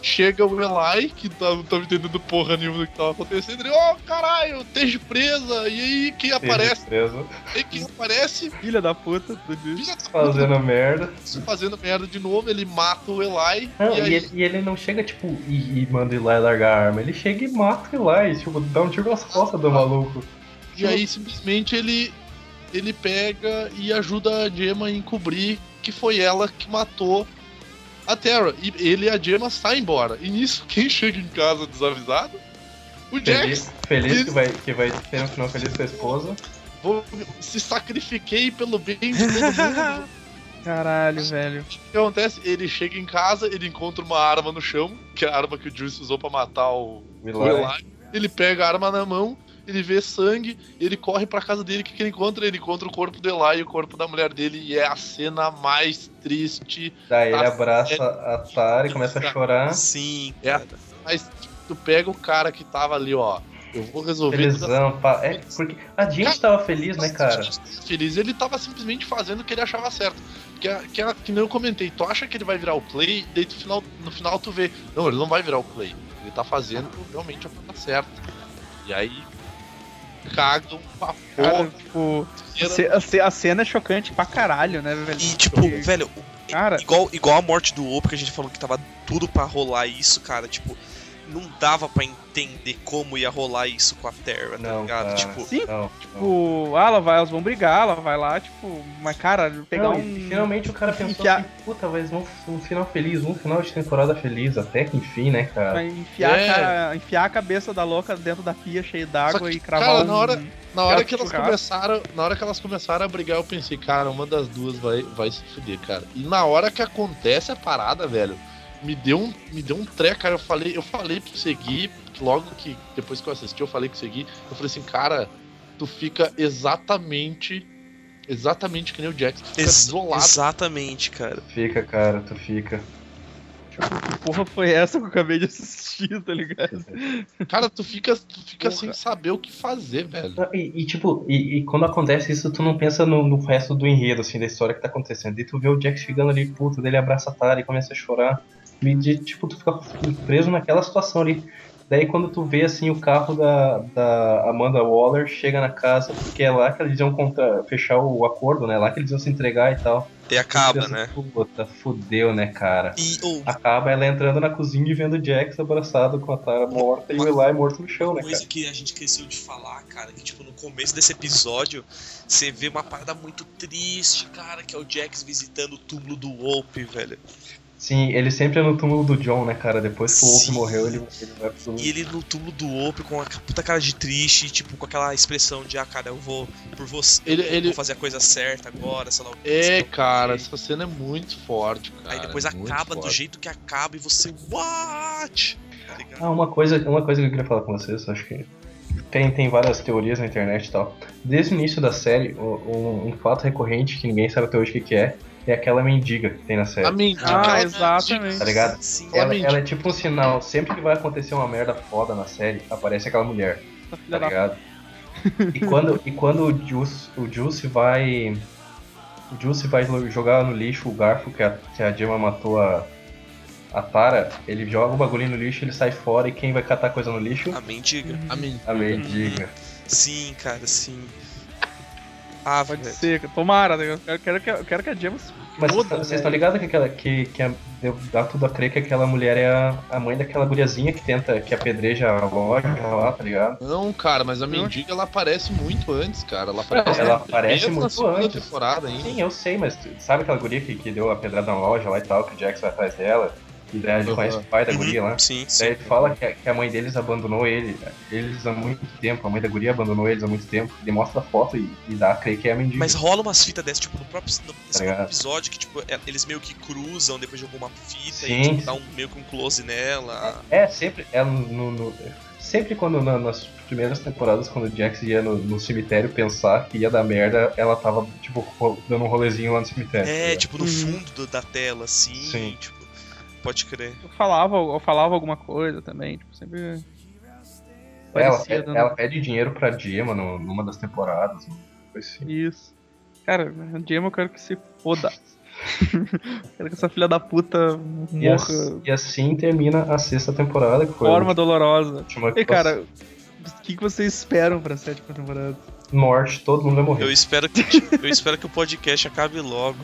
Speaker 6: chega o Eli, que tá, não tava entendendo porra nenhuma do que tava acontecendo. Ele, ó, caralho, esteja presa. E aí quem
Speaker 4: Seja
Speaker 6: aparece?
Speaker 4: preso,
Speaker 6: E quem aparece?
Speaker 3: Filha da puta do Juice.
Speaker 6: Filha da puta,
Speaker 4: fazendo merda.
Speaker 6: fazendo merda de novo, ele mata o Eli.
Speaker 4: Não,
Speaker 6: e aí
Speaker 4: e, ele, e ele não chega, tipo, e, e manda ir lá e largar a arma. Ele chega e mata ele lá e, tipo, dá um tiro nas costas do maluco.
Speaker 6: E aí simplesmente ele ele pega e ajuda a Gemma a encobrir que foi ela que matou a Terra. E ele e a Gemma saem embora. E nisso, quem *laughs* chega em casa desavisado? O Jax.
Speaker 4: Feliz, feliz que, vai, que vai ter um final feliz com a esposa.
Speaker 6: Vou, se sacrifiquei pelo bem de todo mundo.
Speaker 3: Caralho, velho.
Speaker 6: O que acontece? Ele chega em casa, ele encontra uma arma no chão, que é a arma que o Juice usou pra matar o, o
Speaker 4: Milagre.
Speaker 6: Eli. Ele pega a arma na mão, ele vê sangue, ele corre pra casa dele. O que, que ele encontra? Ele encontra o corpo do Eli e o corpo da mulher dele. E é a cena mais triste.
Speaker 4: Daí ele
Speaker 6: Nossa,
Speaker 4: abraça a Tara e começa a chorar.
Speaker 2: Sim,
Speaker 6: É a cena mais triste. Tu pega o cara que tava ali, ó. Eu vou resolver. tudo
Speaker 4: Felizão, pá. É, porque a gente tava feliz, né, cara?
Speaker 6: Feliz, ele tava simplesmente fazendo o que ele achava certo. Que, é- que, é- que nem eu comentei, tu acha que ele vai virar o play, daí tu final, no final tu vê. Não, ele não vai virar o play. Ele tá fazendo realmente a coisa certa. E aí. um Cagam pra
Speaker 3: Cara,
Speaker 6: porra.
Speaker 3: tipo, a ce- a ce- a cena é chocante pra caralho, né, velho?
Speaker 2: E tipo,
Speaker 3: Porque,
Speaker 2: velho,
Speaker 3: cara,
Speaker 6: tipo,
Speaker 2: igual, igual a morte do Opo, que a gente falou que tava tudo pra rolar isso, cara, tipo, não dava pra entender como ia rolar isso com a Terra, tá
Speaker 4: Não,
Speaker 2: ligado?
Speaker 4: cara.
Speaker 2: Tipo,
Speaker 3: sim,
Speaker 4: Não, não.
Speaker 3: tipo, ah, ela vai, elas vão brigar, ela vai lá, tipo, mas cara, pegar
Speaker 4: Não, e
Speaker 3: um.
Speaker 4: Finalmente o cara pensou
Speaker 3: enfiar-
Speaker 4: que, puta, mas um, um final feliz, um final de temporada feliz, até que enfim, né, cara?
Speaker 3: vai Enfiar,
Speaker 6: É.
Speaker 3: a cara- enfiar a cabeça da louca dentro da pia cheia
Speaker 6: Só
Speaker 3: d'água
Speaker 6: que,
Speaker 3: e cravar
Speaker 6: cara,
Speaker 3: um...
Speaker 6: na hora- Na hora
Speaker 3: Cara,
Speaker 6: que elas
Speaker 3: churrasco.
Speaker 6: começaram, na hora que elas começaram a brigar, eu pensei, cara, uma das duas vai, vai se fuder, cara. E na hora que acontece a parada, velho, me deu um, me deu um tré, cara. Eu falei, eu falei pra seguir, logo que depois que eu assisti, eu falei que segui. Eu falei assim, cara, tu fica exatamente exatamente que nem o Jackson, tu fica
Speaker 2: ex-
Speaker 6: isolado.
Speaker 2: exatamente, cara.
Speaker 4: Fica, cara, tu fica.
Speaker 3: Que porra foi essa que eu acabei de assistir, tá ligado?
Speaker 6: Cara, tu fica, tu fica
Speaker 3: Porra.
Speaker 6: sem saber o que fazer, velho.
Speaker 4: Não, E, e, tipo, e, e quando acontece isso, tu não pensa no, no resto do enredo, assim, da história que tá acontecendo. E tu vê o Jack chegando ali, puto, dele abraça a Tara e começa a chorar. E, de- tipo, tu fica preso naquela situação ali. Daí quando tu vê, assim, o carro da, da Amanda Waller chega na casa, porque é lá que eles iam contra, fechar o acordo, né? Lá que eles iam se entregar e tal.
Speaker 2: E
Speaker 4: Tu
Speaker 2: acaba,
Speaker 4: pensa,
Speaker 2: né?
Speaker 4: Puta, fudeu, né, cara?
Speaker 2: E ou
Speaker 4: Acaba ela entrando na cozinha e vendo o Jax abraçado com a Tara morta e o Eli morto no chão, né, cara?
Speaker 2: coisa que a gente esqueceu de falar, cara, que tipo, no começo desse episódio, você vê uma parada muito triste, cara, que é o Jax visitando o túmulo do Ope, velho.
Speaker 4: Sim, ele sempre é no túmulo do John, né, cara? Depois que o Wolf
Speaker 2: Sim.
Speaker 4: morreu, ele, ele vai pro túmulo.
Speaker 2: E ele no túmulo do Ope com a puta cara de triste, tipo, com aquela expressão de, ah, cara, eu vou por você,
Speaker 6: Ele-
Speaker 2: eu
Speaker 6: ele-
Speaker 2: vou fazer a coisa certa agora, sei lá o que.
Speaker 6: É, cara, essa cena é muito forte, cara. é
Speaker 2: Aí depois
Speaker 6: muito
Speaker 2: acaba do
Speaker 6: forte.
Speaker 2: jeito que acaba e você, what? Tá ligado?
Speaker 4: Ah, uma coisa, uma coisa que eu queria falar com vocês, acho que tem, tem várias teorias na internet e tal. Desde o início da série, o- o- um, fato recorrente que ninguém sabe até hoje o que, que é, é aquela mendiga que tem na série.
Speaker 6: A é mendiga,
Speaker 3: Ah,
Speaker 6: ela-
Speaker 3: exatamente.
Speaker 4: Tá ligado?
Speaker 2: Sim,
Speaker 6: a
Speaker 4: Ela,
Speaker 6: mendiga.
Speaker 4: ela é tipo um sinal, sempre que vai acontecer uma merda foda na série, aparece aquela mulher.
Speaker 3: Essa filha
Speaker 4: tá
Speaker 3: da
Speaker 4: ligado? E quando, e quando o, Juice, o Juice vai. O Juice vai lo- jogar no lixo o garfo que a, que a Gemma matou a, a Tara, ele joga o bagulho no lixo, ele sai fora e quem vai catar coisa no lixo?
Speaker 2: a mendiga.
Speaker 6: a mendiga.
Speaker 4: A mendiga.
Speaker 2: Sim, cara, sim. Ah,
Speaker 3: Pode
Speaker 2: velho.
Speaker 3: ser, tomara. né? Eu quero, quero que, eu quero que a Gemma se
Speaker 4: Mas
Speaker 3: foda, né?
Speaker 4: vocês
Speaker 3: velho.
Speaker 4: estão ligados que aquela. Que, que a- deu- dá tudo a crer que aquela mulher é a, a mãe daquela guriazinha que tenta, que apedreja a loja lá, tá ligado?
Speaker 6: Não, cara, mas a mendiga ela aparece muito antes, cara. Ela aparece,
Speaker 4: ela
Speaker 6: na
Speaker 4: aparece
Speaker 6: primeira,
Speaker 4: muito
Speaker 6: segunda
Speaker 4: antes.
Speaker 6: temporada ainda.
Speaker 4: Sim, eu sei, mas tu- sabe aquela guria que, que deu a pedrada na loja lá e tal, que o Jackson vai atrás dela? E daí a gente
Speaker 6: Uhum.
Speaker 4: conhece o pai da
Speaker 2: Uhum,
Speaker 4: guria lá.
Speaker 2: Sim, sim.
Speaker 4: Daí ele fala que a, que a mãe deles abandonou ele, eles há muito tempo, a mãe da guria abandonou eles há muito tempo, ele mostra a foto e, e dá a crer que é a mendiga.
Speaker 2: Mas rola umas fitas dessas, tipo, no próprio, no- nesse
Speaker 4: Tá ligado?
Speaker 2: próprio episódio, que, tipo, é- eles meio que cruzam depois de alguma fita e,
Speaker 4: Sim.
Speaker 2: tipo, dá um, meio que um close nela.
Speaker 4: É, sempre. É no, no- sempre quando na- nas primeiras temporadas, quando o Jax ia no, no cemitério pensar que ia dar merda, ela tava, tipo, ro- dando um rolezinho lá no cemitério.
Speaker 2: É,
Speaker 4: tá ligado?
Speaker 2: tipo, no
Speaker 3: Uhum.
Speaker 2: fundo do- da tela, assim.
Speaker 4: Sim.
Speaker 2: Tipo, pode crer.
Speaker 3: Eu falava, eu falava alguma coisa também, tipo, sempre. né?
Speaker 4: ela,
Speaker 3: parecia dando-
Speaker 4: ela pede dinheiro pra Gemma no- numa das temporadas. uma coisa assim.
Speaker 3: Isso. Cara, a Gemma eu quero que se foda. *laughs* quero que essa filha da puta
Speaker 4: E,
Speaker 3: morra.
Speaker 4: as- e assim termina a sexta temporada, que foi
Speaker 3: Forma dolorosa.
Speaker 4: a última que
Speaker 3: E cara, o que, que vocês esperam pra sétima temporada?
Speaker 4: passou. morte, todo mundo vai
Speaker 2: Eu
Speaker 4: morrer.
Speaker 2: espero que, eu espero que o podcast acabe logo.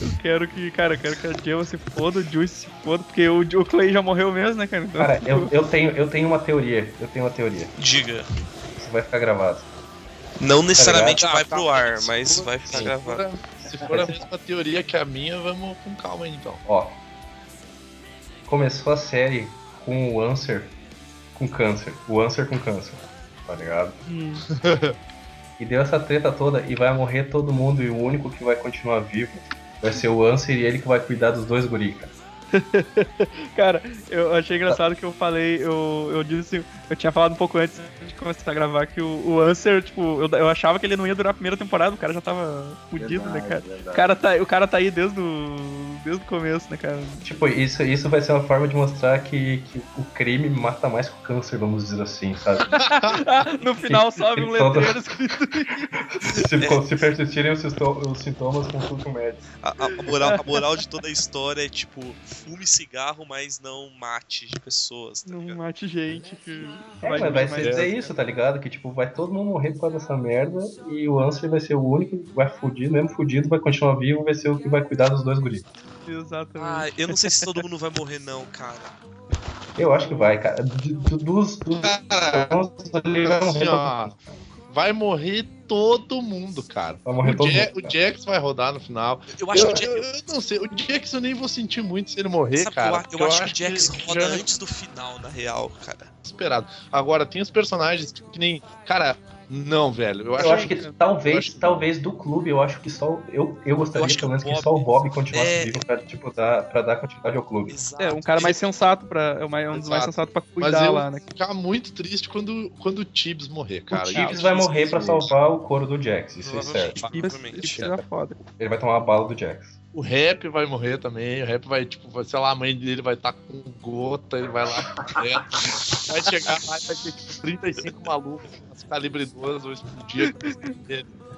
Speaker 3: Eu quero que, cara, eu quero que a Gemma se foda, o Juice se foda, porque o, o Clay já morreu mesmo, né, cara? Então,
Speaker 4: Cara,
Speaker 3: *laughs*
Speaker 4: eu, eu, tenho, eu tenho uma teoria. Eu tenho uma teoria.
Speaker 2: Diga.
Speaker 4: Isso vai ficar gravado.
Speaker 2: Não necessariamente
Speaker 6: Tá
Speaker 2: vai
Speaker 6: ligado?
Speaker 2: pro
Speaker 6: Tá, tá.
Speaker 2: ar, mas vai ficar
Speaker 6: Se
Speaker 2: gravado.
Speaker 6: for- Se for a mesma teoria que a minha, vamos com calma aí, então.
Speaker 4: Ó. Começou a série com o Answer com câncer. O Answer com câncer. Tá ligado?
Speaker 3: Hum.
Speaker 4: E deu essa treta toda e vai morrer todo mundo e o único que vai continuar vivo vai ser o Answer e ele que vai cuidar dos dois guri, cara.
Speaker 3: Cara, eu achei
Speaker 4: Tá.
Speaker 3: engraçado que eu falei, eu, eu disse assim, eu tinha falado um pouco antes de começar a gravar que o, o Answer, tipo, eu, eu achava que ele não ia durar a primeira temporada, o cara já tava fudido,
Speaker 1: Ah,
Speaker 3: né, cara? O cara tá, o cara tá aí desde o, desde o começo, né, cara?
Speaker 4: Tipo, isso, isso vai ser uma forma de mostrar que, que o crime mata mais que o câncer, vamos dizer assim, sabe?
Speaker 3: Ah, no final sobe um
Speaker 4: Então tá.
Speaker 3: letreiro escrito.
Speaker 4: se, co- se persistirem os, sinto- os sintomas, consulte um médico.
Speaker 2: A, a- a moral, a moral de toda a história é, tipo, fume cigarro, mas não mate de pessoas, tá
Speaker 3: Não
Speaker 2: ligado?
Speaker 3: mate gente que.
Speaker 4: É, mas vai
Speaker 3: mais
Speaker 4: ser dizer
Speaker 3: dessa.
Speaker 4: isso, tá ligado? Que tipo, vai todo mundo morrer por causa dessa merda e o Answer vai ser o único que vai fudido, mesmo fudido, vai continuar vivo, vai ser o que vai cuidar dos dois guris.
Speaker 2: Ah,
Speaker 3: Exatamente.
Speaker 2: eu não sei se todo mundo vai morrer, não, cara.
Speaker 4: Eu acho que vai, cara. De- do- Dos. dos...
Speaker 6: Cara,
Speaker 4: Ele vai morrer
Speaker 6: assim, ó,
Speaker 4: todo-
Speaker 6: vai morrer todo mundo, cara.
Speaker 4: Vai morrer
Speaker 6: O,
Speaker 4: todo
Speaker 6: Ja-
Speaker 4: mundo.
Speaker 6: o Jax vai rodar no final.
Speaker 2: Eu acho
Speaker 6: Eu,
Speaker 2: que o Jack,
Speaker 6: eu- eu não sei, o Jax eu nem vou sentir muito se ele morrer,
Speaker 2: sabe,
Speaker 6: cara.
Speaker 2: eu, a- eu
Speaker 6: porque
Speaker 2: acho que o Jax roda
Speaker 6: já é
Speaker 2: antes do final, na real, cara.
Speaker 3: É,
Speaker 6: esperado. Agora, tem os personagens que, que nem. Cara, não, velho. Eu acho,
Speaker 4: Eu acho que
Speaker 6: eu
Speaker 4: talvez,
Speaker 6: acho que-
Speaker 4: talvez do clube, eu acho que só. Eu, eu gostaria,
Speaker 2: Eu acho que
Speaker 4: pelo menos,
Speaker 2: o
Speaker 4: que
Speaker 2: Bob-
Speaker 4: só o Bob continuasse
Speaker 2: É.
Speaker 4: vivo pra, tipo, dar, pra dar continuidade ao clube.
Speaker 2: Exato.
Speaker 3: *laughs* É, um cara mais sensato pra. É uma- é um dos mais
Speaker 6: Exato.
Speaker 3: sensatos pra
Speaker 6: Mas
Speaker 3: cuidar
Speaker 6: eu
Speaker 3: lá, né?
Speaker 6: vou ficar muito triste quando, quando o Tibbs morrer, cara.
Speaker 4: o
Speaker 6: Ah,
Speaker 4: Chiefs vai morrer pra
Speaker 6: isso.
Speaker 4: salvar o couro do Jax, isso é
Speaker 2: Provavelmente,
Speaker 3: Isso,
Speaker 4: certo.
Speaker 2: provavelmente.
Speaker 3: isso era foda.
Speaker 4: Ele vai tomar a bala do Jax.
Speaker 6: O rap vai morrer também. O rap vai, tipo, vai- sei lá, a mãe dele vai estar com gota, ele vai lá. *laughs* vai chegar lá e vai ter tipo, 35 malucos, as calibre 12 vão explodir.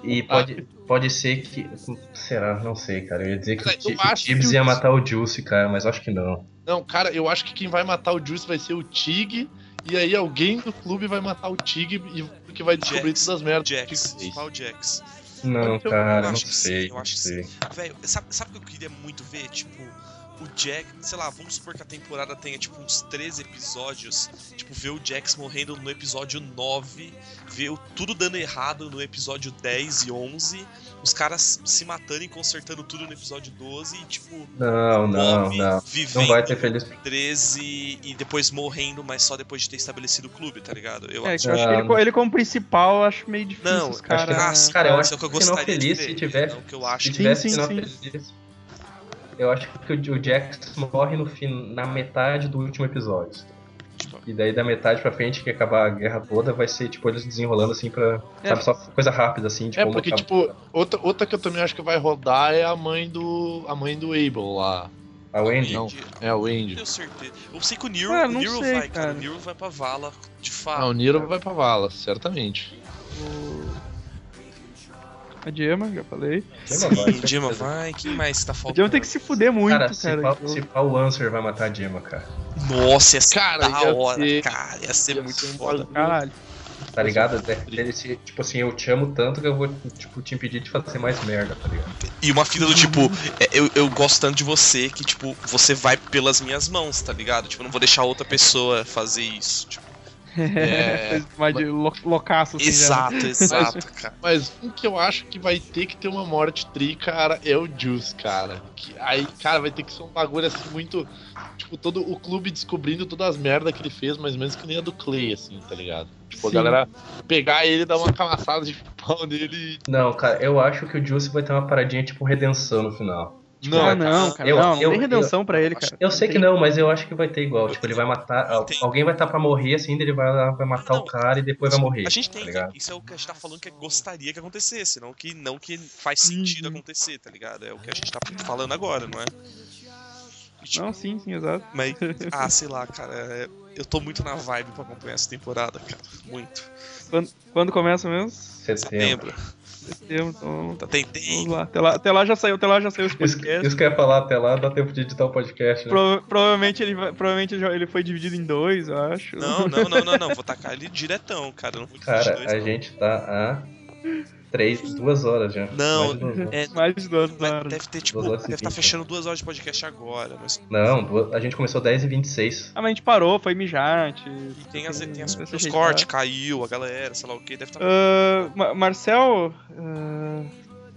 Speaker 4: E pode, pode ser que. Será? Não sei, cara. Eu ia dizer que
Speaker 6: Cara,
Speaker 4: o Ti-
Speaker 6: eu acho
Speaker 4: Tibbs
Speaker 6: que
Speaker 4: ia
Speaker 6: o-
Speaker 4: matar o Juice, cara, mas acho que não.
Speaker 6: Não, cara, eu acho que quem vai matar o Juice vai ser o Tig. E aí alguém do clube vai matar o Tig e porque vai descobrir
Speaker 2: Jax.
Speaker 6: todas as merdas. é
Speaker 2: O Jax,
Speaker 6: que fez.
Speaker 2: só o Jax.
Speaker 4: Não,
Speaker 6: Eu
Speaker 4: cara, não
Speaker 2: acho que
Speaker 4: sei.
Speaker 2: sim, eu
Speaker 4: não
Speaker 2: acho que
Speaker 4: sei.
Speaker 2: Velho, sabe, sabe o que eu queria muito ver? Tipo, o Jack, sei lá, vamos supor que a temporada tenha tipo uns 13 episódios. Tipo, ver o Jax morrendo no episódio 9, ver o- tudo dando errado no episódio 10 e 11, os caras se matando e consertando tudo no episódio 12 e tipo,
Speaker 4: Não, não,
Speaker 2: Bob
Speaker 4: não.
Speaker 2: vivendo
Speaker 4: Não vai ter feliz.
Speaker 2: 13 e depois morrendo, mas só depois de ter estabelecido o clube, tá ligado? Eu
Speaker 3: É,
Speaker 2: acho.
Speaker 3: que eu acho
Speaker 4: Ah.
Speaker 3: que ele, co- ele como principal, eu acho meio difícil.
Speaker 2: Não,
Speaker 3: os
Speaker 2: eu acho que-
Speaker 3: cara...
Speaker 2: ah, sim,
Speaker 4: Cara, eu
Speaker 2: mas
Speaker 4: acho
Speaker 2: é o que eu
Speaker 4: que final
Speaker 2: gostaria de
Speaker 4: feliz, se
Speaker 2: ver,
Speaker 4: tiver-
Speaker 2: é o que eu acho
Speaker 4: Se
Speaker 2: que-
Speaker 4: tivesse
Speaker 3: sim,
Speaker 4: final
Speaker 3: sim.
Speaker 4: feliz. Eu acho que o o Jax morre no fin... na metade do último episódio.
Speaker 2: Tipo,
Speaker 4: E daí da metade pra frente, que acabar a guerra toda, vai ser tipo eles desenrolando assim pra.
Speaker 3: É.
Speaker 4: Sabe, só coisa rápida assim, tipo.
Speaker 6: é, porque,
Speaker 4: uma-
Speaker 6: tipo, outra, outra que eu também acho que vai rodar é a mãe do. a mãe do Abel lá.
Speaker 4: A Wendy.
Speaker 6: Não,
Speaker 2: Entendi.
Speaker 6: é o
Speaker 2: Eu
Speaker 6: Andy.
Speaker 2: tenho certeza. Eu sei que o Nero,
Speaker 3: Ah,
Speaker 2: o
Speaker 3: não
Speaker 2: Nero
Speaker 3: sei,
Speaker 2: vai, cara.
Speaker 3: cara.
Speaker 2: O Nero vai pra vala, de
Speaker 6: Ah,
Speaker 2: fato.
Speaker 6: o Niro vai pra vala, certamente.
Speaker 3: A Gemma, já falei.
Speaker 4: Gemma
Speaker 2: Sim,
Speaker 4: vai, certeza.
Speaker 2: Gemma vai. Quem mais que tá
Speaker 3: A
Speaker 2: faltando?
Speaker 3: Gemma tem que se fuder muito,
Speaker 4: Cara,
Speaker 3: cara.
Speaker 4: se, pau-
Speaker 3: Eu-
Speaker 4: se pau o Answer vai matar a Gemma, cara. Tá
Speaker 2: Nossa, ia ser
Speaker 6: Cara,
Speaker 2: da
Speaker 6: ia
Speaker 2: hora,
Speaker 6: ser-
Speaker 2: cara. Ia ser
Speaker 6: ia
Speaker 2: muito
Speaker 6: ser um
Speaker 2: foda.
Speaker 3: Caralho.
Speaker 4: Tá ligado? É, ele se- tipo assim, eu te amo tanto que eu vou tipo, te impedir de fazer mais merda, tá ligado?
Speaker 2: E uma fita do tipo, é, eu, eu gosto tanto de você que, tipo, você vai pelas minhas mãos, tá ligado? Tipo, eu não vou deixar outra pessoa fazer isso. Tipo, É.
Speaker 3: *laughs* Coisa mais de lo- loucaço, assim, já.
Speaker 2: exato, exato, cara.
Speaker 6: Mas um que eu acho que vai ter que ter uma morte tri, cara, é o Juice, cara. Que, aí, cara, vai ter que ser um bagulho assim muito. Tipo, todo o clube descobrindo todas as merdas que ele fez, mais ou menos que nem a do Clay, assim, tá ligado? Tipo,
Speaker 3: Sim.
Speaker 6: a galera pegar ele, dar uma camaçada de *laughs* pau nele e.
Speaker 4: Não, cara, eu acho que o Juice vai ter uma paradinha tipo redenção no final.
Speaker 3: Ah, não, cara.
Speaker 4: eu-
Speaker 3: não, não
Speaker 4: eu-
Speaker 3: tem redenção pra ele, cara.
Speaker 4: Eu sei que não, mas eu acho que vai ter igual. Tipo, ele vai matar. al-
Speaker 2: Tem.
Speaker 4: Alguém vai estar pra morrer assim, daí ele vai lá, vai matar
Speaker 2: Não.
Speaker 4: o cara e depois vai morrer.
Speaker 2: A gente tem
Speaker 4: tá
Speaker 2: que-
Speaker 4: ligado?
Speaker 2: Isso é o que a gente tá falando que gostaria que acontecesse, não que, não que faz sentido acontecer, tá ligado? É o que a gente tá falando agora, não é? E, tipo,
Speaker 3: Não, sim, sim, exato.
Speaker 2: Mas, ah, sei lá, cara. é- Eu tô muito na vibe pra acompanhar essa temporada, cara. Muito.
Speaker 3: Quando começa mesmo?
Speaker 4: Setembro.
Speaker 2: Setembro.
Speaker 3: Setembro, então.
Speaker 2: Tá, tem, tem.
Speaker 3: Vamos lá. Até lá, até lá já saiu, até lá já saiu os
Speaker 4: Isso,
Speaker 3: podcasts.
Speaker 4: isso que eu ia falar até lá, dá tempo de editar o podcast. Né?
Speaker 3: Prova- provavelmente ele, vai- provavelmente já- ele foi dividido em dois, eu acho.
Speaker 2: Não, não, não, não, não. Vou tacar ele diretão, cara. Eu não vou
Speaker 4: Cara,
Speaker 2: dividir
Speaker 4: a
Speaker 2: dois,
Speaker 4: gente tá a três, duas horas já.
Speaker 2: Não.
Speaker 4: Mais de duas horas.
Speaker 2: não. É,
Speaker 3: Mais de duas
Speaker 2: mas
Speaker 3: horas.
Speaker 2: deve ter, tipo,
Speaker 4: Duas horas e
Speaker 2: deve estar
Speaker 4: vinte,
Speaker 2: fechando duas horas de podcast agora, mas
Speaker 4: Não, duas- a gente começou 10 e 26
Speaker 3: Ah, mas a gente parou, foi mijar, a gente...
Speaker 2: e tem, as, tem as,
Speaker 3: Vai se
Speaker 2: os
Speaker 3: ajeitar.
Speaker 2: cortes, caiu, a galera, sei lá o que, deve tá estar.
Speaker 3: Ah, Ma- Marcel, ah,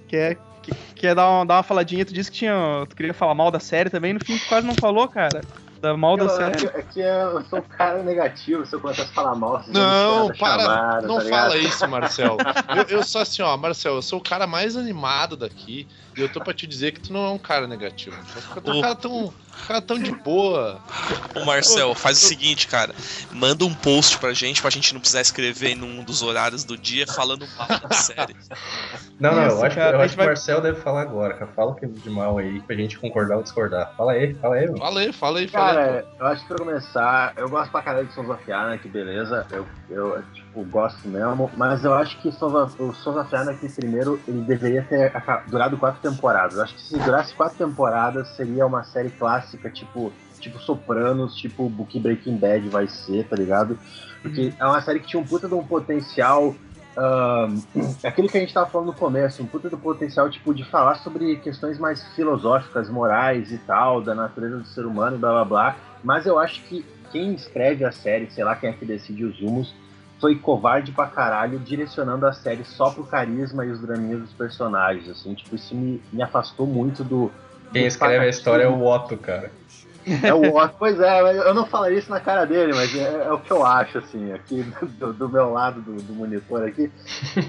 Speaker 3: quer, que- quer dar, uma, dar uma faladinha? Tu disse que tinha, tu queria falar mal da série também, no fim tu quase não falou, cara. Da mal da
Speaker 1: *laughs* Eu,
Speaker 3: série.
Speaker 1: aqui, aqui eu sou um cara negativo, se eu começasse a falar mal, vocês
Speaker 6: Não,
Speaker 1: vão me tirar da
Speaker 6: para!
Speaker 1: chamada,
Speaker 6: não
Speaker 1: tá ligado?
Speaker 6: fala
Speaker 1: *laughs*
Speaker 6: isso, Marcel. Eu, eu sou assim, ó, Marcel, eu sou o cara mais animado daqui e eu tô pra te dizer que tu não é um cara negativo. Tu é um
Speaker 2: Oh.
Speaker 6: cara tão, cara tão de boa.
Speaker 2: Ô Marcel, faz o seguinte, cara. Manda um post pra gente, pra gente não precisar escrever em um dos horários do dia falando mal da série.
Speaker 4: Não, não,
Speaker 3: Isso,
Speaker 4: eu
Speaker 3: cara,
Speaker 4: acho, que,
Speaker 3: a
Speaker 4: eu
Speaker 3: gente
Speaker 4: acho que
Speaker 3: vai-
Speaker 4: o Marcel deve falar agora, cara. Fala o que é de mal aí, pra gente concordar ou discordar. Fala aí, fala aí, mano.
Speaker 6: Fala aí, fala aí, fala aí.
Speaker 1: Cara, eu acho que pra começar, eu gosto pra caralho de Sons of Anarchy, né, beleza? Eu, eu, tipo, gosto mesmo, mas eu acho que Sons of- o Sons of Anarchy primeiro, ele deveria ter aca- durado quatro temporadas. Eu acho que se durasse quatro temporadas, seria uma série clássica, tipo, tipo Sopranos, tipo Book Breaking Bad vai ser, tá ligado? Porque é uma série que tinha um puta de um potencial ah, Ahn, É aquilo que a gente estava falando no começo, um puta do potencial tipo, de falar sobre questões mais filosóficas, morais e tal, da natureza do ser humano, blá blá blá. Mas eu acho que quem escreve a série, sei lá quem é que decide os rumos, foi covarde pra caralho, direcionando a série só pro carisma e os draminhos dos personagens, assim, tipo, isso me, me afastou muito do.
Speaker 4: Quem
Speaker 1: do
Speaker 4: escreve a história é
Speaker 1: fanatismo.
Speaker 4: o Otto, cara.
Speaker 1: É o Otto, *laughs* pois é, mas eu não falaria isso na cara dele, mas é, é o que eu acho, assim, aqui do, do meu lado do, do monitor aqui.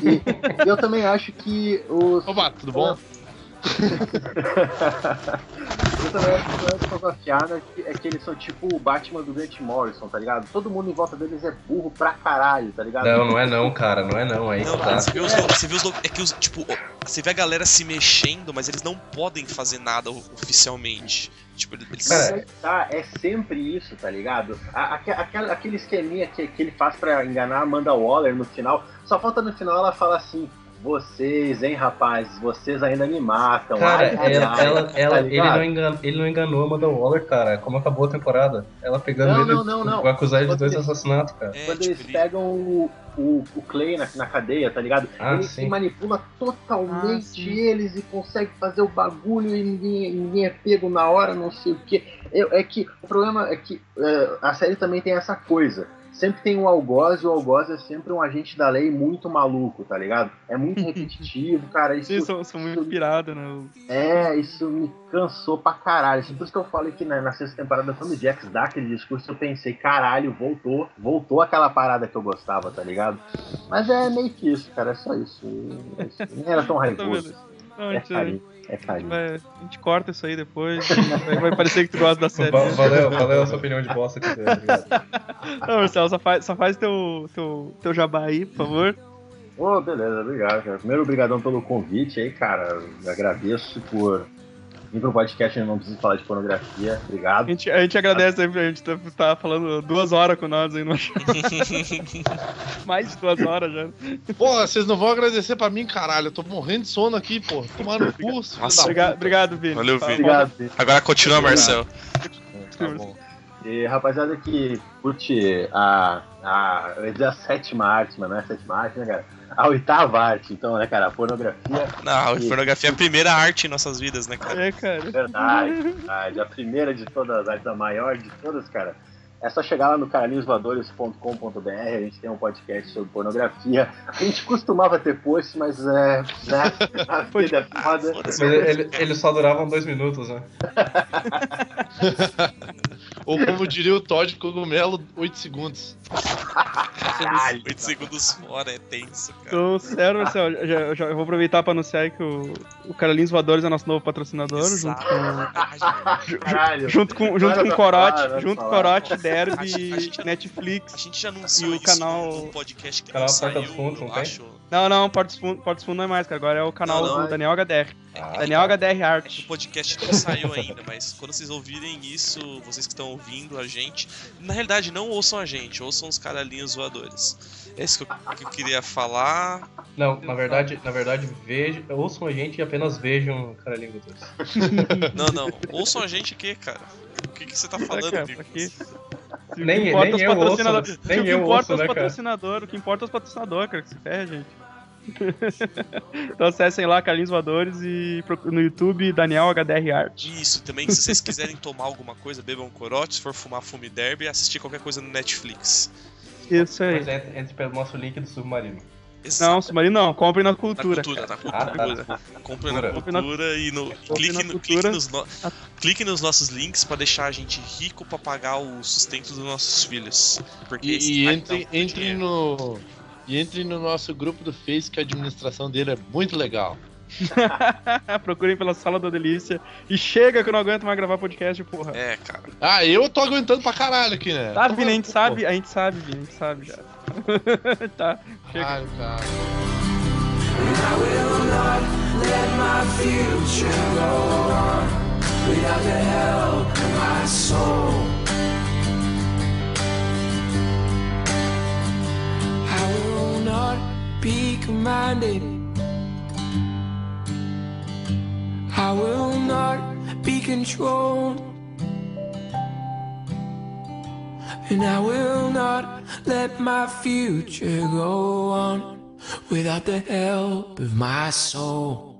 Speaker 1: E eu também acho que os.
Speaker 6: Opa, tudo bom?
Speaker 1: eu também acho que o Anderson Gostiana é que eles são tipo o Batman do Grant Morrison, tá ligado? Todo mundo em volta deles é burro pra caralho, tá ligado?
Speaker 4: Não, não é não, cara. Não é não. Aí
Speaker 2: Não,
Speaker 4: que tá.
Speaker 2: você vê os. Você vê os é que os. Tipo, ó, você vê a galera se mexendo, mas eles não podem fazer nada o- oficialmente. Tipo, eles.
Speaker 1: Mas
Speaker 4: Cara,
Speaker 1: aí que tá, é sempre isso, tá ligado? A- aque- aquela- aquele esqueminha que, que ele faz pra enganar a Amanda Waller no final, só falta no final ela fala assim: vocês, hein, rapazes, vocês ainda me matam.
Speaker 4: Cara,
Speaker 1: ai, ai,
Speaker 4: ela,
Speaker 1: ai",
Speaker 4: ela,
Speaker 1: Então, tá
Speaker 4: ela- ele,
Speaker 1: ligado?
Speaker 4: não enganou, ele não enganou a Amanda Waller, cara. Como acabou a temporada? Ela pegando
Speaker 1: Não,
Speaker 4: ele
Speaker 1: não, não, não.
Speaker 4: vai acusar ele de dois
Speaker 1: Você-
Speaker 4: assassinatos, cara.
Speaker 2: é,
Speaker 1: Quando
Speaker 2: tipo,
Speaker 1: eles
Speaker 2: ele-
Speaker 1: pegam o, o, o Clay na, na cadeia, tá ligado?
Speaker 4: Ah,
Speaker 1: ele
Speaker 4: sim.
Speaker 1: se manipula
Speaker 3: Ah,
Speaker 1: totalmente
Speaker 3: sim.
Speaker 1: eles e consegue fazer o bagulho e ninguém, ninguém é pego na hora, não sei o quê. Eu- é que o problema é que é, a série também tem essa coisa. Sempre tem um algoz, e o algoz é sempre um agente da lei muito maluco, tá ligado? É
Speaker 3: *laughs*
Speaker 1: muito repetitivo, cara. é Isso
Speaker 3: Sim, são, são muito pirados, né?
Speaker 1: é, isso me cansou pra caralho. Assim, por isso que eu falei que na, na sexta temporada, quando o Jax dá aquele discurso, eu pensei, caralho, voltou, voltou aquela parada que eu gostava, tá ligado? Mas é meio que isso, cara, é só isso. É isso. Nem era
Speaker 3: *laughs*
Speaker 1: tão raivoso.
Speaker 3: Não, a
Speaker 1: É
Speaker 3: gente,
Speaker 1: carinho, é
Speaker 3: a gente
Speaker 1: carinho.
Speaker 3: vai- a gente corta isso aí depois, *laughs* vai, vai parecer que tu gosta da série.
Speaker 4: Va- Valeu, valeu a sua opinião de bosta. que você deu, obrigado.
Speaker 3: Não, Marcelo, só faz, só faz teu, teu, teu jabá aí, por favor.
Speaker 1: Ô, beleza, obrigado, cara. Primeiro, obrigadão pelo convite aí, cara. Eu agradeço por vir pro podcast, eu não preciso falar de pornografia.
Speaker 3: A
Speaker 1: Obrigado.
Speaker 3: gente, a gente agradece aí, a gente tá, tá falando duas horas com nós aí, não *laughs*
Speaker 2: *laughs*
Speaker 3: Mais de duas horas já.
Speaker 6: Porra, vocês não vão agradecer pra mim, caralho. Eu tô morrendo de sono aqui, porra. Tomaram no pulso.
Speaker 2: Nossa,
Speaker 3: Obrigado, obrigado Vini. Tá
Speaker 2: Valeu, Vini.
Speaker 1: Obrigado.
Speaker 2: Agora continua, Marcel.
Speaker 6: Tá bom.
Speaker 1: E rapaziada que curte a, a, eu ia dizer a sétima arte, mas não é a sétima arte, né, cara? A oitava arte, então, né, cara? A pornografia,
Speaker 2: Não, a pornografia é a primeira arte em nossas vidas, né, cara?
Speaker 3: É, cara. *laughs*
Speaker 1: verdade, verdade. A primeira de todas as artes, a maior de todas, cara. É só chegar lá no caralhinhosvoadores.com.br, a gente tem um podcast sobre pornografia. A gente costumava ter post, mas é. Né, a vida é foda.
Speaker 4: Mas ele- eles só duravam dois minutos, né?
Speaker 6: Ou como diria o Todd Cogumelo, 8 segundos.
Speaker 1: Caralho.
Speaker 2: 8 segundos fora, é tenso, cara.
Speaker 3: Então, sério, Marcel, já- já, já vou aproveitar pra anunciar aí que o, o Carlinhos Voadores é nosso novo patrocinador, junto
Speaker 2: Exato.
Speaker 3: com,
Speaker 2: Ah, A gente-
Speaker 1: Caralho.
Speaker 3: junto com, junto com
Speaker 1: Para, para, para
Speaker 3: Corote, junto com
Speaker 1: falar. *laughs*
Speaker 3: Corote,
Speaker 2: A gente- a
Speaker 3: Derby,
Speaker 2: gente- a
Speaker 3: Netflix.
Speaker 2: gente já anunciou
Speaker 3: E o
Speaker 2: isso
Speaker 3: canal-
Speaker 2: num podcast que
Speaker 4: Canal
Speaker 2: não
Speaker 4: Porta
Speaker 2: saiu,
Speaker 4: dos Fundos,
Speaker 2: eu
Speaker 4: não tem?
Speaker 2: acho.
Speaker 3: Não, não, Portos Fundos Portos Fundos não é mais, cara. Agora é o canal
Speaker 2: Não,
Speaker 1: não,
Speaker 3: do
Speaker 1: é.
Speaker 3: Daniel HDR.
Speaker 2: Ah,
Speaker 3: Daniel HDR
Speaker 2: É que
Speaker 3: Art.
Speaker 2: o podcast não saiu ainda, mas quando vocês ouvirem isso, vocês que estão ouvindo a gente, na realidade não ouçam a gente, ouçam os caralhinhos voadores. É isso que eu, que eu queria falar.
Speaker 4: Não, na verdade, na verdade, vejam, ouçam a gente e apenas um vejam Caralhinho do Deus.
Speaker 2: Não, não, ouçam a gente aqui, cara. O que, que você tá falando,
Speaker 3: cara,
Speaker 2: Nicolas?
Speaker 1: *laughs*
Speaker 3: aqui. Se o
Speaker 4: Nem-
Speaker 3: que importa
Speaker 4: nem
Speaker 3: é
Speaker 4: eu
Speaker 3: os
Speaker 4: ouço,
Speaker 3: patrocinadores.
Speaker 4: né?
Speaker 3: Se
Speaker 4: Nem
Speaker 3: O que
Speaker 4: eu
Speaker 3: importa
Speaker 4: ouço,
Speaker 3: é os
Speaker 4: né, cara?
Speaker 3: patrocinadores. O que importa é os patrocinadores, cara, que se ferra, gente. *laughs* Então acessem lá Carlinhos Voadores e procu- no YouTube Daniel HDR Art.
Speaker 2: Isso, também, se vocês quiserem tomar alguma coisa, bebam corote, se for fumar, fume derby e assistir qualquer coisa no Netflix.
Speaker 3: Isso aí.
Speaker 4: Pois é, entre pelo nosso link do Submarino.
Speaker 2: Exato.
Speaker 3: Não, submarino não, comprem na
Speaker 2: Na
Speaker 3: cultura.
Speaker 2: cultura, na
Speaker 4: Ah, tá.
Speaker 2: cultura. Compre na
Speaker 4: Cultura.
Speaker 2: cultura e no, e
Speaker 3: Compre
Speaker 2: clique,
Speaker 3: na
Speaker 2: no-
Speaker 3: cultura.
Speaker 2: clique
Speaker 3: Ah, tá.
Speaker 2: nos no- clique nos nossos links pra deixar a gente rico pra pagar o sustento dos nossos filhos. Porque esse
Speaker 6: E, e
Speaker 2: vai
Speaker 6: entrem
Speaker 2: dar muito
Speaker 6: entre
Speaker 2: dinheiro.
Speaker 6: no. E entre no nosso grupo do Face, que a administração dele é muito legal.
Speaker 3: *laughs* Procurem pela sala da delícia. E chega que eu não aguento mais gravar podcast, porra.
Speaker 2: É, cara.
Speaker 6: Ah, eu tô aguentando pra caralho aqui, né?
Speaker 3: Tá, Vini, a gente sabe, a gente sabe, Vini, a gente sabe já. *laughs* tá.
Speaker 6: Caralho, cara.
Speaker 9: I will not be commanded. I will not be controlled. And I will not let my future go on without the help of my soul.